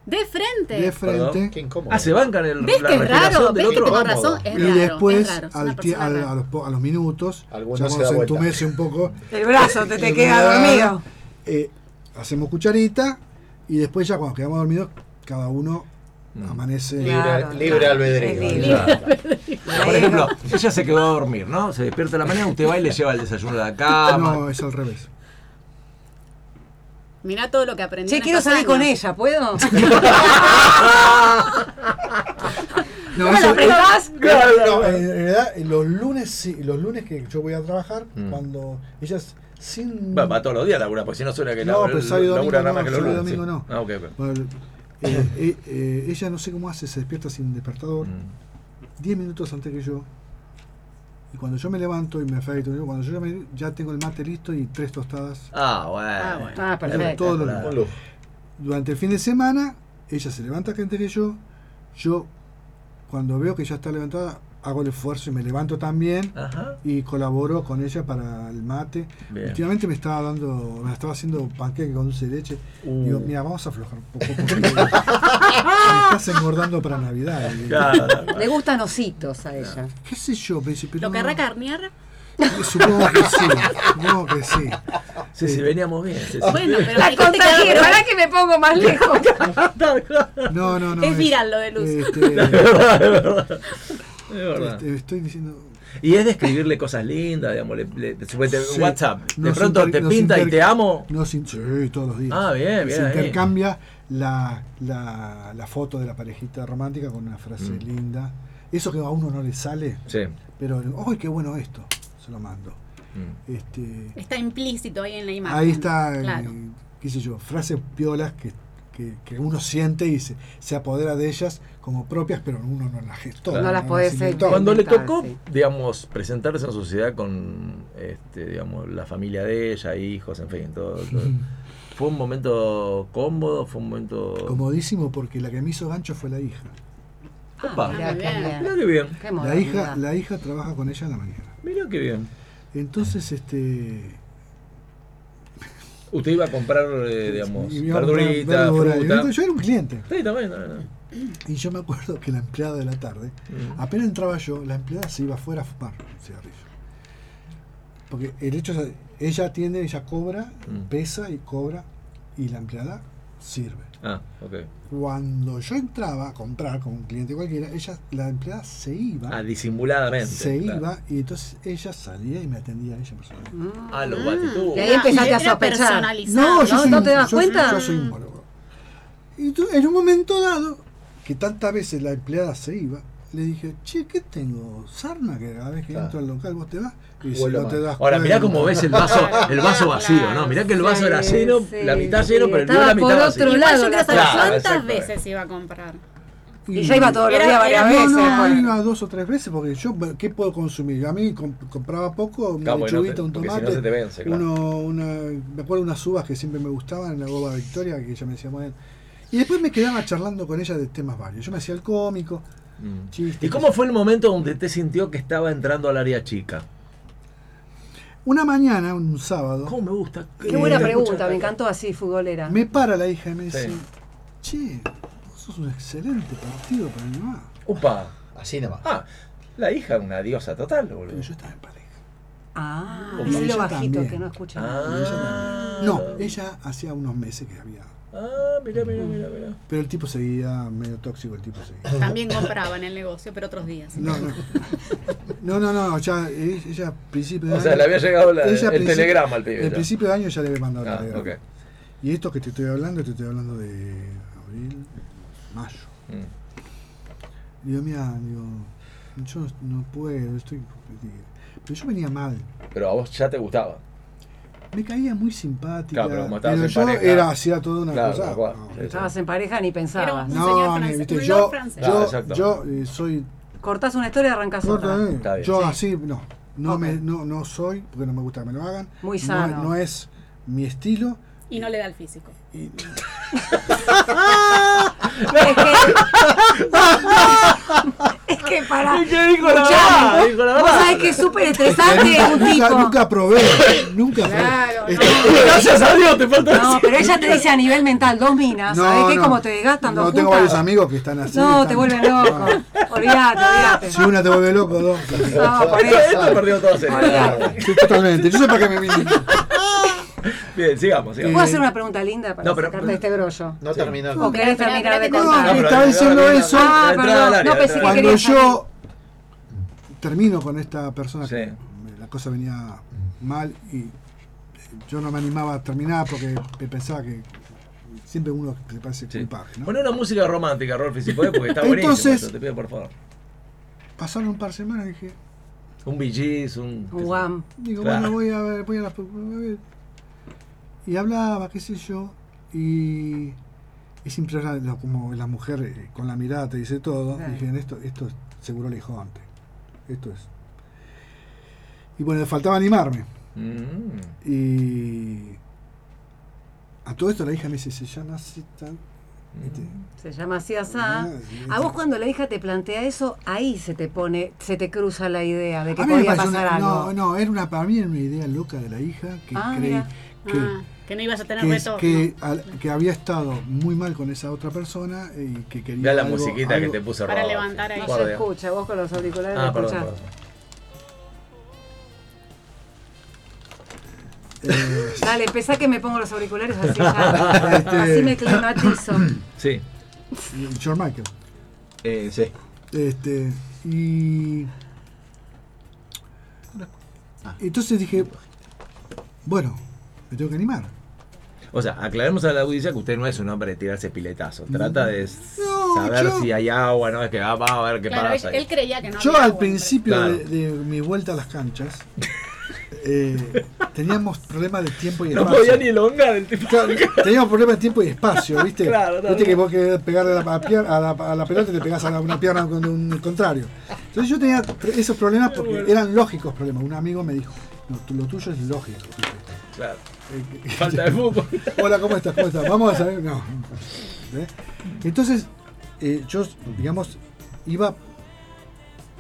Speaker 5: De frente.
Speaker 6: De frente.
Speaker 2: Ah, se bancan el,
Speaker 5: ¿Ves
Speaker 2: la
Speaker 5: que es
Speaker 2: respiración
Speaker 5: raro? ¿Ves
Speaker 2: del
Speaker 5: que
Speaker 2: otro.
Speaker 5: con razón es
Speaker 6: y
Speaker 5: raro?
Speaker 6: después,
Speaker 5: es raro, es una
Speaker 6: al tie-
Speaker 5: persona
Speaker 6: al-
Speaker 5: rara.
Speaker 6: a, los, po- a los minutos,
Speaker 4: Alguno
Speaker 6: ya
Speaker 4: se
Speaker 6: cuando
Speaker 4: da
Speaker 6: se
Speaker 4: vuelta.
Speaker 6: entumece un poco.
Speaker 3: El brazo te- te
Speaker 6: el
Speaker 3: queda
Speaker 6: brazo,
Speaker 3: dormido.
Speaker 6: eh, hacemos cucharita y después, ya cuando quedamos dormidos, cada uno amanece.
Speaker 4: Mm. Libre- Claro, libre claro. albedrío. Es libre.
Speaker 2: Claro. Por
Speaker 6: Ahí
Speaker 2: ejemplo, ella se quedó a dormir, ¿no? Se despierta a la mañana, usted va y le lleva el desayuno a la cama.
Speaker 6: No, es al revés.
Speaker 5: Mirá todo lo que aprendí.
Speaker 3: Che,
Speaker 5: en
Speaker 3: quiero
Speaker 5: estos
Speaker 3: salir con
Speaker 5: años.
Speaker 3: ella, ¿puedo?
Speaker 6: No,
Speaker 3: ¿Cómo la apretás?
Speaker 6: Claro, no, en, en realidad, los lunes, sí, los lunes que yo voy a trabajar,
Speaker 2: Mm.
Speaker 6: cuando ellas sin.
Speaker 2: Va, va todos los días labura, porque si no suena que
Speaker 6: No,
Speaker 2: labura,
Speaker 6: pero sábado y domingo
Speaker 2: labura nada
Speaker 6: no,
Speaker 2: más que los
Speaker 6: sábado y
Speaker 2: lunes.
Speaker 6: domingo
Speaker 2: sí. Ah, ok, ok.
Speaker 6: Bueno, eh, eh, eh, ella no sé cómo hace, se despierta sin despertador. 10 minutos antes que yo. Y cuando yo me levanto y me afeito, ¿no? cuando yo ya, me- ya tengo el mate listo y tres tostadas.
Speaker 2: Ah, bueno. Ah, bueno. Ah,
Speaker 6: Pero
Speaker 2: perfecto.
Speaker 6: todo lo
Speaker 2: Claro.
Speaker 6: mismo. Durante el fin de semana, ella se levanta antes que yo. Yo, cuando veo que ya está levantada, hago el esfuerzo y me levanto también.
Speaker 2: Ajá.
Speaker 6: Y colaboro con ella para el mate.
Speaker 2: Bien.
Speaker 6: Últimamente me estaba dando, me estaba haciendo panqueque con dulce de leche.
Speaker 2: Uh.
Speaker 6: Digo, mira, vamos a aflojar un poco. porque me estás engordando para Navidad.
Speaker 3: Le gustan ositos a ella.
Speaker 6: ¿Qué sé yo? Me dice, pero
Speaker 5: ¿Lo querrá carnear?
Speaker 6: Supongo que sí, supongo que sí. Este,
Speaker 2: Sí, sí, veníamos bien. sí, sí.
Speaker 5: Bueno, pero
Speaker 3: La
Speaker 5: dijiste que era
Speaker 3: contagié,
Speaker 5: otro.
Speaker 3: para que me pongo más lejos.
Speaker 6: No, no, no.
Speaker 5: Es viral lo de Luz.
Speaker 6: este,
Speaker 2: Es verdad, es verdad.
Speaker 6: este, estoy diciendo.
Speaker 2: Y es de escribirle cosas lindas, digamos, le, le- te- Pues te-
Speaker 6: Sí.
Speaker 2: WhatsApp. De
Speaker 6: Nos
Speaker 2: pronto
Speaker 6: inter-
Speaker 2: te
Speaker 6: nos
Speaker 2: pinta y
Speaker 6: inter-
Speaker 2: te amo.
Speaker 6: Nos in- sí, todos los días.
Speaker 2: Ah, bien, bien,
Speaker 6: Se
Speaker 2: ahí.
Speaker 6: intercambia la, la, la foto de la parejita romántica con una frase
Speaker 2: Mm.
Speaker 6: linda. Eso que a uno no le sale,
Speaker 2: Sí.
Speaker 6: pero, ¡ay, qué bueno esto! Se lo mando.
Speaker 2: Mm.
Speaker 6: Este,
Speaker 5: Está implícito ahí en la imagen.
Speaker 6: ahí está, eh,
Speaker 5: Claro.
Speaker 6: qué sé yo, frases piolas que, que, que uno siente y se, se apodera de ellas como propias, pero uno no las gestó.
Speaker 3: No las podés este,
Speaker 6: inventó.
Speaker 2: Cuando le
Speaker 3: Inventar,
Speaker 2: tocó,
Speaker 3: sí.
Speaker 2: digamos, presentarse en sociedad con, este, digamos, la familia de ella, hijos, en fin, todo. todo. Fue un momento cómodo, fue un momento...
Speaker 6: Comodísimo porque la que me hizo gancho fue la hija.
Speaker 2: Opa,
Speaker 3: Mirá,
Speaker 5: muy
Speaker 3: Ah, qué
Speaker 5: bien.
Speaker 3: bien.
Speaker 2: mirá qué bien,
Speaker 3: Qué
Speaker 6: La hija,
Speaker 3: modernidad.
Speaker 6: la hija trabaja con ella en la mañana.
Speaker 2: mirá qué bien.
Speaker 6: Entonces, este.
Speaker 2: Usted iba a comprar, eh, digamos,
Speaker 6: y me iba a comprar
Speaker 2: verdurita,
Speaker 6: verdura. Y
Speaker 2: fruta.
Speaker 6: entonces Yo era un cliente.
Speaker 2: Sí, también, también, también. Mm.
Speaker 6: Y yo me acuerdo que la empleada de la tarde, apenas entraba yo, la empleada se iba afuera a fumar un cigarrillo. Porque el hecho es, ella atiende, ella cobra,
Speaker 2: Mm.
Speaker 6: pesa y cobra, y la empleada sirve.
Speaker 2: Ah, ok.
Speaker 6: Cuando yo entraba a comprar con un cliente cualquiera, ella, la empleada se iba,
Speaker 2: Ah, disimuladamente.
Speaker 6: se
Speaker 2: claro.
Speaker 6: iba, y entonces ella salía y me atendía a ella personalmente.
Speaker 2: Ah, los batitubos.
Speaker 3: Mm. Y ahí empezaste
Speaker 5: Ah,
Speaker 3: a
Speaker 5: era
Speaker 3: sospechar.
Speaker 5: personalizado,
Speaker 3: yo ¿no? soy- ¿No te das
Speaker 6: yo
Speaker 3: cuenta?
Speaker 6: Yo soy un boludo. Y tú, en un momento dado, que tantas veces la empleada se iba, le dije, che, ¿qué tengo? Sarna que cada vez que
Speaker 7: Claro.
Speaker 6: entro al local vos te vas y si
Speaker 2: Vuelvo
Speaker 6: no
Speaker 2: más.
Speaker 6: te das
Speaker 2: Ahora, mirá
Speaker 6: cuenta".
Speaker 2: cómo ves el vaso, el vaso vacío, ¿no?
Speaker 5: Claro,
Speaker 2: Mirá que el
Speaker 5: sí,
Speaker 2: vaso era lleno, la
Speaker 3: sí,
Speaker 2: mitad
Speaker 3: sí.
Speaker 2: lleno, pero el
Speaker 3: Estaba
Speaker 2: la mitad
Speaker 3: por
Speaker 2: vacío.
Speaker 3: otro
Speaker 5: Igual
Speaker 3: lado,
Speaker 5: yo quiero saber
Speaker 2: Claro,
Speaker 5: cuántas
Speaker 2: exacto.
Speaker 5: veces iba a comprar.
Speaker 3: Y ya iba todos los
Speaker 5: Era-
Speaker 3: días
Speaker 5: era-
Speaker 3: varias
Speaker 5: no,
Speaker 3: veces.
Speaker 6: No,
Speaker 3: pues.
Speaker 6: iba dos o tres veces porque yo, ¿qué puedo consumir? A mí comp- compraba poco, una
Speaker 2: Claro, porque no te-
Speaker 6: lechuguita, un
Speaker 2: porque si
Speaker 6: tomate,
Speaker 2: no se te vence, claro.
Speaker 6: uno, una, me acuerdo unas uvas que siempre me gustaban en la boba Victoria, que ella me decía, bueno. Y después me quedaba charlando con ella de temas varios. Yo me hacía el cómico,
Speaker 2: Mm.
Speaker 6: chistes.
Speaker 2: ¿Y cómo fue el momento donde te sintió que estaba entrando al área chica?
Speaker 6: Una mañana, un sábado,
Speaker 2: ¿Cómo me gusta?
Speaker 3: Qué buena
Speaker 2: Eh,
Speaker 3: pregunta,
Speaker 2: escucha-
Speaker 3: me encantó así, futbolera.
Speaker 6: me para la hija y me dice, che,
Speaker 2: Sí.
Speaker 6: vos sos un excelente partido para mi mamá.
Speaker 2: Upa.
Speaker 7: Así nomás.
Speaker 2: Ah, la hija, una diosa total, boludo.
Speaker 6: Pero yo estaba en pareja.
Speaker 3: Ah,
Speaker 2: Como
Speaker 3: es
Speaker 6: ella
Speaker 3: lo bajito
Speaker 6: también.
Speaker 3: que no escucha.
Speaker 2: Ah,
Speaker 6: No, ella hacía unos meses que había.
Speaker 2: Ah, mirá, mirá, mirá, mirá.
Speaker 6: Pero el tipo seguía, medio tóxico el tipo seguía.
Speaker 5: También compraba en el negocio, pero otros días.
Speaker 6: No, no. No, no, no, ya, eh, ella a principio de
Speaker 2: O sea, le había llegado la-
Speaker 6: ella a
Speaker 2: el
Speaker 6: principio-
Speaker 2: telegrama al pibe.
Speaker 6: En
Speaker 2: ya.
Speaker 6: principio de año ya le había mandado el
Speaker 2: Ah,
Speaker 6: telegrama.
Speaker 2: ok.
Speaker 6: Y esto que te estoy hablando, te estoy hablando de abril, mayo.
Speaker 2: Mm.
Speaker 6: Digo, mira, digo, yo no puedo, estoy. eh, Pero yo venía mal.
Speaker 2: Pero a vos ya te gustaba.
Speaker 6: Me caía muy simpática.
Speaker 2: Claro, pero como estabas
Speaker 6: pero
Speaker 2: en
Speaker 6: yo
Speaker 2: pareja.
Speaker 6: era, hacía toda una
Speaker 2: Claro,
Speaker 6: cosa.
Speaker 2: tal cual.
Speaker 6: no.
Speaker 2: Sí, sí.
Speaker 3: Estabas en pareja ni
Speaker 5: Era
Speaker 3: pensabas.
Speaker 5: un-
Speaker 3: ¿no?
Speaker 5: señor
Speaker 6: No,
Speaker 5: francés,
Speaker 6: ni- viste,
Speaker 5: un
Speaker 6: yo,
Speaker 5: lord francés.
Speaker 2: Claro,
Speaker 6: yo,
Speaker 2: exacto.
Speaker 6: yo eh, soy
Speaker 3: Cortás una historia y arrancás
Speaker 6: No,
Speaker 3: otra.
Speaker 6: no,
Speaker 2: Está bien.
Speaker 6: Yo
Speaker 2: Sí.
Speaker 6: así no. No,
Speaker 3: Ok.
Speaker 6: me, no, no soy, porque no me gusta que me lo hagan.
Speaker 3: Muy
Speaker 6: No-
Speaker 3: sano.
Speaker 6: No, es mi estilo.
Speaker 5: Y no le da el físico.
Speaker 6: Y,
Speaker 3: Es que, es que para.
Speaker 2: ¿Qué dijo la
Speaker 3: Escuchame,
Speaker 2: verdad? Dijo la
Speaker 3: Vos
Speaker 2: verdad.
Speaker 3: sabés que es súper estresante un
Speaker 6: nunca,
Speaker 3: tipo.
Speaker 6: nunca probé. Nunca probé.
Speaker 5: Claro,
Speaker 6: Este-
Speaker 2: Gracias a Dios, te falta
Speaker 3: No, pero ella te dice a nivel mental, dos minas,
Speaker 6: No,
Speaker 3: ¿sabés qué?
Speaker 6: no.
Speaker 3: Como te desgastan
Speaker 6: No,
Speaker 3: dos
Speaker 6: tengo
Speaker 3: juntas.
Speaker 6: varios amigos que están así.
Speaker 3: No,
Speaker 6: están-
Speaker 3: te vuelven loco. Olvídate, olvídate.
Speaker 6: Si una te vuelve loco, dos.
Speaker 3: No, por
Speaker 2: Esto, esto
Speaker 3: eso.
Speaker 2: perdió toda seriedad.
Speaker 6: Sí, totalmente. Yo sé para qué me vine.
Speaker 2: Bien, sigamos,
Speaker 3: ¿Te
Speaker 2: sigamos.
Speaker 3: ¿Puedo hacer una pregunta linda para
Speaker 2: No, pero-
Speaker 3: sacarte de este grollo?
Speaker 7: No terminó.
Speaker 3: ¿O querés
Speaker 5: Espera, espera,
Speaker 3: terminar de
Speaker 5: espera que
Speaker 3: contar?
Speaker 6: No,
Speaker 2: pero
Speaker 6: estaba
Speaker 2: la-
Speaker 6: diciendo
Speaker 2: la- la-
Speaker 6: eso.
Speaker 2: la
Speaker 3: Ah,
Speaker 2: entrada
Speaker 3: perdón,
Speaker 2: al área,
Speaker 3: no pensé
Speaker 2: la
Speaker 3: que
Speaker 2: entrada.
Speaker 6: Cuando
Speaker 3: querías
Speaker 6: yo termino con esta persona,
Speaker 2: Sí.
Speaker 6: que la cosa venía mal y eh, yo no me animaba a terminar porque pe- pensaba que siempre uno le parece
Speaker 2: Sí.
Speaker 6: culpable. ¿no?
Speaker 2: Poné una música romántica, Rolfi, si podés, porque está buenísimo.
Speaker 6: Entonces-
Speaker 2: eso, te pido por favor.
Speaker 6: Pasaron un par de semanas y dije,
Speaker 2: Un BG's, un. qué sé yo.
Speaker 3: Guam.
Speaker 6: digo,
Speaker 2: Claro.
Speaker 6: bueno, voy a ver, voy a la voy a ver. Y hablaba, qué sé yo, y es impresionante lo- como la mujer eh, con la mirada te dice todo.
Speaker 3: Claro.
Speaker 6: Dije, esto, esto es- seguro le dijo antes. Esto es. Y bueno, le faltaba animarme.
Speaker 2: Mm.
Speaker 6: Y a todo esto la hija me dice, se llama así tan...
Speaker 2: Mm.
Speaker 6: ¿viste?
Speaker 3: Se llama así asá.
Speaker 6: Ah, sí,
Speaker 3: A
Speaker 6: sí.
Speaker 3: vos cuando la hija te plantea eso, ahí se te pone, se te cruza la idea de que
Speaker 6: A mí me
Speaker 3: podía
Speaker 6: pareció
Speaker 3: pasar
Speaker 6: una- No,
Speaker 3: algo.
Speaker 6: no, era una, para mí era una idea loca de la hija que
Speaker 3: Ah,
Speaker 6: creí
Speaker 3: mira.
Speaker 6: que,
Speaker 5: Ah, que no ibas a tener
Speaker 6: que-
Speaker 5: reto.
Speaker 6: que al- que había estado muy mal con esa otra persona eh, y que quería...
Speaker 2: Mirá la
Speaker 6: algo-
Speaker 2: musiquita
Speaker 6: algo-
Speaker 2: que te puso
Speaker 5: Para
Speaker 2: Rolfi.
Speaker 5: levantar ahí.
Speaker 3: No
Speaker 2: Por
Speaker 3: se
Speaker 2: Dios.
Speaker 3: escucha, vos con los auriculares
Speaker 2: Ah,
Speaker 3: no
Speaker 2: perdón,
Speaker 3: escuchás.
Speaker 2: perdón.
Speaker 6: Eh,
Speaker 3: Dale, pensá que me pongo los auriculares así ya.
Speaker 6: Este-
Speaker 3: Así me climatizo.
Speaker 12: Sí. Eh,
Speaker 6: George Michael.
Speaker 7: sí.
Speaker 6: Este, y. Entonces dije, bueno, me tengo que animar.
Speaker 12: O sea, aclaremos a la audiencia que usted no es un hombre de tirarse piletazo. Trata de s-
Speaker 6: No,
Speaker 12: saber
Speaker 6: Mm. yo-
Speaker 12: si hay agua, ¿no? Es que ah, va a ver qué
Speaker 5: Claro,
Speaker 12: pasa.
Speaker 5: él, él creía que no.
Speaker 6: Yo
Speaker 5: había
Speaker 6: al
Speaker 5: agua.
Speaker 6: principio
Speaker 12: Claro.
Speaker 6: de, de mi vuelta a las canchas eh, teníamos problemas de tiempo y
Speaker 12: No
Speaker 6: espacio.
Speaker 12: podía ni elongar el tipo.
Speaker 6: Teníamos problemas de tiempo y espacio, ¿viste?
Speaker 12: Claro,
Speaker 6: Viste
Speaker 12: también.
Speaker 6: que vos querés pegarle a la, pier- a la- a la pelota y te pegás a la- una pierna con un contrario. Entonces yo tenía tre- esos problemas porque eran lógicos problemas. Un amigo me dijo, "No, tú- lo tuyo es lógico.
Speaker 12: Claro.
Speaker 6: Eh,
Speaker 12: Falta de fútbol.
Speaker 6: Hola, ¿cómo estás? ¿Cómo estás? Vamos a saber. No. ¿Eh? Entonces, eh, yo, digamos, iba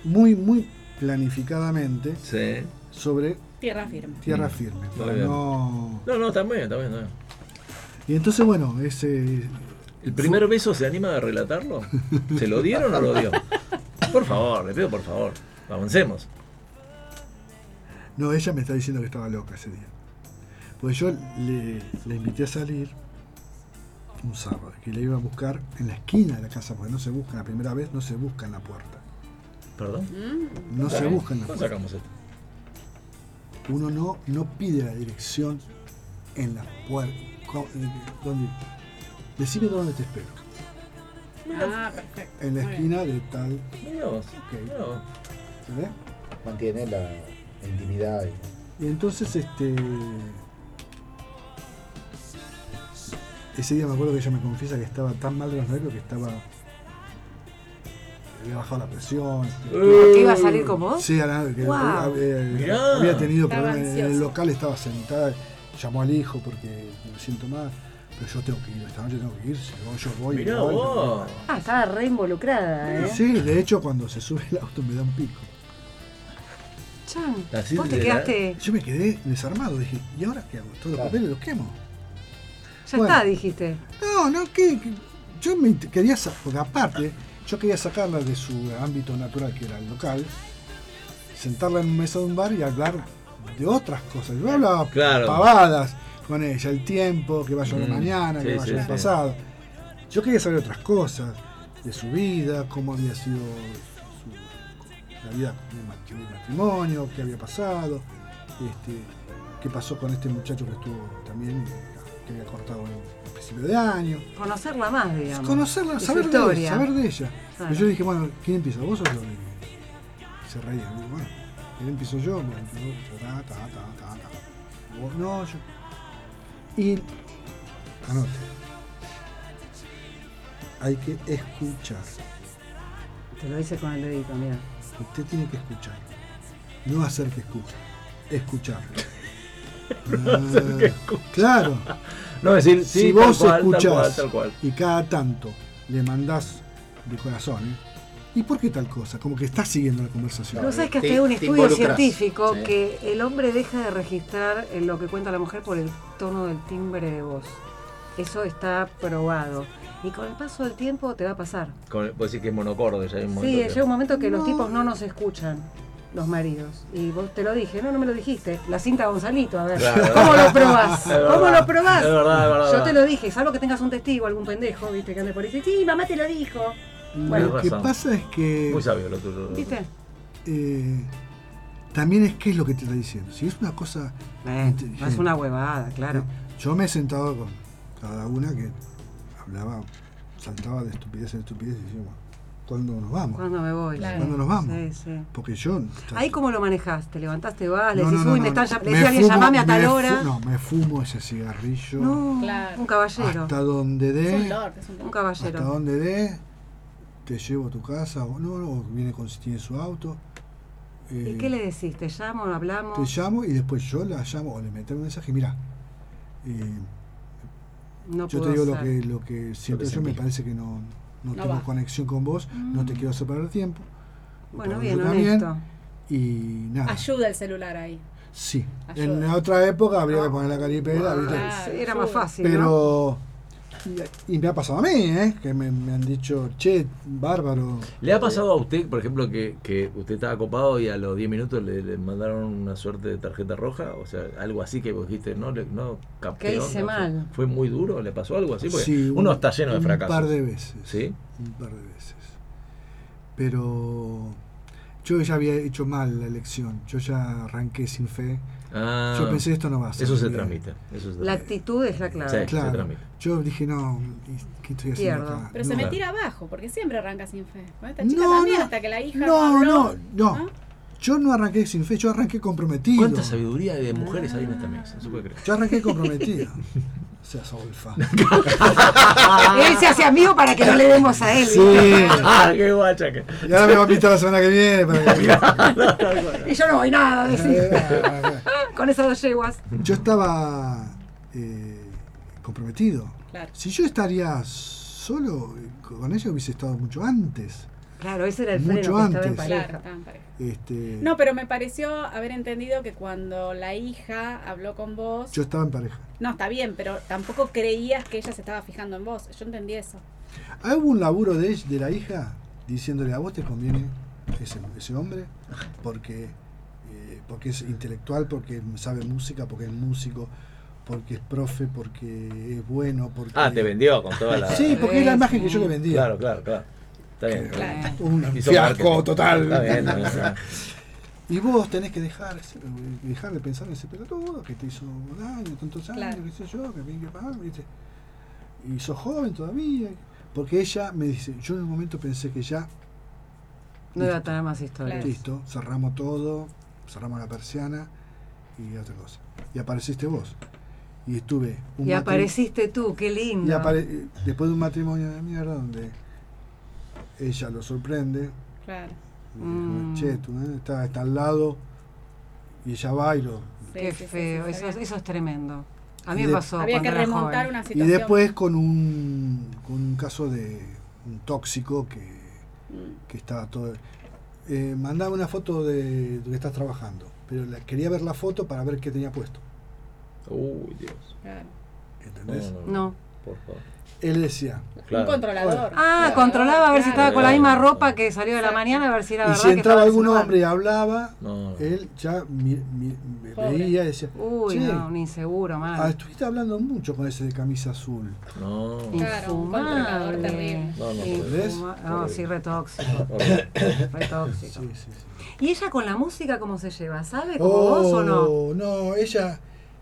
Speaker 6: muy, muy planificadamente
Speaker 12: Sí.
Speaker 6: sobre
Speaker 5: Tierra firme.
Speaker 6: tierra firme.
Speaker 12: Muy
Speaker 6: para
Speaker 12: bien.
Speaker 6: no-
Speaker 12: No, no, está muy bien, está bien, está bien.
Speaker 6: Y entonces, bueno, ese.
Speaker 12: ¿El primer beso se anima a relatarlo? ¿Se lo dieron o lo dio? Por favor, le pido por favor. Avancemos.
Speaker 6: No, ella me está diciendo que estaba loca ese día. Pues yo le, le invité a salir un sábado, que le iba a buscar en la esquina de la casa, porque no se busca la primera vez, no se busca en la puerta.
Speaker 12: ¿Perdón?
Speaker 5: Mm.
Speaker 6: No
Speaker 12: Está
Speaker 6: se
Speaker 12: bien.
Speaker 6: busca en la
Speaker 12: ¿Cuándo
Speaker 6: puerta.
Speaker 12: sacamos esto?
Speaker 6: Uno no, no pide la dirección en la puerta. co- eh, ¿Dónde? Decime dónde te espero.
Speaker 5: Ah, perfecto.
Speaker 6: En la
Speaker 5: Muy
Speaker 6: esquina de tal.
Speaker 12: Mirá vos, mirá vos.
Speaker 6: ¿se ve?
Speaker 7: Mantiene la intimidad.
Speaker 6: Y entonces, este. Ese día me acuerdo que ella me confiesa que estaba tan mal de los nervios que estaba. Le había bajado la presión.
Speaker 12: Eh.
Speaker 3: ¿Porque iba a salir con vos?
Speaker 6: Sí, a la- que
Speaker 3: Wow.
Speaker 6: había, había-
Speaker 12: Mirá.
Speaker 6: había tenido
Speaker 5: Estaba
Speaker 6: problemas. En el
Speaker 5: ansiosa.
Speaker 6: local estaba sentada, llamó al hijo porque me siento mal. Pero yo tengo que ir, esta noche tengo que ir, si no, yo voy.
Speaker 12: Mirá
Speaker 6: voy.
Speaker 12: vos.
Speaker 3: Ah, estaba re involucrada, ¿eh?
Speaker 6: Sí, de hecho, cuando se sube el auto me da un pico.
Speaker 3: Chan,
Speaker 12: Así
Speaker 3: vos te
Speaker 12: de-
Speaker 3: quedaste.
Speaker 6: Yo me quedé desarmado, dije, ¿y ahora qué hago? ¿Todos los papeles los quemo?
Speaker 3: Ya
Speaker 6: Bueno.
Speaker 3: está, dijiste.
Speaker 6: No, no, que, que- yo me int- quería sa- porque aparte, yo quería sacarla de su ámbito natural, que era el local, sentarla en un mesa de un bar y hablar de otras cosas. Yo hablaba
Speaker 12: Claro.
Speaker 6: pavadas con ella, el tiempo, que va a llover
Speaker 12: Mm,
Speaker 6: mañana, que
Speaker 12: sí,
Speaker 6: va a
Speaker 12: sí,
Speaker 6: llover
Speaker 12: sí.
Speaker 6: pasado. Yo quería saber otras cosas, de su vida, cómo había sido su- la vida de mat- de matrimonio, qué había pasado, este, qué pasó con este muchacho que estuvo también, que había cortado en principio de año.
Speaker 3: Conocerla más, digamos.
Speaker 6: Conocerla,
Speaker 3: Y su
Speaker 6: saber de, ella,
Speaker 3: historia.
Speaker 6: saber de ella.
Speaker 3: Claro.
Speaker 6: Yo dije, bueno, ¿quién empieza? ¿Vos o yo? Y Se reía. Digo, bueno, ¿quién empiezo yo? Bueno, yo, ta, ta, ta, ta, ta. Vos no, yo. Y. Anote. Hay que escuchar.
Speaker 3: Te lo dice con el dedito, mira.
Speaker 6: Usted tiene que escuchar. No hacer que escuche. Escuchar. no hacer que escuche. Claro.
Speaker 12: No, es decir, sí,
Speaker 6: si
Speaker 12: tal
Speaker 6: vos
Speaker 12: cual, tal
Speaker 6: escuchás
Speaker 12: cual, tal cual.
Speaker 6: y cada tanto le mandás de corazón, ¿eh? ¿y por qué tal cosa? Como que estás siguiendo la conversación.
Speaker 3: No sabes que hasta
Speaker 4: te-
Speaker 3: hay un
Speaker 4: te
Speaker 3: estudio
Speaker 4: involucras.
Speaker 3: científico
Speaker 4: Sí.
Speaker 3: que el hombre deja de registrar eh, lo que cuenta la mujer por el tono del timbre de voz. Eso está probado. Y con el paso del tiempo te va a pasar.
Speaker 12: Con, vos decís que es monocorde, ya hay un
Speaker 3: Sí,
Speaker 12: momento que-
Speaker 3: llega un momento que los tipos no nos escuchan, los maridos. Y vos te lo dije, no, no me lo dijiste. La cinta Gonzalito, a ver.
Speaker 12: Claro.
Speaker 3: ¿Cómo lo probás?
Speaker 12: Es verdad,
Speaker 3: ¿Cómo lo probás?
Speaker 12: es verdad, es verdad.
Speaker 3: Yo te lo dije, salvo que tengas un testigo, algún pendejo, viste, que ande por ahí. y dice, Sí, mamá te lo dijo.
Speaker 12: Tenés
Speaker 3: Bueno,
Speaker 6: Lo que
Speaker 12: razón.
Speaker 6: pasa es que
Speaker 12: Muy sabio lo tuyo.
Speaker 3: ¿viste?
Speaker 6: eh, también es qué es lo que te está diciendo. Si es una cosa... Eh,
Speaker 3: no Eh, es una huevada, claro.
Speaker 6: Yo me he sentado con cada una que hablaba, saltaba de estupidez en estupidez y decía, bueno, ¿cuándo nos vamos?
Speaker 3: ¿Cuándo me voy?
Speaker 5: Claro.
Speaker 6: ¿Cuándo nos vamos?
Speaker 3: Sí, sí.
Speaker 6: Porque yo...
Speaker 3: Ahí cómo lo manejás, te levantaste, vas, le
Speaker 6: No,
Speaker 3: decís,
Speaker 6: no, no,
Speaker 3: uy,
Speaker 6: no,
Speaker 3: me
Speaker 6: no.
Speaker 3: están
Speaker 6: Me
Speaker 3: llamando, le decís a alguien,
Speaker 6: fumo-
Speaker 3: llamame a
Speaker 6: me
Speaker 3: tal
Speaker 6: fu-
Speaker 3: hora.
Speaker 6: No, me fumo ese cigarrillo.
Speaker 3: No,
Speaker 5: Claro.
Speaker 3: un caballero,
Speaker 6: Hasta donde
Speaker 5: Es un
Speaker 6: dé.
Speaker 5: lord, es un
Speaker 3: un
Speaker 5: lord.
Speaker 6: Hasta
Speaker 3: caballero.
Speaker 6: donde dé. Te llevo a tu casa. O no, no, o viene con si tiene su auto.
Speaker 3: ¿Y
Speaker 6: eh,
Speaker 3: qué le decís? ¿Te llamo, hablamos?
Speaker 6: Te llamo y después yo la llamo o le meto un mensaje. Mira, eh, yo
Speaker 3: No
Speaker 6: te
Speaker 3: pudo
Speaker 6: digo lo
Speaker 3: ser.
Speaker 6: que, lo que siento yo. Me
Speaker 12: sentí.
Speaker 6: parece que no, no, tengo
Speaker 5: va.
Speaker 6: conexión con vos. No te quiero separar el tiempo.
Speaker 3: Mm. Bueno,
Speaker 6: Pero
Speaker 3: bien,
Speaker 6: yo también.
Speaker 3: honesto.
Speaker 6: Y nada.
Speaker 5: Ayuda el celular ahí.
Speaker 6: Sí.
Speaker 5: Ayuda.
Speaker 6: En la otra época habría que poner la caripela. ¿viste?
Speaker 5: Claro,
Speaker 3: Ah, Sí, Era más
Speaker 5: ayuda.
Speaker 3: fácil, ¿no?
Speaker 6: Pero Y, y me ha pasado a mí, ¿eh? que me, me han dicho, che, bárbaro.
Speaker 12: ¿Le ha pasado a usted, por ejemplo, que, que usted estaba copado y a los 10 minutos le, le mandaron una suerte de tarjeta roja? O sea, algo así que vos dijiste, no, le- no capté
Speaker 3: ¿Qué hice
Speaker 12: onda,
Speaker 3: mal?
Speaker 12: ¿Fue, fue muy duro? ¿Le pasó algo así? Porque
Speaker 6: Sí,
Speaker 12: uno
Speaker 6: un-
Speaker 12: está lleno de fracasos.
Speaker 6: Un par de veces.
Speaker 12: ¿Sí?
Speaker 6: Un par de veces. Pero yo ya había hecho mal la elección. Yo ya arranqué sin fe.
Speaker 12: Ah,
Speaker 6: yo pensé esto no va a ser.
Speaker 12: Eso se
Speaker 6: bien".
Speaker 12: transmite. Eso se
Speaker 3: La actitud es la clave.
Speaker 6: Claro.
Speaker 12: transmite.
Speaker 6: Yo dije, no, ¿y ¿qué estoy haciendo
Speaker 3: Pierdo.
Speaker 6: acá?
Speaker 5: Pero se
Speaker 6: No.
Speaker 5: me tira abajo, porque siempre arranca sin fe. Bueno, esta chica
Speaker 6: No,
Speaker 5: también,
Speaker 6: no.
Speaker 5: hasta que la hija.
Speaker 6: No,
Speaker 5: habló.
Speaker 6: no, no. Yo no arranqué sin fe, yo arranqué comprometido.
Speaker 12: ¿Cuánta sabiduría de mujeres hay en esta mesa? No se puede creer.
Speaker 6: Yo arranqué comprometido. O sea, solfa.
Speaker 3: Él se hace amigo para que no le demos a él.
Speaker 6: Sí.
Speaker 12: Ah, qué guacha que.
Speaker 6: Y ahora me va a pintar la semana que viene. para que-
Speaker 3: Y yo no voy
Speaker 6: Ah,
Speaker 3: nada, decir. Con esas dos yeguas.
Speaker 6: Yo estaba eh, comprometido.
Speaker 5: Claro.
Speaker 6: Si yo estaría solo eh, con ella hubiese estado mucho antes.
Speaker 3: Claro, ese era el freno
Speaker 6: Mucho
Speaker 3: que estaba en
Speaker 6: antes.
Speaker 5: Claro,
Speaker 3: pareja.
Speaker 5: estaba en pareja.
Speaker 6: Este,
Speaker 5: No, pero me pareció haber entendido que cuando la hija habló con vos.
Speaker 6: Yo estaba en pareja.
Speaker 5: No, está bien, pero tampoco creías que ella se estaba fijando en vos. Yo entendí eso.
Speaker 6: Ah, Hubo un laburo de, ella- de la hija diciéndole a vos te conviene ese, ese hombre porque, eh, porque es intelectual, porque sabe música, porque es músico, porque es profe, porque es bueno, porque...
Speaker 12: Ah, te vendió con toda la.
Speaker 6: Sí, porque es la imagen que yo le vendía.
Speaker 12: Claro, claro, claro. Está bien.
Speaker 5: Claro.
Speaker 6: Un
Speaker 12: Hizo
Speaker 6: fiasco
Speaker 12: marketing.
Speaker 6: total.
Speaker 12: Está bien, está bien, está bien.
Speaker 6: Y vos tenés que dejar, ese- dejar de pensar en ese pelotudo que te hizo daño, tantos años,
Speaker 5: Claro.
Speaker 6: qué sé yo, que pin, que pan, ¿viste? Y sos joven todavía. Porque ella me dice, yo en un momento pensé que ya,
Speaker 3: No iba a tener más historias.
Speaker 5: Claro.
Speaker 6: listo, cerramos todo, cerramos la persiana y otra cosa. Y apareciste vos. Y estuve un
Speaker 3: Y
Speaker 6: matri-
Speaker 3: apareciste tú, qué
Speaker 6: y
Speaker 3: lindo.
Speaker 6: apare- después de un matrimonio de mierda donde ella lo sorprende,
Speaker 5: Claro.
Speaker 6: Y
Speaker 3: Mm.
Speaker 6: Che, tú, ¿eh? está, está al lado y ella va y lo...
Speaker 5: Sí,
Speaker 3: Qué
Speaker 5: sí, sí, sí,
Speaker 3: feo,
Speaker 5: está
Speaker 3: eso,
Speaker 5: bien.
Speaker 3: eso es tremendo. A
Speaker 6: Y
Speaker 3: mí
Speaker 6: de-
Speaker 3: me pasó.
Speaker 5: Había que
Speaker 3: cuando era
Speaker 5: remontar
Speaker 3: joven.
Speaker 5: una
Speaker 6: Y
Speaker 5: situación.
Speaker 6: después con un, con un caso de un tóxico que,
Speaker 5: Mm.
Speaker 6: que estaba todo... Eh, mandaba una foto de lo que estás trabajando, pero la- quería ver la foto para ver qué tenía puesto.
Speaker 12: Uy, Dios.
Speaker 5: Claro.
Speaker 6: ¿Entendés?
Speaker 3: No.
Speaker 12: Por favor.
Speaker 6: Él decía,
Speaker 12: Claro.
Speaker 5: Un controlador.
Speaker 3: Ah, controlaba a ver si estaba con la misma
Speaker 12: Claro.
Speaker 3: ropa que salió de la mañana, a ver si era
Speaker 6: y
Speaker 3: verdad.
Speaker 6: si
Speaker 3: que
Speaker 6: entraba
Speaker 3: estaba en
Speaker 6: algún
Speaker 3: su lugar.
Speaker 6: hombre y hablaba,
Speaker 12: No, no.
Speaker 6: él ya mi- mi- me
Speaker 5: Pobre.
Speaker 6: veía y decía,
Speaker 3: Uy,
Speaker 6: "Che,
Speaker 3: no, un inseguro,
Speaker 6: ah,
Speaker 3: mal.
Speaker 6: estuviste hablando mucho con ese de camisa azul.
Speaker 12: No.
Speaker 5: Claro, un controlador
Speaker 3: Infumable.
Speaker 5: terrible.
Speaker 12: No, no,
Speaker 6: ¿Entendés?
Speaker 3: Infuma- No, Ah, sí, re tóxico.
Speaker 12: Horrible.
Speaker 3: Re tóxico.
Speaker 6: Sí, sí, sí.
Speaker 3: ¿Y ella con la música cómo se lleva? ¿Sabe como vos o no?
Speaker 6: Oh, no, ella,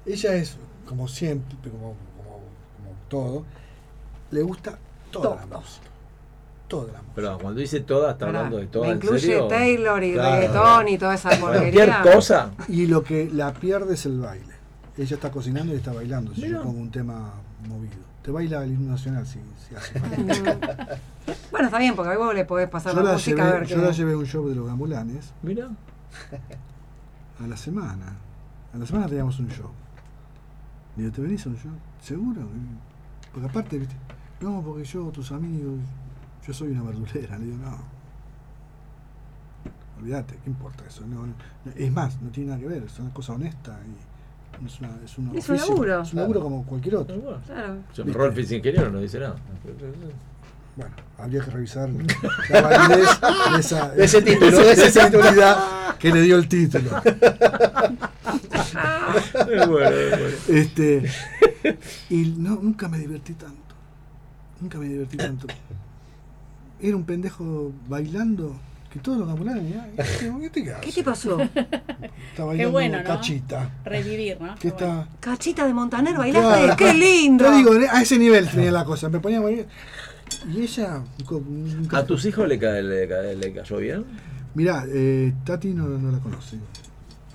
Speaker 6: ella es, como siempre, como, como, como todo, le gusta toda la
Speaker 3: Todo.
Speaker 6: música. Toda la música.
Speaker 12: Pero cuando dice toda, está
Speaker 3: Pará,
Speaker 12: hablando de toda.
Speaker 3: me
Speaker 12: ¿en
Speaker 3: incluye
Speaker 12: serio?
Speaker 3: Taylor y
Speaker 12: Claro.
Speaker 3: reggaetón y toda esa
Speaker 12: Cualquier
Speaker 3: porquería.
Speaker 12: cosa.
Speaker 6: Y lo que la pierde es el baile. Ella está cocinando y está bailando, si
Speaker 12: Mirá.
Speaker 6: yo pongo un tema movido. Te baila el himno nacional si, si hace falta.
Speaker 3: Mm. Bueno, está bien, porque a vos le podés pasar
Speaker 6: Yo
Speaker 3: la
Speaker 6: la,
Speaker 3: música a
Speaker 6: llevé,
Speaker 3: ver
Speaker 6: yo
Speaker 3: qué-
Speaker 6: la llevé a un show de los gamulanes
Speaker 12: Mira.
Speaker 6: a la semana. A la semana teníamos un show. Digo, ¿te venís a un show? ¿Seguro? Y- Porque aparte, viste, no, porque yo, tus amigos, yo soy una verdulera. Le digo, no. Olvídate, ¿qué importa eso? No, no. Es más, no tiene nada que ver, es una cosa honesta y es, una, es, un,
Speaker 3: Es un
Speaker 6: oficio,
Speaker 3: laburo.
Speaker 6: Es un laburo como cualquier otro.
Speaker 12: Bueno,
Speaker 3: Claro.
Speaker 12: yo- Rolfi es ingeniero, no dice nada.
Speaker 6: Bueno, habría que revisar la validez de, esa,
Speaker 7: De ese título,
Speaker 6: de
Speaker 7: de
Speaker 6: esa
Speaker 7: ese
Speaker 6: seguridad que le dio el título.
Speaker 12: Es bueno, es bueno.
Speaker 6: Este, y no, nunca me divertí tanto. Nunca me divertí tanto. Era un pendejo bailando que todos los campulares miraban, y decían, ¿eh? Este, ¿Qué te quedas?
Speaker 3: ¿Qué te pasó?
Speaker 6: Está bailando
Speaker 5: bueno, ¿no?
Speaker 6: cachita.
Speaker 5: Revivir, ¿no?
Speaker 6: Que
Speaker 5: Qué bueno.
Speaker 6: está.
Speaker 3: Cachita de Montaner, bailaste,
Speaker 6: Claro.
Speaker 3: qué lindo.
Speaker 6: Yo digo, a ese nivel tenía la cosa. Me ponía a bailar. Y ella. co- nunca-
Speaker 12: ¿A tus hijos le, ca- le ca- le cayó bien?
Speaker 6: Mirá, eh, Tati no, no la conoce.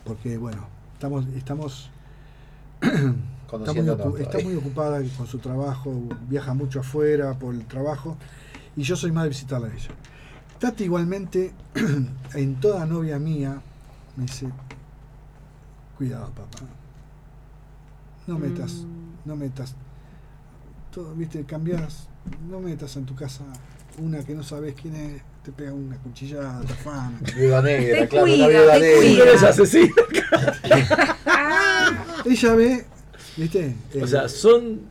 Speaker 6: Porque, bueno, estamos. estamos Está muy,
Speaker 7: Conociéndonos
Speaker 6: ocu- está
Speaker 7: todavía.
Speaker 6: muy ocupada con su trabajo, viaja mucho afuera por el trabajo y yo soy más de visitarla a ella. Tati igualmente, en toda novia mía, me dice, cuidado papá, no metas, no metas, todo, viste, cambias, no metas en tu casa una que no sabes quién es, te pega una cuchillada, te afana.
Speaker 7: Viuda negra,
Speaker 3: Te
Speaker 7: claro, una
Speaker 3: cuida,
Speaker 7: viuda
Speaker 3: te
Speaker 7: negra.
Speaker 3: cuida.
Speaker 12: Eres asesino.
Speaker 6: Ella ve, viste,
Speaker 12: O
Speaker 6: eh,
Speaker 12: sea, son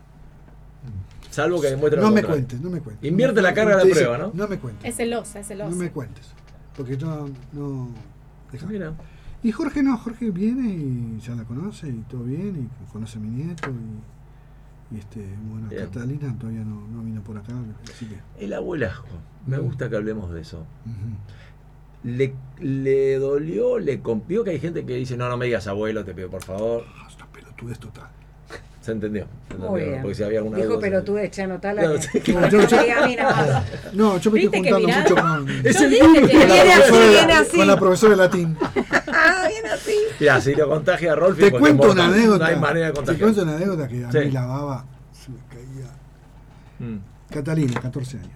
Speaker 2: Salvo que demuestre lo
Speaker 6: No me
Speaker 2: contrario.
Speaker 6: cuentes, no me cuentes.
Speaker 2: Invierte
Speaker 6: No me
Speaker 2: la carga de la
Speaker 6: cuentes,
Speaker 2: prueba,
Speaker 6: sí,
Speaker 2: ¿no?
Speaker 6: No me cuentes.
Speaker 5: Es celosa, es celosa.
Speaker 6: No me cuentes. Porque yo no. dejá. Y Jorge no, Jorge viene y ya la conoce y todo bien, y conoce a mi nieto. Y, y este, bueno,
Speaker 2: Bien.
Speaker 6: Catalina todavía no, no vino por acá. Así que.
Speaker 2: El abuelajo. Me
Speaker 6: Mm.
Speaker 2: gusta que hablemos de eso.
Speaker 6: ujú.
Speaker 2: ¿Le, le dolió, le compió que hay gente que dice, no, no me digas abuelo, te pido por favor?
Speaker 6: Ah, Pelotudez total.
Speaker 2: Se entendió. se
Speaker 3: Muy
Speaker 2: entendió,
Speaker 3: bien.
Speaker 2: Porque si había alguna
Speaker 3: Dijo
Speaker 2: duda, se-
Speaker 3: pelotudez, che, anotala.
Speaker 2: No,
Speaker 3: que-
Speaker 2: sí.
Speaker 3: que
Speaker 2: No,
Speaker 3: no
Speaker 2: yo-
Speaker 3: te diga a mí nomás.
Speaker 6: No, yo me
Speaker 3: ¿Viste
Speaker 6: estoy
Speaker 3: que
Speaker 6: juntando
Speaker 3: mirá?
Speaker 6: mucho con,
Speaker 3: Es Yo el dije virus que de la viene así, profesora- viene así. Ah,
Speaker 6: con la profesora de latín.
Speaker 2: Mirá, si lo contagia a Rolfi,
Speaker 6: Te
Speaker 2: porque
Speaker 6: cuento
Speaker 2: es
Speaker 6: una
Speaker 2: mortal,
Speaker 6: anécdota.
Speaker 2: No hay manera de
Speaker 6: Te
Speaker 2: contagiar.
Speaker 6: cuento una anécdota que a
Speaker 2: Sí.
Speaker 6: mí la baba se me caía.
Speaker 2: Mm.
Speaker 6: Catalina, 14 años.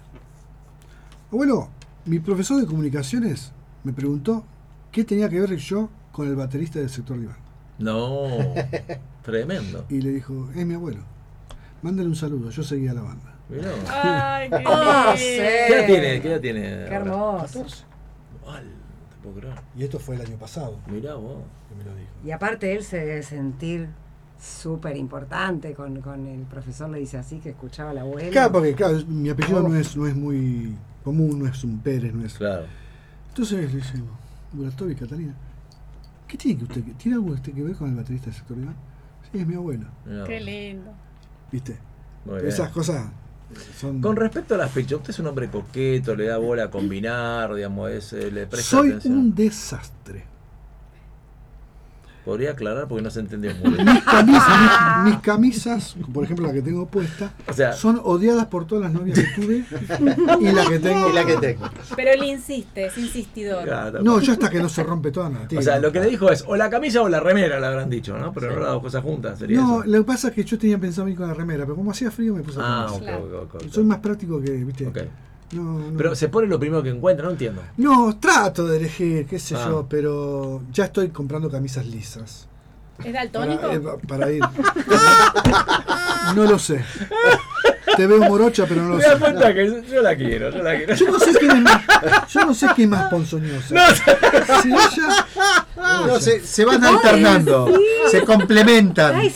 Speaker 6: Abuelo, mi profesor de comunicaciones me preguntó qué tenía que ver yo con el baterista del sector diván.
Speaker 2: No, tremendo.
Speaker 6: Y le dijo, es mi abuelo. Mándale un saludo, yo seguía la banda.
Speaker 2: Mirá.
Speaker 6: Ay, qué
Speaker 2: Ah,
Speaker 6: lindo.
Speaker 2: sí. ¿Qué edad tiene? ¿Qué edad tiene?
Speaker 6: Qué
Speaker 2: ahora?
Speaker 6: hermoso. 14.
Speaker 2: Al, no te puedo creer.
Speaker 6: Y esto fue el año pasado.
Speaker 2: Mirá vos.
Speaker 3: Y aparte él se debe sentir súper importante con, con el profesor, le dice así, que escuchaba la abuela.
Speaker 6: Claro, porque claro, es- mi apellido no, es, no es muy común, no es un Pérez, no es.
Speaker 2: Claro.
Speaker 6: Entonces le decimos, Buratovic, Catalina, ¿qué tiene que usted? ¿Tiene algo usted que ver con el baterista del sector diván? Sí, es mi abuelo.
Speaker 2: Mirá
Speaker 5: Qué
Speaker 2: vos.
Speaker 5: lindo.
Speaker 6: ¿Viste?
Speaker 2: Muy bien.
Speaker 6: Esas cosas eh, son.
Speaker 2: Con respecto al aspecto, usted es un hombre coqueto, le da bola a combinar, digamos, es, eh, le presta
Speaker 6: Soy
Speaker 2: atención.
Speaker 6: un desastre.
Speaker 2: Podría aclarar porque no se entendió muy bien.
Speaker 6: Mis camisas, mis camisas, por ejemplo la que tengo puesta,
Speaker 2: O sea-
Speaker 6: son odiadas por todas las novias que tuve y la que tengo.
Speaker 7: Y la que tengo.
Speaker 5: Pero él insiste, es insistidor.
Speaker 2: Claro.
Speaker 6: No, yo hasta que no se rompe toda no.
Speaker 2: O sea, lo que le dijo es o la camisa o la remera, le habrán dicho, ¿no? Pero no las dos cosas juntas, sería
Speaker 6: No,
Speaker 2: eso.
Speaker 6: lo que pasa es que yo tenía pensado ir con la remera, pero como hacía frío me puse
Speaker 2: Ah,
Speaker 6: a
Speaker 2: ok,
Speaker 6: poner
Speaker 2: ok, ok, ok.
Speaker 6: Soy más práctico que, viste.
Speaker 2: Ok.
Speaker 6: No, no.
Speaker 2: Pero se pone lo primero que encuentra, no entiendo.
Speaker 6: No, trato de elegir, qué sé
Speaker 2: Ah.
Speaker 6: yo, pero ya estoy comprando camisas lisas.
Speaker 5: ¿Es
Speaker 6: Para,
Speaker 5: daltónico?
Speaker 6: eh, para ir. No lo sé. Te veo morocha, pero no lo
Speaker 2: Me
Speaker 6: sé.
Speaker 2: da cuenta que yo la quiero, yo la quiero.
Speaker 6: Yo no sé quién es más, yo no sé quién es más ponzoñosa. Si ella-
Speaker 7: No, se, se van alternando, se complementan.
Speaker 5: No,
Speaker 3: re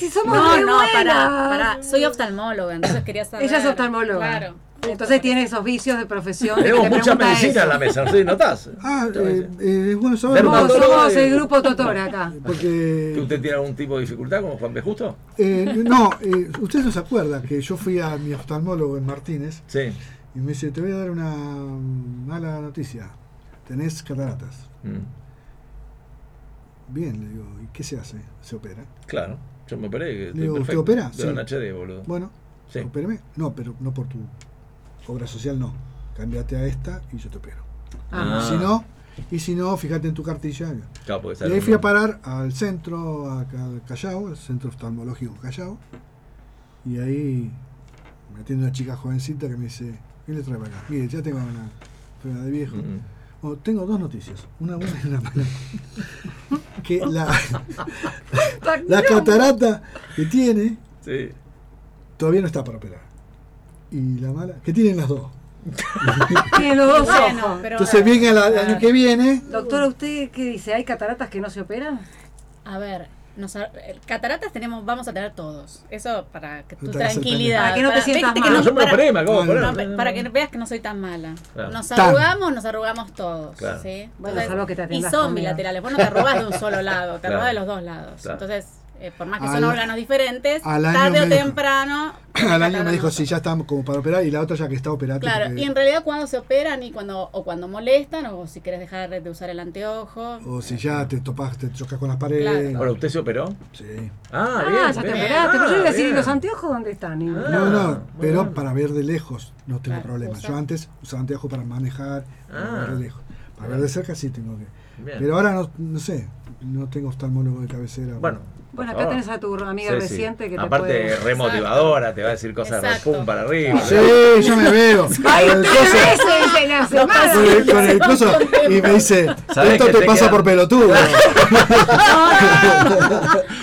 Speaker 5: no,
Speaker 3: buenas.
Speaker 5: pará, pará. Soy oftalmóloga, entonces quería saber.
Speaker 3: Ella es oftalmóloga.
Speaker 5: Claro.
Speaker 3: Entonces tiene esos vicios de profesión. de que le
Speaker 2: Tenemos mucha
Speaker 3: pregunta
Speaker 2: medicina
Speaker 3: eso.
Speaker 2: en la mesa, ¿sí? ¿Notás?
Speaker 6: Ah, eh, eh, es bueno saber.
Speaker 2: Dermatólogo.
Speaker 3: Somos, somos el
Speaker 2: eh,
Speaker 3: grupo Totora acá.
Speaker 6: Porque.
Speaker 2: ¿Que usted tiene algún tipo de dificultad con Juan P. Justo?
Speaker 6: eh, no, eh, ustedes no se acuerdan que yo fui a mi oftalmólogo en Martínez
Speaker 2: Sí.
Speaker 6: y me dice: Te voy a dar una mm, mala noticia. Tenés cataratas.
Speaker 2: Mm,
Speaker 6: Bien, le digo, ¿y qué se hace? Se opera.
Speaker 2: claro, yo me operé. que estoy
Speaker 6: Digo, ¿te
Speaker 2: perfecto.
Speaker 6: opera?
Speaker 2: Pero en
Speaker 6: Sí.
Speaker 2: HD, boludo.
Speaker 6: Bueno,
Speaker 2: Sí.
Speaker 6: opéreme. No, pero no por tu obra social, no. Cambiate a esta y yo te opero.
Speaker 2: Ah.
Speaker 6: Si no, y si no, fíjate en tu cartilla.
Speaker 2: Claro, porque
Speaker 6: Y
Speaker 2: sale
Speaker 6: ahí fui a
Speaker 2: un-
Speaker 6: parar al centro, a Ca- Callao, al centro oftalmológico Callao. Y ahí me atiende una chica jovencita que me dice, ¿qué le trae para acá? Mire, ya tengo una enfermedad de viejo.
Speaker 2: Mm.
Speaker 6: Bueno, tengo dos noticias, una buena y una mala. Que la, la catarata que tiene
Speaker 2: Sí.
Speaker 6: todavía no está para operar. Y la mala, que tienen las dos.
Speaker 3: Tiene los dos
Speaker 5: Bueno,
Speaker 3: ojos.
Speaker 5: pero-
Speaker 6: Entonces viene Ah, el año que viene.
Speaker 3: Doctora, ¿usted qué dice? ¿Hay cataratas que no se operan?
Speaker 5: A ver, nos- eh, cataratas tenemos, vamos a tener todos. Eso para que tu
Speaker 6: No te hagas el
Speaker 5: tranquilidad.
Speaker 3: pendejo. Para que no te sientas
Speaker 5: viste
Speaker 3: mal.
Speaker 5: que
Speaker 2: Yo me lo operé, me acabo de
Speaker 5: para-
Speaker 2: operar.
Speaker 5: no, para que veas que no soy tan mala.
Speaker 2: Claro.
Speaker 5: Nos
Speaker 6: Tan.
Speaker 5: arrugamos, nos arrugamos todos.
Speaker 2: Claro.
Speaker 5: ¿sí?
Speaker 3: Bueno, salvo que te
Speaker 5: y
Speaker 3: atendas
Speaker 5: son
Speaker 3: conmigo.
Speaker 5: bilaterales. Vos no te arrugás de un solo lado, te
Speaker 2: Claro.
Speaker 5: arrugás de los dos lados.
Speaker 2: Claro.
Speaker 5: Entonces, eh, por más que
Speaker 6: Al-
Speaker 5: son órganos diferentes,
Speaker 6: al año
Speaker 5: tarde o
Speaker 6: me dijo.
Speaker 5: temprano.
Speaker 6: Al año me dijo,
Speaker 5: cataratas.
Speaker 6: sí, ya estamos como para operar. Y la otra ya que está operando.
Speaker 5: Claro, y en realidad cuando se operan y cuando o cuando molestan o si quieres dejar de usar el anteojo.
Speaker 6: O si ya te topas, te chocas con las paredes.
Speaker 2: Ahora, ¿usted se operó?
Speaker 6: Sí.
Speaker 2: Ah,
Speaker 3: Ah,
Speaker 2: bien.
Speaker 3: ya te
Speaker 2: bien.
Speaker 3: operaste. Pero yo iba a decir, ¿y
Speaker 2: bien.
Speaker 3: los anteojos dónde están? Y-
Speaker 2: Ah.
Speaker 6: Ah, No, no,
Speaker 2: muy
Speaker 6: pero
Speaker 2: bueno.
Speaker 6: para ver de lejos no tengo
Speaker 5: Claro,
Speaker 6: problema.
Speaker 5: usa-
Speaker 6: Yo antes usaba anteojos para manejar, para
Speaker 2: Ah.
Speaker 6: ver de lejos. Para ver de cerca sí tengo que.
Speaker 2: Bien.
Speaker 6: Pero ahora no, no sé, no tengo oftalmólogo de cabecera.
Speaker 2: Bueno.
Speaker 3: Bueno,
Speaker 2: por
Speaker 3: acá
Speaker 2: favor.
Speaker 3: tenés a tu amiga
Speaker 2: Sí, sí.
Speaker 3: reciente que te
Speaker 2: Aparte,
Speaker 3: puede...
Speaker 2: remotivadora, te va a decir cosas de
Speaker 5: Exacto.
Speaker 2: pum para arriba.
Speaker 6: Sí, yo me veo.
Speaker 3: ¡Ay,
Speaker 6: Con el
Speaker 3: tres
Speaker 6: coso-
Speaker 3: veces en la semana!
Speaker 6: con el- con el coso, y me dice,
Speaker 2: Sabes
Speaker 6: esto
Speaker 2: que
Speaker 6: te
Speaker 2: te
Speaker 6: pasa
Speaker 2: quedan-
Speaker 6: por pelotudo.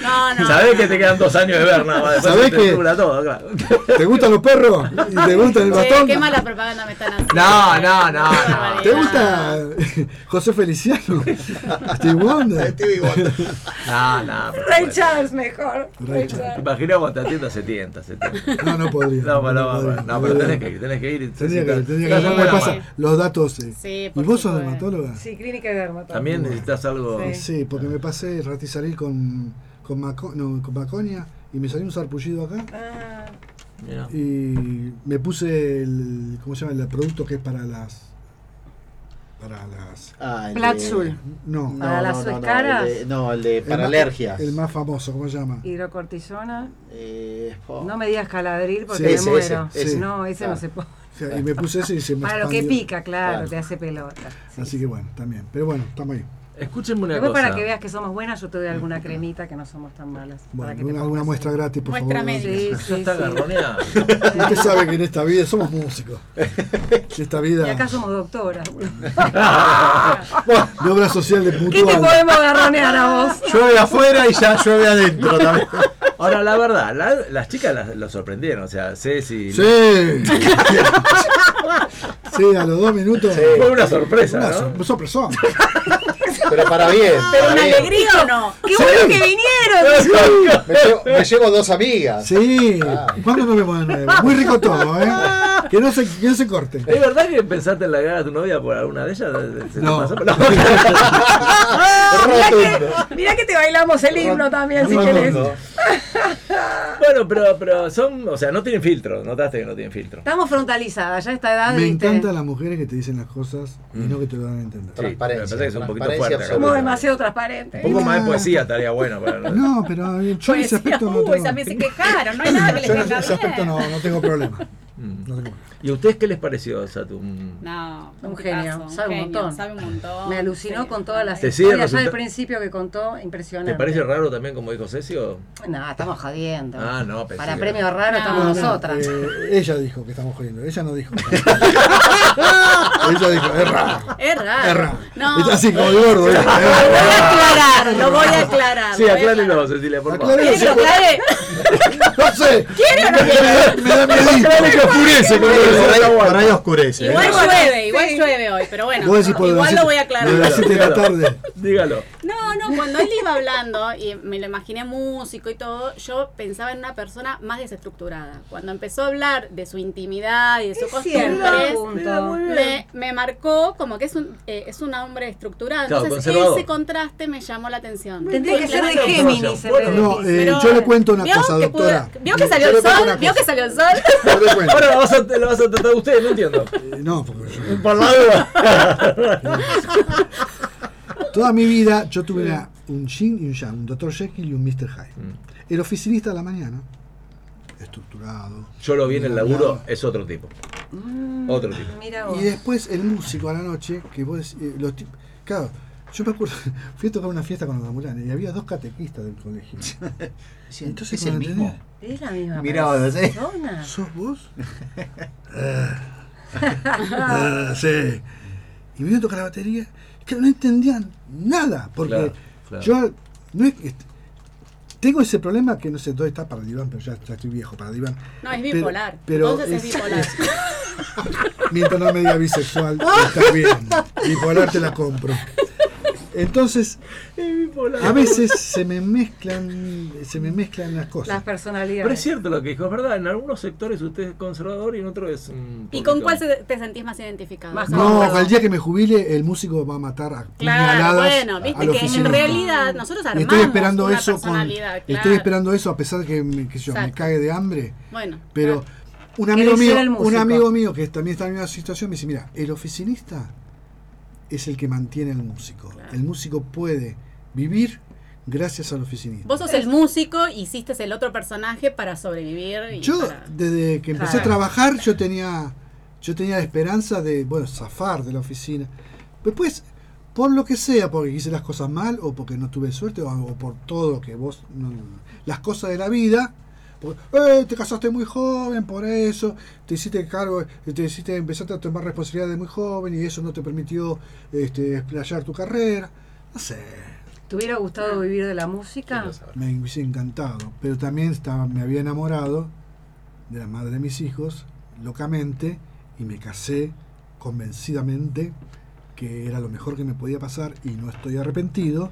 Speaker 5: No, no.
Speaker 2: Sabés que te quedan dos años de ver nada más. después
Speaker 6: ¿Sabés
Speaker 2: se
Speaker 6: que-
Speaker 2: te nubla todo, claro.
Speaker 6: ¿Te gustan los perros? ¿Y te gusta el
Speaker 5: Che,
Speaker 6: bastón?
Speaker 5: qué mala propaganda me están haciendo.
Speaker 2: No, no, no,
Speaker 5: Qué
Speaker 2: no.
Speaker 5: barbaridad.
Speaker 6: ¿Te gusta José Feliciano? Steve Wonder.
Speaker 2: No, no. por
Speaker 3: Ray
Speaker 2: supuesto.
Speaker 3: Charles mejor. Ray Charles.
Speaker 12: Imagina cuando te atienda 70, 70.
Speaker 6: No, no podría.
Speaker 12: No, pero, no,
Speaker 6: podría,
Speaker 12: no, pero
Speaker 6: no podría.
Speaker 12: tenés que ir, tenés que ir.
Speaker 6: Tendría que,
Speaker 12: necesitas-
Speaker 6: tendría que
Speaker 12: estás en
Speaker 6: ver qué
Speaker 12: buena
Speaker 6: pasa,
Speaker 12: mano.
Speaker 6: los datos. eh.
Speaker 3: Sí,
Speaker 6: ¿Y
Speaker 3: por
Speaker 6: vos sos
Speaker 3: supuesto.
Speaker 6: dermatóloga?
Speaker 3: Sí, clínica de dermatóloga.
Speaker 12: También necesitas algo.
Speaker 6: Sí, porque me pasé ratizaril con, con, maco- no, con maconia y me salió un sarpullido acá.
Speaker 3: Ah.
Speaker 12: Mirá.
Speaker 6: Y me puse el, ¿cómo se llama? El producto que es para las... Para las...
Speaker 4: Ah, el de-
Speaker 3: Platzul.
Speaker 6: No.
Speaker 3: Para las suescaras.
Speaker 4: No, el de, no, el de
Speaker 6: El
Speaker 4: para
Speaker 6: más-
Speaker 4: alergias.
Speaker 6: El más famoso, ¿cómo se llama?
Speaker 3: Hidrocortisona.
Speaker 4: Eh, oh.
Speaker 3: No me digas caladril
Speaker 6: Sí,
Speaker 3: porque me
Speaker 6: ese,
Speaker 3: muero.
Speaker 6: ese, ese.
Speaker 3: No, ese
Speaker 6: Claro.
Speaker 3: no se puede.
Speaker 6: O sea, y me puse ese y se me
Speaker 3: Para lo que
Speaker 6: expandió.
Speaker 3: pica, claro,
Speaker 6: Claro.
Speaker 3: te hace pelota.
Speaker 6: Así que bueno, también. Pero bueno, estamos ahí.
Speaker 12: Escúchenme una
Speaker 3: Después
Speaker 12: cosa.
Speaker 3: para que veas que somos buenas, yo te doy alguna cremita que no somos tan malas. para
Speaker 6: Bueno,
Speaker 3: que te
Speaker 6: una,
Speaker 3: pongas
Speaker 6: una muestra
Speaker 3: ahí.
Speaker 6: gratis, por
Speaker 3: Muestra
Speaker 6: favor.
Speaker 3: médica. Sí, sí,
Speaker 12: Ya está
Speaker 3: sí.
Speaker 12: garroneado.
Speaker 6: Usted sabe que en esta vida somos músicos. En esta
Speaker 3: Y acá
Speaker 6: vida
Speaker 3: somos doctoras. boludo.
Speaker 6: de obra social de
Speaker 3: ¿Qué te
Speaker 6: puntual.
Speaker 3: podemos garronear a vos?
Speaker 7: Llueve afuera y ya llueve adentro también.
Speaker 12: Ahora, la verdad, la- las chicas las, lo sorprendieron. O sea, Ceci.
Speaker 6: Sí. sí, a los dos minutos.
Speaker 12: Fue una sorpresa,
Speaker 6: Una
Speaker 12: ¿no?
Speaker 6: sor- sorpresón.
Speaker 4: Pero para bien.
Speaker 5: ¿Pero
Speaker 4: para
Speaker 5: una
Speaker 4: bien.
Speaker 5: alegría o no?
Speaker 3: ¡Qué bueno que vinieron!
Speaker 4: Me llevo, me llevo dos amigas.
Speaker 6: Sí. ¿Cuándo nos vemos de nuevo? Muy rico todo, ¿eh? Que no se, que no se corte.
Speaker 12: ¿Es verdad que pensaste en la cara de tu novia por alguna de ellas? ¿Se te
Speaker 6: No.
Speaker 12: pasó? No.
Speaker 3: Ah, Mirá que, mirá que te bailamos el himno también, si querés.
Speaker 12: bueno, pero, pero son, o sea, no tienen filtro. Notaste que no tienen filtro.
Speaker 3: Estamos frontalizadas, ya a esta edad.
Speaker 6: Me
Speaker 3: Ah, viste,
Speaker 6: encantan las mujeres que te dicen las cosas y no que te lo dan a
Speaker 12: Mm. Sí,
Speaker 6: entender.
Speaker 12: me parece que es un poquito
Speaker 4: Transparencia
Speaker 12: fuerte. acá.
Speaker 4: absoluta.
Speaker 3: Somos demasiado
Speaker 12: Un
Speaker 3: transparentes.
Speaker 12: poco más de poesía estaría bueno. Para...
Speaker 6: No, pero eh, yo en ese aspecto no
Speaker 5: uy,
Speaker 6: tengo,
Speaker 5: ya me se quejaron, no hay nada que les
Speaker 6: yo en ese
Speaker 5: venga
Speaker 6: ese aspecto
Speaker 5: bien.
Speaker 6: no, no tengo problema.
Speaker 12: Mm.
Speaker 6: No tengo problema.
Speaker 12: ¿Y a ustedes qué les pareció, Satum?
Speaker 5: No,
Speaker 3: Un
Speaker 5: un
Speaker 3: genio,
Speaker 5: genio,
Speaker 3: sabe un montón.
Speaker 5: Sabe un montón.
Speaker 3: Me alucinó
Speaker 5: Sí.
Speaker 3: con todas las
Speaker 12: Te sigue
Speaker 3: historias ya del
Speaker 12: resulta-
Speaker 3: principio que contó, impresionante.
Speaker 12: ¿Te parece raro también, como dijo Ceci? o?
Speaker 3: No, estamos jodiendo.
Speaker 12: Ah, no, pensé
Speaker 3: Para
Speaker 12: que-
Speaker 3: premios raros estamos
Speaker 5: No, no,
Speaker 3: nosotras.
Speaker 6: Eh, ella dijo que estamos jodiendo, ella no dijo. ella dijo, es raro.
Speaker 5: Es raro.
Speaker 6: Es raro.
Speaker 5: No,
Speaker 6: Es
Speaker 5: lo
Speaker 6: así como el gordo. ¿eh?
Speaker 5: voy a aclarar, lo voy a aclarar.
Speaker 12: Sí,
Speaker 5: lo voy a
Speaker 12: aclárelo, Cecilia, por favor.
Speaker 6: Aclárelo.
Speaker 5: ¿Quieres que lo aclare?
Speaker 6: No sé.
Speaker 5: ¿Quiere o no quiere?
Speaker 6: Me da miedo.
Speaker 7: Por ahí- por ahí oscurece.
Speaker 5: Igual llueve, igual llueve hoy, pero bueno,
Speaker 6: ¿eh? Vos decís por
Speaker 5: igual
Speaker 6: las
Speaker 5: lo voy a
Speaker 6: siete- de
Speaker 5: aclarar.
Speaker 6: las 7 de la tarde.
Speaker 12: Dígalo.
Speaker 5: No, no, cuando él iba hablando y me lo imaginé músico y todo, yo pensaba en una persona más desestructurada. Cuando empezó a hablar de su intimidad y de sus
Speaker 3: Es cierto,
Speaker 5: costumbres,
Speaker 3: punto.
Speaker 5: me, me marcó como que es un, eh, es un hombre estructurado.
Speaker 12: Claro,
Speaker 5: Entonces
Speaker 12: conservador.
Speaker 5: ese contraste me llamó la atención.
Speaker 3: Tendría que ser de
Speaker 12: Claro.
Speaker 3: Géminis. en vez de
Speaker 6: No,
Speaker 3: Piscis.
Speaker 6: eh,
Speaker 5: Pero-
Speaker 6: yo le cuento una
Speaker 5: ¿Vio
Speaker 6: cosa,
Speaker 5: que pudo-
Speaker 6: doctora.
Speaker 5: ¿Vio que salió
Speaker 6: Yo le
Speaker 5: el
Speaker 6: cuento una
Speaker 5: sol? ¿Vio
Speaker 6: cosa.
Speaker 5: que salió el sol?
Speaker 6: Yo le cuento.
Speaker 12: Ahora lo vas a, lo vas a tratar ustedes, no entiendo.
Speaker 6: Eh, No, porque yo-
Speaker 12: Por la duda.
Speaker 6: Toda mi vida yo tuve una- un Jin y un Yang, un Dr. Jekyll y un Mr. Hyde.
Speaker 4: Mm.
Speaker 6: El oficinista de la mañana, estructurado.
Speaker 12: Yo lo vi en el
Speaker 6: bien
Speaker 12: laburo,
Speaker 6: hablado.
Speaker 12: es otro tipo.
Speaker 3: Mm.
Speaker 12: Otro tipo.
Speaker 5: Mm,
Speaker 3: Mira vos.
Speaker 6: Y después el músico a la noche, que vos decís, eh, los tip- Claro, yo me acuerdo, fui a tocar una fiesta con los Damulanes y había dos catequistas del colegio. Entonces,
Speaker 4: Entonces, ¿Es el
Speaker 6: cuando
Speaker 4: mismo?
Speaker 6: entendés,
Speaker 3: Es la misma
Speaker 4: Mirá vos, ¿eh?
Speaker 3: persona.
Speaker 6: ¿Sos vos? Ah. Ah, sí. Y me iba a tocar la batería. que no entendían nada. Porque
Speaker 12: Claro, claro.
Speaker 6: yo no es que- tengo ese problema que no sé dónde está para el diván, pero ya, ya estoy viejo para el diván.
Speaker 5: No, es
Speaker 6: Pero-
Speaker 5: bipolar.
Speaker 6: pero
Speaker 5: Entonces es,
Speaker 6: es-
Speaker 5: bipolar.
Speaker 6: Mientras no me diga bisexual, está bien. Bipolar te la compro. Entonces, a veces se me mezclan, se me mezclan las
Speaker 3: Las
Speaker 6: cosas.
Speaker 12: Pero es
Speaker 3: personalidades.
Speaker 12: cierto lo que dijo, es verdad. En algunos sectores usted es conservador y en otros es. mm,
Speaker 5: ¿Y
Speaker 12: poquito-
Speaker 5: con cuál se- te sentís más identificado?
Speaker 3: Más
Speaker 6: No, al día que me jubile, el músico va a matar a
Speaker 5: Claro,
Speaker 6: puñaladas
Speaker 5: bueno, viste
Speaker 6: al
Speaker 5: que en
Speaker 6: oficinista.
Speaker 5: realidad nosotros
Speaker 6: Y
Speaker 5: armamos
Speaker 6: estoy esperando
Speaker 5: una
Speaker 6: eso con,
Speaker 5: personalidad,
Speaker 6: estoy
Speaker 5: claro.
Speaker 6: esperando eso a pesar que, me, qué sé yo, me
Speaker 5: Exacto.
Speaker 6: cague de hambre
Speaker 5: Bueno,
Speaker 6: pero
Speaker 5: claro.
Speaker 6: un amigo
Speaker 3: lo hiciera
Speaker 6: mío
Speaker 3: el
Speaker 6: un
Speaker 3: músico.
Speaker 6: amigo mío que también está en una situación me dice mira el oficinista es el que mantiene al músico el músico puede vivir gracias al oficinista
Speaker 5: vos sos el músico, hiciste el otro personaje para sobrevivir. y
Speaker 6: yo
Speaker 5: para-
Speaker 6: desde que empecé a
Speaker 3: Claro.
Speaker 6: trabajar yo tenía yo tenía la esperanza de bueno zafar de la oficina después por lo que sea porque hice las cosas mal o porque no tuve suerte o, o por todo lo que vos no- las cosas de la vida porque, "Eh, te casaste muy joven por eso te hiciste cargo te hiciste empezaste a tomar responsabilidad de muy joven y eso no te permitió este explayar tu carrera no sé
Speaker 3: ¿Te hubiera gustado vivir de la música?
Speaker 6: me hubiese encantado, pero también estaba, me había enamorado de la madre de mis hijos, locamente, y me casé convencidamente que era lo mejor que me podía pasar y no estoy arrepentido.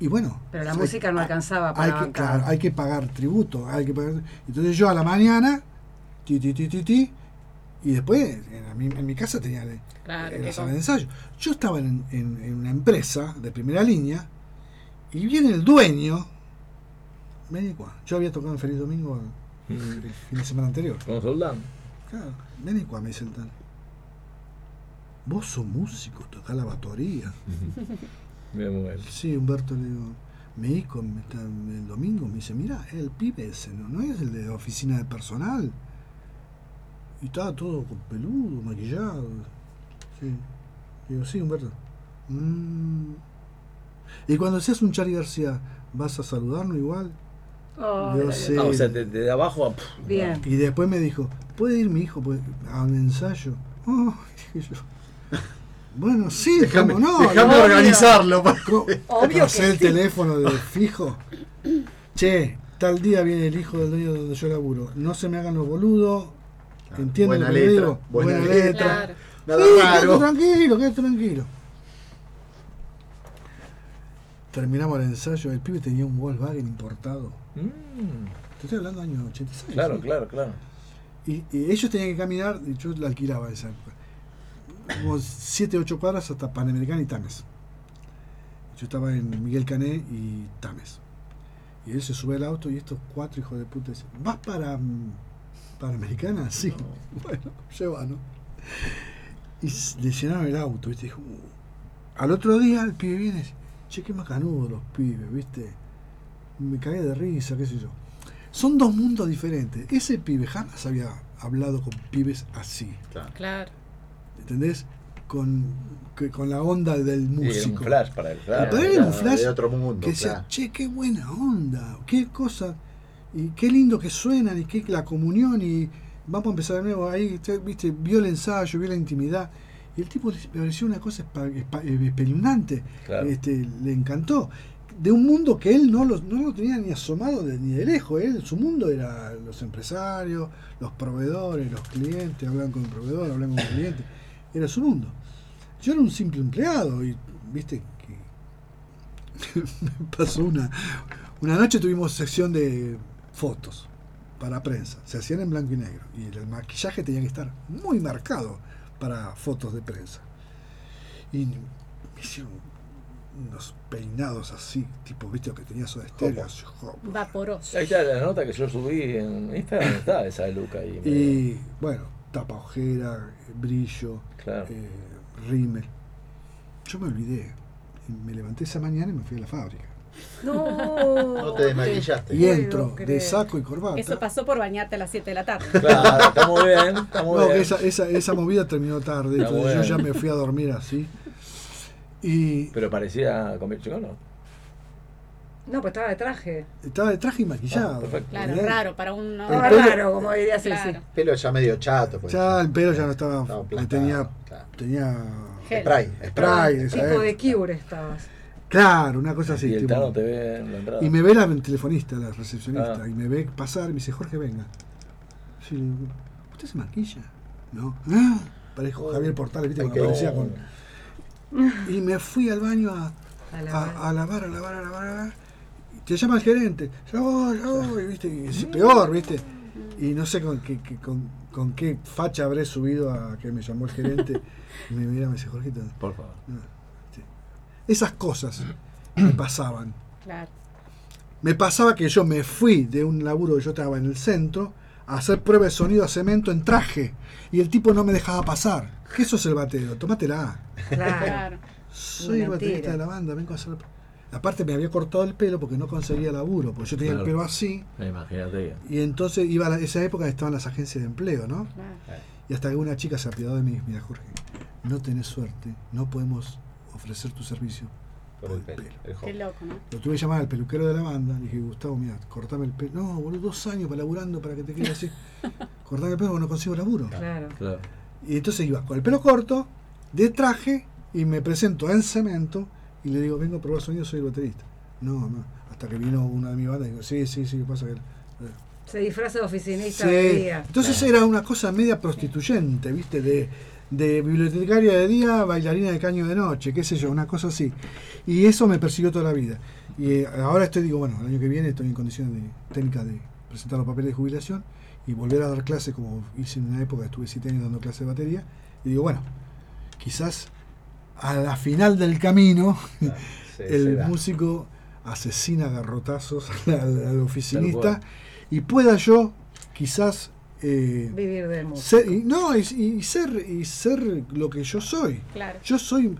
Speaker 6: Y bueno.
Speaker 3: Pero la
Speaker 6: hay-
Speaker 3: música no alcanzaba para
Speaker 6: hay que,
Speaker 3: bancar.
Speaker 6: claro, hay que pagar tributo, hay que pagar. Entonces yo a la mañana, ti, ti, ti, ti, ti, y después en mi, en mi casa tenía la-
Speaker 5: Claro,
Speaker 6: la
Speaker 5: que
Speaker 6: sala
Speaker 5: con-
Speaker 6: de ensayo. Yo estaba en, en- en una empresa de primera línea y viene el dueño. Vení, cuá. Yo había tocado en Feliz Domingo el, el fin de semana anterior.
Speaker 2: Oh.
Speaker 12: Con Soldán.
Speaker 6: Claro, vení, cuá, me dicen tal. Vos sos músico, tocás la batería.
Speaker 12: Me muero.
Speaker 6: Sí, Humberto le digo, mi hijo me está- el domingo me dice, mira, el pibe ese, ¿no? ¿No es el de oficina de personal? Y estaba todo con peludo, maquillado. Sí. Digo, sí, Humberto. "Mm". Y cuando seas un Charlie García, ¿vas a saludarnos igual? Digo, "Sí".
Speaker 12: Ah, o sea, de, de abajo a. pff,
Speaker 6: Y después me dijo, ¿puede ir mi hijo pues, a un ensayo? Oh, dije yo. Bueno, sí,
Speaker 7: Déjame-
Speaker 6: cómo no.
Speaker 7: déjame
Speaker 6: Obvio.
Speaker 7: organizarlo, pues.
Speaker 6: Co-
Speaker 7: Obvio
Speaker 6: pasé
Speaker 7: que
Speaker 6: el
Speaker 7: sí.
Speaker 6: teléfono de fijo. Che, tal día viene el hijo del dueño donde yo laburo. No se me hagan los boludos. ¿Entienden
Speaker 7: buena
Speaker 6: lo que
Speaker 7: letra,
Speaker 6: digo?
Speaker 7: buena
Speaker 6: Buena,
Speaker 7: letra.
Speaker 6: letra.
Speaker 7: Claro. Nada
Speaker 6: Sí,
Speaker 7: raro.
Speaker 6: quédate tranquilo, quédate tranquilo. Terminamos el ensayo. El pibe tenía un Volkswagen importado.
Speaker 7: Mm.
Speaker 6: Te estoy hablando de años 86.
Speaker 12: Claro,
Speaker 6: ¿sí?
Speaker 12: claro, claro.
Speaker 6: Y, y ellos tenían que caminar, y yo la alquilaba esa época, como 7, 8 cuadras hasta Panamericana y Tames. Yo estaba en Miguel Cané y Tames. Y él se sube al auto y estos cuatro hijos de puta dicen, ¿vas para mm, Panamericana? Sí. Bueno, lleva, ¿no? Y s- le llenaron el auto, ¿viste? Dijo, "Uh". Al otro día el pibe viene y dice, che, qué macanudo los pibes, ¿viste? Me cagué de risa, qué sé yo. Son dos mundos diferentes. Ese pibe jamás había hablado con pibes así.
Speaker 5: Claro.
Speaker 6: ¿Entendés? Con, que- con la onda del
Speaker 12: Sí, era un
Speaker 6: músico.
Speaker 12: flash para él.
Speaker 6: Y
Speaker 12: Claro,
Speaker 6: para él era un flash
Speaker 7: de otro mundo,
Speaker 6: que decía,
Speaker 7: claro.
Speaker 6: che, qué buena onda, qué cosa, y qué lindo que suenan, y qué la comunión, y vamos a empezar de nuevo. Ahí, usted, viste, vio el ensayo, vio la intimidad. Y el tipo le pareció una cosa espa- espa- eh, espeluznante.
Speaker 12: Claro.
Speaker 6: Este, le encantó. De un mundo que él no lo, no lo tenía ni asomado de- ni de lejos. Él, su mundo era los empresarios, los proveedores, los clientes, hablan con el proveedor, hablan con el cliente. Era su mundo. Yo era un simple empleado y, viste, que me pasó una. Una noche tuvimos sección de fotos para prensa. Se hacían en blanco y negro. Y el maquillaje tenía que estar muy marcado para fotos de prensa. Y me hicieron unos peinados así, tipo, viste, lo que tenía Soda Stereo. así, jo-
Speaker 5: Vaporoso.
Speaker 12: Ahí está la nota que yo subí en Instagram. Está esa de Luca ahí.
Speaker 6: Y bueno, tapa ojera, brillo, eh, rímel. Yo me olvidé. Y Me levanté esa mañana y me fui a la fábrica.
Speaker 5: No.
Speaker 6: No
Speaker 7: te desmaquillaste.
Speaker 6: Y entro
Speaker 5: Puedo
Speaker 6: de
Speaker 5: creer.
Speaker 6: saco y corbata.
Speaker 5: Eso pasó por bañarte a las 7 de la tarde.
Speaker 12: Claro, está muy bien, está muy
Speaker 6: No,
Speaker 12: bien.
Speaker 6: Esa, esa, esa movida terminó tarde,
Speaker 12: Está
Speaker 6: entonces yo
Speaker 12: bueno.
Speaker 6: ya me fui a dormir así. Y
Speaker 12: Pero parecía comer chico, ¿no?
Speaker 3: No, pues estaba de traje.
Speaker 6: estaba de traje y maquillado. ¿Eh?
Speaker 5: Claro,
Speaker 6: ¿verdad?
Speaker 5: raro para un
Speaker 6: El
Speaker 5: hombre.
Speaker 6: pelo-
Speaker 3: Claro, como diría Ceci.
Speaker 7: Pelo ya medio chato. Pues.
Speaker 6: Ya el pelo ya no estaba.
Speaker 7: plantado,
Speaker 6: tenía. tenía
Speaker 3: Gel.
Speaker 7: Spray,
Speaker 6: spray, de esa
Speaker 3: Tipo
Speaker 6: época.
Speaker 3: de cure estabas.
Speaker 6: Claro, una cosa así.
Speaker 12: y el
Speaker 6: tipo-
Speaker 12: Tano te ve en la entrada.
Speaker 6: Y me ve la telefonista, la recepcionista,
Speaker 12: Ah.
Speaker 6: y me ve pasar y me dice, Jorge, venga. Sí, le digo, ¿usted se maquilla? No. Ah, Parejo Javier Portales, viste,
Speaker 7: Ay,
Speaker 6: cuando
Speaker 7: qué
Speaker 6: aparecía
Speaker 7: bueno.
Speaker 6: con. Y me fui al baño a,
Speaker 3: A
Speaker 6: a- a lavar, a lavar, a lavar, a lavar. Y te llama el gerente, ya voy, ya voy, viste, oh", y es peor, viste. Y no sé con qué, qué- con, con qué facha habré subido a que me llamó el gerente. y me mira, me dice, Jorgito.
Speaker 12: Por favor.
Speaker 6: no, sí". Esas cosas me pasaban.
Speaker 5: Claro.
Speaker 6: Me pasaba que yo me fui de un laburo que yo estaba en el centro a hacer prueba de sonido a cemento en traje y el tipo no me dejaba pasar. ¿Qué sos el batero? Tómatela.
Speaker 5: Claro.
Speaker 6: Soy el
Speaker 5: Mentira.
Speaker 6: baterista de la banda, vengo a hacer. Aparte me había cortado el pelo porque no conseguía laburo, porque yo tenía
Speaker 12: Claro.
Speaker 6: el pelo así
Speaker 12: Imagínate.
Speaker 6: y entonces iba a la- esa época estaban las agencias de empleo, ¿no? Y hasta que una chica se apiadó de mí, mira Jorge, no tenés suerte, no podemos ofrecer tu servicio por el pelo.
Speaker 5: Qué loco, ¿no?
Speaker 6: Lo tuve que llamar al peluquero de la banda. Le dije, Gustavo, mira, cortame el pelo. No, boludo, dos años para laburando para que te quede así. cortame el pelo porque no consigo laburo.
Speaker 3: Claro.
Speaker 12: Claro.
Speaker 6: Y entonces iba con el pelo corto, de traje, y me presento en cemento y le digo, vengo a probar sonido, soy el baterista. No, no. Hasta que vino una de mi banda y digo, sí, sí, sí, ¿qué pasa? Que...
Speaker 3: Se disfraza de oficinista
Speaker 6: Sí.
Speaker 3: de día.
Speaker 6: Entonces era una cosa media prostituyente, ¿viste? De, de bibliotecaria de día, bailarina de caño de noche, qué sé yo, una cosa así. Y eso me persiguió toda la vida. Y eh, ahora estoy, digo, bueno, el año que viene estoy en condiciones de- técnicas de presentar los papeles de jubilación y volver a dar clases como hice en una época, estuve siete años dando clases de batería. Y digo, bueno, quizás a la final del camino
Speaker 12: se-
Speaker 6: el
Speaker 12: se Ah, da.
Speaker 6: músico asesina a garrotazos al, al- al
Speaker 12: Tal
Speaker 6: oficinista
Speaker 12: cual.
Speaker 6: y pueda yo quizás eh,
Speaker 3: Vivir del músico.
Speaker 6: ser- y- no, y, y ser, y ser lo que yo soy.
Speaker 5: Claro.
Speaker 6: Yo soy.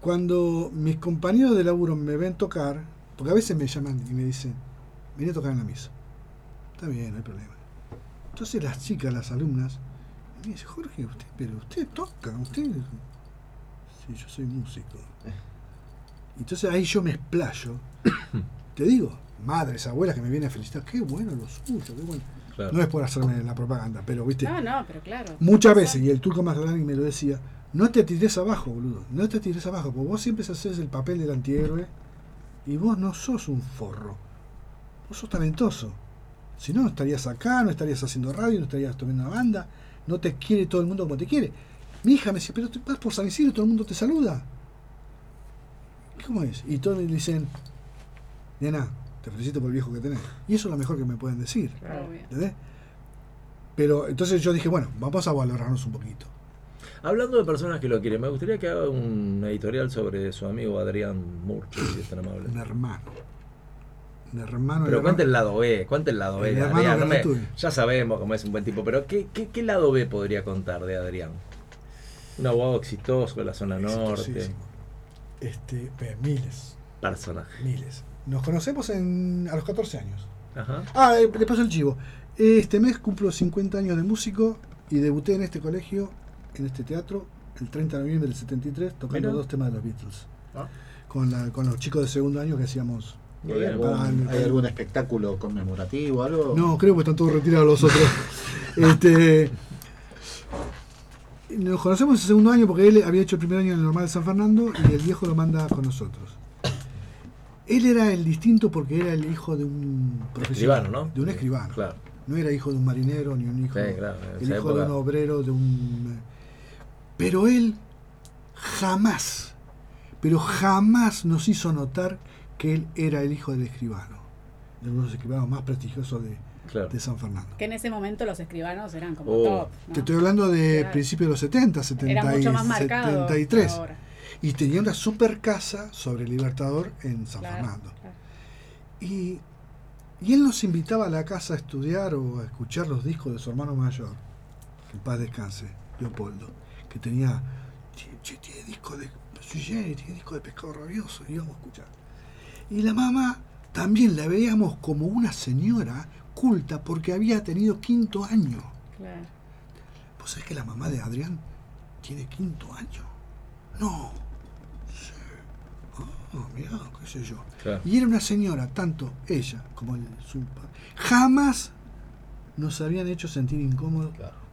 Speaker 6: Cuando mis compañeros de laburo me ven tocar, porque a veces me llaman y me dicen, vine a tocar en la misa. Está bien, no hay problema. Entonces las chicas, las alumnas, me dicen, Jorge, usted, pero usted toca, usted. Sí, yo soy músico. Entonces ahí yo me explayo. Te digo, madres, abuelas que me vienen a felicitar, qué bueno lo suyo, qué bueno.
Speaker 12: Claro.
Speaker 6: No es por hacerme la propaganda, pero viste.
Speaker 5: No, no, pero claro.
Speaker 6: Muchas veces, y el turco más grande me lo decía, no te tires abajo, boludo, no te tires abajo, porque vos siempre haces el papel del antihéroe y vos no sos un forro, vos sos talentoso. Si no, no estarías acá, no estarías haciendo radio, no estarías tomando una banda, no te quiere todo el mundo como te quiere. Mi hija me dice, pero tú vas por San Isidro, todo el mundo te saluda. ¿Cómo es? Y todos me dicen, nena, te felicito por el viejo que tenés. Y eso es lo mejor que me pueden decir. ¿entendés? Pero entonces yo dije, bueno, vamos a valorarnos un poquito.
Speaker 12: Hablando de personas que lo quieren, me gustaría que haga un editorial sobre su amigo Adrián Murcho, si es tan amable.
Speaker 6: Un hermano. Un hermano
Speaker 12: Pero
Speaker 6: el
Speaker 12: cuente el lado B, cuente el lado B.
Speaker 6: El
Speaker 12: de
Speaker 6: hermano
Speaker 12: Adrián, no me-
Speaker 6: Garretúe.
Speaker 12: ya sabemos cómo es un buen tipo, pero ¿qué, qué, qué lado B podría contar de Adrián? Un abogado exitoso de la zona norte,
Speaker 6: Exitosísimo. Este, ve, miles,
Speaker 12: personaje.
Speaker 6: miles. Nos conocemos en, a los 14 años.
Speaker 12: Ajá.
Speaker 6: Ah, eh, le paso el chivo. Este mes cumplo 50 años de músico y debuté en este colegio, en este teatro, el 30 de noviembre del 73, tocando
Speaker 12: Mirá.
Speaker 6: dos temas de los Beatles.
Speaker 12: Ah.
Speaker 6: Con, la- con los chicos de segundo año que hacíamos.
Speaker 4: ¿Hay
Speaker 6: para
Speaker 4: algún,
Speaker 6: el-
Speaker 4: hay algún espectáculo conmemorativo algo?
Speaker 6: No, creo que están todos retirados los otros. este, nos conocemos el segundo año porque él había hecho el primer año en el normal de San Fernando y el viejo lo manda con nosotros. Él era el distinto porque era el hijo de un profesional,
Speaker 12: Escribano, ¿no?
Speaker 6: de un escribano.
Speaker 12: Claro.
Speaker 6: No era hijo de un marinero ni un hijo,
Speaker 12: Sí, claro, en
Speaker 6: el
Speaker 12: esa
Speaker 6: hijo de
Speaker 12: época.
Speaker 6: un obrero, de un. Pero él jamás, pero jamás nos hizo notar que él era el hijo del escribano, de uno de los escribanos más prestigiosos de,
Speaker 12: Claro.
Speaker 6: de San Fernando.
Speaker 5: Que en ese momento los escribanos eran como
Speaker 6: Oh.
Speaker 5: top. ¿no?
Speaker 6: Te estoy hablando de
Speaker 5: Claro.
Speaker 6: principios de los 70, 70
Speaker 5: Era mucho más marcado
Speaker 6: 73.
Speaker 5: que ahora.
Speaker 6: Y tenía una super casa sobre Libertador en San
Speaker 5: Claro,
Speaker 6: Fernando. Y, y él nos invitaba a la casa a estudiar o a escuchar los discos de su hermano mayor, que en paz descanse, Leopoldo, que tenía, "Che, che, tiene discos de Sui Generis, tiene discos de pescado rabioso, y íbamos a escuchar. Y la mamá también la veíamos como una señora culta porque había tenido quinto año.
Speaker 5: Claro.
Speaker 6: ¿Vos sabés que la mamá de Adrián tiene quinto año? No. Sí. Ah, mirá, qué sé yo.
Speaker 12: Claro.
Speaker 6: Y era una señora, tanto ella como el- su padre. Jamás nos habían hecho sentir incómodos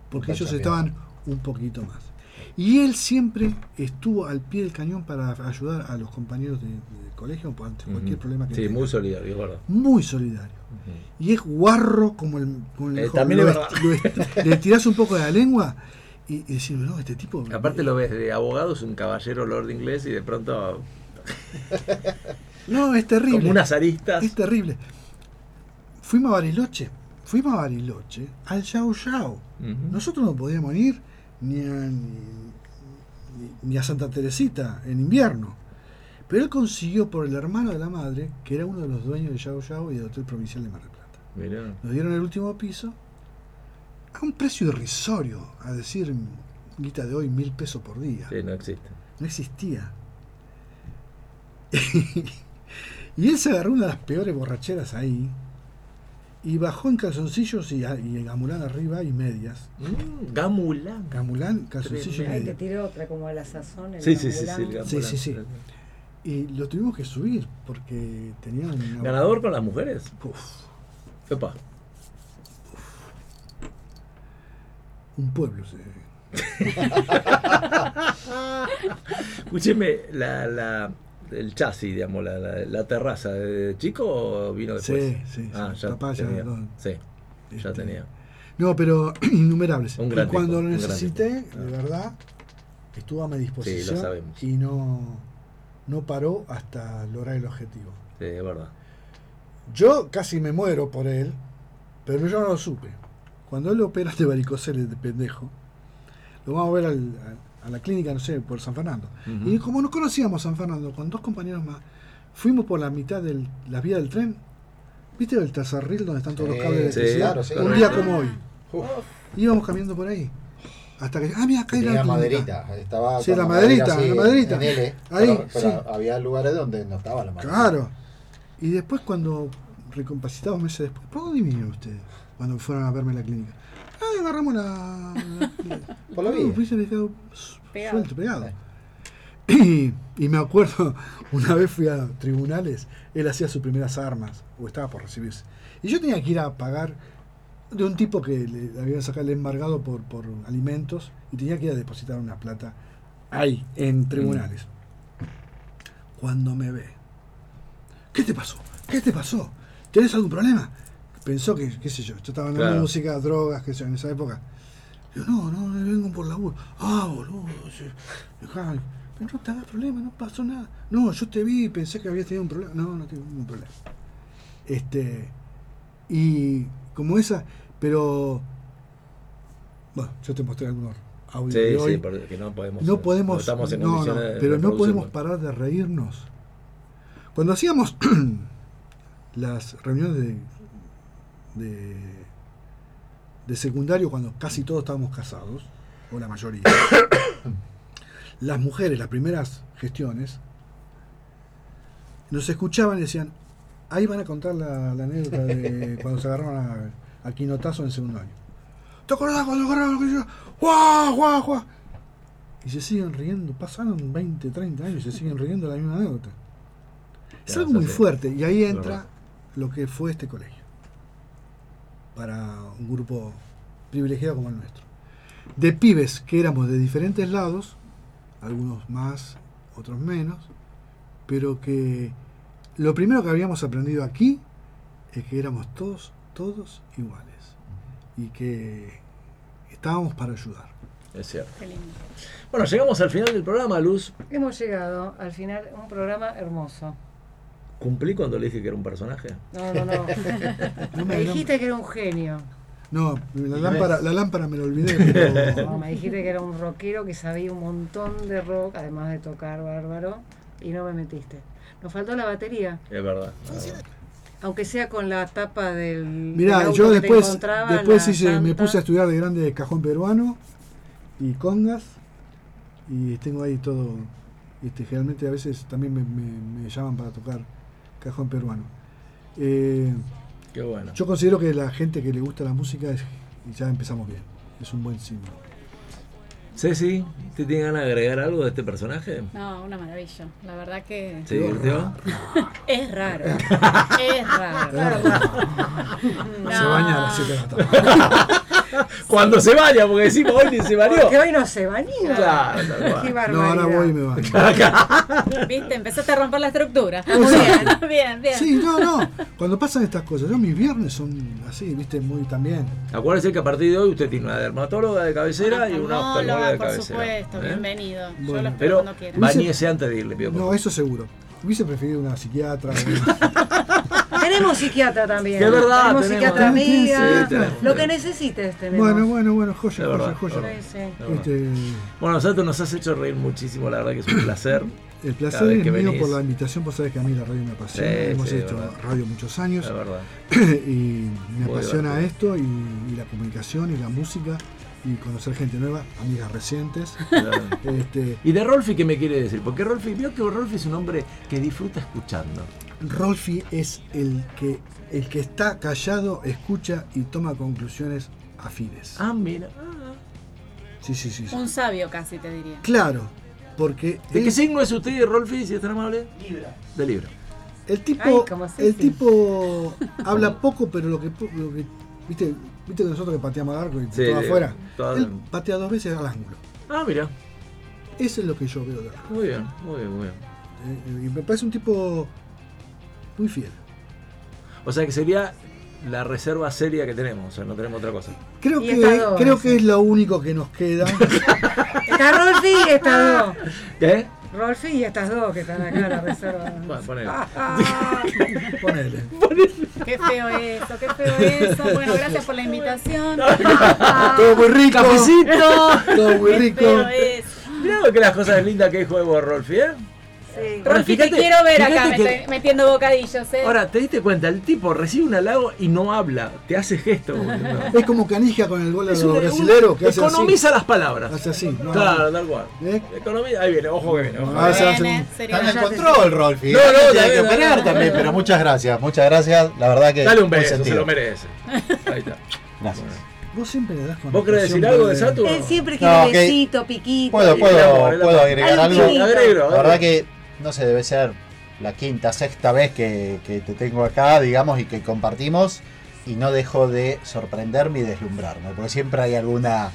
Speaker 6: porque
Speaker 12: Nunca
Speaker 6: ellos
Speaker 12: chambeaban.
Speaker 6: estaban un poquito más. Y él siempre estuvo al pie del cañón para ayudar a los compañeros de- del colegio pues, ante cualquier
Speaker 12: Ujú.
Speaker 6: problema que
Speaker 12: Sí,
Speaker 6: tengan.
Speaker 12: muy solidario, es verdad.
Speaker 6: Muy solidario. Y es guarro como el. Como el
Speaker 12: Eh,
Speaker 6: mejor.
Speaker 12: también
Speaker 6: Lo
Speaker 12: es
Speaker 6: est-
Speaker 12: verdad.
Speaker 6: lo est- le tirás un poco de la lengua y, y decís, no, este tipo.
Speaker 12: Aparte lo ves de abogado, es un caballero lord inglés y de pronto
Speaker 6: No, es terrible.
Speaker 12: Como unas aristas.
Speaker 6: Es terrible. Fuimos a Bariloche. Fuimos a Bariloche al Yao Yao. Nosotros no podíamos ir ni a, ni, ni a Santa Teresita en invierno. Pero él consiguió por el hermano de la madre, que era uno de los dueños de Yao Yao y del Hotel Provincial de Mar del Plata.
Speaker 12: Mirá.
Speaker 6: Nos dieron el último piso a un precio irrisorio, a decir guita de hoy mil pesos por día.
Speaker 12: Sí, no existe.
Speaker 6: No existía. y él se agarró una de las peores borracheras ahí y bajó en calzoncillos y, a- y en gamulán arriba y medias.
Speaker 12: Mm, gamulán.
Speaker 6: Gamulán, calzoncillo y
Speaker 3: Ahí te
Speaker 6: medias.
Speaker 3: tiró otra como a la sazón. El
Speaker 12: Sí, sí, sí, sí, el
Speaker 3: ambulante.
Speaker 6: Sí, sí, sí. Y lo tuvimos que subir porque tenía un...
Speaker 12: ¿Ganador con las mujeres?
Speaker 6: Uf.
Speaker 12: Epa.
Speaker 6: Un pueblo. sí.
Speaker 12: Escúcheme, la, la, el chasis, digamos, la, la, la terraza, ¿de chico o vino
Speaker 6: Sí,
Speaker 12: después?
Speaker 6: sí, sí.
Speaker 12: Ah, ya
Speaker 6: Papá ya Este,
Speaker 12: tenía.
Speaker 6: lo-
Speaker 12: sí, ya tenía.
Speaker 6: No, pero innumerables.
Speaker 12: Un gran
Speaker 6: y cuando
Speaker 12: tipo,
Speaker 6: lo
Speaker 12: un gran
Speaker 6: necesité, de verdad, estuvo a mi disposición.
Speaker 12: sabemos.
Speaker 6: Y no, no paró hasta lograr el objetivo.
Speaker 2: Sí, es verdad.
Speaker 6: Yo casi me muero por él, pero yo no lo supe. Cuando él lo operan de varicocele de pendejo, lo vamos a ver al- a, a la clínica, no sé, por San Fernando.
Speaker 7: Ujú.
Speaker 6: Y como no conocíamos San Fernando, con dos compañeros más, fuimos por la mitad de la vía del tren. ¿Viste el tercerril donde están todos los
Speaker 7: Sí,
Speaker 6: cables de
Speaker 7: sí,
Speaker 6: electricidad?
Speaker 7: claro, sí.
Speaker 6: Un día
Speaker 7: Correcto.
Speaker 6: como hoy. Íbamos caminando por ahí. Hasta que. Ah, mira, acá hay
Speaker 7: Tenía
Speaker 6: la clínica.
Speaker 7: maderita. Estaba
Speaker 6: Sí,
Speaker 7: con
Speaker 6: la maderita,
Speaker 7: madera así,
Speaker 6: la maderita.
Speaker 7: en L,
Speaker 6: Ahí,
Speaker 7: pero, pero
Speaker 6: sí.
Speaker 7: había lugares donde no estaba la maderita.
Speaker 6: Claro. Y después cuando recompacitamos meses después, ¿por dónde vinieron ustedes? Cuando fueron a verme en la clínica. Ah, agarramos la...
Speaker 7: Por la
Speaker 6: No,
Speaker 7: vía.
Speaker 6: hubiese quedado su-
Speaker 7: Pegado.
Speaker 6: suelto, pegado. Y, y me acuerdo, una vez fui a tribunales, él hacía sus primeras armas, o estaba por recibirse. Y yo tenía que ir a pagar de un tipo que le habían sacado el embargado por, por alimentos y tenía que ir a depositar una plata ahí, en tribunales. Cuando me ve, ¿qué te pasó? ¿Qué te pasó? ¿Tenés algún problema? Pensó que, qué sé yo, yo estaba en la
Speaker 7: Claro.
Speaker 6: música, drogas, qué sé yo, en esa época. Yo, no, no, no vengo por laburo. Ah, boludo, sí. Dejá. Pero no te hagas problema, no pasó nada. No, yo te vi y pensé que habías tenido un problema. No, no tengo ningún problema. Este, y como esa, pero. Bueno, yo te mostré algunos audios.
Speaker 2: Sí,
Speaker 6: de
Speaker 2: sí,
Speaker 6: hoy.
Speaker 2: porque que no podemos.
Speaker 6: No podemos.
Speaker 2: no estamos en
Speaker 6: no, no,
Speaker 2: condiciones de
Speaker 6: pero no
Speaker 2: reproducirlo.
Speaker 6: podemos parar de reírnos. Cuando hacíamos las reuniones de, de, de secundario, cuando casi todos estábamos casados, o la mayoría, las mujeres, las primeras gestiones, nos escuchaban y decían, ahí van a contar la, la anécdota de cuando se agarraron a, a quinotazo en el segundo año. ¿Te acordás cuando agarraron a quinotazo? ¡Guau, guau, guau! Y se siguen riendo, pasaron 20, 30 años y se siguen riendo de la misma anécdota. Es
Speaker 7: Claro,
Speaker 6: algo
Speaker 7: ya
Speaker 6: muy
Speaker 7: sé.
Speaker 6: fuerte y ahí
Speaker 7: Es
Speaker 6: entra
Speaker 7: verdad.
Speaker 6: lo que fue este colegio para un grupo privilegiado como el nuestro. De pibes que éramos de diferentes lados, algunos más, otros menos, pero que lo primero que habíamos aprendido aquí es que éramos todos, todos iguales y que estábamos para ayudar.
Speaker 2: Es cierto. Bueno, llegamos al final del programa, Luz.
Speaker 3: Hemos llegado al final un programa hermoso.
Speaker 2: ¿Cumplí cuando le dije que era un personaje?
Speaker 3: No, no, no. me dijiste que era un genio.
Speaker 6: No, la
Speaker 2: ves?
Speaker 6: lámpara, la lámpara me lo olvidé. pero-
Speaker 3: No, me dijiste que era un rockero que sabía un montón de rock, además de tocar bárbaro, y no me metiste. Nos faltó la batería,
Speaker 2: Es verdad.
Speaker 3: aunque sea con la tapa del. del
Speaker 6: Mirá,
Speaker 3: auto
Speaker 6: yo
Speaker 3: que te
Speaker 6: después,
Speaker 3: encontraba,
Speaker 6: después
Speaker 3: la
Speaker 6: hice- me
Speaker 3: llanta.
Speaker 6: puse a estudiar de grande cajón peruano y congas y tengo ahí todo. Este, generalmente a veces también me, me- me llaman para tocar cajón peruano. Eh,
Speaker 2: Qué bueno.
Speaker 6: Yo considero que la gente que le gusta la música es- y ya empezamos bien. Es un buen signo.
Speaker 2: Ceci, ¿te tiene ganas de agregar algo de este personaje?
Speaker 5: No, una maravilla. La verdad que.
Speaker 2: ¿Se divirtió?
Speaker 5: Es raro. Es
Speaker 3: Ah,
Speaker 5: raro.
Speaker 2: Se baña a las
Speaker 5: siete
Speaker 2: de la tarde. Cuando se baña, porque decimos hoy ni se bañó.
Speaker 3: Porque hoy no se bañó.
Speaker 2: Claro, tal cual.
Speaker 3: Qué
Speaker 6: No, ahora
Speaker 3: barbaridad.
Speaker 6: voy y me baño.
Speaker 5: Viste, empezaste a romper la estructura. Muy bien, bien, bien.
Speaker 6: Ah, Sí, no, no. Cuando pasan estas cosas, yo mis viernes son así, viste, muy también.
Speaker 2: Acuérdese que a partir de hoy usted tiene una dermatóloga de cabecera y una oftalmóloga de
Speaker 5: por
Speaker 2: cabecera.
Speaker 5: supuesto,
Speaker 2: ¿eh?
Speaker 5: bienvenido. Yo
Speaker 6: Bueno.
Speaker 5: lo espero
Speaker 2: Pero
Speaker 5: cuando quiera.
Speaker 2: bañese antes de ir, le pido por
Speaker 6: No, eso seguro. Hubiese preferido una psiquiatra.
Speaker 3: Tenemos psiquiatra también.
Speaker 6: Que es verdad,
Speaker 3: Tenemos
Speaker 6: tenemos.
Speaker 3: psiquiatra
Speaker 6: Sí,
Speaker 3: amiga.
Speaker 2: tenemos.
Speaker 3: Lo que necesites tenemos.
Speaker 6: bueno, bueno, bueno, joya,
Speaker 2: Es verdad,
Speaker 6: joya, joya.
Speaker 2: es verdad,
Speaker 3: Sí, sí.
Speaker 2: es verdad.
Speaker 6: Este,
Speaker 2: Bueno, Sato, nos has hecho reír muchísimo, la verdad que es un placer.
Speaker 6: El
Speaker 2: Cada
Speaker 6: placer
Speaker 2: vez
Speaker 6: es
Speaker 2: que
Speaker 6: mío
Speaker 2: venís.
Speaker 6: por la invitación, vos sabés que a mí la radio me apasiona,
Speaker 2: Sí,
Speaker 6: hemos
Speaker 2: sí,
Speaker 6: hecho
Speaker 2: verdad.
Speaker 6: radio muchos años
Speaker 2: Es verdad.
Speaker 6: y me
Speaker 2: Muy
Speaker 6: apasiona esto y, y la comunicación y la música y conocer gente nueva, amigas recientes. Este,
Speaker 2: ¿Y de Rolfi qué me quiere decir? Porque Rolfi, veo que Rolfi es un hombre que disfruta escuchando.
Speaker 6: Rolfi es el que, el que está callado, escucha y toma conclusiones afines.
Speaker 2: Ah, mira.
Speaker 6: Sí, sí, sí. sí.
Speaker 5: Un sabio casi te diría.
Speaker 6: Claro, porque
Speaker 2: ¿De qué
Speaker 6: él-
Speaker 2: signo es usted, Rolfi, si es tan amable? Libra. De Libra.
Speaker 6: El tipo,
Speaker 2: Ay, como Ceci.
Speaker 6: el tipo habla poco, pero lo que, po- lo que- viste, viste que nosotros que pateamos al arco y
Speaker 2: Sí,
Speaker 6: todo afuera.
Speaker 2: todo-
Speaker 6: Él patea dos veces al ángulo.
Speaker 2: Ah, mira.
Speaker 6: Eso es lo que yo veo de él.
Speaker 2: Muy bien, muy bien, muy bien.
Speaker 6: Eh, eh, Y me parece un tipo muy fiel.
Speaker 2: O sea que sería la reserva seria que tenemos, o sea, no tenemos otra cosa.
Speaker 6: Creo
Speaker 3: Y
Speaker 6: que,
Speaker 3: está dos,
Speaker 6: creo que es lo único que nos queda. Ah.
Speaker 3: Está Rolfi y está dos.
Speaker 7: ¿Eh?
Speaker 2: ¿Qué?
Speaker 3: Rolfi y estas dos que están acá en la reserva. Ah,
Speaker 2: Bueno, ponele.
Speaker 6: Ponele.
Speaker 5: Qué feo eso, qué feo eso. Bueno, gracias por la invitación.
Speaker 6: Todo muy rico.
Speaker 2: Cafecito.
Speaker 6: Todo muy
Speaker 5: Qué
Speaker 6: rico.
Speaker 5: feo eso.
Speaker 2: Mirá lo que las cosas lindas que dijo de vos, Rolfi, ¿eh?
Speaker 5: Sí.
Speaker 2: Ahora,
Speaker 5: Rolfi,
Speaker 2: fíjate-
Speaker 5: te quiero ver acá
Speaker 2: fíjate que-
Speaker 5: mete- metiendo bocadillos, ¿eh?
Speaker 2: Ahora, ¿te diste cuenta? El tipo recibe un halago y no habla, te hace gesto. boludo.
Speaker 6: Es como canija con el gol de
Speaker 2: Es
Speaker 6: los
Speaker 2: un-
Speaker 6: brasileros
Speaker 2: un-
Speaker 6: que hace así.
Speaker 2: economiza las palabras.
Speaker 6: Hace así. no. ¿Eh?
Speaker 2: Claro, tal cual. Economía, ahí viene, ojo que viene. Ojo
Speaker 6: Ah,
Speaker 2: que
Speaker 6: se hace
Speaker 2: viene.
Speaker 6: un-
Speaker 7: Está en control, Rolfi.
Speaker 2: No, no,
Speaker 7: Tiene
Speaker 2: también,
Speaker 7: que
Speaker 2: no,
Speaker 7: operar
Speaker 2: no,
Speaker 7: también,
Speaker 2: no.
Speaker 7: pero muchas gracias, muchas gracias. La verdad que.
Speaker 2: Dale un
Speaker 7: muy
Speaker 2: beso, se
Speaker 7: sentido.
Speaker 2: lo merece. Ahí está.
Speaker 7: Gracias.
Speaker 6: Vos siempre le das con
Speaker 2: ¿Vos querés decir algo de Satu?
Speaker 13: Él siempre quiere
Speaker 7: No, ok.
Speaker 13: besito, piquito.
Speaker 7: Puedo, puedo,
Speaker 2: El amor, el
Speaker 7: puedo
Speaker 2: amor.
Speaker 7: agregar
Speaker 2: Algo
Speaker 7: algo.
Speaker 2: chiquito. Agrego,
Speaker 7: la verdad
Speaker 2: agrego.
Speaker 7: que no sé, debe ser la quinta, sexta vez que, que te tengo acá, digamos, y que compartimos. Y no dejo de sorprenderme y deslumbrarme, porque siempre hay alguna,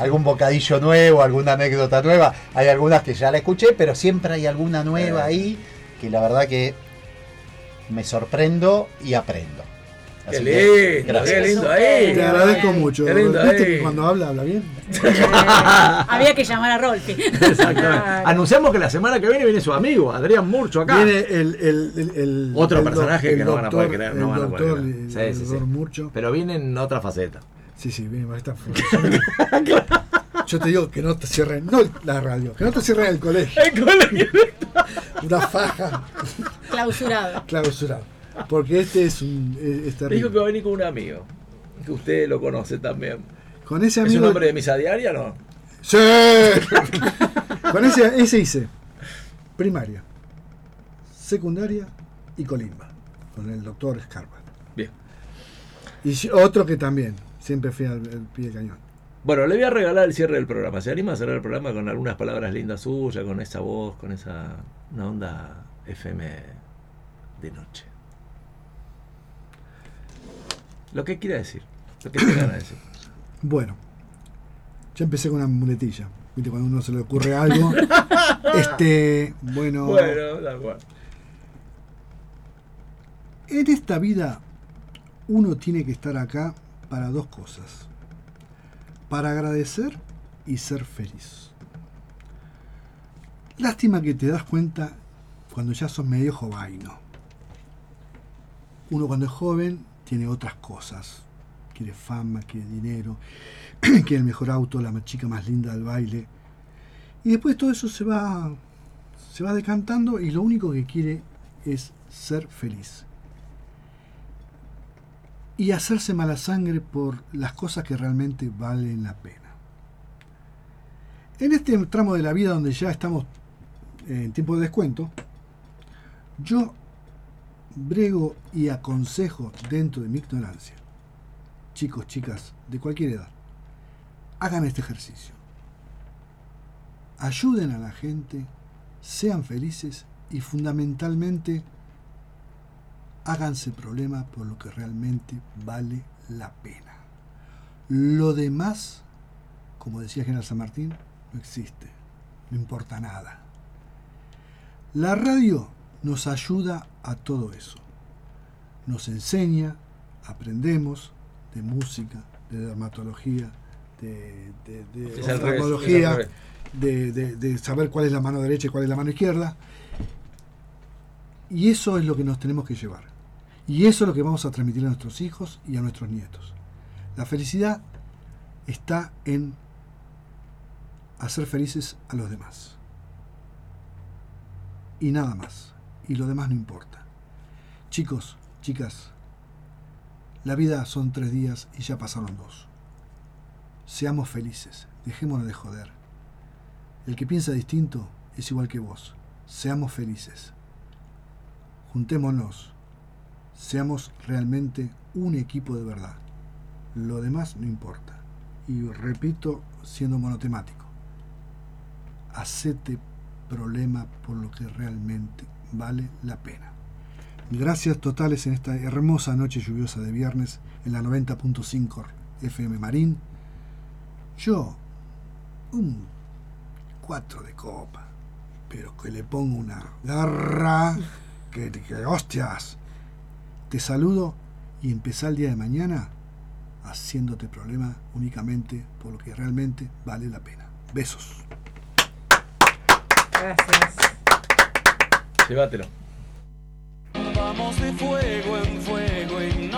Speaker 7: algún bocadillo nuevo, alguna anécdota nueva. Hay algunas que ya la escuché, pero siempre hay alguna
Speaker 2: Eh.
Speaker 7: nueva ahí que la verdad que me sorprendo y aprendo.
Speaker 2: Qué
Speaker 7: Así que,
Speaker 2: lindo, qué lindo ahí.
Speaker 6: Te agradezco mucho.
Speaker 2: Qué lindo
Speaker 6: ¿Viste
Speaker 2: ahí.
Speaker 6: que cuando habla, habla bien?
Speaker 5: Había que llamar a Rolfi.
Speaker 2: Exactamente. Anunciamos que la semana que viene viene su amigo, Adrián Murcho, acá.
Speaker 6: Viene el, el, el, el-
Speaker 2: Otro
Speaker 6: el doc-
Speaker 2: personaje que
Speaker 6: el
Speaker 2: no van a poder
Speaker 6: doctor-
Speaker 2: creer,
Speaker 6: el
Speaker 2: no van a poder
Speaker 6: doctor,
Speaker 2: creer.
Speaker 6: el
Speaker 2: Sí, sí, sí.
Speaker 6: doctor Murcho.
Speaker 2: Pero viene en otra faceta.
Speaker 6: Sí, sí, bien, esta Yo te digo que no te cierren, no la radio, que no te cierren el colegio.
Speaker 2: El colegio.
Speaker 6: Una faja
Speaker 5: Clausurado.
Speaker 6: clausurada. Porque este es un. es- es terrible.
Speaker 2: Dijo que va a venir con un amigo, que usted lo conoce también.
Speaker 6: Con ese
Speaker 2: ¿Es un
Speaker 6: amigo.
Speaker 2: hombre de misa diaria no?
Speaker 6: ¡Sí! Con ese, ese hice primaria, secundaria y colimba. Con el doctor Scarpa.
Speaker 2: Bien.
Speaker 6: Y si- otro que también, siempre fui al, al pie del cañón.
Speaker 2: Bueno, le voy a regalar el cierre del programa. ¿Se anima a cerrar el programa con algunas palabras lindas suyas, con esa voz, con esa una onda FM de noche? Lo que quiera decir, lo que quiera decir.
Speaker 6: Bueno, ya empecé con una muletilla. Viste, cuando uno se le ocurre algo. este, bueno.
Speaker 2: Bueno, da igual.
Speaker 6: En esta vida uno tiene que estar acá para dos cosas. Para agradecer y ser feliz. Lástima que te das cuenta cuando ya sos medio jovaino. Uno cuando es joven tiene otras cosas. Quiere fama, quiere dinero, quiere el mejor auto, la chica más linda del baile. Y después todo eso se va, se va decantando y lo único que quiere es ser feliz y hacerse mala sangre por las cosas que realmente valen la pena. En este tramo de la vida donde ya estamos eh, en tiempo de descuento, yo brego y aconsejo dentro de mi ignorancia, chicos, chicas, de cualquier edad, hagan este ejercicio. Ayuden a la gente, sean felices y fundamentalmente háganse problema por lo que realmente vale la pena. Lo demás, como decía General San Martín, no existe, no importa nada. La radio nos ayuda a todo eso. Nos enseña, aprendemos de música, de dermatología, de, de, de
Speaker 2: Es al revés, es al
Speaker 6: oftalmología,
Speaker 2: revés.
Speaker 6: de- de- de saber cuál es la mano derecha y cuál es la mano izquierda. Y eso es lo que nos tenemos que llevar. Y eso es lo que vamos a transmitir a nuestros hijos y a nuestros nietos. La felicidad está en hacer felices a los demás. Y nada más. Y lo demás no importa. Chicos, chicas, la vida son tres días y ya pasaron dos. Seamos felices, dejémonos de joder. El que piensa distinto es igual que vos. Seamos felices. Juntémonos. Seamos realmente un equipo de verdad. Lo demás no importa. Y repito, siendo monotemático, hacete problema por lo que realmente vale la pena. Gracias totales en esta hermosa noche lluviosa de viernes en la 90.5 FM Marín. Yo, un 4 de copa, pero que le pongo una garra, que, que hostias. Te saludo y empezá el día de mañana haciéndote problema únicamente por lo que realmente vale la pena. Besos.
Speaker 14: Gracias.
Speaker 12: Llévatelo.
Speaker 1: Vamos de fuego en fuego y no Oh,